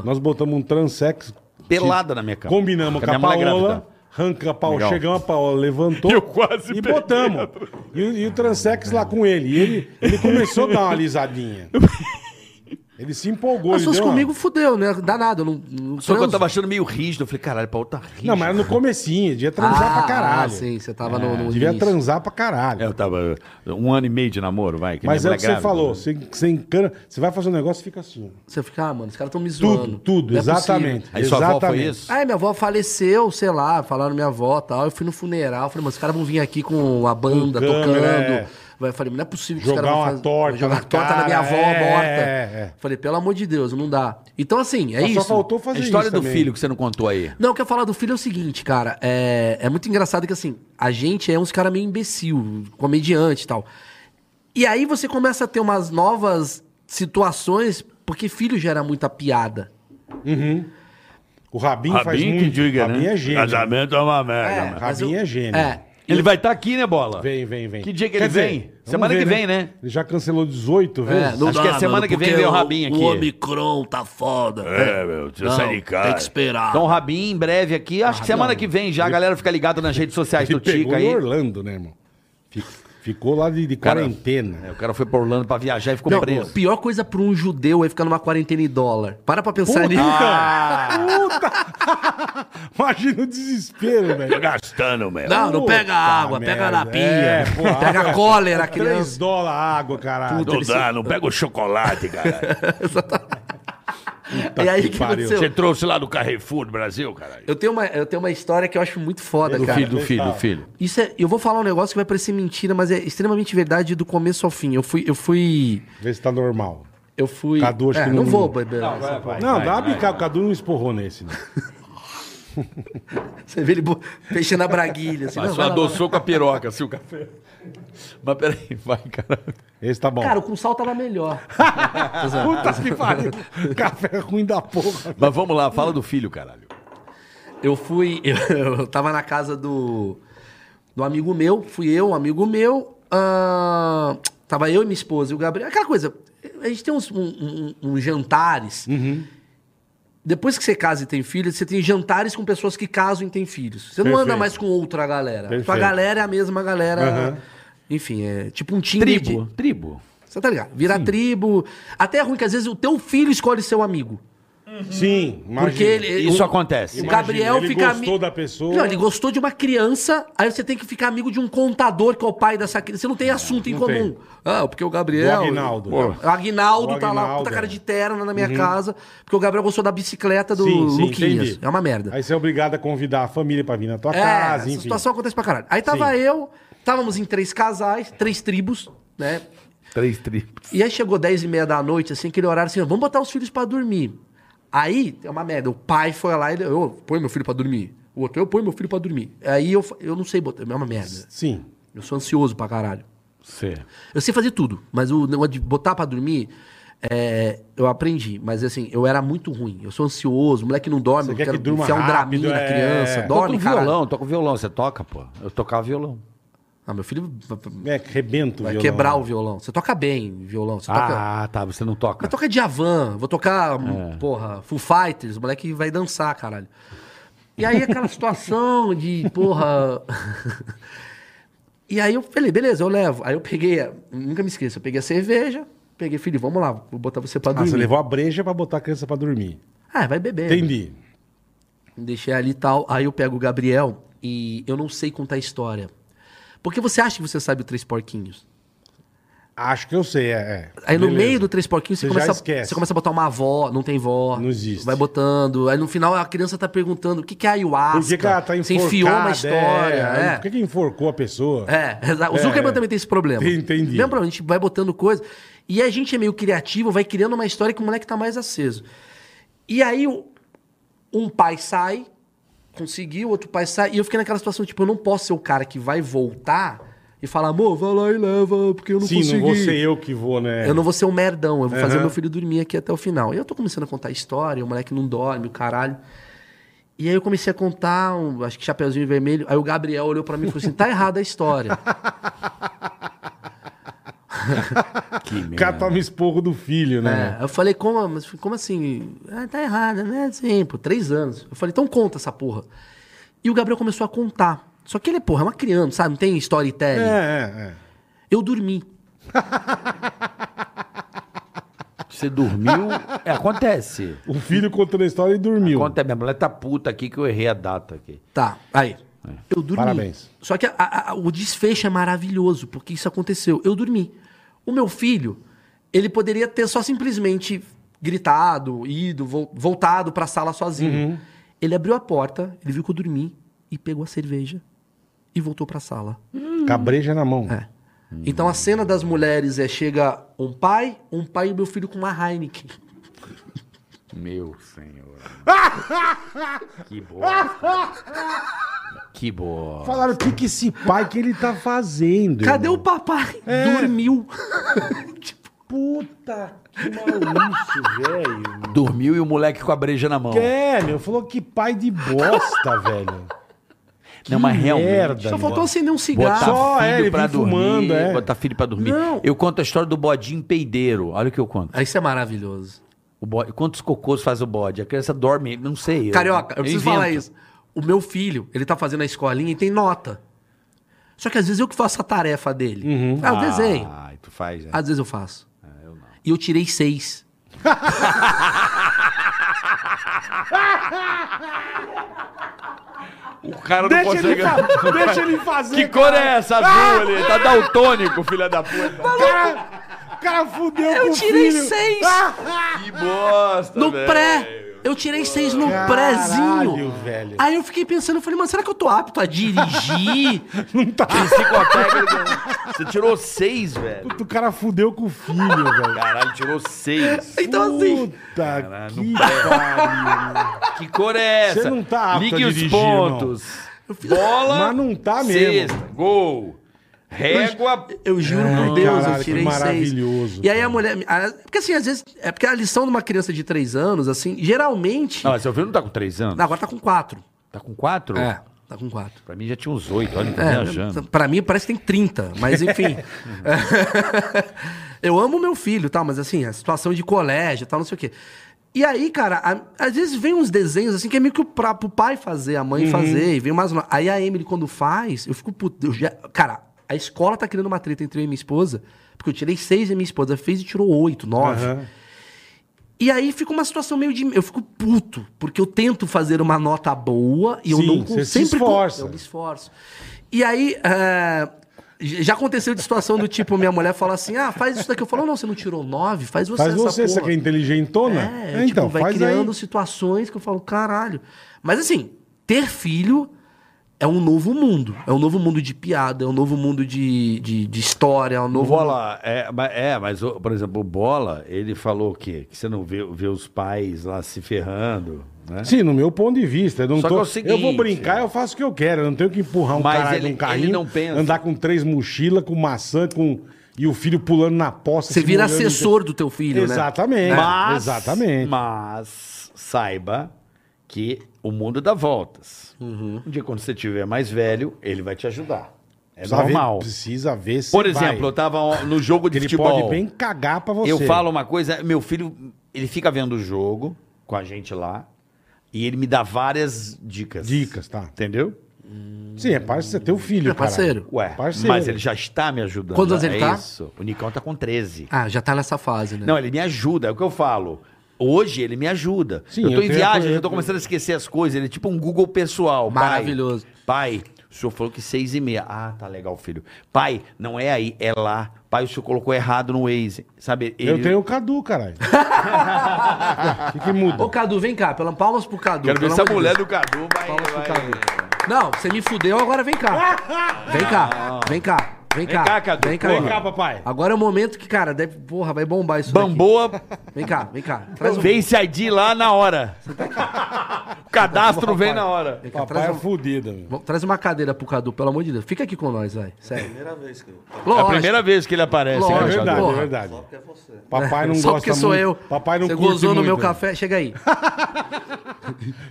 Speaker 2: Nós botamos um transexo,
Speaker 6: pelada na minha cama.
Speaker 2: combinamos com a
Speaker 6: minha mulher é
Speaker 2: Paola,
Speaker 6: grávida.
Speaker 2: arranca a Paola,
Speaker 6: Legal.
Speaker 2: chegamos a Paola, levantou
Speaker 6: Eu quase
Speaker 2: e
Speaker 6: peguei
Speaker 2: botamos. E, o- e o transex lá com ele. E ele, ele começou a dar uma alisadinha. Ele se empolgou.
Speaker 5: Mas
Speaker 2: ele
Speaker 5: se fosse
Speaker 2: deu uma-
Speaker 5: comigo, fudeu, né? Dá nada, eu não, não
Speaker 6: Só que eu
Speaker 5: transo.
Speaker 6: tava achando meio rígido. Eu falei, caralho, Paola tá rígido.
Speaker 2: Não, mas era no comecinho, devia transar
Speaker 5: Ah,
Speaker 2: pra caralho. É,
Speaker 5: sim, você tava no, no
Speaker 2: Devia
Speaker 5: início.
Speaker 2: transar pra caralho.
Speaker 6: É, Eu tava uh, um ano e meio de namoro, vai. que
Speaker 2: Mas é
Speaker 6: minha
Speaker 2: o que
Speaker 6: mulher
Speaker 2: você
Speaker 6: grávida,
Speaker 2: falou,
Speaker 6: né?
Speaker 2: você, você encana, você vai fazer um negócio e fica assim. ó.
Speaker 5: Você fica, ah, mano, os caras tão me zoando.
Speaker 2: Tudo, tudo,
Speaker 5: Não é
Speaker 2: exatamente.
Speaker 5: possível.
Speaker 6: Aí sua avó foi
Speaker 2: exatamente.
Speaker 6: isso?
Speaker 5: Aí minha avó faleceu, sei lá, falaram minha avó e tal. Eu fui no funeral, falei, mano, os caras vão vir aqui com a banda
Speaker 2: Com câmera,
Speaker 5: tocando.
Speaker 2: é.
Speaker 5: Vai, Eu falei, não é possível que os
Speaker 2: Jogar
Speaker 5: caras vão
Speaker 2: uma
Speaker 5: fazer-
Speaker 2: torta
Speaker 5: jogar
Speaker 2: no
Speaker 5: torta
Speaker 2: cara,
Speaker 5: na minha avó
Speaker 2: é,
Speaker 5: morta.
Speaker 2: é, é.
Speaker 5: Falei, pelo amor de Deus, não dá. Então, assim, é
Speaker 2: Mas
Speaker 5: isso.
Speaker 2: Só faltou
Speaker 6: A
Speaker 2: fazer isso.
Speaker 6: história do
Speaker 2: também.
Speaker 6: filho que você não contou aí.
Speaker 5: Não, o que eu ia falar do filho é o seguinte, cara. É, é muito engraçado que, assim, a gente é uns caras meio imbecil, comediante e tal. E aí você começa a ter umas novas situações, porque filho gera muita piada.
Speaker 2: O Rabin, faz muito. Rabin é gênio.
Speaker 6: né? Casamento é uma merda.
Speaker 5: É,
Speaker 6: mano.
Speaker 5: mas
Speaker 2: Rabin
Speaker 5: eu-
Speaker 2: é gênio.
Speaker 5: É.
Speaker 6: Ele vai estar aqui, né, Bola?
Speaker 2: Vem, vem, vem.
Speaker 6: Que dia que
Speaker 2: Quer
Speaker 6: ele
Speaker 2: dizer,
Speaker 6: vem?
Speaker 2: vamos
Speaker 6: Semana
Speaker 2: ver,
Speaker 6: que vem, né?
Speaker 2: Ele já cancelou 18 vezes.
Speaker 5: não
Speaker 6: Acho que é semana que vem
Speaker 5: porque
Speaker 6: vem o Rabin aqui.
Speaker 5: O Omicron tá foda.
Speaker 6: É, meu, tira
Speaker 5: Não,
Speaker 6: sai de casa.
Speaker 5: Tem que esperar.
Speaker 6: Então, o Rabin, em breve aqui. Acho que semana que vem já. A galera fica ligada nas redes sociais
Speaker 2: ele
Speaker 6: do
Speaker 2: pegou
Speaker 6: Tica
Speaker 2: em
Speaker 6: aí.
Speaker 2: Orlando, né, irmão? Fi- Ficou lá de, de
Speaker 6: Cara,
Speaker 2: quarentena.
Speaker 6: É, o cara foi pra Orlando pra viajar e ficou
Speaker 5: Não,
Speaker 6: preso.
Speaker 5: pior coisa pra um judeu é ficar numa quarentena em dólar. Para pra pensar
Speaker 2: Puta!
Speaker 5: nisso. Ah!
Speaker 2: Puta! Imagina o desespero, velho.
Speaker 6: gastando, meu.
Speaker 5: Não, não pega água,
Speaker 2: Puta
Speaker 5: pega na
Speaker 2: merda.
Speaker 5: pia.
Speaker 2: É, pô,
Speaker 5: pega
Speaker 2: água-
Speaker 5: cólera, criança.
Speaker 2: 3 dólares a água, caralho.
Speaker 6: dá, não pega o chocolate, cara.
Speaker 2: Puta
Speaker 5: E aí que
Speaker 2: pariu.
Speaker 5: aconteceu?
Speaker 6: Você trouxe lá do Carrefour do Brasil, caralho?
Speaker 5: Eu tenho, uma, eu tenho uma história que eu acho muito
Speaker 3: É
Speaker 5: foda,
Speaker 6: Do
Speaker 5: cara.
Speaker 6: filho, do filho, do filho.
Speaker 5: Isso é, eu vou falar um negócio que vai parecer mentira, mas é extremamente verdade do começo ao fim. Eu fui. Eu fui.
Speaker 2: Vê se tá normal.
Speaker 5: Eu fui.
Speaker 2: Cadu, acho
Speaker 5: é,
Speaker 2: que
Speaker 5: não,
Speaker 2: não-
Speaker 5: vou beber.
Speaker 2: não, dá uma bicada. O Cadu não esporrou nesse, né?
Speaker 5: Você vê ele bo- fechando a braguilha.
Speaker 3: um
Speaker 5: Assim, não,
Speaker 6: Mas só
Speaker 5: vai lá,
Speaker 6: adoçou com a piroca, assim, o café. Mas peraí, vai, caralho.
Speaker 2: Esse tá bom.
Speaker 5: vai lá. Cara, o com sal tava melhor.
Speaker 2: Puta que pariu. Café ruim da porra.
Speaker 6: Mas vamos lá, fala do filho, caralho.
Speaker 5: Eu fui. Eu, eu tava na casa do. Do amigo meu. Fui eu, um amigo meu. ahn, tava eu e minha esposa e o Gabriel. Aquela coisa. A gente tem uns, um- um- uns jantares.
Speaker 2: Uhum.
Speaker 5: Depois que você casa e tem filhos, você tem jantares com pessoas que casam e têm filhos. Você não anda
Speaker 2: Perfeito.
Speaker 5: mais com outra galera. Tua
Speaker 2: Perfeito.
Speaker 5: galera é a mesma galera.
Speaker 2: Aham.
Speaker 5: Enfim, é tipo um time
Speaker 3: Tribo, tribo.
Speaker 5: Você tá ligado? Vira tribo. Até é ruim que às vezes o teu filho escolhe seu amigo.
Speaker 2: Sim, imagina.
Speaker 5: Porque ele,
Speaker 3: Isso
Speaker 5: o-
Speaker 3: acontece.
Speaker 5: o
Speaker 2: Imagina,
Speaker 5: Gabriel
Speaker 2: ele
Speaker 5: fica
Speaker 2: gostou
Speaker 5: ami-
Speaker 2: da pessoa.
Speaker 5: Não, ele gostou de uma criança, aí você tem que ficar amigo de um contador que é o pai dessa criança. Você não tem assunto em
Speaker 2: não
Speaker 5: comum.
Speaker 2: tem.
Speaker 5: Ah, porque o Gabriel.
Speaker 2: Do Aguinaldo.
Speaker 5: Pô, O
Speaker 2: O
Speaker 5: Aguinaldo tá lá,
Speaker 2: Aguinaldo,
Speaker 5: puta cara
Speaker 2: é.
Speaker 5: de terna na minha casa, porque o Gabriel gostou da bicicleta do
Speaker 2: Sim, sim,
Speaker 5: Luquinhas.
Speaker 2: entendi.
Speaker 5: É uma merda.
Speaker 2: Aí você é obrigado a convidar a família pra vir na tua
Speaker 5: é,
Speaker 2: casa,
Speaker 5: essa
Speaker 2: enfim.
Speaker 5: situação acontece pra caralho. Aí tava
Speaker 2: Sim.
Speaker 5: eu, estávamos em três casais, três tribos, né?
Speaker 6: Três tribos.
Speaker 5: E aí chegou 10 e meia da noite, assim, aquele horário assim, ó, vamos botar os filhos pra dormir. Aí, é uma merda, o pai foi lá e ele, eu põe meu filho pra dormir. O outro, eu põe meu filho pra dormir. Aí eu, fa- eu não sei botar, é uma merda.
Speaker 2: Sim.
Speaker 5: Eu sou ansioso pra caralho.
Speaker 6: Sim.
Speaker 5: Eu sei fazer tudo, mas o negócio de botar pra dormir, é, eu aprendi. Mas assim, eu era muito ruim. Eu sou ansioso, o moleque não dorme,
Speaker 2: Você
Speaker 5: eu
Speaker 2: quer que
Speaker 5: quero
Speaker 2: durma
Speaker 5: enfiar um
Speaker 2: rápido,
Speaker 5: draminho na
Speaker 2: é.
Speaker 5: criança,
Speaker 2: Toca
Speaker 5: dorme,
Speaker 3: toca um
Speaker 5: caralho.
Speaker 3: violão, toca um violão. Você toca, pô. Eu tocava violão.
Speaker 5: Ah, meu filho vai-
Speaker 2: É, que rebenta o
Speaker 5: vai
Speaker 2: violão. né?
Speaker 5: quebrar o violão. Você toca bem violão, você toca...
Speaker 3: Ah, tá. Você não
Speaker 5: Mas
Speaker 3: toca.
Speaker 5: toca Djavan, vou tocar,
Speaker 2: É.
Speaker 5: porra, Full Fighters, o moleque vai dançar, caralho. E aí aquela situação de, porra... e aí eu falei, beleza, eu levo. Aí eu peguei, a- nunca me esqueço, eu peguei a cerveja, peguei, filho, vamos lá, vou botar você pra
Speaker 2: Ah,
Speaker 5: dormir.
Speaker 2: você levou a breja pra botar a criança pra dormir.
Speaker 5: Ah, vai beber. né?
Speaker 2: Entendi.
Speaker 5: Deixei ali e tal. Aí eu pego o Gabriel e eu não sei contar a história. Porque você acha que você sabe o Três Porquinhos.
Speaker 2: Acho que eu sei, é. é.
Speaker 5: Aí no
Speaker 2: Beleza.
Speaker 5: meio do Três Porquinhos você,
Speaker 2: Você já
Speaker 5: começa,
Speaker 2: esquece.
Speaker 5: você começa a botar uma avó, não tem vó.
Speaker 2: Não existe.
Speaker 5: Vai botando. Aí no final a criança tá perguntando o que, que é ayahuasca.
Speaker 2: Por que que ela tá
Speaker 5: Você
Speaker 2: enforcada?
Speaker 5: enfiou uma história.
Speaker 2: é.
Speaker 5: É,
Speaker 2: Por que, que enforcou a pessoa?
Speaker 5: é, exato. O Zuckerman também tem esse problema.
Speaker 2: Entendi.
Speaker 5: Mesmo problema, a gente vai botando coisa. E a gente é meio criativo, vai criando uma história que o moleque tá mais aceso. E aí o- um pai sai, conseguiu, outro pai sai. E eu fiquei naquela situação, tipo, eu não posso ser o cara que vai voltar e falar, amor, vai lá e leva, porque eu não
Speaker 2: Sim,
Speaker 5: consegui.
Speaker 2: não vou ser eu que vou, né?
Speaker 5: Eu não vou ser um merdão, eu vou fazer
Speaker 2: Aham.
Speaker 5: meu filho dormir aqui até o final. E eu tô começando a contar a história, o moleque não dorme, o caralho. E aí eu comecei a contar, um- acho que Chapeuzinho Vermelho. Aí o Gabriel olhou pra mim e falou assim: tá errada a história.
Speaker 2: Catar um esporro do filho, né?
Speaker 5: É, eu falei, como, mas como assim? Ah, tá errada, né? Sim, pô, três anos. Eu falei, então conta essa porra. E o Gabriel começou a contar. Só que ele, porra, é uma criança, sabe? Não tem
Speaker 2: É,
Speaker 5: storytelling.
Speaker 2: é, é.
Speaker 5: Eu dormi.
Speaker 3: Você dormiu. É, acontece.
Speaker 2: O filho contando a história e dormiu.
Speaker 3: Acontece. Minha mulher tá puta aqui que eu errei a data aqui.
Speaker 5: Tá, aí. Eu dormi.
Speaker 2: Parabéns.
Speaker 5: Só que a- a- a- o desfecho é maravilhoso, porque isso aconteceu. Eu dormi. O meu filho, ele poderia ter só simplesmente gritado, ido, vol- voltado pra sala sozinho. Ele abriu a porta, ele viu que eu dormi e pegou a cerveja e voltou pra sala.
Speaker 2: Com a breja na mão.
Speaker 5: É. Então a cena das mulheres é chega um pai, um pai e o meu filho com uma Heineken.
Speaker 3: Meu senhor. que bosta. Que bosta.
Speaker 2: Falaram, o que, que esse pai que ele tá fazendo?
Speaker 5: Cadê o
Speaker 2: irmão?
Speaker 5: papai? Dormiu.
Speaker 2: Puta, que maluco, velho.
Speaker 3: Dormiu e o moleque com a breja na mão.
Speaker 2: É, meu, falou que pai de bosta, velho.
Speaker 3: não, mas realmente.
Speaker 2: merda,
Speaker 5: Só
Speaker 2: meu.
Speaker 5: faltou acender um
Speaker 3: Botar
Speaker 5: cigarro.
Speaker 2: Só é,
Speaker 3: filho
Speaker 2: ele
Speaker 3: pra
Speaker 2: vem
Speaker 3: dormir.
Speaker 2: fumando, é.
Speaker 3: Botar filho pra dormir.
Speaker 5: Não.
Speaker 3: Eu conto a história do bodinho peideiro. Olha o que eu conto.
Speaker 5: Ah, Isso é maravilhoso.
Speaker 3: O bode, quantos cocôs faz o bode? A criança dorme, não sei. eu-
Speaker 5: Carioca, eu preciso
Speaker 3: invento.
Speaker 5: falar isso. O meu filho, ele tá fazendo a escolinha e tem nota. Só que às vezes eu que faço a tarefa dele. Ah, eu desenho.
Speaker 3: Ah, tu faz, né?
Speaker 5: Às vezes eu faço. E eu tirei seis.
Speaker 6: O cara não
Speaker 2: Deixa ele,
Speaker 6: consegue.
Speaker 2: fa- deixa ele fazer.
Speaker 3: Ah!
Speaker 6: Que cor é essa azul ali? Tá daltônico, filha da puta.
Speaker 2: cara? cara fudeu
Speaker 5: Eu
Speaker 2: com o
Speaker 5: tirei
Speaker 2: filho. Ah!
Speaker 5: seis.
Speaker 6: Que bosta,
Speaker 5: No
Speaker 6: velho.
Speaker 5: pré. Eu tirei seis no
Speaker 2: Caralho,
Speaker 5: prézinho.
Speaker 2: velho.
Speaker 5: Aí eu fiquei pensando, eu falei, mano, será que eu tô apto a dirigir?
Speaker 2: Não tá.
Speaker 6: Psicotécnico. Você tirou seis, velho.
Speaker 2: Puta, o cara fudeu com o filho, velho.
Speaker 6: Caralho, tirou seis.
Speaker 5: então assim,
Speaker 2: Puta que pariu.
Speaker 3: Que cor é essa?
Speaker 2: Você não tá apto
Speaker 3: Ligue
Speaker 2: a
Speaker 3: os
Speaker 2: dirigir,
Speaker 3: pontos. Bola.
Speaker 2: Mas não tá
Speaker 3: Sexta.
Speaker 2: mesmo.
Speaker 3: Gol. Régua.
Speaker 5: eu juro
Speaker 2: Ai,
Speaker 5: por Deus,
Speaker 2: caralho,
Speaker 5: eu
Speaker 2: que
Speaker 5: tirei
Speaker 2: maravilhoso,
Speaker 5: seis. E aí
Speaker 2: cara.
Speaker 5: a mulher... a- Porque assim, às vezes... É porque a lição de uma criança de três anos, assim, geralmente...
Speaker 3: Não, mas seu filho não tá com três anos?
Speaker 5: Não, Agora tá com quatro.
Speaker 3: Tá com quatro?
Speaker 5: Tá com quatro.
Speaker 3: Pra mim já tinha uns oito. Olha, tá
Speaker 5: É,
Speaker 3: viajando.
Speaker 5: pra mim parece que tem 30, mas enfim. eu amo meu filho, tal, mas assim, a situação de colégio, tal, não sei o quê. E aí, cara, a- às vezes vem uns desenhos assim que é meio que pra, pro pai fazer, a
Speaker 3: Uhum.
Speaker 5: mãe fazer, e vem mais uma. Aí a Emily, quando faz, eu fico puto. eu já- cara, a escola tá criando uma treta entre eu e minha esposa, porque eu tirei seis e minha esposa fez e tirou oito, nove.
Speaker 2: Aham.
Speaker 5: E aí fica uma situação meio de. Eu fico puto, porque eu tento fazer uma nota boa e eu
Speaker 2: Sim,
Speaker 5: não con-
Speaker 2: você se
Speaker 5: con-
Speaker 2: esforça.
Speaker 5: Eu me esforço. E aí. é, j- Já aconteceu de situação do tipo, minha mulher fala assim: ah, faz isso daqui. Eu falo, não, você não tirou nove, faz você
Speaker 2: Faz
Speaker 5: essa
Speaker 2: você,
Speaker 5: porra.
Speaker 2: você que é inteligentona?
Speaker 5: É,
Speaker 2: É, então,
Speaker 5: tipo, vai
Speaker 2: faz aí.
Speaker 5: criando situações que eu falo, caralho. Mas assim, ter filho é um novo mundo. É um novo mundo de piada, é um novo mundo de, de, de história, é um
Speaker 3: O
Speaker 5: novo.
Speaker 3: Bola, é, ma- é, mas, o- por exemplo, o Bola, ele falou o quê? Que você não vê, vê os pais lá se ferrando, né?
Speaker 2: Sim, no meu ponto de vista. Eu, não
Speaker 3: Só
Speaker 2: tô-
Speaker 3: que é o seguinte-
Speaker 2: eu vou brincar, eu faço o que eu quero. Eu não tenho que empurrar um
Speaker 3: Mas
Speaker 2: caralho
Speaker 3: ele-
Speaker 2: num carrinho,
Speaker 3: ele não pensa.
Speaker 2: andar com três mochilas, com maçã, com... e o filho pulando na poça.
Speaker 5: Você
Speaker 2: se
Speaker 5: vira
Speaker 2: molhando.
Speaker 5: assessor do teu filho, né?
Speaker 2: Exatamente.
Speaker 3: Mas,
Speaker 2: Exatamente.
Speaker 3: mas saiba que o mundo dá voltas. Um dia, quando você tiver mais velho, ele vai te ajudar. É
Speaker 2: Precisa ver-
Speaker 3: normal.
Speaker 2: precisa ver se
Speaker 3: Por
Speaker 2: vai.
Speaker 3: exemplo, eu tava no jogo de
Speaker 2: Ele
Speaker 3: futebol.
Speaker 2: pode bem cagar pra você.
Speaker 3: Eu falo uma coisa, meu filho, ele fica vendo o jogo com a gente lá e ele me dá várias dicas.
Speaker 2: Dicas, tá.
Speaker 3: Entendeu?
Speaker 2: Sim, é parceiro, você tem o filho,
Speaker 5: É parceiro.
Speaker 2: caralho.
Speaker 3: Ué,
Speaker 2: parceiro.
Speaker 3: mas ele já está me ajudando.
Speaker 5: Quantos anos ele
Speaker 3: é
Speaker 5: tá?
Speaker 3: Isso. O Nicão tá com 13.
Speaker 5: Ah, já tá nessa fase, né?
Speaker 3: Não, ele me ajuda, é o que eu falo. Hoje ele me ajuda.
Speaker 2: Sim,
Speaker 3: eu tô
Speaker 2: eu
Speaker 3: em
Speaker 2: tenho
Speaker 3: viagem,
Speaker 2: apoio-
Speaker 3: eu tô começando a esquecer as coisas. Ele é tipo um Google pessoal. Pai,
Speaker 5: Maravilhoso.
Speaker 3: Pai, o senhor falou que seis e meia. Ah, tá legal, filho. Pai, não é aí, é lá. Pai, o senhor colocou errado no Waze. Sabe? Ele...
Speaker 2: Eu tenho o Cadu, caralho. O que, que muda?
Speaker 5: Ô, Cadu, vem cá, pela, palmas pro Cadu.
Speaker 6: Quero ver
Speaker 5: pelo
Speaker 6: se a
Speaker 5: amor de
Speaker 6: mulher
Speaker 5: Deus.
Speaker 6: do Cadu vai...
Speaker 5: Palmas pro
Speaker 6: vai-
Speaker 5: Cadu. Não, você me fudeu, agora vem cá. Vem cá, vem cá, vem cá.
Speaker 6: cá, Cadu.
Speaker 5: Vem cá,
Speaker 2: Vem
Speaker 5: Cadu.
Speaker 2: cá, papai.
Speaker 5: Agora é o momento que, cara, deve, porra, vai bombar isso daqui.
Speaker 3: Bamboa,
Speaker 5: Vem cá, vem cá. Traz um...
Speaker 3: Face ID lá na hora.
Speaker 5: tá-
Speaker 3: O cadastro vem na hora.
Speaker 5: Vem cá,
Speaker 2: Papai
Speaker 5: traz,
Speaker 2: é
Speaker 5: um-
Speaker 2: fudido, meu.
Speaker 5: Vamos- traz uma cadeira pro Cadu, pelo amor de Deus. Fica aqui com nós, vai. Sério.
Speaker 4: Primeira vez que eu.
Speaker 3: É a
Speaker 5: Lógico.
Speaker 3: primeira vez que ele aparece.
Speaker 5: Lógico.
Speaker 2: É
Speaker 3: né, Jota?
Speaker 2: verdade,
Speaker 5: Porra.
Speaker 2: é verdade.
Speaker 4: é você.
Speaker 2: Papai não
Speaker 5: Só
Speaker 2: gosta
Speaker 5: porque sou
Speaker 2: muito.
Speaker 5: eu.
Speaker 2: Papai não
Speaker 5: Você
Speaker 2: curte
Speaker 5: gozou no
Speaker 2: muito.
Speaker 5: meu café. Chega aí.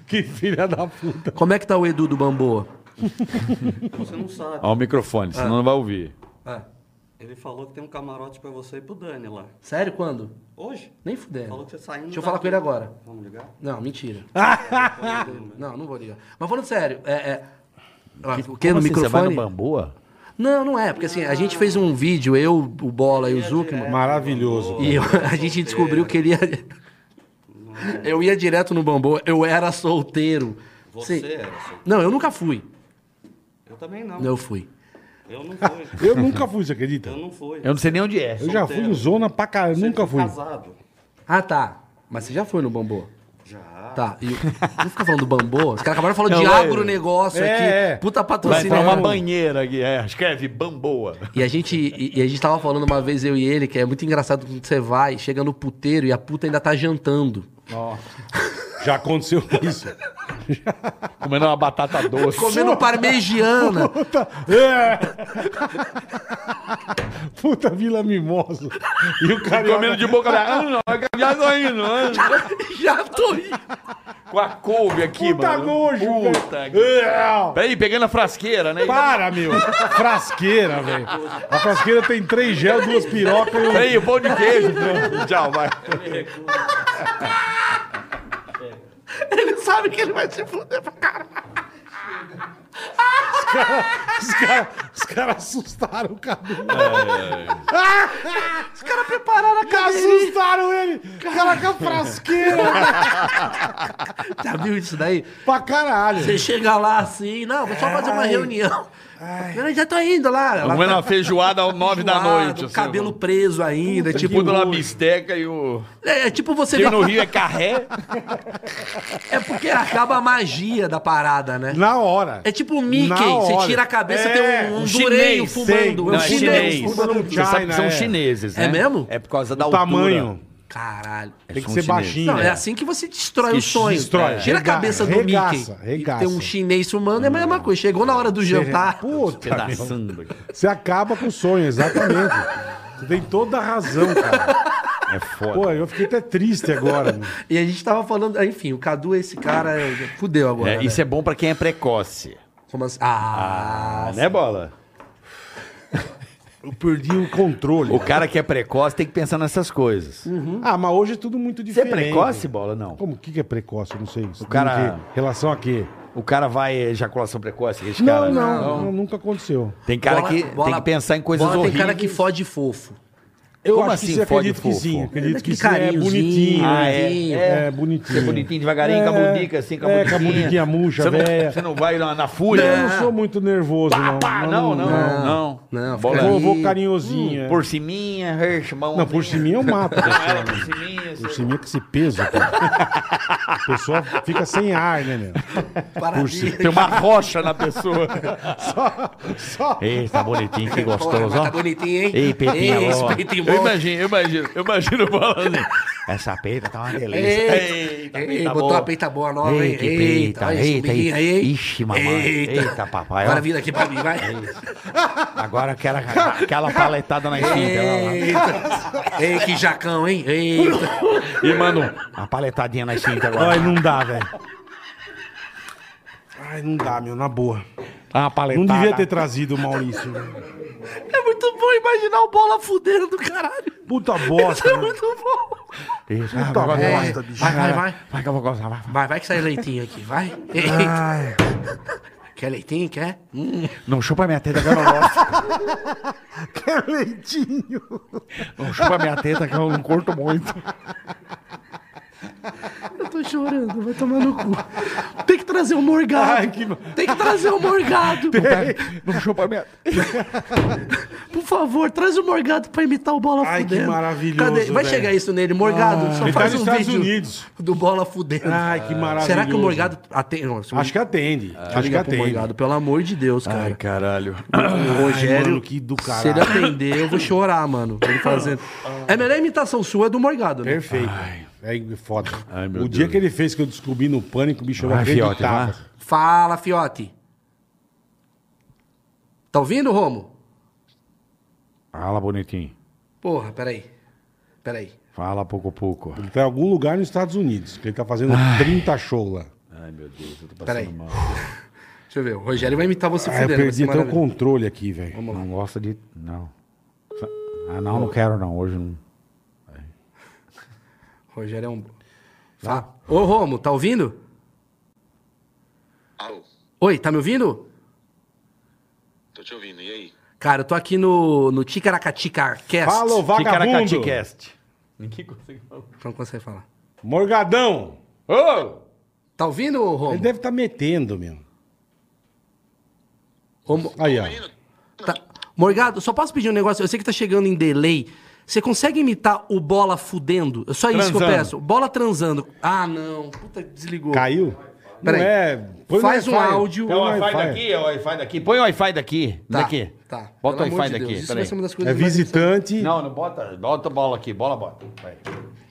Speaker 2: Que filha da puta.
Speaker 5: Como é que tá o Edu do Bamboa?
Speaker 7: Você não sabe.
Speaker 6: Ó, o microfone, senão não vai ouvir.
Speaker 7: Ele falou que tem um camarote pra você e pro Dani lá.
Speaker 5: Sério, quando?
Speaker 7: Hoje?
Speaker 5: Nem fudendo.
Speaker 7: Falou que você saindo.
Speaker 5: Deixa eu
Speaker 7: daqui.
Speaker 5: falar com ele agora.
Speaker 7: Vamos ligar?
Speaker 5: Não, mentira. não, não vou ligar. Mas falando sério, é. é... Ah, O que
Speaker 3: Como
Speaker 5: no
Speaker 3: assim, Você vai no
Speaker 5: microfone?
Speaker 3: Bamboa?
Speaker 5: não, não é, porque assim, a gente fez um vídeo, eu, o Bola e o Zuckerman,
Speaker 2: Maravilhoso.
Speaker 5: e eu- a gente descobriu que ele ia. Eu ia direto no bambu, eu era solteiro.
Speaker 7: é Você
Speaker 5: Sim.
Speaker 7: era. seu-
Speaker 5: Não, eu nunca fui.
Speaker 7: Eu também não.
Speaker 5: Eu fui.
Speaker 7: Eu não fui.
Speaker 2: Eu nunca fui, você acredita?
Speaker 7: Eu não fui. é
Speaker 3: Eu não sei nem onde é.
Speaker 2: Eu já fui no Zona pra caralho, nunca fui.
Speaker 7: Casado.
Speaker 5: Ah, tá. Mas você já foi no bambu?
Speaker 7: Já.
Speaker 5: Tá. E não fica falando do bambu? Os caras acabaram falando de
Speaker 3: Não, é-
Speaker 5: agronegócio
Speaker 2: É,
Speaker 5: aqui.
Speaker 2: é.
Speaker 5: Puta
Speaker 3: Vai
Speaker 5: patrocínio.
Speaker 3: pra uma
Speaker 5: Não.
Speaker 3: banheira aqui, é. Escreve Bamboa.
Speaker 5: E a gente e, e a gente tava falando uma vez eu e ele que é muito engraçado quando você vai, chega no puteiro e a puta ainda tá jantando.
Speaker 2: Já aconteceu isso.
Speaker 3: Comendo uma batata doce.
Speaker 5: Comendo parmegiana.
Speaker 2: Puta, é. Puta Vila Mimosa. E o carioca...
Speaker 6: Comendo de boca aberta. Ah, não, é caviar ainda, não. é?
Speaker 5: Já tô rindo.
Speaker 6: Com a couve aqui,
Speaker 2: Puta
Speaker 6: mano.
Speaker 2: nojo,
Speaker 6: Puta que...
Speaker 2: velho. É.
Speaker 6: Peraí, pegando a frasqueira, né?
Speaker 2: Para, meu. Frasqueira, velho. A frasqueira tem três gel, duas pirocas e um...
Speaker 6: Peraí, o pão de queijo. Tchau, vai.
Speaker 5: Ele sabe que ele vai se fuder pra caralho.
Speaker 2: Os caras os cara assustaram o Cadu.
Speaker 5: Os caras prepararam a casinha.
Speaker 2: Assustaram ele. Cara, com a frasqueira.
Speaker 5: Já viu isso daí?
Speaker 2: pra caralho.
Speaker 5: Você chega lá assim, não, vou só fazer uma reunião. Eu já tô indo lá. Ela
Speaker 6: Comendo
Speaker 5: tá
Speaker 6: uma feijoada às nove da
Speaker 5: enjoada,
Speaker 6: noite.
Speaker 5: o cabelo preso ainda.
Speaker 6: tipo...
Speaker 5: Tipo,
Speaker 6: Tipo uma bisteca e o...
Speaker 5: é, é tipo você
Speaker 6: Quem
Speaker 5: ver-
Speaker 6: no Rio é carré.
Speaker 5: É porque acaba a magia da parada, né?
Speaker 2: Na hora.
Speaker 5: É tipo o Mickey.
Speaker 2: Na
Speaker 5: Você
Speaker 2: hora.
Speaker 5: tira a cabeça,
Speaker 2: É,
Speaker 5: tem um, um
Speaker 6: um
Speaker 5: dureio
Speaker 6: chinês,
Speaker 5: fumando.
Speaker 2: sei.
Speaker 5: um
Speaker 2: Não, é chinês. fumando um
Speaker 6: Você sabe
Speaker 2: China,
Speaker 6: que são
Speaker 2: é.
Speaker 6: chineses, né?
Speaker 5: É mesmo?
Speaker 3: É por causa da
Speaker 2: O
Speaker 3: altura.
Speaker 2: tamanho.
Speaker 5: Caralho.
Speaker 2: Tem que
Speaker 3: são
Speaker 2: ser
Speaker 3: chineses.
Speaker 2: baixinho.
Speaker 5: Não, é
Speaker 2: né?
Speaker 5: assim que você destrói o
Speaker 6: Que
Speaker 5: sonho.
Speaker 2: destrói.
Speaker 5: Tira a
Speaker 2: Rega-
Speaker 5: cabeça do
Speaker 2: regaça,
Speaker 5: Mickey.
Speaker 2: regaça.
Speaker 5: E tem um chinês fumando, é a mesma coisa. Chegou na hora do jantar.
Speaker 3: tá
Speaker 2: Puta, meu.
Speaker 3: Pedaçando.
Speaker 2: Você acaba com o sonho, exatamente. Você tem toda a razão, cara.
Speaker 3: É foda.
Speaker 2: Pô, eu fiquei até triste agora. meu.
Speaker 5: E a gente tava falando, ah, enfim, o Cadu, esse cara, é- fudeu agora.
Speaker 3: É, isso é bom pra quem é precoce.
Speaker 5: Como assim? Ah,
Speaker 3: Né, bola?
Speaker 2: Eu perdi o controle.
Speaker 3: O cara que é precoce tem que pensar nessas coisas.
Speaker 2: Ah, mas hoje é tudo muito
Speaker 3: Você é
Speaker 2: diferente.
Speaker 3: precoce, bola? Não.
Speaker 2: Como o que que é precoce? Eu não sei. Isso
Speaker 3: O cara-
Speaker 2: tem que- Relação a quê?
Speaker 3: O cara vai ejaculação precoce, aqueles
Speaker 2: Não,
Speaker 3: caras.
Speaker 2: não, não, nunca aconteceu.
Speaker 3: Tem cara
Speaker 5: Bola-
Speaker 3: que
Speaker 5: bola-
Speaker 3: tem que pensar em coisas
Speaker 5: bola
Speaker 3: horríveis.
Speaker 5: Tem cara que fode fofo.
Speaker 3: Eu
Speaker 2: Eu
Speaker 3: Como
Speaker 2: acho que
Speaker 3: assim,
Speaker 2: sim,
Speaker 3: fode
Speaker 2: acredito que
Speaker 3: fofo?
Speaker 2: sim. Acredito que
Speaker 5: Aquele
Speaker 2: sim. É
Speaker 5: carinhozinho,
Speaker 2: bonitinho.
Speaker 5: Ah,
Speaker 2: é,
Speaker 5: é.
Speaker 2: é bonitinho.
Speaker 3: Ser bonitinho devagarinho, com a
Speaker 2: É,
Speaker 3: bundica, assim, com a
Speaker 2: é,
Speaker 3: bundiquinha.
Speaker 2: com a bundiquinha murcha,
Speaker 3: Você não-
Speaker 2: velha.
Speaker 6: Você não vai na, na
Speaker 2: Não,
Speaker 6: fúria.
Speaker 3: né?
Speaker 2: eu não sou muito nervoso, não.
Speaker 6: Pá, não, não, não. Não,
Speaker 5: Não,
Speaker 6: Bola
Speaker 5: fica-
Speaker 2: Vou,
Speaker 5: aí.
Speaker 2: vou carinhosinho. é.
Speaker 3: Por ciminha, hersh, mão.
Speaker 2: Não, por cima eu mato.
Speaker 6: É, por ciminha,
Speaker 2: Por
Speaker 6: você-
Speaker 2: cima é com esse peso, cara. A pessoa fica sem ar, né, meu?
Speaker 5: Maravilha.
Speaker 6: Tem uma rocha na pessoa.
Speaker 2: Só, só.
Speaker 3: Ei, tá bonitinho, que
Speaker 5: Porra,
Speaker 3: gostoso,
Speaker 5: mas tá
Speaker 3: ó.
Speaker 5: bonitinho, hein?
Speaker 3: Ei, peitinho,
Speaker 5: Ei, esse
Speaker 3: ó.
Speaker 5: peitinho
Speaker 6: Eu
Speaker 5: bom.
Speaker 6: imagino, eu imagino, eu imagino o Bola assim.
Speaker 3: Essa peita tá uma delícia.
Speaker 5: Ei,
Speaker 3: Eita,
Speaker 5: ei,
Speaker 3: peita
Speaker 5: botou
Speaker 3: boa.
Speaker 5: a peita boa nova, hein?
Speaker 3: Ei, que peita,
Speaker 5: olha esse
Speaker 3: eita,
Speaker 5: biquinho aí, hein?
Speaker 3: Ixi, mamãe. Eita, papai, ó. É
Speaker 5: Agora vira aqui pra mim, vai.
Speaker 3: Agora aquela, aquela paletada na esquina. lá, lá.
Speaker 5: Eita. Ei, que jacão, hein? Eita.
Speaker 6: E mano,
Speaker 3: Uma paletadinha na cinta agora.
Speaker 2: Ai, não dá, velho. Ai, não dá, meu, na boa.
Speaker 3: Ah, Uma
Speaker 2: Não
Speaker 3: paletada.
Speaker 2: devia ter trazido o Maurício. né? velho.
Speaker 5: É muito bom imaginar o bola fudendo do caralho.
Speaker 2: Puta
Speaker 5: Isso
Speaker 2: bosta.
Speaker 5: é
Speaker 2: né?
Speaker 5: muito bom.
Speaker 3: Isso, ah,
Speaker 2: Puta
Speaker 3: vai, vai, vai.
Speaker 2: bosta, bicho.
Speaker 5: Vai, vai, vai.
Speaker 3: Vai que eu vou gozar, vai, vai.
Speaker 5: Vai, vai que sai leitinho aqui, vai. Eita.
Speaker 2: Ai,
Speaker 5: Quer leitinho? Quer? Hum.
Speaker 3: Não chupa minha teta que eu não gosto.
Speaker 2: que leitinho.
Speaker 3: Não chupa minha teta que eu não curto muito.
Speaker 5: Eu tô chorando, vai tomar no cu. Tem que trazer um morgado.
Speaker 2: Ai, que-
Speaker 5: Tem que trazer um morgado.
Speaker 3: Não chupa minha...
Speaker 5: Por favor, traz o Morgado pra imitar o Bola
Speaker 2: Ai, que
Speaker 5: Fudendo.
Speaker 2: maravilhoso,
Speaker 5: Vai
Speaker 2: velho.
Speaker 5: chegar isso nele, Morgado. só
Speaker 2: Ele tá
Speaker 5: faz
Speaker 2: nos
Speaker 5: um
Speaker 2: Estados
Speaker 5: vídeo
Speaker 2: Unidos.
Speaker 5: do Bola Fudendo.
Speaker 2: Ai, que maravilhoso.
Speaker 5: Ah, Será que o Morgado atende? Não, se
Speaker 2: Acho que atende.
Speaker 3: Ah,
Speaker 5: eu
Speaker 2: Acho que
Speaker 5: ligar pro
Speaker 2: atende.
Speaker 5: Morgado, pelo amor de Deus, cara.
Speaker 6: caralho.
Speaker 5: o Rogério,
Speaker 2: mano, que do
Speaker 5: se ele
Speaker 2: caralho.
Speaker 5: atender, eu vou chorar, mano. Ele fazendo. É a melhor imitação sua é do Morgado, né?
Speaker 2: Perfeito. É foda.
Speaker 6: Ai,
Speaker 2: o
Speaker 6: meu
Speaker 2: dia
Speaker 6: Deus.
Speaker 2: que ele fez que eu descobri no pânico, bicho, eu não
Speaker 3: Vai,
Speaker 2: acreditava.
Speaker 3: fiote, vai.
Speaker 5: Fala, fiote. Tá ouvindo, Romo?
Speaker 6: Fala, bonitinho.
Speaker 5: Porra, peraí. Peraí.
Speaker 6: Fala pouco pouco.
Speaker 2: Ele tá em algum lugar nos Estados Unidos, que ele tá fazendo 30 shows lá.
Speaker 6: Ai, meu Deus, eu tô
Speaker 5: Peraí.
Speaker 6: passando mal.
Speaker 5: Deixa eu ver. O Rogério vai imitar você
Speaker 2: Ah, eu
Speaker 5: fudendo. vai
Speaker 2: perdi
Speaker 5: ser
Speaker 2: até o
Speaker 5: maravilhoso.
Speaker 2: controle aqui, velho.
Speaker 3: Não gosta de... Não. Ah, não, não quero não. Hoje não.
Speaker 5: Rogério é um. Fá. Ô, Romo, tá ouvindo?
Speaker 8: Alô,
Speaker 5: Oi, tá me ouvindo?
Speaker 8: tô te ouvindo, e aí?
Speaker 5: Cara, eu tô aqui no, no Ticaracatica Arcast.
Speaker 2: Falou, vagabundo!
Speaker 3: Ticaracaticast.
Speaker 5: Não consegue falar.
Speaker 2: Morgadão!
Speaker 5: Tá ouvindo, ô, Romo?
Speaker 2: Ele deve estar metendo, meu.
Speaker 5: Romo-
Speaker 2: Aí, ó.
Speaker 5: tá- Morgado, só posso pedir um negócio? Eu sei que tá chegando em delay. Você consegue imitar o bola fudendo? É só isso que eu
Speaker 2: Transando.
Speaker 5: peço. Bola transando. Ah, não. Puta, desligou.
Speaker 2: Caiu? Tipo, Não
Speaker 5: Peraí.
Speaker 2: é. põe no
Speaker 5: Faz um
Speaker 2: Wi-Fi.
Speaker 5: áudio.
Speaker 2: Põe no
Speaker 5: É o
Speaker 2: Wi-Fi.
Speaker 3: é o Wi-Fi daqui. Põe o Wi-Fi daqui.
Speaker 5: Tá,
Speaker 3: daqui.
Speaker 5: Tá.
Speaker 3: Bota o
Speaker 5: Pelo amor
Speaker 3: Wi-Fi
Speaker 5: de
Speaker 3: daqui.
Speaker 5: Deis, Isso
Speaker 3: peraí.
Speaker 5: vai ser uma das
Speaker 2: É
Speaker 5: coisas mais-
Speaker 2: visitante.
Speaker 3: Não, não bota. Bota a bola aqui, bola, bota. Vai.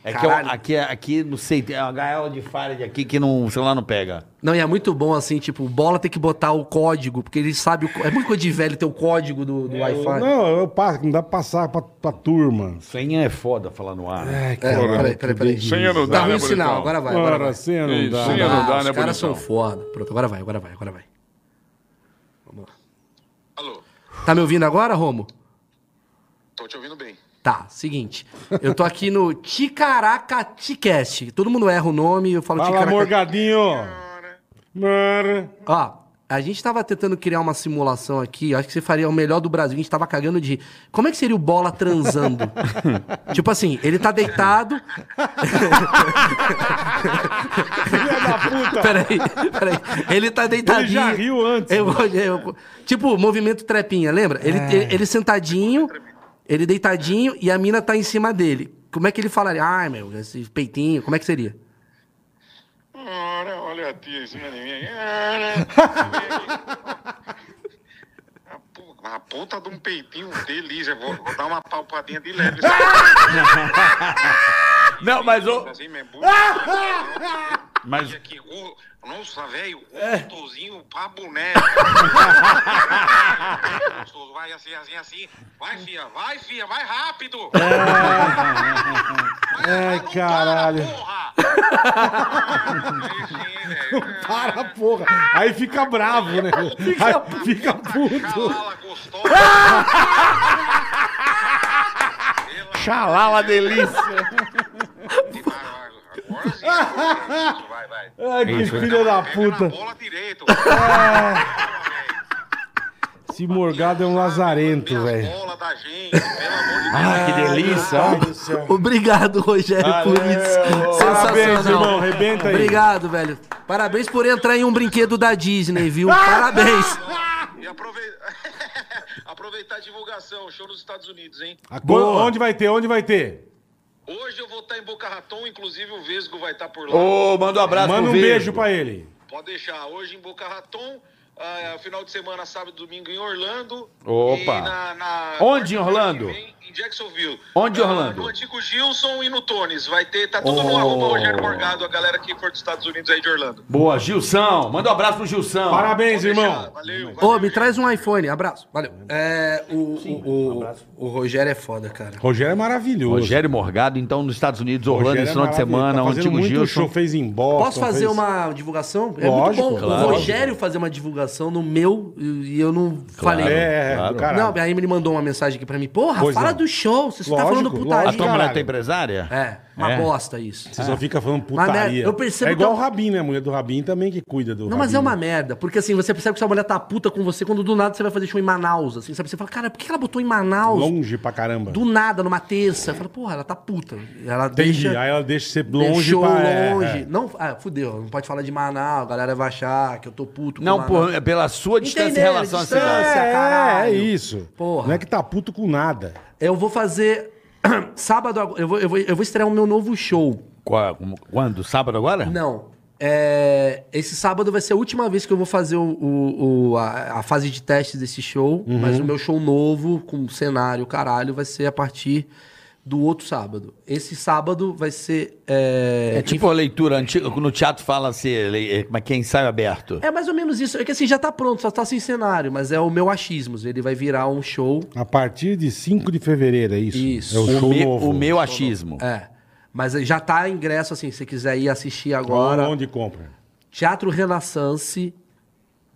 Speaker 3: É que eu,
Speaker 5: Caralho.
Speaker 3: aqui, aqui, não sei, tem é uma gaiola de Faraday aqui que não, o celular não pega.
Speaker 5: Não, e é muito bom, assim, tipo, o bola tem que botar o código, porque ele sabe... O... co- É muito coisa de velho ter o código do, do Wi-Fi. É,
Speaker 2: Não, É, eu passo, não dá pra passar pra, pra turma.
Speaker 3: Senha é foda falar no ar.
Speaker 2: Ai,
Speaker 5: É,
Speaker 2: caralho,
Speaker 5: peraí,
Speaker 2: que
Speaker 5: peraí, peraí.
Speaker 2: delícia.
Speaker 6: Senha não
Speaker 5: Tá
Speaker 6: dá,
Speaker 5: ruim
Speaker 6: né,
Speaker 5: o sinal,
Speaker 6: bonitão?
Speaker 5: agora vai, agora
Speaker 2: Ora,
Speaker 5: vai.
Speaker 2: senha não
Speaker 6: Ei,
Speaker 2: dá.
Speaker 6: senha não
Speaker 5: Ah,
Speaker 6: dá,
Speaker 5: os
Speaker 6: né,
Speaker 5: caras são
Speaker 6: bonitão?
Speaker 5: foda. Pronto, agora vai, agora vai, agora vai.
Speaker 8: Alô,
Speaker 5: Tá me ouvindo agora, Romo?
Speaker 8: tô te ouvindo bem.
Speaker 5: Tá, seguinte. Eu tô aqui no Ticaracaticast. Todo mundo erra o nome, eu falo
Speaker 2: Fala,
Speaker 5: Ticaracaticast.
Speaker 2: Morgadinho! Mora.
Speaker 5: Ó, A gente tava tentando criar uma simulação aqui, acho que você faria o melhor do Brasil, a gente tava cagando de. rir. Como é que seria o bola transando? tipo assim, ele tá deitado.
Speaker 2: Filha da puta!
Speaker 5: Peraí, peraí. Ele tá deitadinho.
Speaker 2: Ele já riu antes.
Speaker 5: Eu vou- eu- tipo, movimento trepinha, lembra? Ele, ele, ele sentadinho, ele deitadinho e a mina tá em cima dele. Como é que ele falaria? Ai, meu, esse peitinho, como é que seria?
Speaker 8: Ora, olha a tia em cima de mim. Ora. A pu- A puta de um peitinho delícia. Vou, vou dar uma palpadinha de leve.
Speaker 6: Não, Ah, mas o.
Speaker 8: Assim, mesmo. Olha
Speaker 6: Mas,
Speaker 8: que go- Nossa, velho,
Speaker 6: É.
Speaker 8: gostosinho pra boneco. Gostoso, Vai assim, assim, assim. Vai, fia, vai, fia, vai rápido.
Speaker 6: É.
Speaker 2: Ai,
Speaker 8: Não
Speaker 2: caralho.
Speaker 8: Para, porra. é, Enfim, velho.
Speaker 2: Para, porra. Aí fica bravo, né? Aí fica puto.
Speaker 8: Xalala gostosa.
Speaker 6: xalala delícia.
Speaker 8: Agora sim. agora sim, Vai, vai.
Speaker 2: Ai, que
Speaker 6: né?
Speaker 2: filho da
Speaker 8: Pega na
Speaker 2: puta.
Speaker 8: bola direito.
Speaker 2: Esse morgado é um lazarento, velho.
Speaker 8: Bola da gente, pelo amor de Deus.
Speaker 6: Ah, que
Speaker 5: É
Speaker 6: delícia. ó.
Speaker 5: Obrigado, Rogério, por isso.
Speaker 2: Parabéns, irmão. Arrebenta aí.
Speaker 5: Obrigado, velho. Parabéns por entrar em um brinquedo da Disney, viu? Parabéns.
Speaker 8: E aproveitar, aproveitar a divulgação, show nos Estados Unidos, hein?
Speaker 2: Agora, Onde vai ter? Onde vai ter?
Speaker 8: Hoje eu vou estar em Boca Raton, inclusive o Vesgo vai estar por lá.
Speaker 6: Ô, manda um abraço
Speaker 2: Manda um
Speaker 6: pro
Speaker 2: beijo pra ele.
Speaker 8: Pode deixar, hoje em Boca Raton, ah, final de semana, sábado e domingo em Orlando.
Speaker 6: Opa.
Speaker 8: E na, na-
Speaker 6: Onde em Orlando?
Speaker 8: que vem, Em Jacksonville.
Speaker 6: Onde em
Speaker 8: Ah,
Speaker 6: Orlando?
Speaker 8: no Antigo Gilson e no Tones. Vai ter, tá tudo no arroba Rogério Morgado, a galera que for dos Estados Unidos aí de Orlando.
Speaker 6: Boa, Gilson. Manda um abraço pro Gilson.
Speaker 2: Parabéns,
Speaker 8: Pode deixar,
Speaker 2: irmão.
Speaker 8: Valeu, valeu.
Speaker 5: Ô, me traz um iPhone. Abraço. Valeu. É, o, o, o, o Rogério é foda, cara.
Speaker 2: Rogério é maravilhoso.
Speaker 3: Rogério Morgado, então, nos Estados Unidos,
Speaker 2: Rogério
Speaker 3: Orlando,
Speaker 2: é
Speaker 3: esse final de
Speaker 2: maravilhoso.
Speaker 3: semana, um
Speaker 2: tá
Speaker 3: o
Speaker 2: fazendo
Speaker 3: antigo
Speaker 2: muito
Speaker 3: Gilson.
Speaker 2: show, fez em Boston.
Speaker 5: Posso fazer
Speaker 2: fez-
Speaker 5: uma divulgação? É
Speaker 2: Lógico,
Speaker 5: muito bom
Speaker 2: claro.
Speaker 5: o Rogério fazer uma divulgação no meu e eu não falei.
Speaker 2: É, é, do caralho.
Speaker 5: Não, aí ele mandou uma mensagem aqui pra mim. Porra,
Speaker 2: Pois
Speaker 5: fala
Speaker 2: é.
Speaker 5: do show. Você só tá
Speaker 2: Lógico,
Speaker 5: falando
Speaker 3: A
Speaker 5: putaria.
Speaker 2: lógico.
Speaker 3: tua mulher
Speaker 2: Caralho.
Speaker 3: tua empresária?
Speaker 5: É, uma
Speaker 3: É.
Speaker 5: bosta isso.
Speaker 2: Você só fica falando
Speaker 5: Mas, né,
Speaker 2: putaria.
Speaker 5: eu percebo
Speaker 2: é igual
Speaker 5: que
Speaker 2: o
Speaker 5: eu-
Speaker 2: Rabin, né? A mulher do Rabin também que cuida do
Speaker 5: Não, mas é
Speaker 2: Rabin. né?
Speaker 5: uma merda, porque assim, você percebe que sua mulher tá puta com você quando do nada você vai fazer show em Manaus, assim, sabe? Você fala, cara, por que ela botou em Manaus?
Speaker 2: Longe pra caramba.
Speaker 5: Do nada, numa terça. Fala, porra, ela tá puta. Ela
Speaker 2: Entendi.
Speaker 5: deixa.
Speaker 2: Aí ela deixa você longe
Speaker 5: deixou
Speaker 2: pra... é,
Speaker 5: longe.
Speaker 2: é.
Speaker 5: Não, ah, fudeu, não pode falar de Manaus, a galera vai achar que eu tô puto. com
Speaker 3: Não,
Speaker 5: Manaus.
Speaker 3: por, pela sua distância em
Speaker 5: Entendeu?
Speaker 3: relação à
Speaker 5: Distância.
Speaker 3: cidade.
Speaker 2: É,
Speaker 5: caralho.
Speaker 2: é isso.
Speaker 5: Porra.
Speaker 2: Não é que tá puto com nada.
Speaker 5: Eu vou fazer. Sábado, agora- eu vou, eu, vou, eu vou estrear o meu novo show.
Speaker 3: Qua- como- Quando? Sábado agora?
Speaker 5: Não. é, esse sábado vai ser a última vez que eu vou fazer o, o- o- a, a fase de testes desse show. Mas o meu show novo, com cenário, caralho, vai ser a partir do outro sábado. Esse sábado vai ser. é,
Speaker 3: É tipo a leitura antiga, quando o teatro fala assim, ele- é- como é que é ensaio aberto.
Speaker 5: É mais ou menos isso. É que assim, já tá pronto, só tá sem cenário, mas é o meu achismos. Ele vai virar um show.
Speaker 2: A partir de 5 de fevereiro, é isso?
Speaker 5: Isso.
Speaker 2: É o,
Speaker 3: O,
Speaker 2: show
Speaker 3: me-
Speaker 2: novo.
Speaker 3: o meu achismo.
Speaker 5: É. Mas já tá ingresso, assim, se você quiser ir assistir agora.
Speaker 2: Onde compra?
Speaker 5: Teatro Renaissance,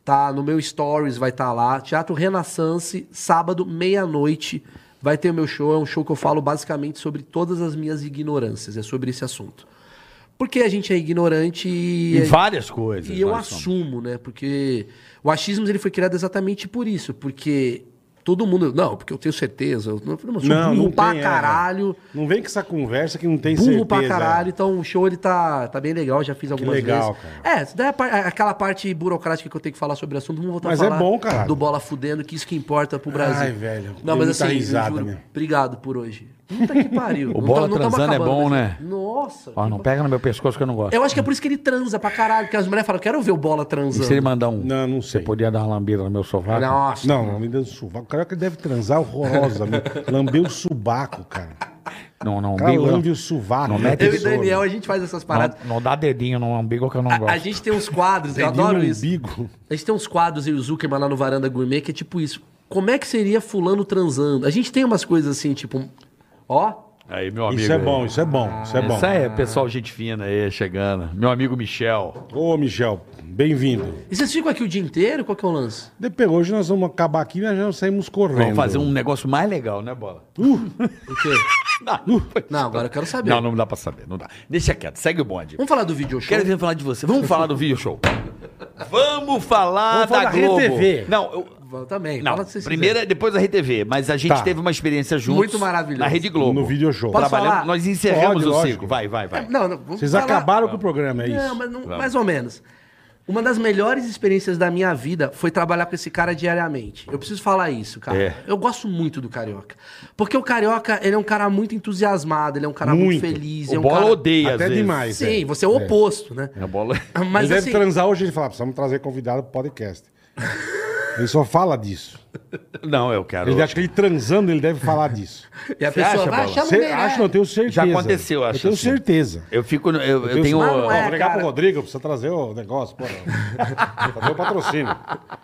Speaker 5: tá? No meu stories vai estar lá. Teatro Renaissance, sábado, meia-noite, vai ter o meu show. É um show que eu falo basicamente sobre todas as minhas ignorâncias. É sobre esse assunto. Porque a gente é ignorante e...
Speaker 3: Em várias coisas.
Speaker 5: E eu
Speaker 3: nós somos.
Speaker 5: assumo, né? Porque o achismo ele foi criado exatamente por isso, porque todo mundo, não, porque eu tenho certeza, eu não, eu sou
Speaker 2: Não,
Speaker 5: burro
Speaker 2: não
Speaker 5: pra
Speaker 2: tem, é.
Speaker 5: caralho,
Speaker 2: Não vem com essa conversa que não tem
Speaker 5: burro
Speaker 2: certeza. é.
Speaker 5: pra caralho, então o show ele tá, tá bem legal, já fiz algumas
Speaker 2: legal,
Speaker 5: vezes. É, isso daí é a par- aquela parte burocrática que eu tenho que falar sobre o assunto, vamos voltar
Speaker 2: Mas
Speaker 5: a
Speaker 2: é
Speaker 5: falar
Speaker 2: bom, caralho.
Speaker 5: do bola fudendo, que isso que importa pro Brasil.
Speaker 2: Ai, velho,
Speaker 5: Não,
Speaker 2: dei
Speaker 5: mas
Speaker 2: muita
Speaker 5: assim,
Speaker 2: risada
Speaker 5: eu juro,
Speaker 2: mesmo.
Speaker 5: obrigado por hoje. Puta que pariu. tá-
Speaker 3: O bola
Speaker 5: tamo
Speaker 3: transando é
Speaker 5: acabando,
Speaker 3: bom,
Speaker 5: mas-
Speaker 3: né?
Speaker 5: Nossa.
Speaker 3: Ó, não
Speaker 5: que-
Speaker 3: pega no meu pescoço que eu não gosto.
Speaker 5: Eu acho que é por isso que ele transa pra caralho, porque as mulheres falam, quero ver o bola
Speaker 3: E
Speaker 5: transando.
Speaker 3: se ele mandar um...
Speaker 2: Não, não
Speaker 3: Você
Speaker 2: sei.
Speaker 3: podia dar uma lambida no meu sofá?
Speaker 5: Nossa.
Speaker 2: Não, não me dando suvaco. O cara que deve transar horrorosa. meu. Lambeu o subaco, cara.
Speaker 3: Não, não.
Speaker 2: O cara
Speaker 3: umbigo,
Speaker 2: lambe
Speaker 3: não.
Speaker 2: o suvaco.
Speaker 3: Não
Speaker 2: né,
Speaker 3: mete
Speaker 5: Eu e
Speaker 2: tesouro.
Speaker 5: Daniel, a gente faz essas paradas.
Speaker 3: Não, não dá dedinho no umbigo que eu não gosto.
Speaker 5: A, a gente tem uns quadros, eu
Speaker 2: Dedinho
Speaker 5: adoro
Speaker 3: um
Speaker 2: no
Speaker 5: isso.
Speaker 2: umbigo.
Speaker 5: A gente tem uns quadros e o Zuckerman lá no Varanda Gourmet que é tipo isso. Como é que seria fulano transando? A gente tem umas coisas assim, tipo, ó,
Speaker 3: Aí, meu amigo.
Speaker 2: Isso é bom, isso é
Speaker 5: Ah,
Speaker 2: bom, isso é bom.
Speaker 3: Isso aí, pessoal, gente fina aí, chegando. Meu amigo Michel.
Speaker 2: Ô, Michel, bem-vindo.
Speaker 5: e vocês ficam aqui o dia inteiro? Qual que é o lance?
Speaker 2: Depois, hoje nós vamos acabar aqui e nós já saímos correndo.
Speaker 3: Vamos fazer um negócio mais legal, né, Bola?
Speaker 5: O quê? Não, agora eu quero saber.
Speaker 3: Não, não dá pra saber, não dá. Deixa quieto, segue o bonde.
Speaker 5: Vamos falar do video show?
Speaker 3: Quero ver falar de você. Vamos falar do vídeo show. Vamos falar
Speaker 2: Vamos falar
Speaker 3: da
Speaker 2: da
Speaker 3: Globo.
Speaker 2: RTV.
Speaker 3: Não, eu,
Speaker 5: Vou Também.
Speaker 3: não
Speaker 5: fala o que vocês
Speaker 3: primeiro,
Speaker 5: quiserem.
Speaker 3: depois a RTV, mas a gente
Speaker 2: Tá.
Speaker 3: teve uma experiência juntos.
Speaker 5: Muito maravilhoso.
Speaker 3: Na Rede Globo.
Speaker 2: No video show.
Speaker 5: Posso
Speaker 3: Trabalhamos-
Speaker 5: falar?
Speaker 3: Nós encerramos
Speaker 2: Pode,
Speaker 3: o
Speaker 2: lógico. É,
Speaker 3: circo. Vai, vai, vai.
Speaker 5: Não, não, vamos
Speaker 2: Vocês
Speaker 5: falar-
Speaker 2: acabaram com o programa, é isso?
Speaker 5: Não, mas não- mais ou menos. Uma das melhores experiências da minha vida foi trabalhar com esse cara diariamente. Eu preciso falar isso, cara.
Speaker 3: É.
Speaker 5: Eu gosto muito do Carioca. Porque o Carioca, ele é um cara muito entusiasmado, ele é um cara muito,
Speaker 2: Muito.
Speaker 5: feliz. é
Speaker 3: O
Speaker 5: um
Speaker 3: Bola
Speaker 5: cara...
Speaker 3: odeia,
Speaker 2: Até
Speaker 3: às vezes.
Speaker 2: demais.
Speaker 5: Sim,
Speaker 2: é.
Speaker 5: você é o oposto, né?
Speaker 3: A bola...
Speaker 5: Mas
Speaker 2: ele deve
Speaker 5: assim,
Speaker 2: transar hoje e falar, precisamos trazer convidado pro podcast. Ele só fala disso.
Speaker 3: Não, eu quero...
Speaker 2: Ele acha que ele transando, ele deve falar disso.
Speaker 5: e a pessoa
Speaker 3: acha,
Speaker 5: vai
Speaker 3: Bola?
Speaker 5: achar
Speaker 2: Cê- acho, não, eu tenho certeza.
Speaker 3: Já aconteceu,
Speaker 2: eu
Speaker 3: acho,
Speaker 2: tenho
Speaker 3: assim.
Speaker 2: certeza.
Speaker 3: Eu fico... no- Eu, eu
Speaker 2: tenho
Speaker 3: tenho...
Speaker 5: Mas não
Speaker 2: Pô,
Speaker 5: é.
Speaker 2: vou ligar
Speaker 5: cara.
Speaker 2: pro Rodrigo, precisa trazer o negócio, pô. Fazer o patrocínio.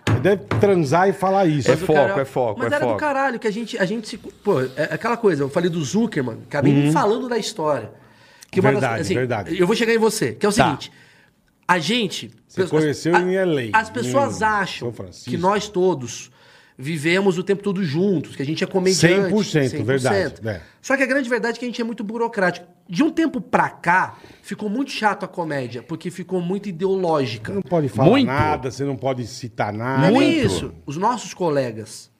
Speaker 2: Ele deve transar e falar isso.
Speaker 3: É
Speaker 5: Mas o
Speaker 3: foco,
Speaker 5: Carioca-
Speaker 3: é foco,
Speaker 5: Mas
Speaker 3: é
Speaker 5: era
Speaker 3: foco.
Speaker 5: do caralho que a gente, a gente se. Pô, é aquela coisa, eu falei do Zuckerman, acabei nem falando da história. Que é uma das-
Speaker 2: Uhum.
Speaker 5: assim,
Speaker 2: Verdade, verdade.
Speaker 5: Eu vou chegar em você, que é o
Speaker 3: Tá.
Speaker 5: seguinte. A gente.
Speaker 2: Você
Speaker 5: as-
Speaker 2: conheceu
Speaker 5: a-
Speaker 2: em LA,
Speaker 5: As pessoas
Speaker 2: em
Speaker 5: acham
Speaker 2: São Francisco.
Speaker 5: que nós todos vivemos o tempo todo juntos, que a gente é comediante.
Speaker 2: 100%, verdade, né.
Speaker 5: Só que a grande verdade é que a gente é muito burocrático. De um tempo pra cá, ficou muito chato a comédia, porque ficou muito ideológica.
Speaker 2: Não pode falar
Speaker 3: Muito.
Speaker 2: nada, você não pode citar
Speaker 5: Não
Speaker 2: nada.
Speaker 5: é nem isso. Os nossos colegas.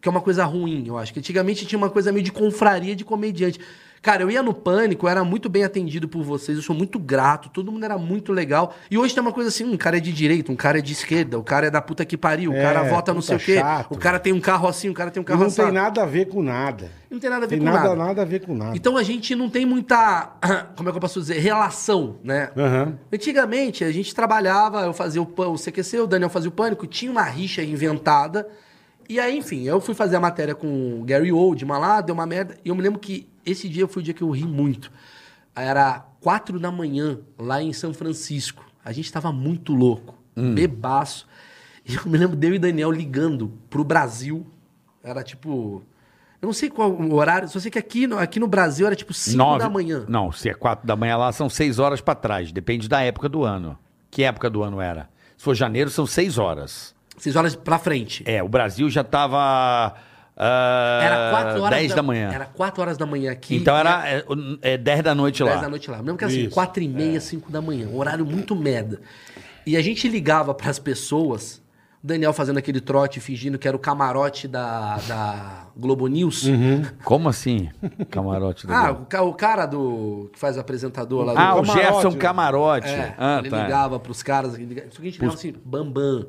Speaker 5: Que é uma coisa ruim, eu acho. Que antigamente tinha uma coisa meio de confraria de comediante. Cara, eu ia no pânico, eu era muito bem atendido por vocês, eu sou muito grato, todo mundo era muito legal. E hoje tem uma coisa assim: um cara é de direita, um cara é de esquerda, o cara é da puta que pariu, o
Speaker 2: É,
Speaker 5: cara vota não
Speaker 2: puta
Speaker 5: sei o quê,
Speaker 2: chato.
Speaker 5: o cara tem um carro assim, o cara tem um
Speaker 2: E
Speaker 5: carro
Speaker 2: não
Speaker 5: assim.
Speaker 2: tem nada a ver com nada.
Speaker 5: Não tem nada a ver
Speaker 2: Tem
Speaker 5: com
Speaker 2: nada,
Speaker 5: nada.
Speaker 2: nada a ver com nada.
Speaker 5: Então a gente não tem muita. Como é que eu posso dizer? Relação, né?
Speaker 2: Aham.
Speaker 5: Antigamente, a gente trabalhava, eu fazia o, pã- o CQC, o Daniel fazia o Pânico, tinha uma rixa inventada. E aí, enfim, eu fui fazer a matéria com o Gary Oldman lá, deu uma merda. E eu me lembro que esse dia foi o dia que eu ri muito. Era quatro da manhã, lá em São Francisco. A gente tava muito louco,
Speaker 3: Hum.
Speaker 5: bebaço. E eu me lembro de eu e Daniel ligando pro Brasil. Era tipo... Eu não sei qual o horário, só sei que aqui no, aqui no Brasil era tipo 5
Speaker 3: Nove
Speaker 5: da manhã.
Speaker 3: Não, se é quatro da manhã lá, são seis horas pra trás. Depende da época do ano. Que época do ano era? Se for janeiro, são seis horas.
Speaker 5: 6 horas pra frente.
Speaker 3: É, o Brasil já tava. ah,
Speaker 5: Era 4 horas
Speaker 3: 10 da, manhã.
Speaker 5: Era 4 horas da manhã aqui.
Speaker 3: então
Speaker 5: né?
Speaker 3: era é, é, 10 da noite
Speaker 5: 10
Speaker 3: lá.
Speaker 5: da noite lá. Mesmo que era assim,
Speaker 2: Isso,
Speaker 5: 4 e meia, 5 da manhã. Um horário muito merda. E a gente ligava pras pessoas, o Daniel fazendo aquele trote, fingindo que era o camarote da, da Globo News.
Speaker 3: Como assim? Camarote do.
Speaker 5: Ah,
Speaker 3: Globo?
Speaker 5: o, ca- o cara do. que faz o apresentador lá do.
Speaker 3: ah, o
Speaker 2: camarote,
Speaker 3: Gerson
Speaker 2: né?
Speaker 3: Camarote.
Speaker 5: É,
Speaker 3: ah,
Speaker 5: ele
Speaker 3: tá.
Speaker 5: ligava pros caras. ele ligava- Só que a gente ligava assim, Bambam.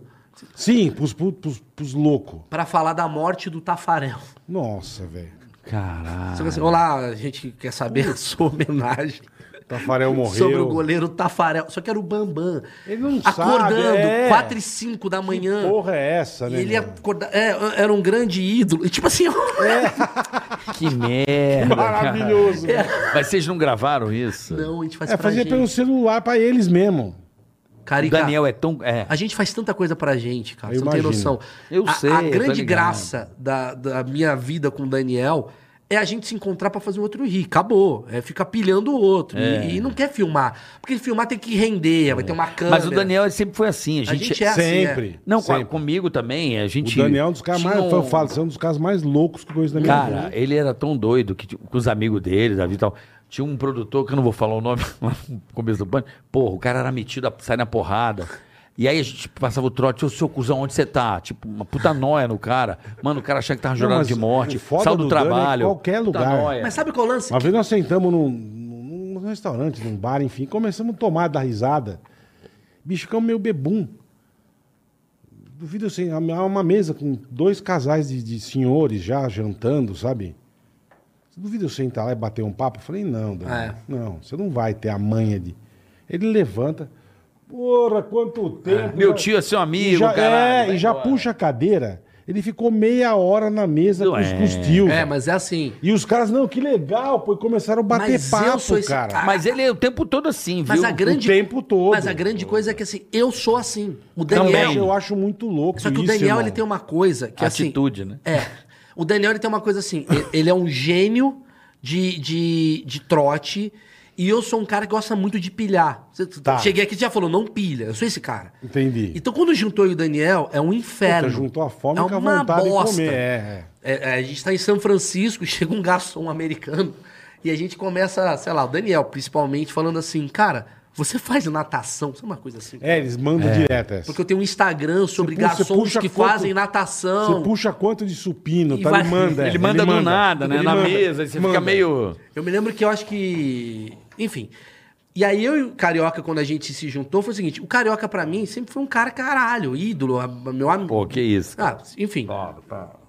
Speaker 2: Sim, pros, pros, pros, pros loucos.
Speaker 5: Pra falar da morte do Tafarel.
Speaker 2: Nossa, velho.
Speaker 3: Caralho.
Speaker 5: Só que assim, olá, a gente quer saber a sua homenagem.
Speaker 2: Tafarel morreu.
Speaker 5: Sobre o goleiro Tafarel. Só que era o Bambam.
Speaker 2: Ele não
Speaker 5: Acordando,
Speaker 2: sabe, é.
Speaker 5: 4 e 5 da manhã.
Speaker 2: Que porra é essa,
Speaker 5: E
Speaker 2: né?
Speaker 5: ele
Speaker 2: meu?
Speaker 5: acorda... é, era um grande ídolo. E tipo assim,
Speaker 3: Que merda.
Speaker 2: Maravilhoso.
Speaker 3: cara. Mas vocês não gravaram isso?
Speaker 5: não, a gente faz
Speaker 2: É
Speaker 5: É, pra
Speaker 2: fazer
Speaker 5: gente.
Speaker 2: pelo celular pra eles mesmo.
Speaker 5: Cara,
Speaker 3: O
Speaker 5: e cara,
Speaker 3: Daniel é tão. É.
Speaker 5: A gente faz tanta coisa pra gente, cara.
Speaker 2: Eu
Speaker 5: você não tem
Speaker 2: imagino.
Speaker 5: noção.
Speaker 3: Eu
Speaker 5: a,
Speaker 3: sei,
Speaker 5: A
Speaker 3: eu tô
Speaker 5: grande
Speaker 3: ligado.
Speaker 5: graça da, da minha vida com o Daniel é a gente se encontrar pra fazer o outro rir. Acabou. É ficar pilhando o outro. E-
Speaker 3: É.
Speaker 5: E, não quer filmar. Porque filmar tem que render, vai ter uma câmera.
Speaker 3: Mas o Daniel sempre foi assim. A
Speaker 5: A
Speaker 3: gente,
Speaker 5: gente, é assim.
Speaker 2: Sempre.
Speaker 3: Não, com-
Speaker 2: sempre.
Speaker 3: comigo também. A gente.
Speaker 2: O Daniel é um dos caras mais.
Speaker 3: tinha um-
Speaker 2: Eu falo, você é um dos caras mais loucos que eu conheço na minha
Speaker 3: Cara,
Speaker 2: vida.
Speaker 3: ele era tão doido que t- com os amigos dele, Davi e tal. Tinha um produtor, que eu não vou falar o nome lá no começo do banho. Porra, o cara era metido a sair na porrada. E aí a gente tipo, passava o trote, ô seu cuzão, onde você tá? Tipo, uma puta nóia no cara. Mano, o cara achava que tava
Speaker 2: Não,
Speaker 3: jurado
Speaker 2: mas
Speaker 3: de morte.
Speaker 2: o foda
Speaker 3: Saiu do,
Speaker 2: do Dani é
Speaker 3: trabalho.
Speaker 2: qualquer
Speaker 3: Puta
Speaker 2: lugar.
Speaker 3: nóia.
Speaker 5: Mas sabe qual é o lance?
Speaker 2: Uma vez nós sentamos num, num- num restaurante, num bar, enfim, começamos a tomar da risada. Bicho, ficamos meio bebum. Duvido assim, há uma mesa com dois casais de, de senhores já jantando, sabe? Duvido eu sentar lá e bater um papo? Eu falei, não, Daniel.
Speaker 5: É.
Speaker 2: Não, você não vai ter a manha de. Ele levanta. Porra, quanto tempo. né?"
Speaker 3: Meu
Speaker 2: já-
Speaker 3: tio é seu
Speaker 2: E
Speaker 3: amigo,
Speaker 2: já,
Speaker 3: caralho.
Speaker 2: é,
Speaker 3: vai
Speaker 2: e já
Speaker 3: embora.
Speaker 2: puxa a cadeira. Ele ficou meia hora na mesa com os, com os tios.
Speaker 5: É, mas é assim.
Speaker 2: E os caras, não, que legal, pô, e começaram a bater
Speaker 5: Mas eu
Speaker 2: papo,
Speaker 5: sou esse
Speaker 2: cara.
Speaker 5: cara.
Speaker 3: Mas ele é o tempo todo assim, viu?
Speaker 5: Mas a grande,
Speaker 2: tempo todo.
Speaker 5: Mas a grande coisa é que assim, eu sou assim. O
Speaker 2: Eu
Speaker 5: Daniel.
Speaker 2: acho- Eu acho muito louco
Speaker 5: Só que
Speaker 2: isso,
Speaker 5: o Daniel
Speaker 2: irmão.
Speaker 5: ele tem um uma coisa que assim.
Speaker 3: Atitude, né?
Speaker 5: É. O Daniel ele tem uma coisa assim. e- Ele é um gênio de, de, de trote. E eu sou um cara que gosta muito de pilhar. Você-
Speaker 2: Tá.
Speaker 5: Cheguei aqui e já falou, não pilha. Eu sou esse cara.
Speaker 2: Entendi.
Speaker 5: Então quando juntou eu e o Daniel, é um inferno.
Speaker 2: Puta, juntou a fome
Speaker 5: é
Speaker 2: com a
Speaker 5: uma
Speaker 2: vontade de
Speaker 5: bosta.
Speaker 2: comer, é,
Speaker 5: É, é, a gente tá em São Francisco, chega um garçom americano e a gente começa, sei lá, o Daniel principalmente, falando assim, cara, Você faz natação? Sabe uma coisa assim?
Speaker 2: É, eles mandam direto essa.
Speaker 5: Porque eu tenho um Instagram sobre
Speaker 2: puxa- você
Speaker 5: garçons
Speaker 2: puxa
Speaker 5: que
Speaker 2: quanto-
Speaker 5: fazem natação.
Speaker 2: Você puxa quanto de supino,
Speaker 5: E
Speaker 2: tá?
Speaker 5: vai-
Speaker 2: Ele manda. é,
Speaker 3: Ele manda do nada, né?
Speaker 2: Ele
Speaker 3: Na
Speaker 2: manda,
Speaker 3: mesa, aí você
Speaker 2: manda.
Speaker 3: fica meio.
Speaker 5: Eu me lembro que eu acho que. Enfim. E aí eu e o Carioca, quando a gente se juntou, foi o seguinte: o Carioca, pra mim, sempre foi um cara caralho, ídolo, a- a- meu amigo.
Speaker 3: Pô, que isso.
Speaker 5: Ah, enfim.
Speaker 3: tá.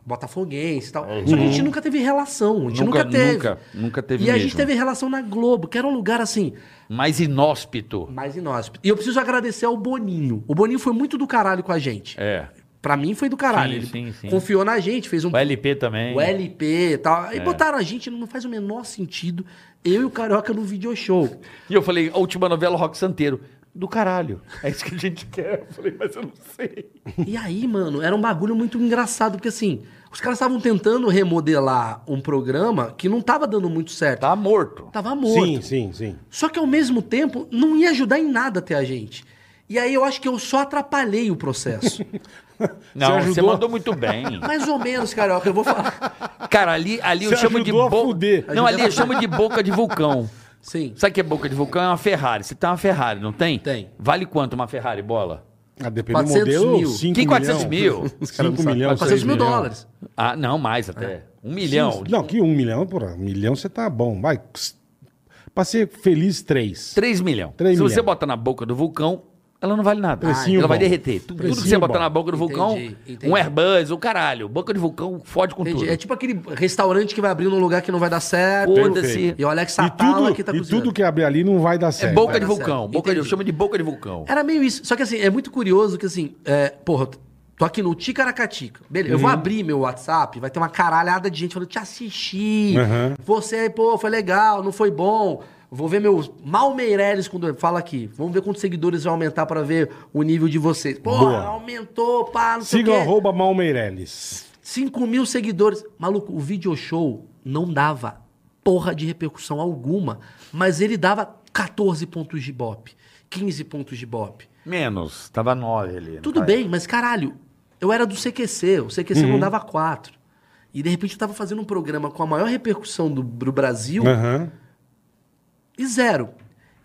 Speaker 5: Botafoguense e tal. Só que a gente nunca teve relação. A gente nunca,
Speaker 3: É, uhum. Nunca-
Speaker 5: teve.
Speaker 3: nunca, nunca teve
Speaker 5: E a gente
Speaker 3: mesmo.
Speaker 5: teve relação na Globo, que era um lugar assim,
Speaker 3: Mais inóspito.
Speaker 5: mais inóspito. E eu preciso agradecer ao Boninho. O Boninho foi muito do caralho com a gente.
Speaker 3: É.
Speaker 5: Pra mim foi do caralho.
Speaker 3: Sim,
Speaker 5: Ele
Speaker 3: sim, sim.
Speaker 5: Confiou na gente, fez um
Speaker 3: O É. LP também.
Speaker 5: o LP e tal. Aí botaram a gente, não faz o menor sentido. Eu e o Carioca no video show.
Speaker 3: E eu falei, a última novela Rock Santeiro. Do caralho. É isso que a gente quer. Eu falei, mas eu não sei.
Speaker 5: E aí, mano, era um bagulho muito engraçado, porque assim, os caras estavam tentando remodelar um programa que não tava dando muito certo.
Speaker 3: Tá morto.
Speaker 5: Tava
Speaker 2: Sim,
Speaker 5: morto.
Speaker 2: sim, sim.
Speaker 5: Só que ao mesmo tempo, não ia ajudar em nada até a gente. E aí eu acho que eu só atrapalhei o processo.
Speaker 3: Não, você,
Speaker 2: ajudou?
Speaker 3: mandou muito bem.
Speaker 5: Mais ou menos, Carioca, eu vou falar.
Speaker 3: Cara, ali, ali eu
Speaker 2: Você
Speaker 3: chamo de
Speaker 2: ajudou a fuder.
Speaker 3: boca. Não, ali eu chamo de boca de vulcão.
Speaker 5: Sim.
Speaker 3: Sabe o que é boca de vulcão? É uma Ferrari. Você tem uma Ferrari, não tem?
Speaker 5: Tem.
Speaker 3: Vale quanto uma Ferrari, bola?
Speaker 2: Ah, depende do
Speaker 5: 400
Speaker 2: modelo,
Speaker 5: mil.
Speaker 2: 5
Speaker 3: Que 400 mil?
Speaker 2: 5 milhões,
Speaker 5: 400 mil
Speaker 2: milhões.
Speaker 5: dólares.
Speaker 3: Ah, não, mais até. Um milhão.
Speaker 2: É. Sim, Não, que 1 um milhão, porra. 1 milhão você tá bom. Vai. Pra ser feliz, 3.
Speaker 3: 3 milhão.
Speaker 2: Três
Speaker 3: Se você
Speaker 2: milhão.
Speaker 3: botar na boca do vulcão, ela não vale nada.
Speaker 2: Precinho
Speaker 3: ela vai
Speaker 2: bom.
Speaker 3: derreter. Tu- Tudo que
Speaker 2: Precinho
Speaker 3: você botar
Speaker 2: bom.
Speaker 3: na boca do vulcão,
Speaker 5: Entendi, entendi.
Speaker 3: um Airbus, o caralho. Boca de vulcão fode com
Speaker 5: Entendi.
Speaker 3: tudo.
Speaker 5: É tipo aquele restaurante que vai abrir num lugar que não vai dar certo.
Speaker 3: Foda-se.
Speaker 5: E o Alex
Speaker 2: E
Speaker 5: Atala
Speaker 2: tudo,
Speaker 5: que tá
Speaker 2: e
Speaker 5: cozinhando.
Speaker 2: tudo que abrir ali não vai dar
Speaker 3: É
Speaker 2: certo.
Speaker 3: boca de
Speaker 5: vai dar
Speaker 3: vulcão. Boca
Speaker 5: certo.
Speaker 3: de, eu
Speaker 5: tipo Entendi.
Speaker 3: chamo de boca de vulcão.
Speaker 5: Era meio isso. Só que assim, é muito curioso que assim, é, porra, tô aqui no Ticaracatica. Beleza, eu vou
Speaker 2: Uhum.
Speaker 5: abrir meu WhatsApp, vai ter uma caralhada de gente falando, te assisti,
Speaker 2: Uhum.
Speaker 5: você, é, pô, foi legal, não foi bom. Vou ver meus. Mal Meirelles, quando fala aqui. Vamos ver quantos seguidores vai aumentar pra ver o nível de vocês. Pô,
Speaker 2: Boa.
Speaker 5: aumentou, pá, não sei
Speaker 2: Siga o
Speaker 5: o quê.
Speaker 2: arroba Malmeireles.
Speaker 5: 5 mil seguidores. Maluco, o video show não dava porra de repercussão alguma, mas ele dava 14 pontos de bop, 15 pontos de bop.
Speaker 3: Menos. Tava 9 ali. não
Speaker 5: É Tudo
Speaker 2: Ah, é?
Speaker 3: tá?
Speaker 5: bem, mas caralho, eu era do CQC, o CQC
Speaker 2: Uhum.
Speaker 5: não dava quatro. E de repente eu tava fazendo um programa com a maior repercussão do, do Brasil
Speaker 2: Aham.
Speaker 5: e zero.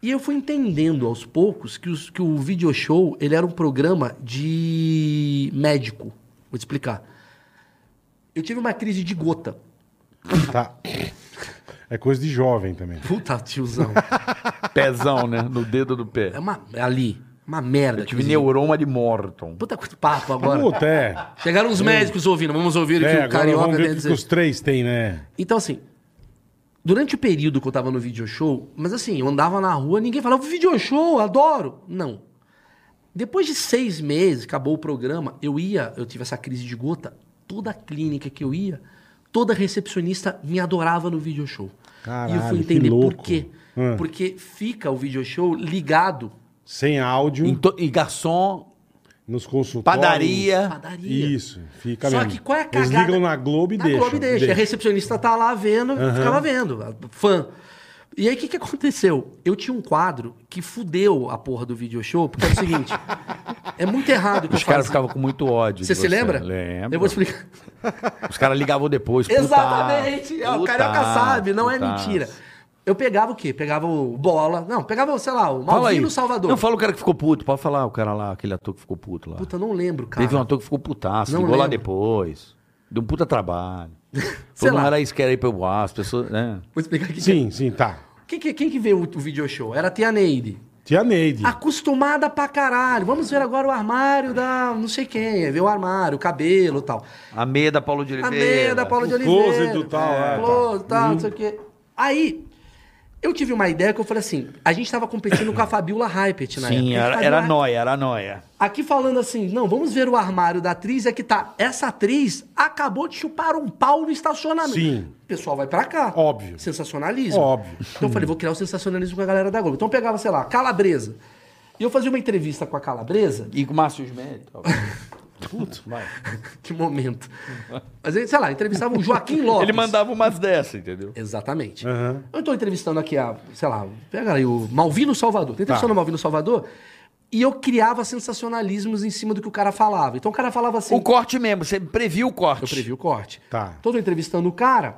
Speaker 5: E eu fui entendendo aos poucos que, os, que o video show ele era um programa de médico. Vou te explicar. Eu tive uma crise de gota.
Speaker 2: Tá. É coisa de jovem também.
Speaker 5: Puta, tiozão.
Speaker 3: Pezão, né? No dedo do pé.
Speaker 5: É uma. é ali. Uma merda.
Speaker 3: Eu tive
Speaker 5: crise de-
Speaker 3: neuroma de Morton.
Speaker 5: Puta quanto papo agora.
Speaker 2: Puta, é.
Speaker 5: Chegaram uns médicos ouvindo. Vamos ouvir o que
Speaker 2: É,
Speaker 5: o
Speaker 2: agora
Speaker 5: carioca
Speaker 2: vamos
Speaker 5: tem
Speaker 2: ver
Speaker 5: a
Speaker 2: o que,
Speaker 5: dizer.
Speaker 2: os três têm, né?
Speaker 5: Então, assim, durante o período que eu tava no video show, mas assim, eu andava na rua, ninguém falava, video show, adoro. Não. Depois de seis meses, acabou o programa, eu ia, eu tive essa crise de gota, toda a clínica que eu ia, toda recepcionista me adorava no video show. e eu
Speaker 2: Caralho,
Speaker 5: fui
Speaker 2: que
Speaker 5: entender
Speaker 2: louco.
Speaker 5: por quê.
Speaker 2: Hum.
Speaker 5: Porque fica o video show ligado
Speaker 2: Sem áudio,
Speaker 3: Em to- E garçom,
Speaker 2: nos consultórios.
Speaker 5: à
Speaker 3: padaria.
Speaker 5: padaria.
Speaker 2: Ah, Isso, fica
Speaker 5: Só
Speaker 2: mesmo.
Speaker 5: que qual é a
Speaker 2: Eles
Speaker 5: cagada?
Speaker 2: ligam na Globo e
Speaker 5: na
Speaker 2: deixam.
Speaker 5: Globo e deixa. A recepcionista tá lá vendo, ficava vendo, a- fã. E aí, o que, que aconteceu? Eu tinha um quadro que fudeu a porra do video show, porque é o seguinte, é muito errado o que
Speaker 3: Os
Speaker 5: eu
Speaker 3: caras
Speaker 5: fazia.
Speaker 3: ficavam com muito ódio. de
Speaker 5: Você se lembra?
Speaker 3: Lembro.
Speaker 5: Eu vou explicar.
Speaker 3: Os caras ligavam depois. puta,
Speaker 5: Exatamente. É, o
Speaker 3: puta,
Speaker 5: carioca sabe, não é
Speaker 3: puta.
Speaker 5: mentira. Eu pegava o quê? Pegava o Bola. Não, pegava, sei lá, o
Speaker 3: Fala aí.
Speaker 5: Malvino Salvador.
Speaker 3: Não, fala o cara que ficou puto. Pode falar o cara lá, aquele ator que ficou puto lá.
Speaker 5: Puta, não lembro, cara.
Speaker 3: Teve um ator que ficou putaço,
Speaker 5: Não
Speaker 3: ligou lá
Speaker 5: lembro.
Speaker 3: depois. Deu um puta trabalho.
Speaker 5: Sei
Speaker 3: Falou, não
Speaker 5: lá.
Speaker 3: era isso que era aí pra eu ah, as pessoas, né?
Speaker 5: Vou explicar aqui.
Speaker 2: Sim, sim, tá.
Speaker 5: Quem, que- quem que veio o, o video show? Era a Tia Neide.
Speaker 2: Tia Neide.
Speaker 3: Ah,
Speaker 5: Acostumada pra caralho. Vamos ver agora o armário da não sei quem. É ver o armário, o cabelo e tal.
Speaker 3: A meia da Paulo de
Speaker 5: A
Speaker 3: Oliveira.
Speaker 5: meia da Paula de
Speaker 2: O
Speaker 5: Oliveira.
Speaker 2: close do tal, é, tá.
Speaker 5: Close, tal, não sei o quê. Aí, eu tive uma ideia que eu falei assim, a gente tava competindo com a Fabiola Hypert na
Speaker 3: Sim,
Speaker 5: época.
Speaker 3: era,
Speaker 5: Fabiola
Speaker 3: era
Speaker 5: Hypert-
Speaker 3: nóia, era nóia.
Speaker 5: Aqui falando assim, não, vamos ver o armário da atriz, é que tá, essa atriz acabou de chupar um pau no estacionamento.
Speaker 2: Sim.
Speaker 5: O pessoal vai pra cá.
Speaker 2: Óbvio.
Speaker 5: Sensacionalismo.
Speaker 2: Óbvio.
Speaker 5: Então eu falei, vou criar o sensacionalismo com a galera da Globo. Então eu pegava, sei lá, Calabresa. E eu fazia uma entrevista com a Calabresa
Speaker 3: E com o Márcio Smelly. Puto, vai.
Speaker 5: Que momento. Mas, ele, sei lá, entrevistava o Joaquim Lopes.
Speaker 3: Ele mandava umas dessas, entendeu?
Speaker 5: Exatamente.
Speaker 2: Aham.
Speaker 5: Eu tô entrevistando aqui a, sei lá, pega aí o Malvino Salvador. Tô
Speaker 2: Tá.
Speaker 5: entrevistando o Malvino Salvador e eu criava sensacionalismos em cima do que o cara falava. Então o cara falava assim.
Speaker 3: O corte mesmo, você previu o corte.
Speaker 5: Eu previ o corte.
Speaker 2: Tá.
Speaker 5: Então, eu tô entrevistando o cara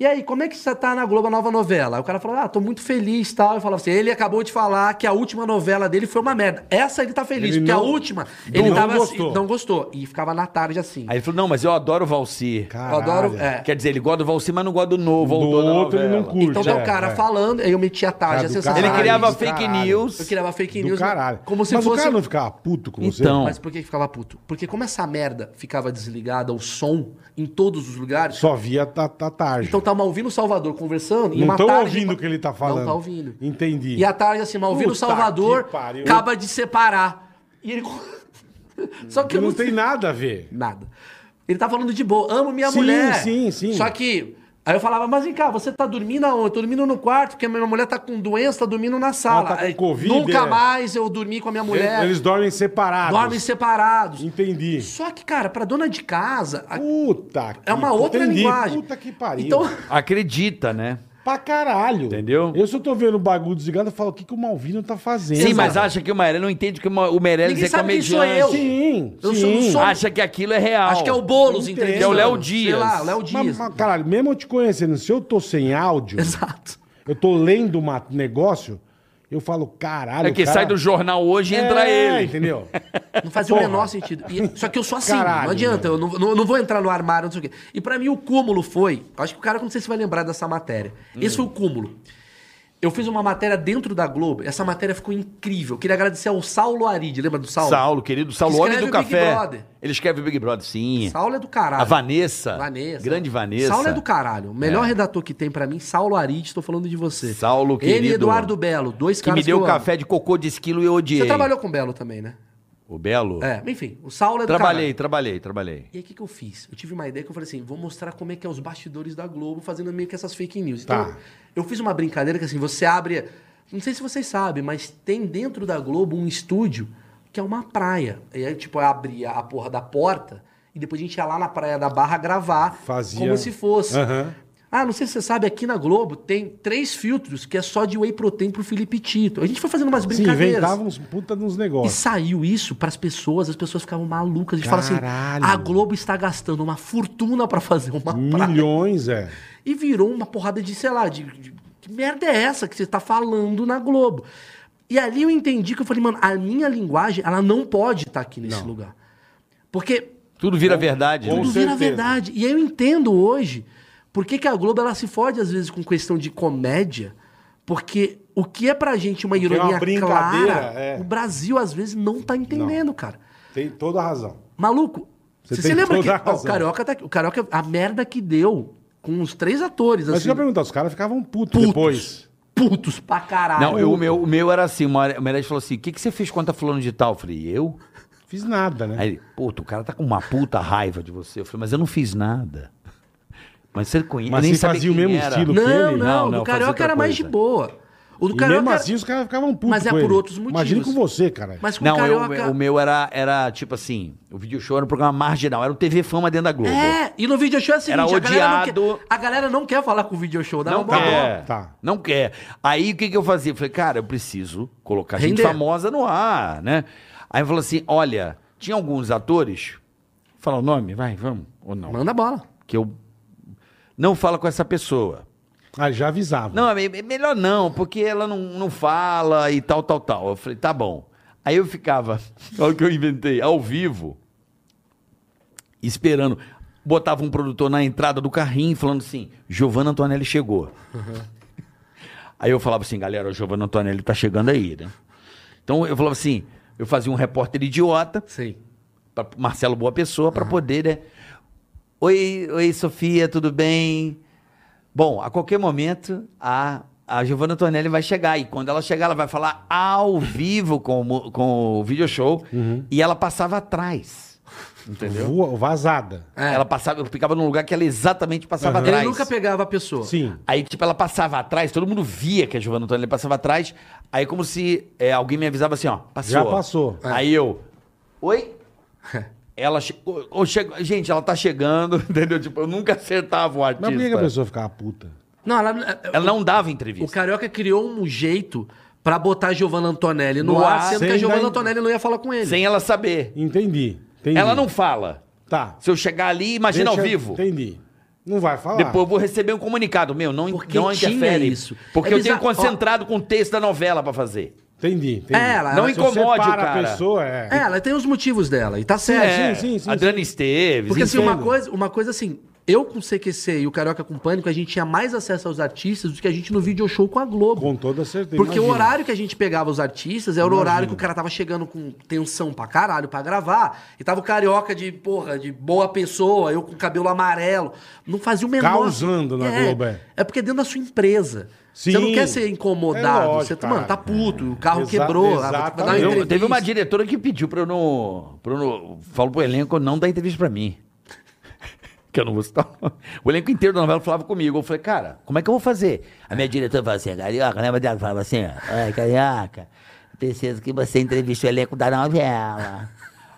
Speaker 5: E aí, como é que você tá na Globo a nova novela? Aí o cara falou, ah, tô muito feliz e tal. Eu falava assim, ele acabou de falar que a última novela dele foi uma merda. Essa ele tá feliz,
Speaker 2: Ele
Speaker 5: porque
Speaker 2: não-
Speaker 5: a última,
Speaker 2: não
Speaker 5: ele tava assim,
Speaker 2: gostou.
Speaker 5: não gostou. E ficava na tarde assim.
Speaker 3: Aí ele falou, não, mas eu adoro o Valsi.
Speaker 2: Caralho.
Speaker 5: eu adoro. É.
Speaker 3: Quer dizer, ele gosta do Valsi, mas não gosta do novo.
Speaker 2: Do
Speaker 3: ou do
Speaker 2: outro ele não curte.
Speaker 5: Então tá
Speaker 2: é,
Speaker 5: o cara
Speaker 2: é.
Speaker 5: falando, aí eu meti a tarde,
Speaker 2: Cara,
Speaker 5: a
Speaker 2: do
Speaker 5: sensação.
Speaker 3: é Ele
Speaker 2: caralho,
Speaker 3: criava
Speaker 2: do
Speaker 3: fake
Speaker 2: caralho.
Speaker 3: news.
Speaker 5: Eu criava fake
Speaker 2: Do
Speaker 5: news. né?
Speaker 2: caralho.
Speaker 5: Como se
Speaker 2: Mas
Speaker 5: fosse.
Speaker 2: o cara não ficava puto com você?
Speaker 3: Então.
Speaker 5: Mas por que que ficava puto? Porque como essa merda ficava desligada, o som, em todos os lugares.
Speaker 2: Só via ta- ta- tarde.
Speaker 5: Então tá mal ouvindo o Salvador conversando. e
Speaker 2: Não
Speaker 5: uma
Speaker 2: tão
Speaker 5: tarde-
Speaker 2: ouvindo o que ele tá falando.
Speaker 5: Não tá ouvindo.
Speaker 2: Entendi.
Speaker 5: E a tarde, assim, mal ouvindo o
Speaker 2: Puta
Speaker 5: Salvador,
Speaker 2: que pariu.
Speaker 5: acaba de separar. E ele. Só que eu
Speaker 2: não tem nada a ver.
Speaker 5: Nada. Ele tá falando de boa, amo minha
Speaker 2: Sim,
Speaker 5: mulher.
Speaker 2: sim, sim.
Speaker 5: Só que. Aí eu falava, mas vem cá, você tá dormindo aonde? Eu tô dormindo no quarto, porque a minha mulher tá com doença, tá dormindo na sala.
Speaker 2: tá com
Speaker 5: Aí,
Speaker 2: Covid,
Speaker 5: Nunca
Speaker 2: é.
Speaker 5: mais eu dormi com a minha mulher.
Speaker 2: Eles dormem separados.
Speaker 5: dormem separados.
Speaker 2: Entendi.
Speaker 5: Só que, cara, pra dona de casa, a-
Speaker 2: Puta que
Speaker 5: é uma outra
Speaker 2: entendi.
Speaker 5: linguagem.
Speaker 2: Puta que pariu.
Speaker 5: Então,
Speaker 3: Acredita, né?
Speaker 2: Pra caralho.
Speaker 3: Entendeu?
Speaker 2: Eu se eu tô vendo o bagulho desligado, eu falo, o que, que o Malvino tá fazendo?
Speaker 3: Sim, mas acha que o Meirelles não entende que o Meirelles
Speaker 5: Ninguém
Speaker 3: é
Speaker 5: sabe quem sou
Speaker 3: comediante.
Speaker 5: eu.
Speaker 2: Sim,
Speaker 5: Eu sou- um
Speaker 2: sim.
Speaker 5: sou-
Speaker 3: Acha que aquilo é real.
Speaker 5: acho que é o Boulos,
Speaker 2: entendo.
Speaker 5: entendeu?
Speaker 2: É o
Speaker 3: Léo
Speaker 5: Sei
Speaker 3: Dias.
Speaker 5: lá, o Léo
Speaker 2: Mas,
Speaker 5: Dias.
Speaker 2: mas, caralho, mesmo eu te conhecendo, se eu tô sem áudio,
Speaker 5: Exato.
Speaker 2: eu tô lendo um negócio, eu falo, caralho.
Speaker 3: É que
Speaker 2: o cara-
Speaker 3: sai do jornal hoje e entra
Speaker 2: É,
Speaker 3: ele.
Speaker 2: entendeu?
Speaker 5: Não fazia
Speaker 2: Porra.
Speaker 5: o menor sentido. E- só que eu sou assim,
Speaker 2: Caralho,
Speaker 5: não adianta.
Speaker 2: meu.
Speaker 5: Eu não, não, não vou entrar no armário, não sei o quê. E pra mim o cúmulo foi. eu Acho que o cara, não sei se vai lembrar dessa matéria. Esse foi o cúmulo. Eu fiz uma matéria dentro da Globo, essa matéria ficou incrível. Eu queria agradecer ao Saulo Aride, lembra do Saulo?
Speaker 3: Saulo, querido. Saulo,
Speaker 5: Escreve
Speaker 3: homem do
Speaker 5: o Big
Speaker 3: café.
Speaker 5: Brother.
Speaker 3: Ele escreve o Big Brother, sim.
Speaker 5: Saulo é do caralho.
Speaker 3: A Vanessa.
Speaker 5: Vanessa.
Speaker 3: Grande Vanessa.
Speaker 5: Saulo é do caralho. O melhor redator que tem pra mim, Saulo Aride, tô falando de você.
Speaker 3: Saulo, querido.
Speaker 5: Ele e Eduardo Belo, dois
Speaker 3: Que
Speaker 5: caras
Speaker 3: me deu
Speaker 5: eu amo.
Speaker 3: café de cocô de esquilo e eu odiei.
Speaker 5: Você trabalhou com o Belo também, né?
Speaker 3: O Belo?
Speaker 5: É, enfim, o Saulo é do
Speaker 3: Trabalhei,
Speaker 5: caralho.
Speaker 3: trabalhei, trabalhei.
Speaker 5: E aí, o que, que eu fiz? Eu tive uma ideia que eu falei assim: vou mostrar como é que é os bastidores da Globo fazendo meio que essas fake news. Então,
Speaker 2: Tá.
Speaker 5: eu fiz uma brincadeira que assim, você abre. Não sei se vocês sabem, mas tem dentro da Globo um estúdio que é uma praia. E aí, tipo, eu abria a porra da porta e depois a gente ia lá na praia da Barra gravar
Speaker 2: Fazia-
Speaker 5: como se fosse.
Speaker 2: Aham.
Speaker 5: Ah, não sei se você sabe, aqui na Globo tem três filtros que é só de whey protein pro Felipe Tito. A gente foi fazendo umas
Speaker 2: Sim,
Speaker 5: brincadeiras.
Speaker 2: inventava uns puta de uns
Speaker 5: E
Speaker 2: negócios.
Speaker 5: saiu isso pras pessoas, as pessoas ficavam malucas. A gente fala assim:
Speaker 2: Caralho. Um
Speaker 5: a Globo está gastando uma fortuna pra fazer é uma praia.
Speaker 2: Milhões, é.
Speaker 5: E virou uma porrada de, sei lá, de, de- que merda é essa que você tá falando na Globo? E ali eu entendi que eu falei, mano, a minha linguagem, ela não pode estar aqui nesse lugar. Porque
Speaker 3: Tudo vira verdade.
Speaker 2: com
Speaker 3: né?
Speaker 5: tudo vira
Speaker 2: certeza.
Speaker 5: verdade. E aí eu entendo hoje por que, que a Globo ela se fode às vezes com questão de comédia, porque o que é pra gente uma
Speaker 2: é uma
Speaker 5: ironia
Speaker 2: brincadeira,
Speaker 5: clara,
Speaker 2: é.
Speaker 5: o Brasil às vezes não tá entendendo, cara.
Speaker 2: Tem toda a razão.
Speaker 5: Maluco,
Speaker 2: Você
Speaker 5: você,
Speaker 2: tem
Speaker 5: você lembra
Speaker 2: toda
Speaker 5: que
Speaker 2: a
Speaker 5: ó, o
Speaker 2: razão.
Speaker 5: Carioca tá aqui. O Carioca, a merda que deu com os três atores,
Speaker 2: Mas
Speaker 5: assim,
Speaker 2: deixa eu perguntar, os caras ficavam putos,
Speaker 5: Putos.
Speaker 2: depois.
Speaker 5: putos pra caralho.
Speaker 3: Não, eu- o, meu, o meu era assim, uma hora- o Meirelles falou assim, o que, que você fez contra fulano de tal? Eu falei, eu?
Speaker 2: Fiz nada, né?
Speaker 3: Aí ele, puta, o cara tá com uma puta raiva de você. Eu falei, mas eu não fiz nada. Mas você conhece,
Speaker 2: Mas
Speaker 3: nem
Speaker 2: você
Speaker 3: sabia
Speaker 2: fazia o
Speaker 3: quem
Speaker 2: mesmo
Speaker 3: era.
Speaker 2: estilo que
Speaker 5: Não,
Speaker 3: Não,
Speaker 2: ele?
Speaker 5: não,
Speaker 3: não,
Speaker 5: o do
Speaker 3: fazia
Speaker 5: Carioca
Speaker 3: outra
Speaker 5: era mais de
Speaker 3: coisa.
Speaker 5: boa. O do
Speaker 2: E
Speaker 5: Carioca
Speaker 2: mesmo
Speaker 5: era-
Speaker 2: assim os caras ficavam putos.
Speaker 5: Mas é
Speaker 2: com
Speaker 5: por
Speaker 2: ele.
Speaker 5: outros motivos.
Speaker 2: Imagina com você, cara.
Speaker 5: Mas com
Speaker 3: Não,
Speaker 5: o
Speaker 3: eu-
Speaker 5: Carioca...
Speaker 3: o meu era, era tipo assim, o video show era um programa marginal, era um TV Fama dentro da Globo.
Speaker 5: É, e no video show é o seguinte,
Speaker 3: Era
Speaker 5: a, galera não
Speaker 3: odiado.
Speaker 5: quer, a galera não quer falar com o video show, dá
Speaker 3: Não
Speaker 5: uma bola.
Speaker 3: quer.
Speaker 2: Tá.
Speaker 3: Não quer. Aí o que, que eu fazia? Eu falei, cara, eu preciso colocar gente
Speaker 5: Render.
Speaker 3: famosa no ar, né? Aí eu falei assim: olha, tinha alguns atores. Fala o nome, vai, vamos, ou não?
Speaker 5: Manda bola.
Speaker 3: Que eu não falo com essa pessoa.
Speaker 2: Ah, já avisava.
Speaker 3: Não, é me- é melhor não, porque ela não, não fala e tal, tal, tal. Eu falei, tá bom. Aí eu ficava, olha o que eu inventei, ao vivo, esperando. Botava um produtor na entrada do carrinho falando assim: Giovanna Antonelli chegou. Aí eu falava assim, galera, o Giovanni Antonelli tá chegando aí, né? Então eu falava assim, eu fazia um repórter idiota,
Speaker 5: Sim.
Speaker 3: pra Marcelo Boa Pessoa,
Speaker 5: Ah.
Speaker 3: pra poder, né? Oi, oi, Sofia, tudo bem? Bom, a qualquer momento a, a Giovanna Tornelli vai chegar. E quando ela chegar, ela vai falar ao vivo com o, mu- com o video show.
Speaker 5: Uhum.
Speaker 3: E ela passava atrás.
Speaker 2: Voa- vazada.
Speaker 5: É. Uhum.
Speaker 3: Ela passava, eu ficava num lugar que ela exatamente passava
Speaker 5: Ele
Speaker 3: atrás.
Speaker 5: nunca pegava a pessoa.
Speaker 2: Sim.
Speaker 3: Aí, tipo, ela passava atrás, todo mundo via que a Giovanna Antonelli passava atrás. Aí, como se é, alguém me avisava assim, ó, passou.
Speaker 2: Já passou.
Speaker 5: É.
Speaker 3: Aí eu, oi? ela chegou, ou chegou- gente, ela tá chegando, entendeu? Tipo, eu nunca acertava o
Speaker 2: Mas por que que a
Speaker 3: artista.
Speaker 2: pessoa ficava puta?
Speaker 5: Não, ela,
Speaker 3: Ela não dava
Speaker 5: O
Speaker 3: entrevista.
Speaker 5: Carioca criou um jeito pra botar a Giovanna Antonelli no,
Speaker 3: No ar,
Speaker 5: ar, sendo
Speaker 2: sem
Speaker 5: que a Giovanna
Speaker 2: dar-
Speaker 5: Antonelli não ia falar com ele.
Speaker 3: Sem ela saber.
Speaker 2: Entendi. entendi.
Speaker 3: Ela não fala.
Speaker 2: Tá.
Speaker 3: Se eu chegar ali, imagina
Speaker 2: Deixa-
Speaker 3: ao vivo.
Speaker 2: Entendi. Não vai falar.
Speaker 3: Depois eu vou receber um comunicado meu, não,
Speaker 5: Porque
Speaker 3: não
Speaker 5: tinha
Speaker 3: interfere.
Speaker 5: isso.
Speaker 3: Porque
Speaker 5: É
Speaker 3: eu tenho
Speaker 5: bizarro.
Speaker 3: concentrado com o texto da novela pra fazer.
Speaker 2: Entendi, entendi.
Speaker 5: É, ela-
Speaker 3: não
Speaker 5: se
Speaker 2: Se você
Speaker 3: incomode o
Speaker 2: para a
Speaker 3: cara.
Speaker 2: pessoa, é.
Speaker 5: É, ela tem os motivos dela, e tá certo.
Speaker 2: sim, sim, sim,
Speaker 3: É, Adriana Esteves.
Speaker 5: Porque assim, uma
Speaker 2: entendo.
Speaker 5: coisa, uma coisa assim, eu com CQC e o Carioca com Pânico, a gente tinha mais acesso aos artistas do que a gente no video show com a Globo.
Speaker 2: Com toda certeza.
Speaker 5: Porque o
Speaker 2: imagina.
Speaker 5: horário que a gente pegava os artistas era o horário que o cara tava chegando com tensão pra caralho pra gravar. E tava o carioca de, porra, de boa pessoa, eu com cabelo amarelo. Não fazia o menor.
Speaker 2: Causando na
Speaker 5: é,
Speaker 2: Globo, é.
Speaker 5: É porque é dentro da sua empresa. Você
Speaker 2: Sim.
Speaker 5: não quer ser incomodado.
Speaker 2: É lógico,
Speaker 5: você, tá- mano,
Speaker 2: cara.
Speaker 5: tá puto, o carro
Speaker 2: Exa-
Speaker 5: quebrou. ah, vou ter que dar
Speaker 2: exatamente.
Speaker 3: Eu- teve uma
Speaker 5: entrevista.
Speaker 3: diretora que pediu pra eu não. Pra eu não falo pro elenco não dar entrevista pra mim. Que eu não vou citar. o nome. O elenco inteiro da novela falava comigo. Eu falei, cara, como é que eu vou fazer? A minha diretora falava assim, carioca, lembra dela? Falava assim, ó, ai, carioca, preciso que você entreviste o elenco da novela.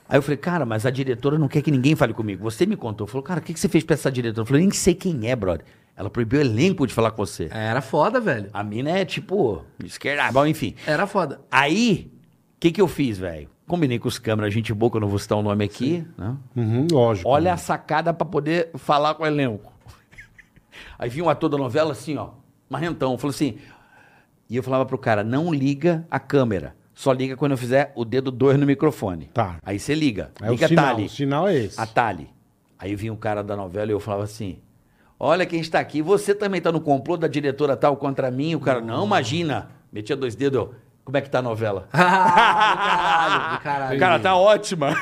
Speaker 3: Aí eu falei, cara, mas a diretora não quer que ninguém fale comigo. Você me contou. Falou, cara, o que, que você fez pra essa diretora? Eu falei, nem sei quem é, brother. Ela proibiu o elenco de falar com você.
Speaker 5: Era foda, velho.
Speaker 3: A mina é tipo, esquerda, bom, enfim.
Speaker 5: Era foda.
Speaker 3: Aí, o que, que eu fiz, velho? Combinei com os câmeras, gente boa, que eu não vou citar o nome aqui. Né?
Speaker 2: Uhum, lógico.
Speaker 3: Olha a sacada pra poder falar com o elenco. Aí vinha um ator da novela assim, ó, marrentão, falou assim. E eu falava pro cara: não liga a câmera. Só liga quando eu fizer o dedo 2 no microfone.
Speaker 2: Tá.
Speaker 3: Aí você liga.
Speaker 2: É o
Speaker 3: liga
Speaker 2: sinal,
Speaker 3: Tali.
Speaker 2: o sinal é esse.
Speaker 3: A Tali. Aí vinha um cara da novela e eu falava assim: Olha quem está aqui. Você também tá no complô da diretora tal contra mim? O cara, não, imagina. Metia dois dedos, eu. Como é que tá a novela?
Speaker 5: Ah, do caralho, do caralho.
Speaker 3: Cara, tá ótima.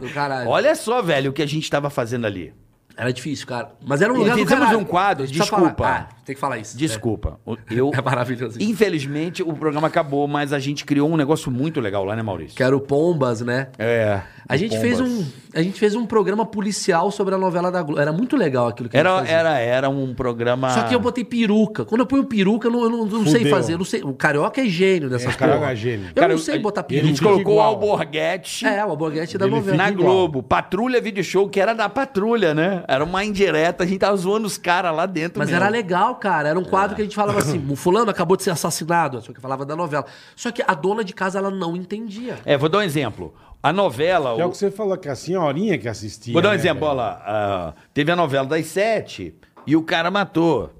Speaker 5: Do caralho.
Speaker 3: Olha só, velho, o que a gente tava fazendo ali.
Speaker 5: Era difícil, cara. Mas era um
Speaker 3: E
Speaker 5: lugar do
Speaker 3: fizemos
Speaker 5: caralho.
Speaker 3: um quadro,
Speaker 5: Deixa eu
Speaker 3: desculpa.
Speaker 5: falar. Ah, tem que falar isso.
Speaker 3: Desculpa. o- Eu,
Speaker 5: É maravilhoso isso.
Speaker 3: Infelizmente, o programa acabou, mas a gente criou um negócio muito legal lá, né, Maurício?
Speaker 5: Que era o Pombas, né?
Speaker 3: É.
Speaker 5: A gente, fez um, a gente fez um programa policial sobre a novela da Globo. Era muito legal aquilo que a gente
Speaker 3: Era,
Speaker 5: fazia.
Speaker 3: era, era um programa.
Speaker 5: Só que eu botei peruca. Quando eu ponho peruca, eu não, eu não- eu não sei
Speaker 2: Fudeu.
Speaker 5: fazer. eu não sei. O carioca é gênio nessas
Speaker 2: É, carioca
Speaker 5: porra.
Speaker 2: é gênio.
Speaker 5: Eu
Speaker 3: Cara,
Speaker 5: não sei
Speaker 3: a-
Speaker 5: botar
Speaker 3: A gente
Speaker 2: Ele
Speaker 5: peruca.
Speaker 3: colocou o
Speaker 2: igual.
Speaker 3: Alborguete.
Speaker 5: É, o Alborguete da
Speaker 2: Ele
Speaker 5: novela.
Speaker 2: fica
Speaker 3: Na
Speaker 2: igual.
Speaker 3: Globo, Patrulha Video Show, que era da Patrulha, né? Era uma indireta, a gente tava zoando os caras lá dentro.
Speaker 5: Mas
Speaker 3: mesmo. É.
Speaker 5: era legal, cara. Era um quadro que a gente falava assim, o fulano acabou de ser assassinado. Só que eu falava da novela. Só que a dona de casa, ela não entendia.
Speaker 3: É, vou dar um exemplo. A novela.
Speaker 2: Que é o
Speaker 3: o-
Speaker 2: que você falou, que a senhorinha que assistia.
Speaker 3: Vou dar um
Speaker 2: né,
Speaker 3: exemplo,
Speaker 2: velho?
Speaker 3: olha lá. ah, teve a novela das sete e o cara matou.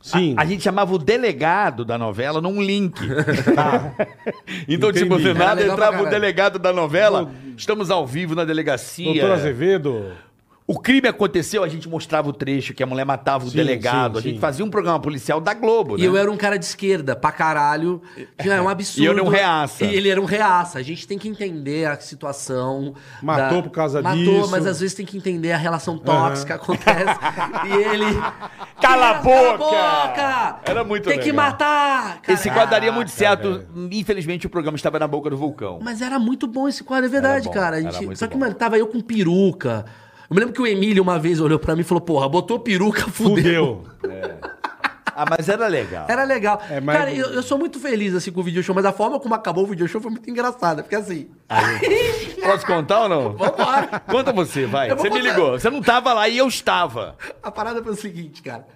Speaker 2: Sim.
Speaker 3: A, a gente chamava o delegado da novela num link. então,
Speaker 2: Ah. Entendi.
Speaker 3: tipo, do
Speaker 2: Era
Speaker 3: nada
Speaker 5: legal pra
Speaker 3: entrava o
Speaker 5: caralho.
Speaker 3: delegado da novela. Estamos ao vivo na delegacia.
Speaker 2: Doutor Azevedo.
Speaker 3: O crime aconteceu, a gente mostrava o trecho que a mulher matava o
Speaker 2: Sim,
Speaker 3: delegado.
Speaker 2: sim,
Speaker 3: a gente
Speaker 2: sim.
Speaker 3: fazia um programa policial da Globo,
Speaker 5: E
Speaker 3: né?
Speaker 5: eu era um cara de esquerda, pra caralho. Já é um absurdo.
Speaker 3: E eu era um reaça.
Speaker 5: E ele era um reaça. A gente tem que entender a situação.
Speaker 2: Matou por causa
Speaker 5: Matou,
Speaker 2: disso.
Speaker 5: mas às vezes tem que entender a relação tóxica que acontece. e ele.
Speaker 3: Cala a
Speaker 5: Cala
Speaker 3: boca!
Speaker 5: boca!
Speaker 3: Era muito
Speaker 5: Tem que
Speaker 3: legal.
Speaker 5: matar!
Speaker 3: Esse
Speaker 5: Caraca.
Speaker 3: quadro daria muito certo. Infelizmente, o programa estava na boca do vulcão.
Speaker 5: Mas era muito bom esse quadro, é verdade,
Speaker 3: bom,
Speaker 5: cara. A
Speaker 3: era
Speaker 5: gente-
Speaker 3: muito
Speaker 5: Só que,
Speaker 3: bom.
Speaker 5: mano, tava eu com peruca. Eu me lembro que o Emílio uma vez olhou pra mim e falou: Porra, botou peruca, fudeu.
Speaker 2: Fudeu.
Speaker 3: Ah, mas era legal.
Speaker 5: Era legal.
Speaker 2: É, mas-
Speaker 5: Cara, eu, eu sou muito feliz assim com o video show, mas a forma como acabou o video show foi muito engraçada, porque assim.
Speaker 3: Posso contar ou não?
Speaker 5: Vambora.
Speaker 3: Conta você, vai.
Speaker 5: Eu vou
Speaker 3: Você me
Speaker 5: contar.
Speaker 3: ligou. Você não tava lá e eu estava.
Speaker 5: A parada foi o seguinte, cara.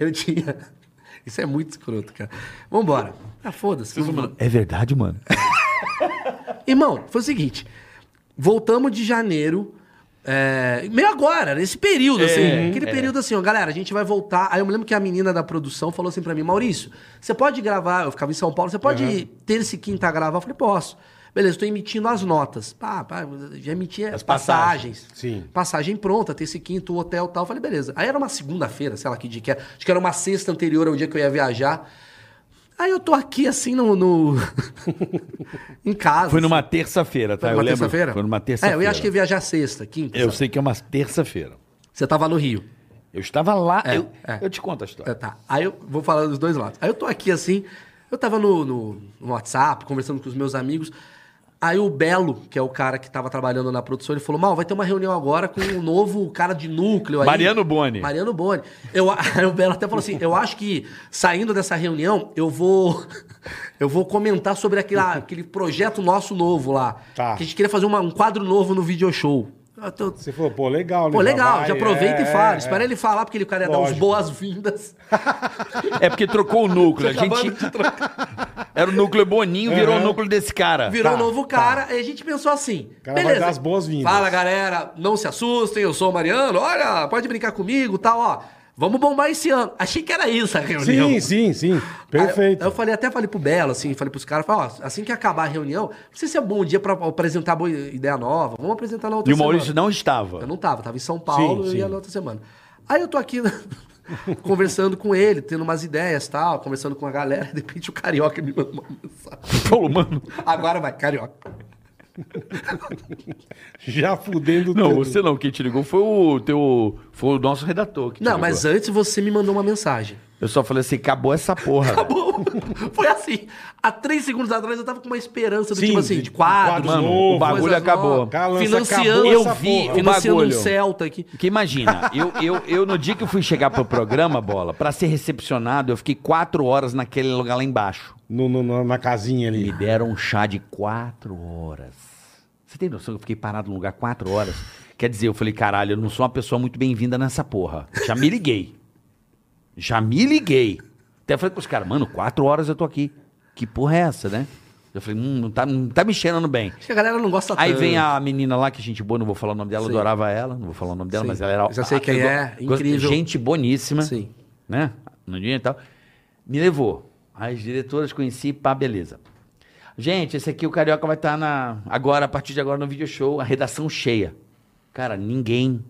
Speaker 5: Eu tinha. Isso é muito escroto, cara. Vambora. Ah, foda-se. vambora.
Speaker 3: É verdade, mano.
Speaker 5: Ah, Irmão, foi o seguinte. Voltamos de janeiro. é, meio agora, nesse período, assim. Aquele período assim, ó, galera, a gente vai voltar. Aí eu me lembro que a menina da produção falou assim pra mim, Maurício, você pode gravar, eu ficava em São Paulo, você pode terça e quinta gravar? Eu falei, posso. Beleza, tô emitindo as notas. Pá, pá, já emiti as passagens.
Speaker 2: Sim.
Speaker 5: Passagem pronta, terça e quinta, o hotel e tal. Eu falei, beleza. Aí era uma segunda-feira, sei lá que dia que era. Acho que era uma sexta anterior ao dia que eu ia viajar. Aí eu tô aqui, assim, no... no- em casa.
Speaker 3: Foi
Speaker 5: assim.
Speaker 3: numa terça-feira, tá?
Speaker 5: Foi
Speaker 3: eu
Speaker 5: numa
Speaker 3: lembro.
Speaker 5: terça-feira?
Speaker 3: Foi numa terça-feira.
Speaker 5: É, eu acho que ia viajar sexta, quinta.
Speaker 3: Eu
Speaker 5: sabe?
Speaker 3: sei que é uma terça-feira.
Speaker 5: Você tava no Rio.
Speaker 3: Eu estava lá.
Speaker 5: É,
Speaker 3: eu,
Speaker 5: é.
Speaker 3: eu te conto a história.
Speaker 5: É, tá. Aí eu vou falar dos dois lados. Aí eu tô aqui assim, eu tava no, no- no WhatsApp, conversando com os meus amigos. Aí o Belo, que é o cara que tava trabalhando na produção, ele falou: Mal, vai ter uma reunião agora com um novo cara de núcleo aí.
Speaker 3: Mariano Boni.
Speaker 5: Mariano Boni. Eu, a- aí o Belo até falou assim: eu acho que saindo dessa reunião, eu vou. Eu vou comentar sobre aquele, aquele projeto nosso novo lá.
Speaker 2: Tá.
Speaker 5: Que a gente queria fazer uma- um quadro novo no video show. Eu tô-
Speaker 2: Você falou, pô, legal, né?
Speaker 5: Pô, legal,
Speaker 2: vai,
Speaker 5: já
Speaker 2: é,
Speaker 5: aproveita e fala.
Speaker 2: é,
Speaker 5: Espera
Speaker 2: é.
Speaker 5: ele falar, porque ele o cara ia dar
Speaker 2: Lógico.
Speaker 5: umas boas-vindas.
Speaker 3: É porque trocou o núcleo. A
Speaker 5: Acabando
Speaker 3: gente,
Speaker 5: de trocar. Uhum.
Speaker 3: Era o núcleo Boninho, virou
Speaker 2: Aham.
Speaker 3: o núcleo desse cara.
Speaker 5: Virou
Speaker 2: Tá,
Speaker 5: um novo
Speaker 2: tá.
Speaker 5: cara, aí a gente pensou assim.
Speaker 2: O cara vai dar as boas-vindas.
Speaker 5: Fala, galera, não se assustem, eu sou o Mariano, olha, pode brincar comigo tal, ó. Vamos bombar esse ano. Achei que era isso a reunião.
Speaker 2: Sim, sim, sim. Perfeito.
Speaker 5: Aí Ah, eu falei, até falei pro Belo, assim, falei pros caras, falei, ó, assim que acabar a reunião, não sei se é bom dia pra apresentar boa ideia nova, vamos apresentar na outra
Speaker 3: E o Maurício
Speaker 5: semana.
Speaker 3: não estava.
Speaker 5: Eu não tava, tava em São Paulo,
Speaker 2: Sim,
Speaker 5: eu
Speaker 2: sim.
Speaker 5: ia na outra semana. Aí eu tô aqui conversando com ele, tendo umas ideias tal, conversando com a galera, de repente o Carioca me manda uma mensagem.
Speaker 3: Falou, mano.
Speaker 5: Agora vai, Carioca.
Speaker 2: Já fudendo
Speaker 3: Não,
Speaker 2: tudo.
Speaker 3: você não. Quem te ligou foi o teu. Foi o nosso redator. Que te
Speaker 5: Não,
Speaker 3: ligou.
Speaker 5: mas antes você me mandou uma mensagem. Tá
Speaker 3: Eu só falei assim: acabou essa porra.
Speaker 5: Bom, Foi assim. Há três segundos atrás eu tava com uma esperança do
Speaker 2: Sim,
Speaker 5: tipo assim,
Speaker 2: de
Speaker 5: de quadros.
Speaker 2: quadros
Speaker 5: Mano,
Speaker 2: novos,
Speaker 5: o bagulho
Speaker 3: coisas
Speaker 5: acabou.
Speaker 3: novas.
Speaker 2: Cara, lança-
Speaker 5: financiando,
Speaker 2: acabou
Speaker 3: Eu
Speaker 2: essa
Speaker 3: vi
Speaker 2: porra.
Speaker 3: o
Speaker 5: financiando um
Speaker 3: bagulho.
Speaker 5: Celta aqui.
Speaker 3: Porque imagina, eu, eu, eu no dia que eu fui chegar pro programa, bola, pra ser recepcionado, eu fiquei quatro horas naquele lugar lá embaixo.
Speaker 2: No- no- no- na casinha ali.
Speaker 3: Me deram um chá de quatro horas. Você tem noção que eu fiquei parado no lugar quatro horas? Quer dizer, eu falei, caralho, eu não sou uma pessoa muito bem-vinda nessa porra. Já me liguei. Já me liguei. Até falei com os caras, mano, quatro horas eu tô aqui. Que porra é essa, né? Eu falei, hum, não tá, não tá me cheirando bem.
Speaker 5: Acho que a galera não gosta
Speaker 3: Aí
Speaker 5: tanto.
Speaker 3: vem a menina lá, que é gente boa, não vou falar o nome dela, eu
Speaker 5: Sim.
Speaker 3: adorava ela, não vou falar o nome dela,
Speaker 5: Sim.
Speaker 3: mas ela era.
Speaker 5: Já sei
Speaker 3: ah,
Speaker 5: quem
Speaker 3: eu
Speaker 5: é,
Speaker 3: go-
Speaker 5: incrível.
Speaker 3: Gente boníssima.
Speaker 5: Sim.
Speaker 3: Né? No dia e tal. Me levou. As diretoras conheci, pá, beleza. Gente, esse aqui o Carioca vai estar na. Agora, a partir de agora, no video show, a redação cheia. Cara, ninguém.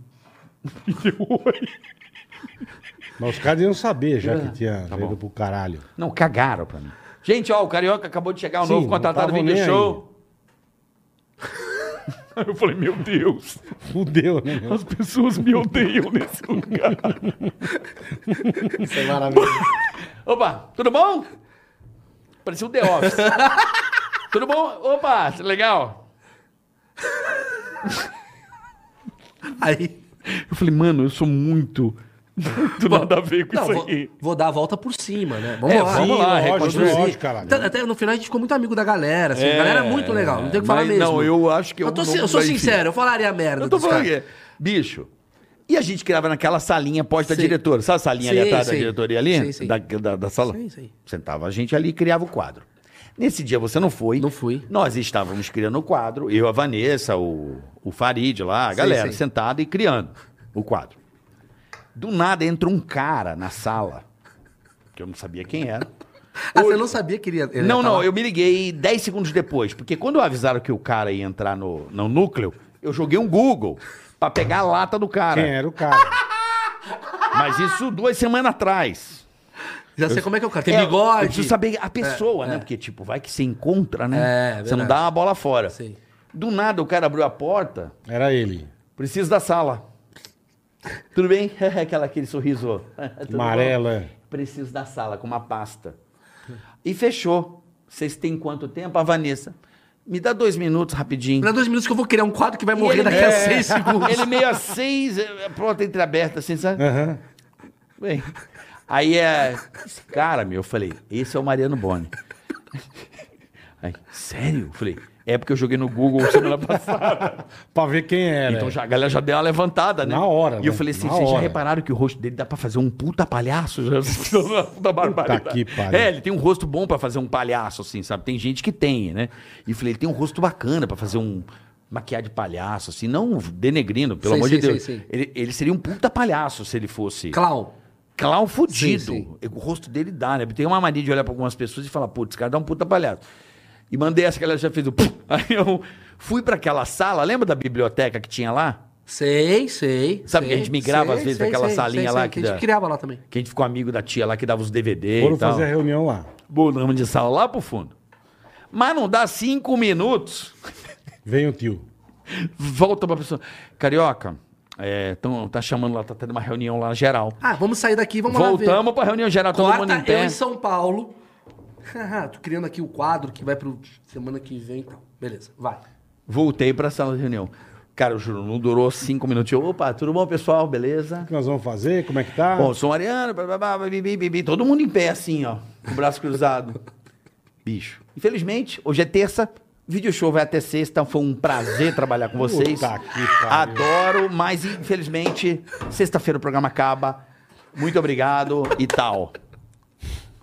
Speaker 2: Mas os caras iam saber já que tinha
Speaker 3: Tá
Speaker 2: ido
Speaker 3: bom.
Speaker 2: pro caralho.
Speaker 3: Não, cagaram pra mim. Gente, ó, o Carioca acabou de chegar, o
Speaker 2: Sim,
Speaker 3: novo
Speaker 2: não
Speaker 3: contratado
Speaker 2: tavam
Speaker 3: video
Speaker 2: nem
Speaker 3: show. Eu falei, meu Deus,
Speaker 2: Fudeu, né? meu?
Speaker 3: as pessoas me odeiam nesse lugar.
Speaker 5: Isso é maravilhoso.
Speaker 3: Opa, tudo bom? Parecia um The Office. tudo bom? Opa, legal.
Speaker 5: Aí.
Speaker 3: Eu falei, mano, eu sou muito. muito nada a ver com
Speaker 5: Não,
Speaker 3: isso
Speaker 5: vou,
Speaker 3: aqui.
Speaker 5: vou dar a volta por cima, né?
Speaker 3: É, vamos lá,
Speaker 2: lógico,
Speaker 3: reconstruir.
Speaker 2: lógico, caralho.
Speaker 5: Até, até no final a gente ficou muito amigo da galera, assim, a galera é muito legal, não tem o que falar
Speaker 6: Mas
Speaker 5: mesmo.
Speaker 6: não, eu acho que eu
Speaker 5: eu, tô
Speaker 6: não-
Speaker 5: sin- eu sou
Speaker 6: enfim.
Speaker 5: sincero, eu falaria merda.
Speaker 3: Eu tô
Speaker 5: dos
Speaker 3: falando
Speaker 5: caras.
Speaker 3: aqui. Bicho. E a gente criava naquela salinha pós da
Speaker 5: Sim.
Speaker 3: diretora. Sabe a salinha ali
Speaker 5: Sim,
Speaker 3: atrás da
Speaker 5: sim.
Speaker 3: diretoria ali?
Speaker 5: Sim, sim.
Speaker 3: Da, da, da sala?
Speaker 5: Sim, sim.
Speaker 3: Sentava a gente ali e criava o quadro. Nesse dia você não foi.
Speaker 5: Não fui.
Speaker 3: Nós estávamos criando o quadro, eu, a Vanessa, o, o Farid lá, a
Speaker 5: Sim,
Speaker 3: galera
Speaker 5: sim.
Speaker 3: sentada e criando o quadro. Do nada entra um cara na sala, que eu não sabia quem era.
Speaker 5: Ah, você não sabia que ele ia. ele ia
Speaker 3: Não,
Speaker 5: falar?
Speaker 3: não, eu me liguei 10 segundos depois, porque quando avisaram que o cara ia entrar no, no núcleo, eu joguei um Google pra pegar a lata do cara.
Speaker 2: Quem é? era o cara?
Speaker 3: Mas isso duas semanas atrás.
Speaker 5: Já sei como é que é o cara. Tem
Speaker 3: É, Eu
Speaker 5: bigode.
Speaker 3: preciso saber a pessoa, né? Porque, tipo, vai que você encontra, né?
Speaker 5: É,
Speaker 3: você não
Speaker 5: verdade.
Speaker 3: dá uma bola fora.
Speaker 5: Sim.
Speaker 3: Do nada o cara abriu a porta,
Speaker 2: Era ele.
Speaker 3: preciso da sala. Tudo bem? Aquela, aquele sorriso. Tudo bom?
Speaker 2: Amarela.
Speaker 3: Preciso da sala, com uma pasta. E fechou. Vocês têm quanto tempo? A Vanessa. Me dá dois minutos rapidinho.
Speaker 5: Não é dois minutos que eu vou criar um quadro que vai morrer
Speaker 3: ele-
Speaker 5: daqui a
Speaker 3: é.
Speaker 5: seis segundos.
Speaker 3: Ele meio a seis, é, pronto, entreaberta, assim, sabe?
Speaker 2: Aham.
Speaker 3: Bem, aí é. Esse cara, meu, eu falei, esse é o Mariano Boni. Aí, sério? Eu falei, é porque eu joguei no Google semana passada.
Speaker 2: Pra ver quem era.
Speaker 3: Então já, a galera já deu uma levantada, né?
Speaker 2: Na hora,
Speaker 3: E
Speaker 2: né?
Speaker 3: eu falei assim,
Speaker 2: Na
Speaker 3: vocês já
Speaker 2: hora."
Speaker 3: repararam que o rosto dele dá pra fazer um puta palhaço? Já uma puta barbaridade.
Speaker 2: que pariu.
Speaker 3: É, ele tem um rosto bom pra fazer um palhaço, assim, sabe? Tem gente que tem, né? E eu falei, ele tem um rosto bacana pra fazer um maquiar de palhaço, assim, não denegrindo, pelo
Speaker 5: Sim,
Speaker 3: amor de
Speaker 5: sim,
Speaker 3: Deus.
Speaker 5: sim, sim.
Speaker 3: Ele, ele seria um puta palhaço se ele fosse...
Speaker 5: Clown.
Speaker 3: Clown fudido.
Speaker 5: Sim,
Speaker 3: O rosto dele dá, né? Tem uma mania de olhar pra algumas pessoas e falar, putz, esse cara dá um puta palhaço. E mandei essa que ela já fez o... pum. Aí eu fui pra aquela sala, lembra da biblioteca que tinha lá?
Speaker 5: Sei, sei.
Speaker 3: Sabe que a
Speaker 5: sei,
Speaker 3: gente migrava, às
Speaker 5: sei,
Speaker 3: vezes,
Speaker 5: sei,
Speaker 3: naquela
Speaker 5: sei,
Speaker 3: salinha
Speaker 5: sei,
Speaker 3: lá
Speaker 5: sei,
Speaker 3: que
Speaker 5: Que a
Speaker 3: dá-
Speaker 5: gente criava lá também.
Speaker 3: Que a gente ficou amigo da tia lá que dava os DVD
Speaker 2: Foram
Speaker 3: e tal.
Speaker 2: fazer a reunião lá.
Speaker 3: Bolamos de sala lá pro fundo. Mas não dá cinco minutos,
Speaker 2: Vem o tio.
Speaker 3: volta pra pessoa. Carioca, é, tão, tá chamando lá, tá tendo uma reunião lá geral.
Speaker 5: Ah, vamos sair daqui, vamos lá ver.
Speaker 3: Voltamos pra reunião geral, todo mundo
Speaker 5: Corta
Speaker 3: em
Speaker 5: eu
Speaker 3: pé.
Speaker 5: em São Paulo. Haha, Tô criando aqui o quadro que vai pro semana que vem e tal. Beleza, vai.
Speaker 3: Voltei pra sala de reunião. Cara, eu juro, não durou cinco minutos. Eu, opa, tudo bom, pessoal? Beleza?
Speaker 2: O que nós vamos fazer? Como é que tá?
Speaker 3: Bom, sou Mariano, blá, blá, blá, blá, blá, blá, blá. todo mundo em pé, assim, ó, com o braço cruzado. Bicho. Infelizmente, hoje é terça, vídeo show vai até sexta, foi um prazer trabalhar com vocês.
Speaker 2: Puta que pariu.
Speaker 3: Adoro, mas infelizmente, sexta-feira o programa acaba. Muito obrigado e tal.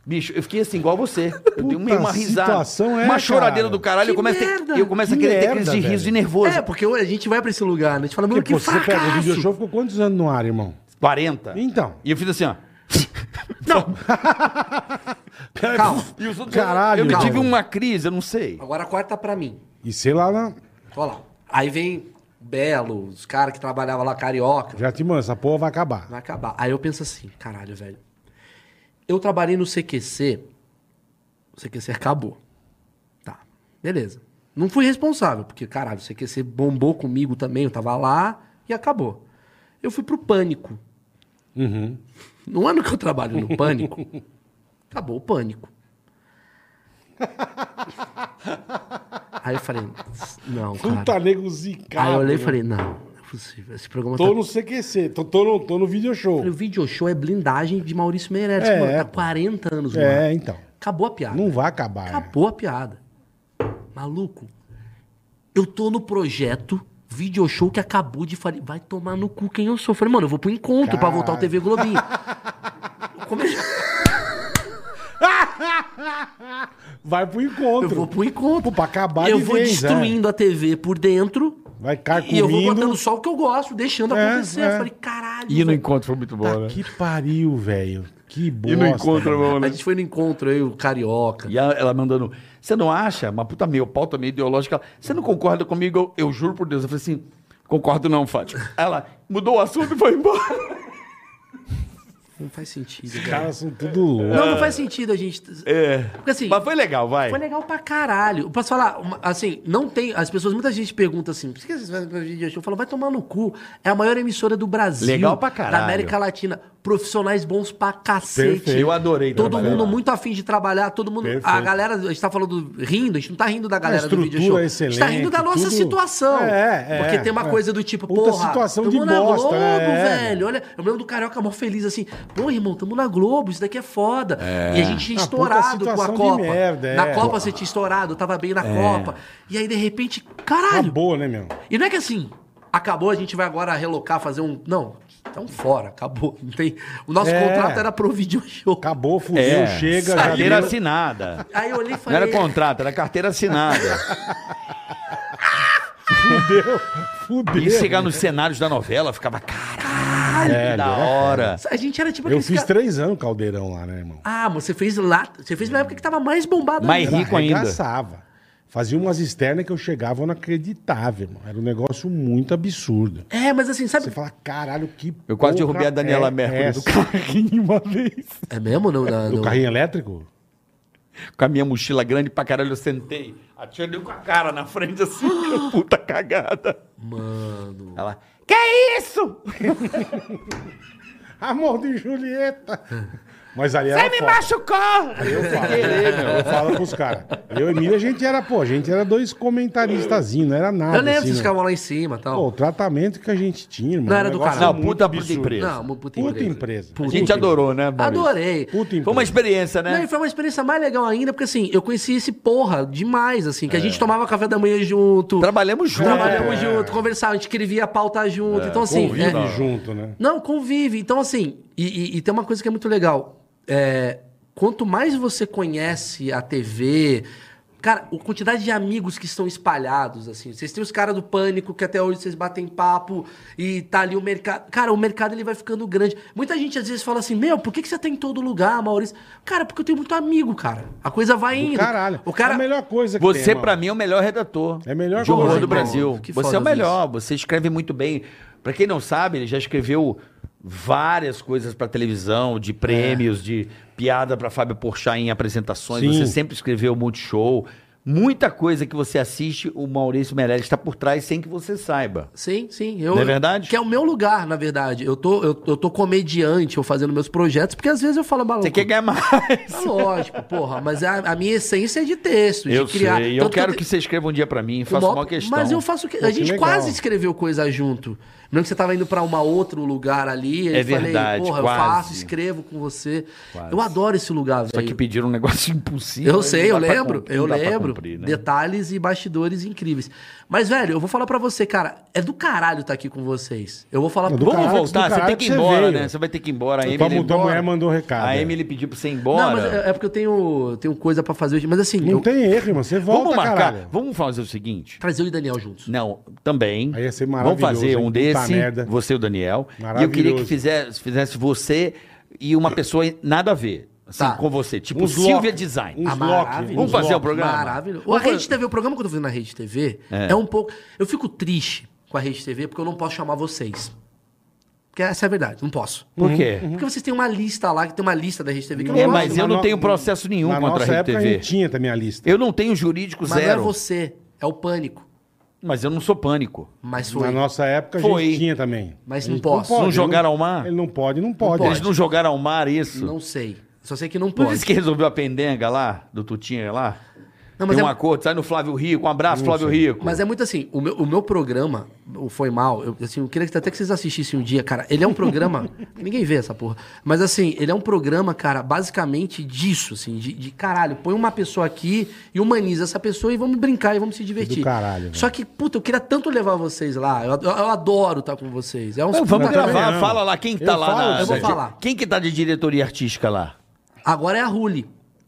Speaker 3: Bicho, eu fiquei assim, igual você. Eu dei uma,
Speaker 2: Puta
Speaker 3: uma risada.
Speaker 2: situação é,
Speaker 3: uma choradeira
Speaker 2: cara.
Speaker 3: do caralho. eu
Speaker 5: Que
Speaker 3: começo, a ter-
Speaker 5: merda.
Speaker 3: eu começo a
Speaker 2: Que
Speaker 3: querer ter
Speaker 2: merda,
Speaker 3: crise de
Speaker 2: velho.
Speaker 3: riso e nervoso.
Speaker 5: É, porque a gente vai pra esse lugar, né? A gente fala, mano,
Speaker 2: Porque, pô,
Speaker 5: que
Speaker 2: você pega o
Speaker 5: fracasso.
Speaker 2: video show, ficou quantos anos no ar, irmão?
Speaker 3: 40.
Speaker 2: Então.
Speaker 3: E eu fiz assim, ó. Não.
Speaker 5: Calma.
Speaker 3: E os outros-
Speaker 2: Caralho,
Speaker 3: Eu me
Speaker 2: calma.
Speaker 3: tive uma crise, eu não sei.
Speaker 5: Agora corta pra mim.
Speaker 2: E sei lá, né?
Speaker 5: Olha lá. Aí vem Belo, os caras que trabalhavam lá, carioca.
Speaker 2: já te mando, essa porra vai acabar.
Speaker 5: Vai acabar. Aí eu penso assim, caralho, velho. Eu trabalhei no CQC, o CQC acabou. Tá, beleza. Não fui responsável, porque, caralho, o CQC bombou comigo também, eu tava lá e acabou. Eu fui pro Pânico.
Speaker 2: Uhum.
Speaker 5: é No ano que eu trabalho no Pânico, acabou o Pânico. Aí eu falei, não,
Speaker 2: Puta
Speaker 5: cara.
Speaker 2: nego zicado.
Speaker 5: Aí eu olhei e
Speaker 2: né?
Speaker 5: falei, não, não é possível. Esse programa tá
Speaker 2: Tô no CQC, tô, tô no, tô no video show.
Speaker 5: Falei, o video show é blindagem de Maurício Meirelles.
Speaker 2: É,
Speaker 5: mano,
Speaker 2: é,
Speaker 5: tá
Speaker 2: pô.
Speaker 5: 40 anos, mano.
Speaker 2: É, então.
Speaker 5: Acabou a piada.
Speaker 2: Não vai acabar. né?
Speaker 5: Acabou a piada. Maluco, eu tô no projeto video show que acabou de falar. Vai tomar no cu quem eu sou. Falei, mano, eu vou pro encontro pra voltar ao
Speaker 2: Caralho.
Speaker 5: TV Globinho. Como é-
Speaker 2: né? Vai pro encontro.
Speaker 5: Eu vou pro encontro.
Speaker 2: Pô, pra acabar
Speaker 5: Eu
Speaker 2: de
Speaker 5: vou
Speaker 2: vez, é.
Speaker 5: destruindo a TV por dentro.
Speaker 2: Vai
Speaker 5: E eu vou
Speaker 2: carcomindo.
Speaker 5: botando só o que eu gosto, deixando
Speaker 2: É,
Speaker 5: acontecer.
Speaker 2: é.
Speaker 5: Eu falei, caralho.
Speaker 9: E no
Speaker 5: velho.
Speaker 9: encontro foi muito bom, né?
Speaker 2: Que pariu, velho. Que Tá bosta.
Speaker 9: E no encontro,
Speaker 2: velho.
Speaker 9: bom,
Speaker 5: A
Speaker 9: né?
Speaker 5: gente foi no encontro, eu, e o Carioca.
Speaker 3: E ela, ela mandando, você não acha? Uma puta meu, pauta meio ideológica. Você não concorda comigo? Eu, eu juro por Deus. Eu falei assim, concordo não, Fábio. Ela mudou o assunto e foi embora.
Speaker 5: Não faz sentido,
Speaker 2: Os
Speaker 5: cara.
Speaker 2: caras são tudo loucos.
Speaker 5: Não, não faz sentido a gente.
Speaker 3: É.
Speaker 5: Porque assim.
Speaker 3: Mas foi legal, vai.
Speaker 5: Foi legal pra caralho. Eu posso falar, uma- assim, não tem. As pessoas, muita gente pergunta assim: por que vocês fazem programa de show? Eu falo, vai tomar no cu. É a maior emissora do Brasil.
Speaker 3: Legal pra caralho.
Speaker 5: Da América Latina. Profissionais bons pra cacete.
Speaker 2: Perfeito.
Speaker 3: Eu adorei
Speaker 5: Todo
Speaker 3: trabalhar
Speaker 5: mundo
Speaker 3: lá.
Speaker 5: muito afim de trabalhar, todo mundo.
Speaker 2: Perfeito.
Speaker 5: A galera, a gente tá falando rindo, a gente não tá rindo da galera do
Speaker 2: estrutura
Speaker 5: vídeo show. a gente tá
Speaker 2: excelente,
Speaker 5: rindo da nossa
Speaker 2: tudo-
Speaker 5: situação.
Speaker 2: É, é,
Speaker 5: Porque tem uma
Speaker 2: é.
Speaker 5: coisa do tipo,
Speaker 2: Puta
Speaker 5: porra,
Speaker 2: situação de
Speaker 5: tamo na
Speaker 2: bosta,
Speaker 5: Globo,
Speaker 2: é.
Speaker 5: velho. Olha, eu me lembro do Carioca mó feliz assim, pô, irmão, tamo na Globo, isso daqui é foda. E a gente
Speaker 2: Ah,
Speaker 5: tinha
Speaker 2: puta
Speaker 5: estourado com a
Speaker 2: situação de
Speaker 5: Copa.
Speaker 2: merda, é.
Speaker 5: Na Copa você tinha estourado, eu tava bem
Speaker 3: É.
Speaker 5: na Copa. E aí, de repente, caralho,
Speaker 2: Acabou, né, meu?
Speaker 5: e não é que assim, acabou, a gente vai agora relocar, fazer um. Não, estão fora, acabou. Não tem... O nosso
Speaker 2: É.
Speaker 5: contrato era pro vídeo show.
Speaker 2: Acabou, fudeu,
Speaker 9: É.
Speaker 3: É.
Speaker 2: chega. já
Speaker 3: Carteira
Speaker 2: deu.
Speaker 3: assinada.
Speaker 5: Aí eu olhei e
Speaker 3: Não
Speaker 5: falei.
Speaker 3: era contrato, era carteira assinada.
Speaker 2: Fudeu.
Speaker 3: E chegar nos cenários da novela, ficava, caralho, que
Speaker 2: Velho,
Speaker 3: da
Speaker 2: né,
Speaker 3: hora.
Speaker 5: A gente era tipo
Speaker 2: Eu
Speaker 5: aqueles
Speaker 2: fiz
Speaker 5: ca-
Speaker 2: três anos caldeirão lá, né, irmão?
Speaker 5: Ah, mas você fez lá. Você fez na época que tava mais bombado
Speaker 3: Mais
Speaker 5: ainda.
Speaker 3: rico. ainda.
Speaker 2: Arregaçava. Fazia umas externas que eu chegava eu não acreditava, irmão. Era um negócio muito absurdo.
Speaker 5: É, mas assim, sabe.
Speaker 2: Você fala, caralho, que
Speaker 3: Eu quase
Speaker 2: porra
Speaker 3: derrubei a Daniela
Speaker 2: é
Speaker 3: Mercury
Speaker 2: essa?
Speaker 3: do carrinho uma vez.
Speaker 5: É mesmo? Não, não,
Speaker 2: Do
Speaker 5: não.
Speaker 2: carrinho elétrico?
Speaker 3: Com a minha mochila grande pra caralho, eu sentei. A tia deu com a cara na frente assim, eu, puta cagada. Mano. Ela, que isso?
Speaker 2: Amor de Julieta. Mas ali
Speaker 3: Você
Speaker 2: era
Speaker 3: me
Speaker 2: foda.
Speaker 3: machucou!
Speaker 2: Eu falo, né? eu falo pros caras. Eu e Emílio, a gente era, pô, a gente era dois comentaristas, não era nada.
Speaker 5: Eu lembro,
Speaker 2: assim,
Speaker 5: vocês
Speaker 2: né?
Speaker 5: ficavam lá em cima e
Speaker 2: Pô,
Speaker 5: tal.
Speaker 2: o tratamento que a gente tinha, irmão. é
Speaker 5: Não era do
Speaker 2: negócio
Speaker 5: caralho.
Speaker 3: Não,
Speaker 2: muito
Speaker 3: puta, puta
Speaker 2: absurdo.
Speaker 3: empresa.
Speaker 5: não, uma puta empresa.
Speaker 2: Puta empresa.
Speaker 3: A
Speaker 5: Puta
Speaker 3: gente adorou, né, Maurício?
Speaker 5: Adorei.
Speaker 2: Puta empresa.
Speaker 3: Foi uma experiência,
Speaker 5: Não,
Speaker 3: né?
Speaker 5: e foi uma experiência mais legal ainda, porque assim, eu conheci esse porra demais, assim,
Speaker 3: É.
Speaker 5: que a gente tomava café da manhã junto.
Speaker 3: Trabalhamos juntos.
Speaker 5: Trabalhamos junto, conversava, a gente escrevia a pauta junto. então, assim.
Speaker 2: Convive
Speaker 5: é-
Speaker 2: junto, né?
Speaker 5: Não, convive. Então, assim, e, e- e tem uma coisa que é muito legal. É, quanto mais você conhece a TV. Cara, a quantidade de amigos que estão espalhados, assim. Vocês têm os caras do pânico que até hoje vocês batem papo e tá ali o mercado. Cara, o mercado ele vai ficando grande. Muita gente às vezes fala assim: Meu, por que, que você tá em todo lugar, Maurício? Cara, porque eu tenho muito amigo, cara. A coisa vai indo.
Speaker 2: Caralho.
Speaker 5: O
Speaker 2: É
Speaker 5: cara.
Speaker 2: a melhor coisa que
Speaker 3: Você,
Speaker 2: tem,
Speaker 3: pra
Speaker 2: mano.
Speaker 3: mim, é o melhor redator.
Speaker 2: É a melhor
Speaker 3: de horror
Speaker 2: coisa,
Speaker 3: do
Speaker 2: irmão.
Speaker 3: Brasil.
Speaker 5: Que
Speaker 3: Você
Speaker 5: foda
Speaker 3: é o melhor, você escreve muito bem. Pra quem não sabe, ele já escreveu várias coisas pra televisão, de prêmios, de piada pra Fábio Porchat em apresentações.
Speaker 2: É. Sim.
Speaker 3: Você sempre escreveu multishow. Muita coisa que você assiste, o Maurício Meirelles está por trás sem que você saiba.
Speaker 5: Sim, sim. Eu,
Speaker 3: Não é verdade?
Speaker 5: Que é o meu lugar, na verdade. Eu tô, eu, eu tô comediante, eu fazendo meus projetos, porque às vezes eu falo maluco.
Speaker 3: Você quer ganhar mais.
Speaker 5: É lógico, porra, mas a, a minha essência é de texto, de
Speaker 3: Eu
Speaker 5: criar.
Speaker 3: sei, eu
Speaker 5: Tanto
Speaker 3: quero
Speaker 5: eu
Speaker 3: que
Speaker 5: te-
Speaker 3: você escreva um dia pra mim,
Speaker 5: o
Speaker 3: faço
Speaker 5: maior-
Speaker 3: uma questão.
Speaker 5: Mas eu faço que.
Speaker 2: Pô,
Speaker 5: a
Speaker 2: que
Speaker 5: gente
Speaker 2: legal.
Speaker 5: quase escreveu coisa junto. Não que você tava indo pra um outro lugar ali. aí
Speaker 3: É
Speaker 5: eu falei,
Speaker 3: verdade,
Speaker 5: porra,
Speaker 3: quase.
Speaker 5: eu faço, escrevo com você. Eu adoro esse lugar,
Speaker 3: Só que
Speaker 5: velho.
Speaker 3: pediram um negócio impossível.
Speaker 5: Eu sei, eu
Speaker 3: Não dá pra
Speaker 5: lembro,
Speaker 3: cumprir,
Speaker 5: eu
Speaker 3: não dá pra
Speaker 5: lembro.
Speaker 3: sempre, né?
Speaker 5: Detalhes e bastidores incríveis. Mas, velho, eu vou falar pra você, cara, é do caralho estar aqui com vocês. Eu vou falar
Speaker 2: É
Speaker 5: pra
Speaker 2: do
Speaker 3: Vamos
Speaker 2: caralho,
Speaker 3: voltar, você
Speaker 2: do
Speaker 3: tem
Speaker 2: caralho
Speaker 3: que
Speaker 2: que
Speaker 3: ir
Speaker 2: você
Speaker 3: embora,
Speaker 2: veio.
Speaker 3: né? Você vai ter que ir embora. A
Speaker 2: Tua
Speaker 3: Emily,
Speaker 2: mu- tua mulher mandou um recado.
Speaker 3: a
Speaker 2: é.
Speaker 3: Emily pediu pra você ir
Speaker 5: Não, mas
Speaker 3: embora.
Speaker 5: é é porque eu tenho, tenho coisa pra fazer hoje. Mas assim,
Speaker 2: Não
Speaker 5: eu
Speaker 2: tem erro, irmão. Você volta,
Speaker 3: Vamos marcar,
Speaker 2: caralho.
Speaker 3: vamos fazer o seguinte.
Speaker 5: trazer eu e Daniel juntos.
Speaker 3: Não, também.
Speaker 2: Aí ia ser
Speaker 3: Vamos fazer
Speaker 2: maravilhoso, hein?
Speaker 3: um
Speaker 2: Puta
Speaker 3: desse,
Speaker 2: merda.
Speaker 3: você e o Daniel. E eu queria
Speaker 2: Maravilhoso.
Speaker 3: que fizesse, fizesse você e uma pessoa nada a ver. Assim,
Speaker 5: Tá.
Speaker 3: com você. Tipo,
Speaker 2: Uns
Speaker 3: Silvia
Speaker 2: lock,
Speaker 3: Design.
Speaker 2: uns
Speaker 5: Ah,
Speaker 2: lock,
Speaker 5: maravilhoso.
Speaker 2: uns
Speaker 3: Vamos fazer
Speaker 2: lock.
Speaker 3: o programa?
Speaker 5: Maravilhoso. A Rede TV, o programa que eu tô fazendo na Rede TV é. um pouco. Eu fico triste com a Rede TV porque eu não posso chamar vocês. Porque essa é a verdade, não posso.
Speaker 3: Por quê?
Speaker 5: Porque vocês têm uma lista lá, que tem uma lista da Rede TV que eu não
Speaker 3: Uhum. É,
Speaker 5: posso.
Speaker 3: mas eu
Speaker 2: na
Speaker 3: não
Speaker 2: no-
Speaker 3: tenho processo nenhum
Speaker 2: Na
Speaker 3: contra a
Speaker 2: nossa
Speaker 3: Rede
Speaker 2: época,
Speaker 3: TV.
Speaker 2: eu tinha também a lista.
Speaker 3: Eu não tenho jurídico
Speaker 5: Mas
Speaker 3: zero,
Speaker 5: não é você, é o pânico.
Speaker 3: mas eu não sou pânico.
Speaker 5: Mas
Speaker 2: Na
Speaker 5: foi.
Speaker 3: é
Speaker 2: nossa época, a
Speaker 3: Foi.
Speaker 2: gente tinha também.
Speaker 5: Mas
Speaker 2: A
Speaker 5: não
Speaker 2: gente
Speaker 5: posso.
Speaker 2: pode,
Speaker 3: Não
Speaker 2: ele
Speaker 3: jogaram ao mar?
Speaker 2: Ele não pode, não pode.
Speaker 3: Eles não jogaram ao mar isso?
Speaker 5: Não sei. Só sei que não
Speaker 3: Por
Speaker 5: pode.
Speaker 3: isso que resolveu a pendenga lá, do Tutinha lá?
Speaker 5: Não, mas
Speaker 3: Tem um
Speaker 5: é-
Speaker 3: acordo, sai no Flávio Rico, um abraço, Flávio Rico.
Speaker 5: Mas é muito assim, o meu, o meu programa, o Foi Mal, eu, assim, eu queria que- até que vocês assistissem um dia, cara. Ele é um programa. ninguém vê essa porra. Mas assim, ele é um programa, cara, basicamente disso, assim, de, de caralho, põe uma pessoa aqui e humaniza essa pessoa e vamos brincar e vamos se divertir.
Speaker 2: caralho, velho.
Speaker 5: Só que, puta, eu queria tanto levar vocês lá. Eu, eu- eu adoro estar com vocês. É uns
Speaker 3: Não, vamos
Speaker 5: puta-
Speaker 3: gravar,
Speaker 2: não.
Speaker 3: fala lá quem que tá
Speaker 2: Eu
Speaker 3: lá
Speaker 2: falo,
Speaker 3: na.
Speaker 5: eu vou
Speaker 3: na-
Speaker 5: falar.
Speaker 3: Quem que tá de diretoria artística lá?
Speaker 5: Agora é a Ruli.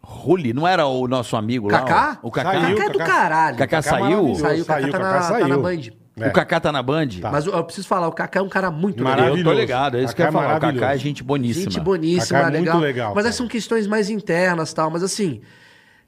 Speaker 3: Ruli, não era o nosso amigo lá?
Speaker 5: Cacá?
Speaker 3: O o Cacá?
Speaker 5: Cacá é do caralho.
Speaker 3: Cacá saiu?
Speaker 2: maravilhoso,
Speaker 5: Saiu, o Cacá tá na- tá na Band.
Speaker 2: É.
Speaker 3: O Cacá tá na Band?
Speaker 5: Mas eu, eu preciso falar, o Kaká é um cara muito legal.
Speaker 2: Maravilhoso.
Speaker 3: Eu tô ligado, é isso que eu ia
Speaker 2: Cacá é
Speaker 3: falar. O Cacá é
Speaker 2: maravilhoso.
Speaker 3: gente boníssima.
Speaker 5: Gente boníssima,
Speaker 2: Cacá é muito
Speaker 5: legal.
Speaker 2: legal,
Speaker 5: mas
Speaker 2: cara.
Speaker 5: essas são questões mais internas tal. Mas assim,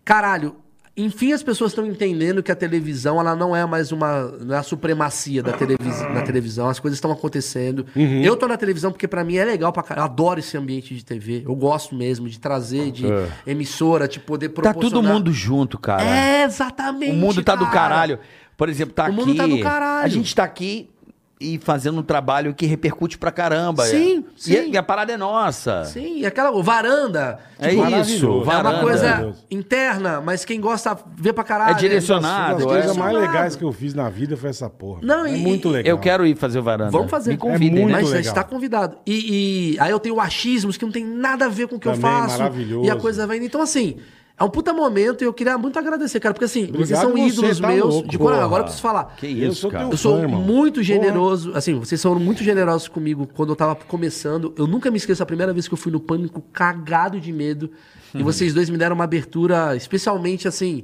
Speaker 5: caralho, enfim as pessoas estão entendendo que a televisão ela não é mais uma. Não é a supremacia da televis na televisão. As coisas estão acontecendo.
Speaker 2: Uhum.
Speaker 5: Eu tô na televisão porque pra mim é legal pra caralho. Eu adoro esse ambiente de TV. Eu gosto mesmo de trazer, de
Speaker 2: É.
Speaker 5: emissora, de poder
Speaker 3: Tá
Speaker 5: proporcionar.
Speaker 3: todo mundo junto, cara.
Speaker 5: É, exatamente.
Speaker 3: O mundo tá do
Speaker 5: cara.
Speaker 3: caralho. Por exemplo, tá
Speaker 5: O
Speaker 3: aqui.
Speaker 5: mundo tá do caralho.
Speaker 3: A gente tá aqui e fazendo um trabalho que repercute pra caramba.
Speaker 5: Sim,
Speaker 3: E-
Speaker 5: sim.
Speaker 3: E a parada é nossa.
Speaker 5: Sim, e aquela varanda.
Speaker 3: É
Speaker 5: tipo,
Speaker 3: isso.
Speaker 2: maravilhoso.
Speaker 5: É uma
Speaker 3: varanda.
Speaker 5: coisa
Speaker 2: Maravilhoso.
Speaker 5: interna, mas quem gosta vê pra caralho.
Speaker 3: É direcionado,
Speaker 2: Uma das
Speaker 3: é.
Speaker 2: coisas mais
Speaker 5: Direcionado.
Speaker 2: legais que eu fiz na vida foi essa porra.
Speaker 5: Não,
Speaker 2: é
Speaker 5: e-
Speaker 2: muito
Speaker 5: e-
Speaker 2: legal.
Speaker 3: Eu quero ir fazer o varanda.
Speaker 5: Vamos fazer.
Speaker 3: Me convidem,
Speaker 2: É muito
Speaker 3: né?
Speaker 5: Mas você
Speaker 2: legal.
Speaker 5: está convidado. E, e aí eu tenho achismos que não tem nada a ver com o que eu
Speaker 2: Também,
Speaker 5: faço.
Speaker 2: maravilhoso.
Speaker 5: E a coisa vai indo. Então, assim, é um puta momento e eu queria muito agradecer, cara. Porque, assim, vocês
Speaker 2: Obrigado
Speaker 5: são
Speaker 2: você,
Speaker 5: ídolos
Speaker 2: tá
Speaker 5: meus.
Speaker 2: louco,
Speaker 5: de coração. agora eu
Speaker 3: porra.
Speaker 5: preciso falar.
Speaker 3: Que
Speaker 2: Eu
Speaker 3: isso,
Speaker 2: sou
Speaker 3: cara.
Speaker 2: teu
Speaker 5: Eu sou
Speaker 2: fã, irmão.
Speaker 5: muito
Speaker 2: Porra.
Speaker 5: generoso. Assim, vocês foram muito generosos comigo quando eu tava começando. Eu nunca me esqueço a primeira vez que eu fui no pânico cagado de medo.
Speaker 2: Uhum.
Speaker 5: E vocês dois me deram uma abertura, especialmente assim.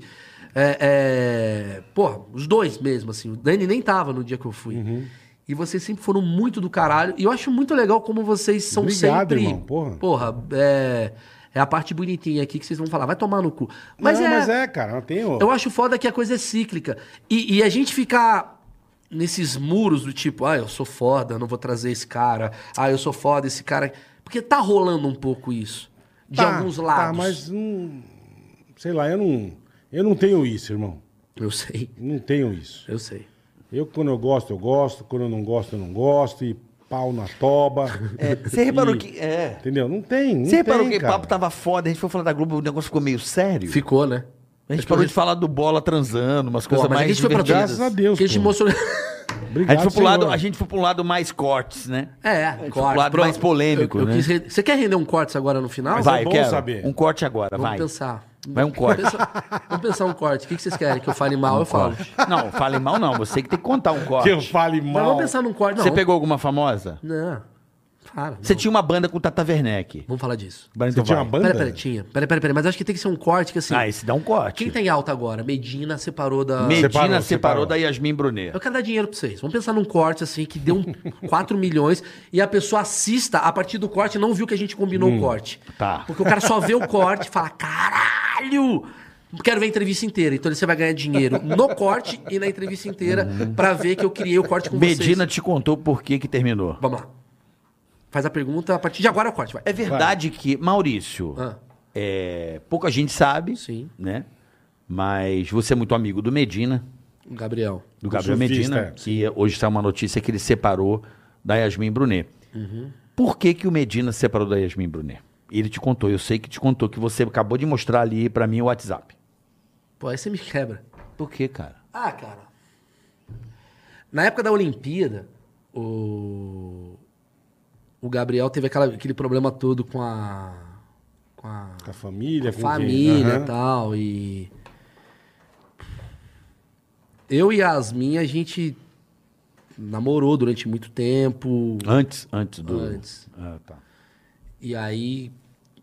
Speaker 5: É, é, Porra, os dois mesmo, assim. O Dani nem tava no dia que eu fui.
Speaker 2: Uhum.
Speaker 5: E vocês sempre foram muito do caralho. E eu acho muito legal como vocês são
Speaker 2: Obrigado,
Speaker 5: sempre.
Speaker 2: irmão, porra.
Speaker 5: é. É a parte bonitinha aqui que vocês vão falar, vai tomar no cu.
Speaker 2: Mas, não, é... mas é, cara, tem tenho...
Speaker 5: Eu acho foda que a coisa é cíclica. E, e a gente ficar nesses muros do tipo, ah, eu sou foda, não vou trazer esse cara. Ah, eu sou foda, esse cara. Porque tá rolando um pouco isso. De
Speaker 2: Tá,
Speaker 5: alguns
Speaker 2: Tá,
Speaker 5: lados.
Speaker 2: mas não... Sei lá, eu não... Eu não tenho isso, irmão.
Speaker 5: Eu sei,
Speaker 2: Não tenho isso.
Speaker 5: eu sei.
Speaker 2: Eu, quando eu gosto, eu gosto. Quando eu não gosto, eu não gosto. E pau na toba.
Speaker 3: É, Você reparou
Speaker 2: E-
Speaker 3: que. É.
Speaker 2: Entendeu? Não tem, não
Speaker 3: Você reparou
Speaker 2: tem,
Speaker 3: que o
Speaker 2: cara.
Speaker 3: papo tá- tava foda, a gente foi falar da Globo, o negócio ficou meio sério.
Speaker 5: Ficou, né?
Speaker 3: A gente parou de falar do bola transando, umas coisas
Speaker 5: Porra, mas
Speaker 3: mais
Speaker 5: a gente foi pra
Speaker 3: divertidas.
Speaker 2: Graças a Deus,
Speaker 5: Porque a gente
Speaker 2: pô.
Speaker 5: mostrou.
Speaker 2: Obrigado,
Speaker 3: A gente foi pro
Speaker 2: senhor.
Speaker 3: lado, a gente foi pro lado mais cortes, né?
Speaker 5: é,
Speaker 3: pro lado
Speaker 5: pronto.
Speaker 3: mais polêmico,
Speaker 5: Eu- eu
Speaker 3: né?
Speaker 5: quis re- Você quer render um corte agora no final?
Speaker 2: Mas
Speaker 3: vai,
Speaker 2: é
Speaker 3: eu
Speaker 2: bom
Speaker 3: quero.
Speaker 2: saber.
Speaker 3: Um corte agora,
Speaker 5: Vamos
Speaker 3: vai.
Speaker 5: pensar.
Speaker 3: Vai um corte. Um
Speaker 5: Vamos pensar, vamos pensar um corte. O que que vocês querem? Que eu fale mal, eu falo.
Speaker 3: Não, fale mal não, você que tem que contar um corte.
Speaker 2: Que eu fale
Speaker 5: Mas
Speaker 2: mal.
Speaker 5: vamos pensar num corte. Não,
Speaker 3: Você pegou alguma famosa?
Speaker 5: Não. Para.
Speaker 3: Você
Speaker 5: não.
Speaker 3: tinha uma banda com o Tata Werneck. Então
Speaker 5: Vamos falar disso.
Speaker 2: Você tinha uma banda?
Speaker 5: Pera, pera, tinha. Pera, pera, pera. Mas acho que tem que ser um corte que assim.
Speaker 3: Ah, esse dá um
Speaker 5: quem
Speaker 3: corte.
Speaker 5: tá em alta agora? Medina separou da.
Speaker 3: Medina
Speaker 2: Separou,
Speaker 3: separou,
Speaker 2: separou.
Speaker 3: da Yasmin Brunet.
Speaker 5: Eu quero dar dinheiro pra vocês. Vamos pensar num corte assim que deu 4 milhões e a pessoa assista a partir do corte e não viu que a gente combinou o corte.
Speaker 3: tá.
Speaker 5: Porque o cara só vê o corte e fala: caralho! Quero ver a entrevista inteira. Então você vai ganhar dinheiro no corte e na entrevista inteira pra ver que eu criei o corte com
Speaker 3: Uhum. Medina
Speaker 5: vocês.
Speaker 3: te contou por que que terminou.
Speaker 5: Vamos lá. Faz a pergunta, a partir de agora é o corte, vai.
Speaker 3: É verdade que, Maurício,
Speaker 5: Ah.
Speaker 3: é, pouca gente sabe,
Speaker 5: Sim.
Speaker 3: né? Mas você é muito amigo do Medina,
Speaker 5: Gabriel.
Speaker 3: do
Speaker 2: Do
Speaker 3: Gabriel
Speaker 2: surfista,
Speaker 3: Medina,
Speaker 2: é.
Speaker 3: que hoje está uma notícia que ele separou da Yasmin Brunet.
Speaker 5: Uhum.
Speaker 3: Por que, que o Medina se separou da Yasmin Brunet? Ele te contou, eu sei que te contou, que você acabou de mostrar ali pra mim o WhatsApp.
Speaker 5: Pô, aí você me quebra.
Speaker 3: Por que, cara?
Speaker 5: Ah, cara. Na época da Olimpíada, o, o Gabriel teve aquela- aquele problema todo com a. Com a
Speaker 2: Com a família,
Speaker 5: com tá.
Speaker 2: com quem?
Speaker 5: família
Speaker 2: Aham.
Speaker 5: e tal. E. eu e a Yasmin, a gente namorou durante muito tempo.
Speaker 3: Antes, antes do.
Speaker 5: Antes.
Speaker 3: Ah, tá.
Speaker 5: E aí,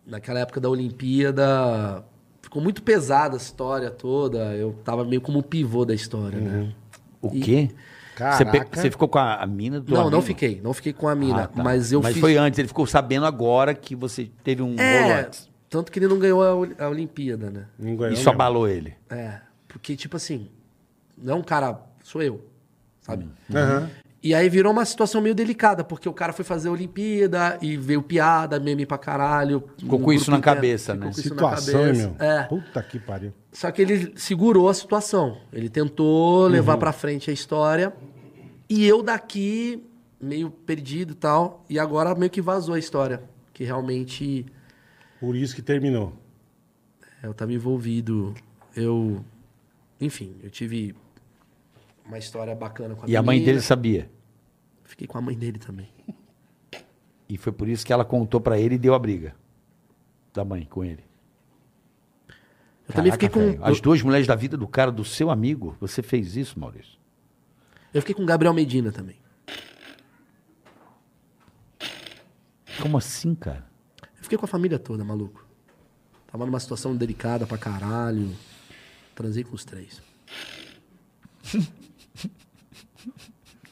Speaker 5: naquela época da Olimpíada, ficou muito pesada a história toda. Eu tava meio como o pivô da história,
Speaker 2: Uhum.
Speaker 5: né?
Speaker 3: O
Speaker 5: E-
Speaker 3: quê? Você, pe-
Speaker 2: Caraca.
Speaker 3: você ficou com a, a mina do
Speaker 5: não,
Speaker 3: amigo?
Speaker 5: não fiquei. Não fiquei com a mina.
Speaker 3: Ah, tá.
Speaker 5: Mas eu
Speaker 3: mas
Speaker 5: fiz...
Speaker 3: foi antes, ele ficou sabendo agora que você teve um rolo
Speaker 5: É,
Speaker 3: antes.
Speaker 5: tanto que ele não ganhou a Oli- a Olimpíada, né?
Speaker 2: Não ganhou
Speaker 6: um
Speaker 3: Isso
Speaker 2: mesmo.
Speaker 3: abalou ele.
Speaker 5: É, porque, tipo assim, não é um cara, sou eu, sabe?
Speaker 3: Hum.
Speaker 6: Uhum.
Speaker 2: Aham.
Speaker 5: E aí virou uma situação meio delicada, porque o cara foi fazer a Olimpíada e veio piada, meme pra caralho.
Speaker 3: Ficou
Speaker 5: no
Speaker 3: com isso
Speaker 5: grupo
Speaker 3: na
Speaker 5: interno,
Speaker 3: cabeça, né?
Speaker 5: ficou com isso na
Speaker 2: Situação, hein, meu.
Speaker 5: cabeça. É.
Speaker 2: Puta que pariu.
Speaker 5: Só que ele segurou a situação. Ele tentou levar
Speaker 3: Uhum.
Speaker 5: pra frente a história. E eu daqui, meio perdido e tal. E agora meio que vazou a história. Que realmente
Speaker 2: Por isso que terminou.
Speaker 5: é, eu tava envolvido. Eu. Enfim, eu tive uma história bacana com a
Speaker 3: E a mãe
Speaker 5: menina.
Speaker 3: dele sabia.
Speaker 5: Fiquei com a mãe dele também.
Speaker 3: E foi por isso que ela contou pra ele e deu a briga da mãe com ele.
Speaker 5: Eu também fiquei com.
Speaker 3: velho. As duas mulheres da vida do cara, do seu amigo, você fez isso, Maurício.
Speaker 5: Eu fiquei com o Gabriel Medina também.
Speaker 3: Como assim, cara?
Speaker 5: Eu fiquei com a família toda, maluco. Tava numa situação delicada pra caralho. Transei com os três.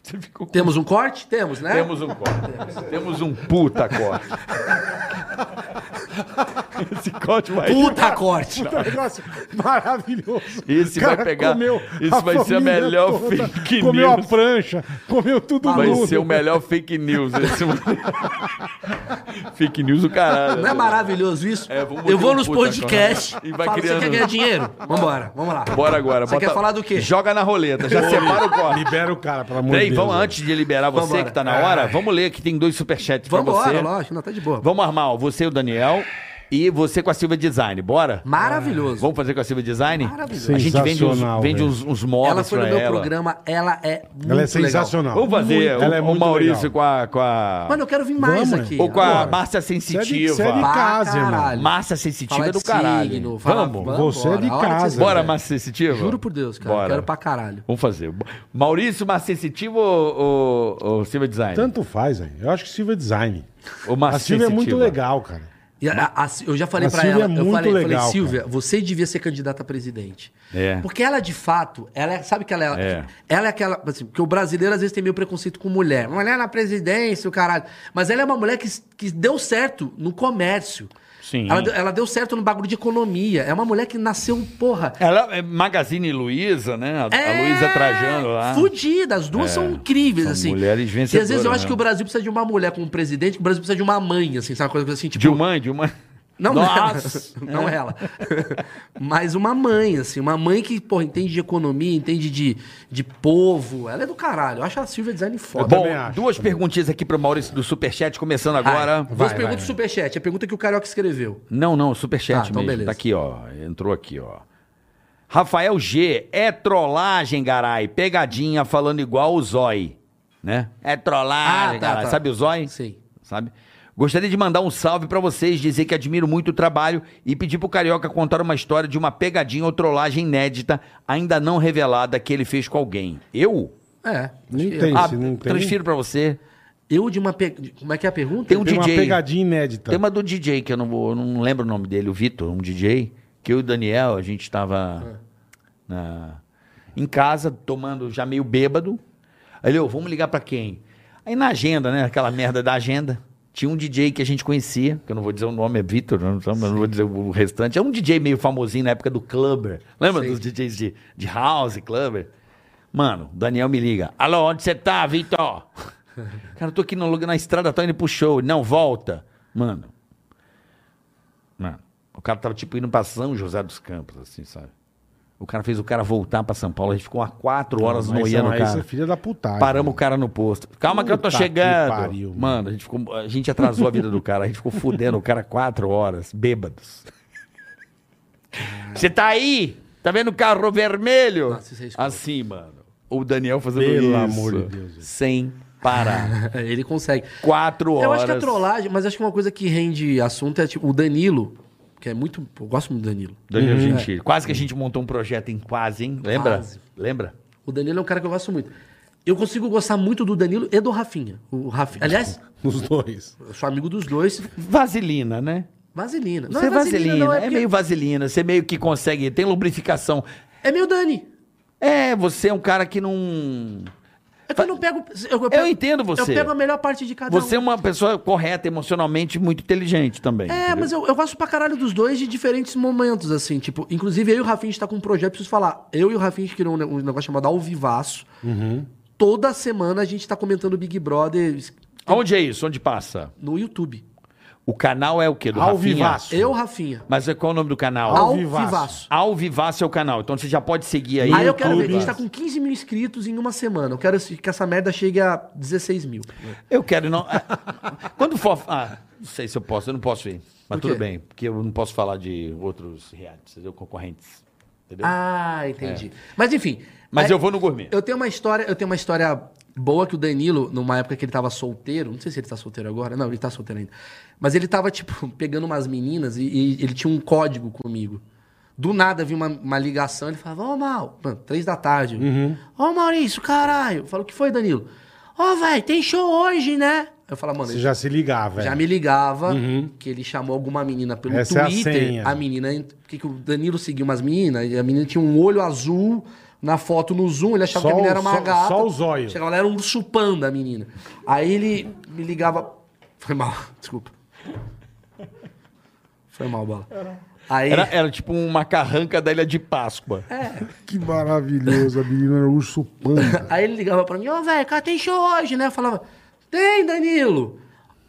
Speaker 6: Você ficou com...
Speaker 5: Temos um corte? Temos, né?
Speaker 6: Temos um corte. Temos um puta corte. Esse corte vai.
Speaker 5: Puta corte!
Speaker 2: Puta negócio maravilhoso.
Speaker 6: Esse vai pegar- esse
Speaker 2: a
Speaker 6: vai ser a
Speaker 2: família
Speaker 6: melhor fake
Speaker 2: Comeu
Speaker 6: news.
Speaker 2: a prancha, comeu tudo
Speaker 6: Vai
Speaker 2: junto.
Speaker 6: ser o melhor fake news esse Fake news do caralho.
Speaker 5: Não é maravilhoso isso?
Speaker 6: É, vamos botar
Speaker 5: Eu vou
Speaker 6: um
Speaker 5: nos
Speaker 6: puta
Speaker 5: podcasts.
Speaker 6: corte. E vai
Speaker 5: falo,
Speaker 6: criando- um-
Speaker 5: Você quer ganhar dinheiro? Vambora, vamos lá.
Speaker 6: Bora agora.
Speaker 5: Você quer falar do quê?
Speaker 6: Joga na roleta. Já separa o corte.
Speaker 2: Libera o cara, pelo amor de
Speaker 3: Peraí,
Speaker 2: Deus.
Speaker 3: vamos
Speaker 2: velho.
Speaker 3: antes de liberar você
Speaker 5: Vambora.
Speaker 3: que tá na hora, vamos ler que tem dois superchats pra você.
Speaker 5: Vambora, lógico. Não, tá de boa.
Speaker 3: Vamos armar, ó, você e o Daniel e você com a Silva Design, bora?
Speaker 5: Maravilhoso.
Speaker 3: Vamos fazer com a Silva Design?
Speaker 5: Maravilhoso.
Speaker 3: A gente vende uns,
Speaker 2: Sensacional,
Speaker 3: vende
Speaker 2: velho.
Speaker 3: uns, uns móveis
Speaker 5: Ela foi no
Speaker 3: pra
Speaker 5: meu
Speaker 3: ela.
Speaker 5: programa, ela é muito
Speaker 2: Ela é
Speaker 5: legal.
Speaker 2: sensacional.
Speaker 6: Vamos fazer
Speaker 2: Muito. Ela é
Speaker 6: o, o
Speaker 2: muito
Speaker 6: Maurício
Speaker 2: legal.
Speaker 6: com a. Com a...
Speaker 5: Mano, eu quero vir mais
Speaker 2: Vamos,
Speaker 5: aqui.
Speaker 2: né?
Speaker 3: Ou com a
Speaker 5: agora.
Speaker 3: Márcia
Speaker 2: Você é de, você é
Speaker 3: Sensitiva.
Speaker 2: de
Speaker 5: Pra
Speaker 2: casa, irmão.
Speaker 5: caralho.
Speaker 3: Massa
Speaker 5: Falar
Speaker 3: sensitiva
Speaker 5: de
Speaker 3: do caralho.
Speaker 5: signo, falar-
Speaker 3: Vamos.
Speaker 2: você é de
Speaker 5: A hora que
Speaker 2: casa,
Speaker 5: vocês
Speaker 2: velho.
Speaker 3: Bora, Massa Sensitiva?
Speaker 5: Juro por Deus, cara.
Speaker 3: tá Bora.
Speaker 5: Quero pra caralho.
Speaker 3: Vamos fazer. Maurício, Massa Sensitiva ou, ou, ou Silva Design?
Speaker 2: Tanto faz, velho. Eu acho que Silva é design.
Speaker 3: Ou Massa
Speaker 2: a Silva é muito
Speaker 3: Sensitiva?
Speaker 2: legal, cara.
Speaker 5: E a- a- a- eu já falei
Speaker 2: Mas
Speaker 5: pra
Speaker 2: Silvia
Speaker 5: ela,
Speaker 2: é
Speaker 5: eu
Speaker 2: muito
Speaker 5: falei, eu
Speaker 2: legal,
Speaker 5: falei, Silvia, você devia ser candidata a presidente.
Speaker 3: É.
Speaker 5: Porque ela, de fato, ela é- sabe que ela é,
Speaker 3: É.
Speaker 5: ela é aquela, assim, porque o brasileiro às vezes tem meio preconceito com mulher. Mulher na presidência, o caralho. Mas ela é uma mulher que, que deu certo no comércio.
Speaker 3: Sim.
Speaker 5: Ela, deu- ela deu certo no bagulho de economia. É uma mulher que nasceu, porra.
Speaker 3: Ela é Magazine Luiza, né? A, a Luiza Trajano lá.
Speaker 5: É,
Speaker 3: É,
Speaker 5: Fudida, as duas são incríveis,
Speaker 3: são
Speaker 5: assim.
Speaker 3: mulheres
Speaker 5: E às vezes eu
Speaker 3: vencedoras,
Speaker 5: acho que
Speaker 3: né?
Speaker 5: o Brasil precisa de uma mulher como presidente, que o Brasil precisa de uma mãe, assim, sabe? Uma coisa assim, tipo.
Speaker 3: De uma, de uma.
Speaker 5: Não,
Speaker 3: Nossa! É.
Speaker 5: ela. não ela. Mas uma mãe, assim, uma mãe que, porra, entende de economia, entende de, de povo. Ela é do caralho. Eu acho a Silvia Design foda.
Speaker 3: Bom,
Speaker 2: também acho,
Speaker 3: duas perguntinhas aqui pro Maurício do Superchat, começando agora.
Speaker 5: Duas perguntas do Superchat. A pergunta que o Carioca escreveu.
Speaker 3: Não, não, Superchat
Speaker 5: Tá,
Speaker 3: mesmo.
Speaker 5: então beleza.
Speaker 3: Tá aqui, ó. Entrou aqui, ó. Rafael G. É trollagem, garai. Pegadinha falando igual o Zói. Né? É trollagem,
Speaker 5: Ah, tá,
Speaker 3: garai.
Speaker 5: tá.
Speaker 3: Sabe o Zói?
Speaker 5: Sim.
Speaker 3: Sabe? Gostaria de mandar um salve pra vocês, dizer que admiro muito o trabalho e pedir pro Carioca contar uma história de uma pegadinha ou trollagem inédita, ainda não revelada, que ele fez com alguém. Eu?
Speaker 5: É.
Speaker 2: Não
Speaker 5: acho que-
Speaker 2: tem.
Speaker 5: Ah,
Speaker 3: Ah,
Speaker 2: não
Speaker 3: transfiro pra você.
Speaker 5: Eu de uma. Pe... Como é que é a pergunta?
Speaker 3: Tem um
Speaker 2: Tem uma
Speaker 3: DJ.
Speaker 2: pegadinha inédita.
Speaker 3: Tem uma do DJ que eu não vou, eu não lembro o nome dele, o Vitor, um DJ, que eu e o Daniel, a gente tava na- em casa, tomando já meio bêbado. Aí ele, ô, vamos ligar pra quem? Aí na agenda, né, aquela merda da agenda, tinha um DJ que a gente conhecia, que eu não vou dizer o nome, é Vitor, eu não, eu não vou dizer o restante. É um DJ meio famosinho na época do Clubber. Lembra dos DJs de, de House, Clubber? Mano, o Daniel me liga. Alô, onde você tá, Vitor? Cara, eu tô aqui no, lugar- na estrada, tô indo pro show. Não, volta. Mano, Mano, o cara tava tipo indo pra São José dos Campos, assim, sabe? O cara fez o cara voltar pra São Paulo, a gente ficou umas quatro horas
Speaker 2: Mas
Speaker 3: noiando
Speaker 2: são-
Speaker 3: o
Speaker 2: aí você é
Speaker 3: cara.
Speaker 2: filha da putagem.
Speaker 3: Paramos o cara no posto. Calma que eu tô
Speaker 2: Puta que
Speaker 3: chegando.
Speaker 2: pariu, mano.
Speaker 3: mano, a gente, ficou, a gente atrasou a vida do cara. A gente ficou fudendo o cara quatro horas, bêbados. Você tá aí? Tá vendo o carro vermelho?
Speaker 5: Nossa, isso é escroto.
Speaker 3: assim, mano. O Daniel fazendo
Speaker 2: Pelo
Speaker 3: isso.
Speaker 2: amor de Deus, velho.
Speaker 3: Sem parar.
Speaker 5: Ele consegue.
Speaker 3: Quatro horas.
Speaker 5: Eu acho que a trollagem, mas acho que uma coisa que rende assunto é tipo, o Danilo, que é muito. Eu gosto muito do Danilo.
Speaker 3: É. Danilo Gentili. Quase que a gente montou um projeto em quase, hein? Lembra?
Speaker 5: Quase.
Speaker 3: Lembra?
Speaker 5: O Danilo é um cara que eu gosto muito. Eu consigo gostar muito do Danilo e do Rafinha. O Rafinha. Aliás,
Speaker 2: Os dois.
Speaker 5: eu sou amigo dos dois.
Speaker 3: Vaselina, né?
Speaker 5: Vaselina.
Speaker 3: Você é vaselina,
Speaker 5: não,
Speaker 3: é,
Speaker 5: porque-
Speaker 3: meio vaselina, você meio que consegue, tem lubrificação.
Speaker 5: É meio Dani.
Speaker 3: É, você é um cara que não.
Speaker 5: É que eu não pego. Eu, eu pego-
Speaker 3: entendo você.
Speaker 5: Eu pego a melhor parte de cada
Speaker 3: Você é um
Speaker 5: um.
Speaker 3: uma pessoa correta emocionalmente, muito inteligente também.
Speaker 5: É, mas eu, eu gosto pra caralho dos dois de diferentes momentos, assim, tipo, inclusive eu e o Rafinha a gente tá com um projeto, preciso falar. Eu e o Rafinha a gente criou um, ne- um negócio chamado Ao Vivaço.
Speaker 3: Uhum.
Speaker 5: Toda semana a gente tá comentando Big Brother
Speaker 3: Onde é isso? Onde passa?
Speaker 5: no YouTube.
Speaker 3: O canal é o quê? Do
Speaker 2: Ao
Speaker 3: Rafinha?
Speaker 2: vivaço.
Speaker 5: Eu, Rafinha.
Speaker 3: Mas é- qual é o nome do canal?
Speaker 5: Ao,
Speaker 2: Vivaço.
Speaker 5: Vivaço.
Speaker 3: Ao Vivaço é o canal. Então você já pode seguir aí.
Speaker 5: Aí eu quero ver, a
Speaker 2: YouTube.
Speaker 5: gente tá com 15 mil inscritos em uma semana. Eu quero assim, que essa merda chegue a 16 mil.
Speaker 3: Eu quero não. Ah, Quando for. Ah, não sei se eu posso, eu não posso ir. Mas
Speaker 5: Por quê?
Speaker 3: tudo bem, porque eu não posso falar de outros realities, entendeu? concorrentes. Entendeu? É.
Speaker 5: Ah, entendi. Mas enfim.
Speaker 3: Mas
Speaker 5: aí-
Speaker 3: eu vou no gourmet.
Speaker 5: Eu tenho uma história, eu tenho uma história boa que o Danilo, numa época que ele tava solteiro, não sei se ele tá solteiro agora, não, ele tá solteiro ainda. Mas ele tava, tipo, pegando umas meninas e, e ele tinha um código comigo. Do nada vi uma, uma ligação, ele falava, ô Mal, mano, três da tarde. Ô
Speaker 3: Uhum.
Speaker 5: Maurício, caralho. Eu falo, o que foi, Danilo? Ô, velho, tem show hoje, né? Eu falo, mano,
Speaker 2: Você
Speaker 5: ele
Speaker 2: já se ligava.
Speaker 5: já
Speaker 2: é.
Speaker 5: me ligava que ele chamou alguma menina pelo
Speaker 2: Essa é a
Speaker 5: Twitter.
Speaker 2: senha.
Speaker 5: a, menina. ent- Porque que o Danilo seguiu umas meninas e a menina tinha um olho azul na foto no Zoom. Ele achava
Speaker 2: Só
Speaker 5: que a menina era
Speaker 2: o-
Speaker 5: uma
Speaker 2: só-
Speaker 5: gata.
Speaker 2: só os olhos.
Speaker 5: Chegava lá, era um urso panda a menina. Aí ele me ligava. Foi mal, desculpa. Foi mal, bola.
Speaker 2: é.
Speaker 5: Aí.
Speaker 3: Era, era tipo uma carranca da Ilha de Páscoa.
Speaker 2: Que maravilhoso. A menina era urso panda.
Speaker 5: Aí ele ligava pra mim, ô, velho, cara, tem show hoje, né? Eu falava, tem, Danilo.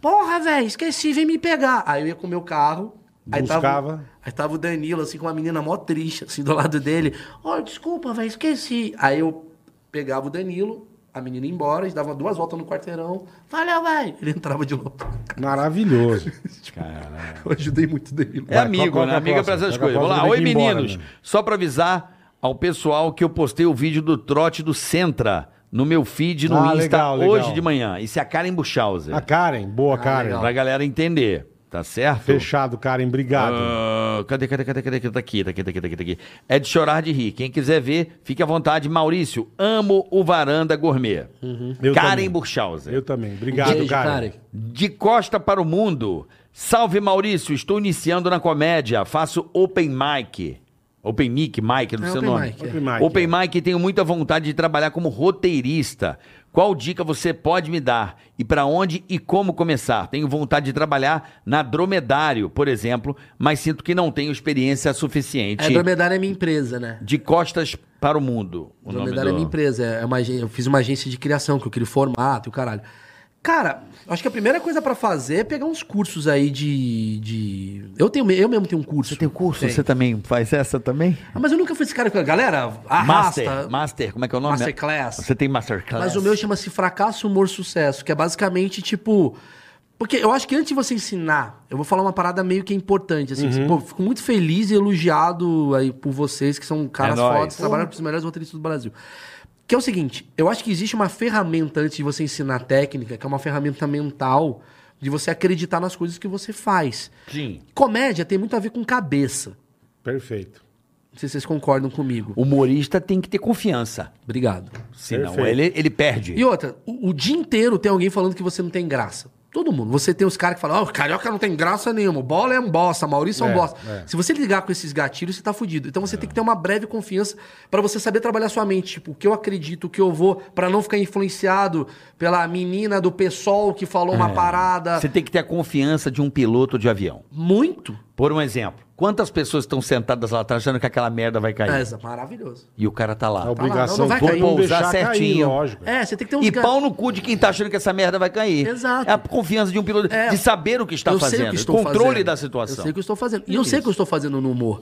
Speaker 5: Porra, velho, esqueci, vem me pegar. Aí eu ia com o meu carro. Aí
Speaker 2: Buscava.
Speaker 5: Tava, aí tava o Danilo, assim, com uma menina mó triste, assim, do lado dele. Ô, desculpa, velho, esqueci. Aí eu pegava o Danilo, a menina ia embora, eles davam duas voltas no quarteirão. Valeu, velho. Ele entrava de novo.
Speaker 2: Maravilhoso.
Speaker 5: Eu ajudei muito o Danilo.
Speaker 3: É
Speaker 2: Vai,
Speaker 3: amigo,
Speaker 2: qual- qual que é
Speaker 3: né?
Speaker 2: a
Speaker 3: Amigo é pra
Speaker 2: próxima?
Speaker 3: essas
Speaker 2: Qual que
Speaker 3: coisas.
Speaker 2: é a
Speaker 3: Vamos lá.
Speaker 2: próxima?
Speaker 3: Oi,
Speaker 2: Tem que ir embora,
Speaker 3: meninos.
Speaker 2: né?
Speaker 3: Só pra avisar ao pessoal que eu postei o vídeo do trote do Centra no meu feed no
Speaker 2: Ah,
Speaker 3: Insta
Speaker 2: legal, legal.
Speaker 3: hoje de manhã. Isso é a Karen Buchhauser.
Speaker 2: A Karen, boa, Karen.
Speaker 5: Ah, legal.
Speaker 3: Pra galera entender, tá certo?
Speaker 2: Fechado, Karen, obrigado.
Speaker 3: Ah, cadê, cadê, cadê, cadê? cadê? Tá aqui, tá aqui, tá aqui, tá aqui, tá aqui. É de chorar de rir. Quem quiser ver, fique à vontade. Maurício, amo o Varanda Gourmet.
Speaker 2: Eu
Speaker 3: Karen
Speaker 2: também.
Speaker 3: Burchauser.
Speaker 2: Eu também. Obrigado,
Speaker 5: Beijo,
Speaker 2: Karen.
Speaker 5: Karen.
Speaker 3: De costa para o mundo. Salve Maurício, estou iniciando na comédia. Faço open mic. Open mic, mic, não sei
Speaker 5: É,
Speaker 3: o
Speaker 5: open
Speaker 3: nome.
Speaker 5: mic, é.
Speaker 2: Open mic,
Speaker 3: Open mic, tenho muita vontade de trabalhar como roteirista. Qual dica você pode me dar? E para onde e como começar? Tenho vontade de trabalhar na Dromedário, por exemplo, mas sinto que não tenho experiência suficiente.
Speaker 5: A Dromedário é minha empresa, né?
Speaker 3: De costas para o mundo. O nome
Speaker 5: Dromedário é
Speaker 3: do-
Speaker 5: minha empresa. É uma, agen- eu fiz uma agência de criação, que eu queria formato e o caralho. Cara, acho que a primeira coisa pra fazer é pegar uns cursos aí de. de... Eu, tenho, eu mesmo tenho um curso.
Speaker 3: Tem curso? Você também faz essa também?
Speaker 5: Ah, mas eu nunca fui esse cara que. Galera, arrasta.
Speaker 3: Ah, Master, master, como é que é o nome?
Speaker 5: Masterclass.
Speaker 3: Você tem masterclass.
Speaker 5: Mas o meu chama-se Fracasso, Humor, Sucesso, que é basicamente tipo. Porque eu acho que antes de você ensinar, eu vou falar uma parada meio que é importante. Assim, que, pô, fico muito feliz e elogiado aí por vocês, que são caras
Speaker 3: nóis.
Speaker 5: fodas, que trabalham com os melhores roteiristas do Brasil. Que é o seguinte, eu acho que existe uma ferramenta antes de você ensinar técnica, que é uma ferramenta mental de você acreditar nas coisas que você faz.
Speaker 3: Sim.
Speaker 5: Comédia tem muito a ver com cabeça.
Speaker 2: Perfeito.
Speaker 5: Não sei se vocês concordam comigo.
Speaker 3: Humorista tem que ter confiança.
Speaker 5: Obrigado.
Speaker 3: Senão
Speaker 2: Perfeito.
Speaker 3: ele, ele perde.
Speaker 5: E outra, o, o dia inteiro tem alguém falando que você não tem graça. Todo mundo. Você tem os caras que falam, ó, o carioca não tem graça nenhuma, o bola é um bosta, Maurício é um
Speaker 2: É,
Speaker 5: bosta.
Speaker 2: é.
Speaker 5: Se você ligar com esses gatilhos, você tá fudido. Então você tem que ter uma breve confiança pra você saber trabalhar sua mente. Tipo, o que eu acredito, o que eu vou, pra não ficar influenciado pela menina do pessoal que falou uma parada.
Speaker 3: Você tem que ter a confiança de um piloto de avião.
Speaker 5: Muito.
Speaker 3: Por um exemplo, quantas pessoas estão sentadas lá atrás achando que aquela merda vai cair?
Speaker 5: É, exa- maravilhoso.
Speaker 3: E o cara tá lá.
Speaker 2: A obrigação
Speaker 5: não vai
Speaker 2: toda
Speaker 5: cair,
Speaker 2: é não
Speaker 5: vou
Speaker 3: pousar
Speaker 2: deixar cair,
Speaker 3: certinho.
Speaker 2: lógico.
Speaker 5: É, você tem que ter uns
Speaker 3: E
Speaker 5: ga-
Speaker 3: pau no cu de quem tá achando que essa merda vai cair.
Speaker 5: Exato.
Speaker 3: É a confiança de um piloto,
Speaker 5: É.
Speaker 3: de saber o que está
Speaker 5: eu
Speaker 3: fazendo.
Speaker 5: sei o que estou
Speaker 3: controle
Speaker 5: fazendo.
Speaker 3: da situação. é
Speaker 5: Eu sei o que eu estou fazendo. E eu sei o que eu estou fazendo no humor.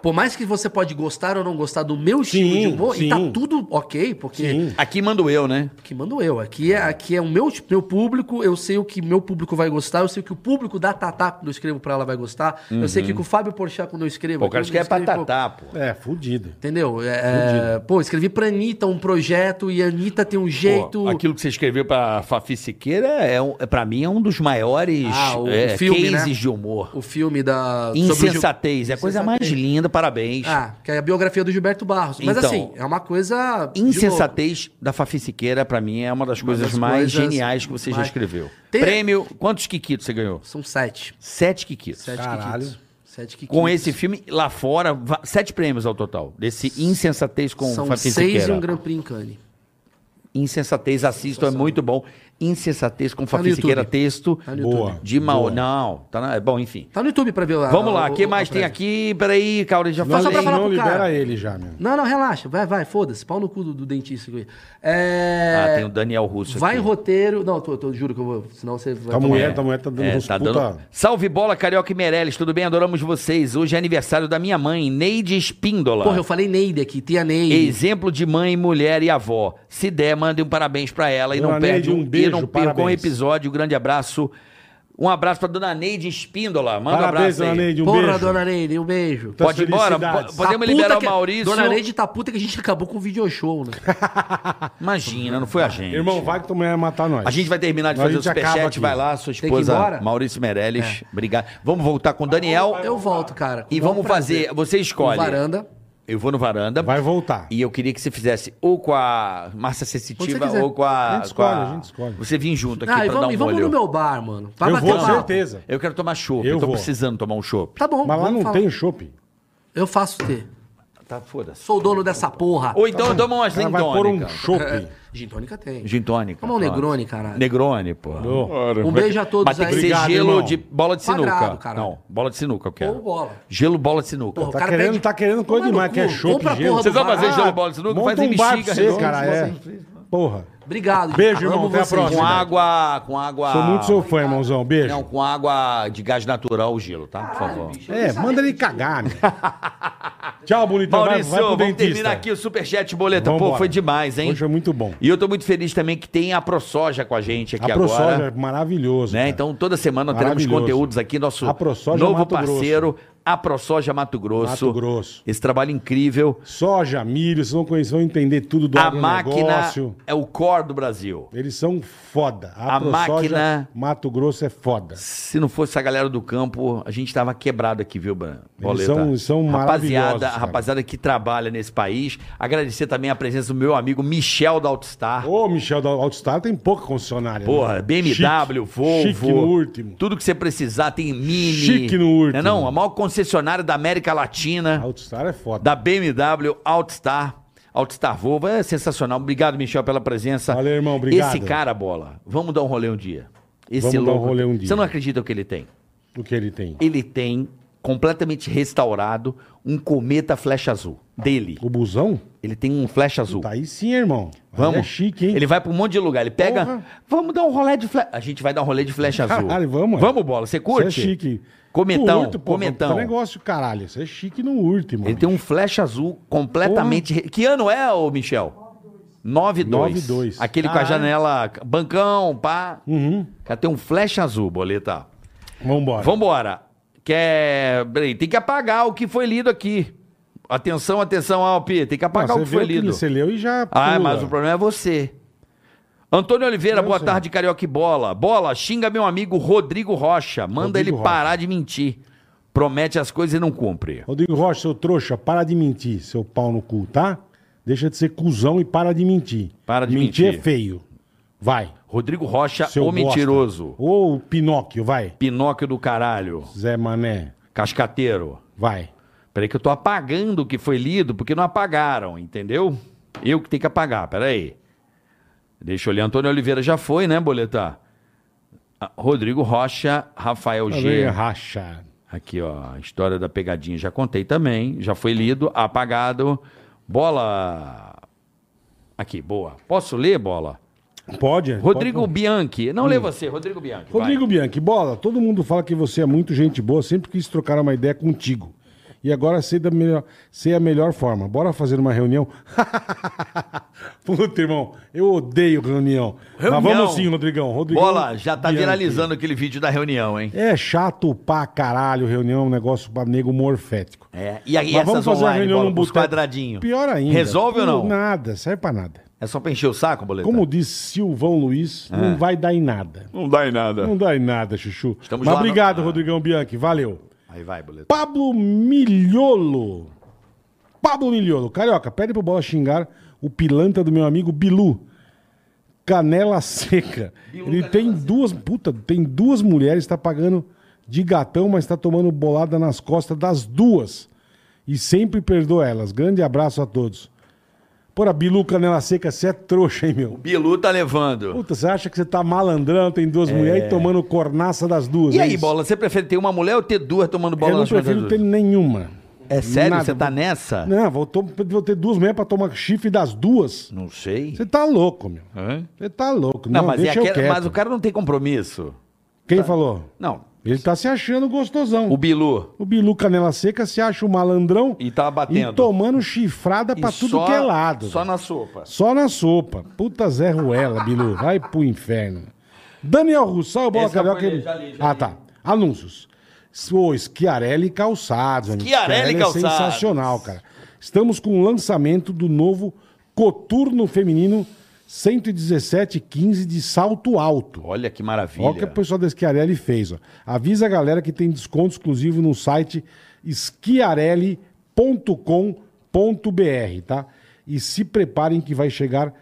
Speaker 5: Por mais que você pode gostar ou não gostar do meu estilo
Speaker 2: Sim,
Speaker 5: de humor, e tá
Speaker 2: sim.
Speaker 5: tudo ok, porque
Speaker 2: Sim.
Speaker 3: Aqui mando eu, né?
Speaker 5: que mando eu. Aqui é, aqui é o meu, meu público, eu sei o que meu público vai gostar, eu sei o que o público da Tatá, quando eu escrevo pra ela, vai gostar. Eu sei o que o Fábio Porchat, quando eu escrevo...
Speaker 3: Uhum. Pô, o
Speaker 5: aqui,
Speaker 3: cara
Speaker 5: quando
Speaker 3: quer é
Speaker 5: eu escrevo, pô,
Speaker 3: patatá, pô.
Speaker 2: É, fudido.
Speaker 5: Entendeu? É, é, pô, escrevi pra Anitta um projeto e a Anitta tem um jeito...
Speaker 3: Pô, aquilo que você escreveu pra Fafi Siqueira, é, um, é, pra mim, é um dos maiores
Speaker 5: Ah, o
Speaker 3: é,
Speaker 5: filme, né?
Speaker 3: cases de humor.
Speaker 5: O filme da... sobre o Gil-
Speaker 3: Insensatez. É a coisa mais linda. ainda parabéns.
Speaker 5: Ah, que é a biografia do Gilberto Barros. Mas
Speaker 3: Então,
Speaker 5: assim, é uma coisa. de louco.
Speaker 3: Insensatez da Fafi Siqueira, pra mim, é uma das coisas
Speaker 5: das
Speaker 3: mais
Speaker 5: coisas
Speaker 3: geniais que você já
Speaker 5: mais-
Speaker 3: escreveu.
Speaker 5: Tem-
Speaker 3: Prêmio, quantos Kikitos você ganhou?
Speaker 5: São sete.
Speaker 3: Sete Kikitos.
Speaker 5: Sete
Speaker 2: Caralho.
Speaker 5: quiquitos. Sete quiquitos.
Speaker 3: Com esse filme, lá fora, va- sete prêmios ao total. Desse Insensatez com
Speaker 5: São
Speaker 3: Fafi
Speaker 5: seis
Speaker 3: Siqueira.
Speaker 5: e um Grand Prix em Cannes.
Speaker 3: Insensatez, assistam, é muito bom. Insensatez com Fafi
Speaker 5: Tá no YouTube.
Speaker 3: Siqueira, texto.
Speaker 5: Tá no YouTube.
Speaker 2: Boa.
Speaker 3: De mal.
Speaker 2: boa.
Speaker 3: Não, tá na- é bom, enfim.
Speaker 5: Tá no YouTube pra ver lá.
Speaker 3: Vamos lá,
Speaker 5: o-
Speaker 3: o que
Speaker 5: o-
Speaker 3: mais
Speaker 5: a
Speaker 3: tem
Speaker 5: prévia.
Speaker 3: aqui? Peraí, Cauri, já
Speaker 2: Não,
Speaker 5: Só
Speaker 3: falei.
Speaker 5: pra falar
Speaker 2: não
Speaker 5: pro
Speaker 2: libera
Speaker 5: cara.
Speaker 2: ele já, meu.
Speaker 3: um
Speaker 5: Não, não, relaxa. Vai, vai, foda-se. Pau no cu do, do dentista. que eu ia. É...
Speaker 3: Ah, tem o Daniel Russo
Speaker 5: Vai em
Speaker 3: aqui.
Speaker 5: roteiro. Não, tô, tô- juro que eu vou. Senão você vai.
Speaker 2: Tua
Speaker 5: tomar-
Speaker 2: mulher, tua mulher tá dando
Speaker 3: É,
Speaker 2: uns
Speaker 3: tá
Speaker 2: puta-
Speaker 3: dando... Salve bola, Carioca e Meirelles, tudo bem? Adoramos vocês. Hoje é aniversário da minha mãe, Neide Espíndola.
Speaker 5: Porra, eu falei Neide aqui, tia Neide.
Speaker 3: Exemplo de mãe, mulher e avó. Se der, mandem um parabéns pra ela e
Speaker 2: Dona
Speaker 3: não perde
Speaker 2: Neide, um
Speaker 3: um e
Speaker 2: beijo,
Speaker 3: não perca um
Speaker 2: parabéns.
Speaker 3: episódio. Grande abraço. Um abraço pra dona Neide Espíndola. Manda
Speaker 2: Parabéns,
Speaker 3: um abraço
Speaker 2: dona
Speaker 3: aí.
Speaker 2: Neide, um
Speaker 5: Porra,
Speaker 2: beijo.
Speaker 5: dona Neide, um beijo.
Speaker 2: Tá
Speaker 3: Pode ir embora?
Speaker 2: felicidades.
Speaker 3: Po- podemos
Speaker 5: Tá puta
Speaker 3: liberar o
Speaker 5: que-
Speaker 3: Maurício?
Speaker 5: Dona Neide tá puta que a gente acabou com o video show, né?
Speaker 3: Imagina, não foi a gente.
Speaker 2: Irmão, vai que tua mulher vai matar nós.
Speaker 3: A gente vai terminar de
Speaker 2: Nós
Speaker 3: fazer
Speaker 2: a
Speaker 3: o
Speaker 2: gente acaba
Speaker 3: superchat,
Speaker 2: aqui.
Speaker 3: vai lá, sua
Speaker 5: que ir
Speaker 3: esposa
Speaker 5: embora? É.
Speaker 3: Maurício Meirelles, obrigado. Vamos voltar com o Daniel
Speaker 5: Eu volto, cara. com
Speaker 3: e
Speaker 5: o maior
Speaker 3: vamos
Speaker 5: prazer.
Speaker 3: fazer, você
Speaker 5: Com
Speaker 3: escolhe.
Speaker 5: varanda.
Speaker 3: Eu vou no varanda
Speaker 2: Vai voltar.
Speaker 3: e eu queria que você fizesse ou com a Márcia
Speaker 5: Quando
Speaker 3: Sensitiva
Speaker 5: você quiser.
Speaker 3: ou com a...
Speaker 2: A gente escolhe,
Speaker 3: com
Speaker 2: a gente escolhe.
Speaker 3: Você vir junto aqui
Speaker 5: Ah,
Speaker 3: pra
Speaker 5: e
Speaker 3: dar
Speaker 5: vamos,
Speaker 3: um
Speaker 5: e vamos no
Speaker 3: olho.
Speaker 5: meu bar, mano. Vai
Speaker 2: Eu
Speaker 5: bater
Speaker 2: vou,
Speaker 5: papo.
Speaker 2: certeza.
Speaker 3: Eu quero tomar chopp, eu,
Speaker 2: Eu
Speaker 3: tô
Speaker 2: vou.
Speaker 3: precisando tomar um chopp.
Speaker 5: Tá bom.
Speaker 2: Mas lá
Speaker 5: vamos
Speaker 2: não
Speaker 5: falar.
Speaker 2: tem chope.
Speaker 5: Eu faço ter.
Speaker 3: Tá, foda-se.
Speaker 5: Sou o dono dessa porra.
Speaker 3: Ou então eu tomo umas
Speaker 2: Ela vai pôr um
Speaker 3: lindônicas.
Speaker 5: É.
Speaker 2: chope.
Speaker 5: Gin tônica tem.
Speaker 3: Gin tônica.
Speaker 5: Toma um
Speaker 3: pronto.
Speaker 5: Negroni, caralho.
Speaker 3: Negroni, pô.
Speaker 5: Um beijo a todos
Speaker 3: Mas tem que
Speaker 5: aí.
Speaker 3: ser
Speaker 2: Obrigado,
Speaker 3: gelo
Speaker 2: irmão.
Speaker 3: de bola de sinuca.
Speaker 5: Quadrado, caralho.
Speaker 3: Não, bola de sinuca eu quero.
Speaker 5: Ou bola.
Speaker 3: Gelo, bola de sinuca.
Speaker 5: Porra,
Speaker 2: Tá querendo- tá querendo coisa
Speaker 5: Toma no
Speaker 2: demais,
Speaker 5: cu.
Speaker 2: que é chope,
Speaker 5: Compra a
Speaker 2: gelo.
Speaker 5: porra
Speaker 2: Vocês
Speaker 5: do
Speaker 3: vão
Speaker 5: bar.
Speaker 3: fazer gelo, bola de sinuca?
Speaker 2: Monta
Speaker 3: Faz em
Speaker 2: um bar pra
Speaker 3: bexiga,
Speaker 2: você,
Speaker 3: redonda,
Speaker 2: cara. É. Porra.
Speaker 5: Obrigado. gente.
Speaker 2: Beijo, irmão.
Speaker 5: Amo
Speaker 2: Até a
Speaker 5: vocês. Um
Speaker 2: próxima.
Speaker 3: Com água, com água.
Speaker 2: Sou muito seu fã, irmãozão. Beijo.
Speaker 3: Ah, Não, com água de gás natural, o gelo, tá? Por favor.
Speaker 2: É, manda ele cagar, meu. Tchau, bonitão. Vai,
Speaker 3: Maurício,
Speaker 2: vai pro
Speaker 3: vamos
Speaker 2: dentista.
Speaker 3: terminar aqui o Superchat Boleta. Pô,
Speaker 2: Vambora.
Speaker 3: foi demais, hein?
Speaker 2: Hoje é muito bom.
Speaker 3: E eu tô muito feliz também que tem a ProSoja com a gente aqui
Speaker 2: A
Speaker 3: agora.
Speaker 2: ProSoja é maravilhoso.
Speaker 3: Né?
Speaker 2: cara.
Speaker 3: Então, toda semana teremos
Speaker 2: Maravilhoso.
Speaker 3: conteúdos aqui. Nosso
Speaker 2: A ProSoja é
Speaker 3: novo
Speaker 2: Mato
Speaker 3: parceiro, a ProSoja Mato Grosso.
Speaker 2: Mato Grosso.
Speaker 3: Esse trabalho incrível.
Speaker 2: Soja, milho, vocês vão conhecer, vão entender tudo do
Speaker 3: a máquina
Speaker 2: agronegócio.
Speaker 3: é o core do Brasil.
Speaker 2: Eles são foda.
Speaker 3: A máquina-
Speaker 2: Mato Grosso é foda.
Speaker 3: Se não fosse a galera do campo, a gente tava quebrado aqui, viu, Bran? Boleta?
Speaker 2: são- são maravilhosos,
Speaker 3: rapaziada, a
Speaker 2: cara.
Speaker 3: rapaziada que trabalha nesse país. Agradecer também a presença do meu amigo Michel da Altstar.
Speaker 2: Ô, Michel da Altstar tem pouca concessionária.
Speaker 3: É. Porra,
Speaker 2: né?
Speaker 3: BMW,
Speaker 2: Chique.
Speaker 3: Volvo.
Speaker 2: Chique no último.
Speaker 3: Tudo que você precisar tem Mini.
Speaker 2: Chique no último.
Speaker 3: É não, a maior concessionária da América Latina,
Speaker 2: Altstar é foda.
Speaker 3: da BMW, Altstar. Altstar Volvo, é sensacional. Obrigado, Michel, pela presença.
Speaker 2: Valeu, irmão, obrigado.
Speaker 3: Esse cara, bola, vamos dar um rolê um dia. Esse
Speaker 2: Vamos dar um
Speaker 3: louco.
Speaker 2: rolê um dia.
Speaker 3: Você não acredita o que ele tem?
Speaker 2: O que ele tem?
Speaker 3: Ele tem, completamente restaurado, um cometa flecha azul. Dele.
Speaker 2: O busão?
Speaker 3: Ele tem um flecha azul.
Speaker 2: Tá aí sim, irmão. Aí
Speaker 3: Vamos.
Speaker 2: É chique, hein?
Speaker 3: Ele vai pra um monte de lugar. Ele pega.
Speaker 2: Porra.
Speaker 3: Vamos dar um rolê de flecha. A gente vai dar um rolê de flecha azul.
Speaker 2: Caralho, vamos, é.
Speaker 3: Vamos, bola. Você
Speaker 2: Isso
Speaker 3: curte?
Speaker 2: é chique.
Speaker 3: Comentão,
Speaker 2: Curto, tá
Speaker 3: comentão.
Speaker 2: puta um negócio, caralho. Isso é chique no último.
Speaker 3: Ele tem um flecha azul completamente. re- Que ano é, ô Michel? 9-2.
Speaker 2: 9-2.
Speaker 3: Aquele com a
Speaker 2: Caralho.
Speaker 3: janela. Bancão, pá.
Speaker 2: Uhum.
Speaker 3: Cara, tem um flecha azul, boleta.
Speaker 2: Vambora.
Speaker 3: Vambora. Quer. Peraí, tem que apagar o que foi lido aqui. Atenção, atenção, Alpi. Tem que
Speaker 2: Ah,
Speaker 3: apagar o que
Speaker 2: vê
Speaker 3: foi
Speaker 2: que
Speaker 3: lido.
Speaker 2: Você leu e já.
Speaker 3: Ah,
Speaker 2: pula.
Speaker 3: mas o problema é você. Antônio Oliveira,
Speaker 2: Eu
Speaker 3: boa
Speaker 2: sei.
Speaker 3: tarde, Carioca e Bola. Bola, xinga meu amigo Rodrigo Rocha. Manda
Speaker 2: Rodrigo
Speaker 3: ele
Speaker 2: Rocha.
Speaker 3: parar de mentir. Promete as coisas e não cumpre.
Speaker 2: Rodrigo Rocha, seu trouxa, para de mentir, seu pau no cu, tá? Deixa de ser cuzão e para de mentir.
Speaker 3: Para de mentir.
Speaker 2: é feio. Vai.
Speaker 3: Rodrigo Rocha,
Speaker 2: Seu
Speaker 3: o
Speaker 2: bosta.
Speaker 3: mentiroso.
Speaker 2: Ô, o Pinóquio, vai.
Speaker 3: Pinóquio do caralho.
Speaker 2: Zé Mané,
Speaker 3: Cascateiro.
Speaker 2: vai.
Speaker 3: Peraí que eu tô apagando o que foi lido, porque não apagaram, entendeu? Eu que tenho que apagar, peraí. Deixa eu olhar. Antônio Oliveira já foi, né, Boletar? Ah, Rodrigo Rocha,
Speaker 2: Tá
Speaker 3: Rafael G.
Speaker 2: Racha.
Speaker 3: Aqui, ó, a história da pegadinha já contei também, já foi lido, apagado. Bola. Aqui, boa. Posso ler, bola?
Speaker 2: Pode?
Speaker 3: Rodrigo
Speaker 2: Pode-
Speaker 3: Bianchi. Não lê você, Rodrigo Bianchi. vai.
Speaker 2: Rodrigo Bianchi, bola, todo mundo fala que você é muito gente boa, sempre quis trocar uma ideia contigo. E agora sei, da melhor, sei a melhor forma. Bora fazer uma reunião? Puta, irmão, eu odeio reunião.
Speaker 3: Reunião.
Speaker 2: Mas vamos sim, Rodrigão. Rodrigão
Speaker 3: Bola, já tá
Speaker 2: Bianchi.
Speaker 3: viralizando aquele vídeo da reunião, hein?
Speaker 2: É chato pra caralho reunião, é um negócio pra nego morfético.
Speaker 3: É. E, aí
Speaker 2: Mas
Speaker 3: essas online, bola, pros
Speaker 2: boteco.
Speaker 3: quadradinho.
Speaker 2: Pior ainda.
Speaker 3: Resolve ou não?
Speaker 2: Nada, serve pra nada.
Speaker 3: É só pra encher o saco, boleto?
Speaker 2: Como diz Silvão Luiz, não vai dar em nada.
Speaker 6: Não dá em nada.
Speaker 2: Não dá em nada, Chuchu.
Speaker 3: Estamos
Speaker 2: Mas
Speaker 3: lá no-
Speaker 2: obrigado,
Speaker 3: Ah.
Speaker 2: Rodrigão Bianchi. Valeu.
Speaker 3: Aí vai, boleto.
Speaker 2: Pablo Miliolo. Pablo Miliolo. Carioca, pede pro Bola xingar o pilanta do meu amigo Bilu. Canela seca. Ele tem duas, puta, tem duas mulheres, tá pagando de gatão, mas tá tomando bolada nas costas das duas. E sempre perdoa elas. Grande abraço a todos. Porra, Bilu Canela Seca, você é trouxa, hein, meu?
Speaker 3: Bilu tá levando.
Speaker 2: Puta, você acha que você tá malandrão, tem duas mulheres e tomando cornaça das duas.
Speaker 3: É. E
Speaker 2: é
Speaker 3: aí,
Speaker 2: isso?
Speaker 3: bola, você prefere ter uma mulher ou ter duas tomando bola
Speaker 2: Eu não
Speaker 3: nas costas
Speaker 2: prefiro
Speaker 3: das
Speaker 2: ter
Speaker 3: duas?
Speaker 2: nenhuma.
Speaker 3: É sério?
Speaker 2: nada,
Speaker 3: Você tá nessa?
Speaker 2: Não, vou, to- vou ter duas mulheres pra tomar chifre das duas.
Speaker 3: Não sei.
Speaker 2: Você tá louco, meu. Você tá louco. Não,
Speaker 3: É? Não, mas, é
Speaker 2: deixa eu
Speaker 3: aquela-
Speaker 2: quieto.
Speaker 3: mas o cara não tem compromisso.
Speaker 2: Quem falou?
Speaker 3: Não.
Speaker 2: Ele tá se achando gostosão.
Speaker 3: O
Speaker 2: O,
Speaker 3: Bilu.
Speaker 2: Bilu Canela Seca se acha um malandrão
Speaker 3: E tá batendo.
Speaker 2: e tomando chifrada pra
Speaker 3: E
Speaker 2: tudo
Speaker 3: só-
Speaker 2: que é lado.
Speaker 3: Só na sopa.
Speaker 2: Só na sopa. Puta Zé Ruela, Bilu. Vai pro inferno. Daniel Russal, Bola
Speaker 3: Esse eu
Speaker 2: Carioca.
Speaker 3: falei, já li, já
Speaker 2: ah,
Speaker 3: li.
Speaker 2: tá. Anúncios. Ô, Schiarelli Calçados. amigo.
Speaker 3: Schiarelli Calçados.
Speaker 2: É sensacional, cara. Estamos com o lançamento do novo Coturno Feminino 11715 de salto alto.
Speaker 3: Olha que maravilha.
Speaker 2: Olha o que o pessoal da Schiarelli fez. Ó. Avisa a galera que tem desconto exclusivo no site schiarelli.com.br, tá? E se preparem que vai chegar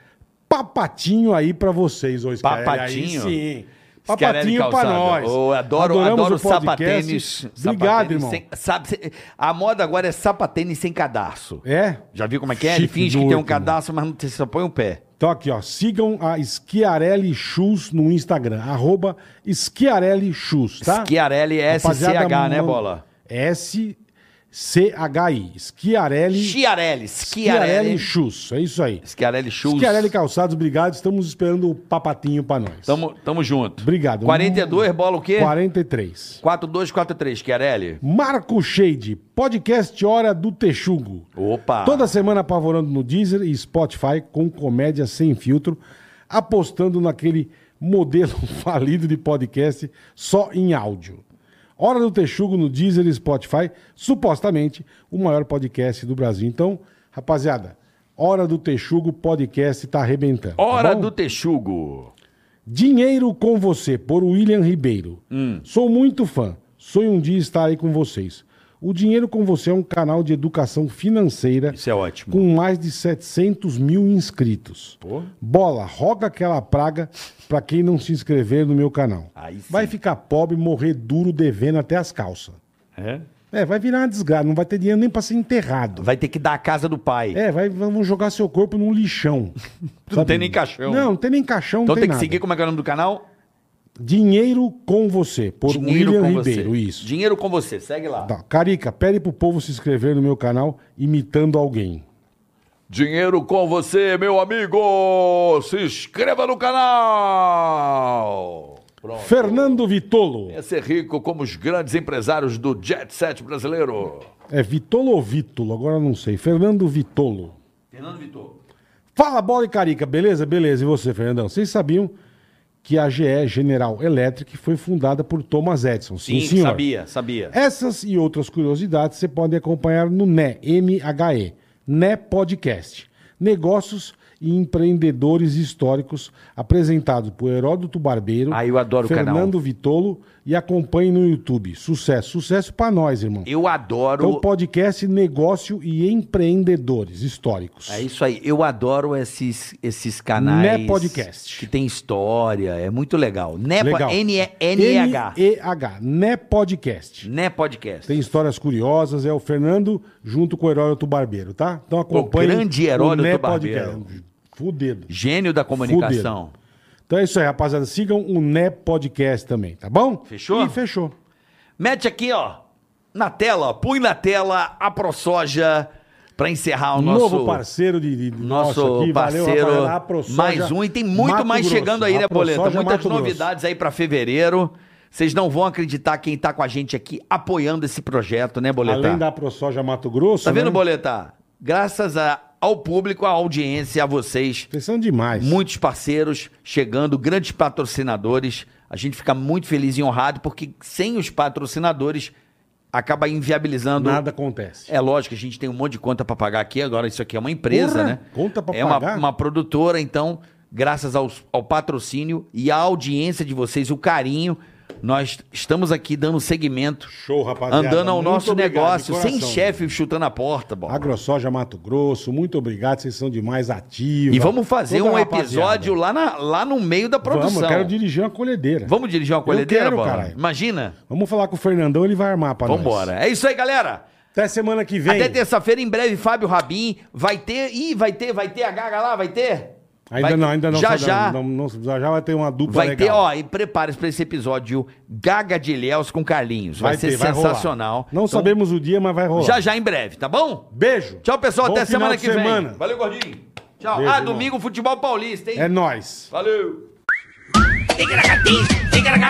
Speaker 2: papatinho aí pra vocês, ô Schiarelli.
Speaker 3: Papatinho?
Speaker 2: Aí, sim.
Speaker 3: Schiarelli
Speaker 2: Papatinho pra
Speaker 3: é calçado.
Speaker 2: nós.
Speaker 3: Eu adoro,
Speaker 2: Adoramos
Speaker 3: adoro
Speaker 2: o podcast.
Speaker 3: sapatênis.
Speaker 2: Obrigado,
Speaker 3: sapatênis
Speaker 2: irmão.
Speaker 3: sem- sabe, se- a moda agora é sapatênis sem cadarço.
Speaker 2: É?
Speaker 3: Já viu como é que é? Ele
Speaker 2: Chifre
Speaker 3: finge
Speaker 2: do
Speaker 3: que tem um
Speaker 2: outro,
Speaker 3: cadarço, mas não, você só põe o pé.
Speaker 2: Então aqui, ó, sigam a Schiarelli Shoes no Instagram, arroba Schiarelli Shoes, tá?
Speaker 3: Schiarelli é
Speaker 2: Rapaziada,
Speaker 3: SCH, né,
Speaker 2: mano?
Speaker 3: bola?
Speaker 2: S-C-H-I, Schiarelli,
Speaker 3: Schiarelli, Schiarelli.
Speaker 2: Schiarelli Shoes, é isso aí.
Speaker 3: Schiarelli Shoes.
Speaker 2: Schiarelli Calçados, obrigado, estamos esperando o papatinho pra nós.
Speaker 3: Tamo, tamo junto.
Speaker 2: Obrigado.
Speaker 3: 42, bola o quê?
Speaker 2: 43.
Speaker 3: 4243, Schiarelli.
Speaker 2: Marco Shade, podcast Hora do Texugo.
Speaker 3: Opa.
Speaker 2: Toda semana apavorando no Deezer e Spotify com comédia sem filtro, apostando naquele modelo falido de podcast só em áudio. Hora do Texugo no Deezer e Spotify, supostamente o maior podcast do Brasil. Então, rapaziada, Hora do Texugo podcast tá arrebentando. tá
Speaker 6: Hora
Speaker 2: bom?
Speaker 6: do Texugo.
Speaker 2: Dinheiro com você, por William Ribeiro.
Speaker 3: Hum.
Speaker 2: Sou muito fã. Sonho um dia estar aí com vocês. O Dinheiro com Você é um canal de educação financeira
Speaker 3: Isso é ótimo.
Speaker 2: com mais de 700 mil inscritos. Bola, roga aquela praga pra quem não se inscrever no meu canal.
Speaker 3: Aí sim.
Speaker 2: Vai ficar pobre, morrer duro, devendo até as calças.
Speaker 6: É?
Speaker 2: É, vai virar uma desgraça, não vai ter dinheiro nem pra ser enterrado.
Speaker 3: Vai ter que dar a casa do pai.
Speaker 2: É, vai, vão jogar seu corpo num lixão.
Speaker 3: Não tem nem caixão.
Speaker 2: Não, não tem nem caixão,
Speaker 3: então
Speaker 2: não
Speaker 3: tem,
Speaker 2: tem
Speaker 3: que
Speaker 2: nada.
Speaker 3: seguir como é que é o nome do canal?
Speaker 2: Dinheiro com você, por William Ribeiro,
Speaker 3: você.
Speaker 2: isso.
Speaker 3: Dinheiro com você, segue lá.
Speaker 2: Tá, Carica, pede pro povo se inscrever no meu canal imitando alguém.
Speaker 6: Dinheiro com você, meu amigo! Se inscreva no canal! Pronto.
Speaker 2: Fernando Vitolo.
Speaker 6: Quer ser rico como os grandes empresários do jet set brasileiro.
Speaker 2: É Vitolo ou Vítolo? Agora eu não sei. Fernando Vitolo.
Speaker 3: Fernando Vitor.
Speaker 2: Fala, bola e carica, beleza? Beleza. E você, Fernandão? Vocês sabiam que a GE General Electric foi fundada por Thomas Edison?
Speaker 3: Sim,
Speaker 2: senhor. É.
Speaker 3: sabia, sabia.
Speaker 2: Essas e outras curiosidades você pode acompanhar no NE, N-H-E, NE Podcast. Negócios e empreendedores históricos, apresentado por Heródoto Barbeiro,
Speaker 3: Ah, eu adoro o canal.
Speaker 2: Fernando Vitolo e acompanhe no YouTube. Sucesso, sucesso pra nós, irmão.
Speaker 3: Eu adoro.
Speaker 2: Então, podcast Negócio e Empreendedores Históricos.
Speaker 3: É isso aí. Eu adoro esses, esses canais.
Speaker 2: Né Podcast.
Speaker 3: Que tem história. É muito legal. Né
Speaker 2: Legal.
Speaker 3: N-E-H.
Speaker 2: N-E-H, NE Podcast.
Speaker 3: Né Podcast.
Speaker 2: Tem histórias curiosas, é o Fernando junto com o Heródoto Barbeiro, tá? Então acompanhe.
Speaker 3: grande Heródoto
Speaker 2: Né
Speaker 3: Barbeiro.
Speaker 2: Podcast. Fudido.
Speaker 3: Gênio da comunicação.
Speaker 2: Então é isso aí, rapaziada. Sigam o Né Podcast também, tá bom?
Speaker 3: Fechou?
Speaker 2: E fechou.
Speaker 3: Mete aqui, ó. Na tela, ó. põe na tela a ProSoja pra encerrar o nosso.
Speaker 2: Um Novo parceiro de, de- de
Speaker 3: Nosso
Speaker 2: nosso aqui.
Speaker 3: parceiro,
Speaker 2: rapaziada. A ProSoja
Speaker 3: mais um. E tem muito
Speaker 2: Mato
Speaker 3: mais
Speaker 2: Grosso.
Speaker 3: chegando aí,
Speaker 2: A
Speaker 3: né, Boleta?
Speaker 2: ProSoja
Speaker 3: Muitas
Speaker 2: Mato Grosso.
Speaker 3: novidades aí pra fevereiro. Vocês não vão acreditar quem tá com a gente aqui apoiando esse projeto, né, Boleta?
Speaker 2: Além da ProSoja Mato Grosso.
Speaker 3: Tá vendo,
Speaker 2: né?
Speaker 3: Boleta? Graças a- ao público, à audiência, a vocês,
Speaker 2: Vocês são demais.
Speaker 3: muitos parceiros chegando, grandes patrocinadores. A gente fica muito feliz e honrado, porque sem os patrocinadores, acaba inviabilizando.
Speaker 2: Nada acontece.
Speaker 3: É lógico, a gente tem um monte de conta pra pagar aqui. Agora, isso aqui é uma empresa,
Speaker 2: Porra,
Speaker 3: né?
Speaker 2: conta pra
Speaker 3: é uma,
Speaker 2: pagar?
Speaker 3: uma produtora, então, graças aos- ao patrocínio e à audiência de vocês, o carinho, Nós estamos aqui dando seguimento,
Speaker 2: Show, rapaziada.
Speaker 3: andando ao
Speaker 2: Muito
Speaker 3: nosso
Speaker 2: obrigado, de
Speaker 3: negócio, sem
Speaker 2: coração.
Speaker 3: chefe chutando a porta, bola.
Speaker 2: AgroSoja Mato Grosso, muito obrigado, vocês são demais ativos.
Speaker 3: E vamos fazer um episódio lá, na- lá no meio da
Speaker 2: Vamos,
Speaker 3: produção.
Speaker 2: eu
Speaker 3: Vamos,
Speaker 2: quero dirigir uma colhedeira. Vamos,
Speaker 3: dirigir uma colhedeira,
Speaker 2: quero,
Speaker 3: bola?
Speaker 2: caralho.
Speaker 3: Imagina?
Speaker 2: falar com o Fernandão, ele vai armar pra nós.
Speaker 3: Vambora. É isso aí, galera.
Speaker 2: Até semana que vem.
Speaker 3: Até terça-feira, em breve, Fábio Rabin. Vai ter. Ih, vai ter, vai ter a Gaga lá, vai ter?
Speaker 2: Ainda
Speaker 3: Vai-
Speaker 2: não, ainda não.
Speaker 3: Já,
Speaker 2: sabe,
Speaker 3: já.
Speaker 2: não- não- já já vai ter uma dupla
Speaker 3: Vai ter,
Speaker 2: legal.
Speaker 3: ó, e prepare-se pra esse episódio Gaga de Ilhéus com Carlinhos. Vai, ser
Speaker 2: ter, vai rolar.
Speaker 3: sensacional.
Speaker 2: Não
Speaker 3: Então,
Speaker 2: sabemos o dia, mas vai rolar.
Speaker 3: Já, já, em breve, tá bom?
Speaker 2: Beijo.
Speaker 3: Tchau, pessoal.
Speaker 2: Bom
Speaker 3: até
Speaker 2: final
Speaker 3: semana
Speaker 2: de
Speaker 3: que vem.
Speaker 2: semana. É
Speaker 3: Valeu, gordinho. Tchau.
Speaker 2: Beijo,
Speaker 3: ah,
Speaker 2: irmão.
Speaker 3: domingo, futebol paulista, hein?
Speaker 2: É nóis.
Speaker 3: Valeu.
Speaker 1: Tigra-ga-ti, tigra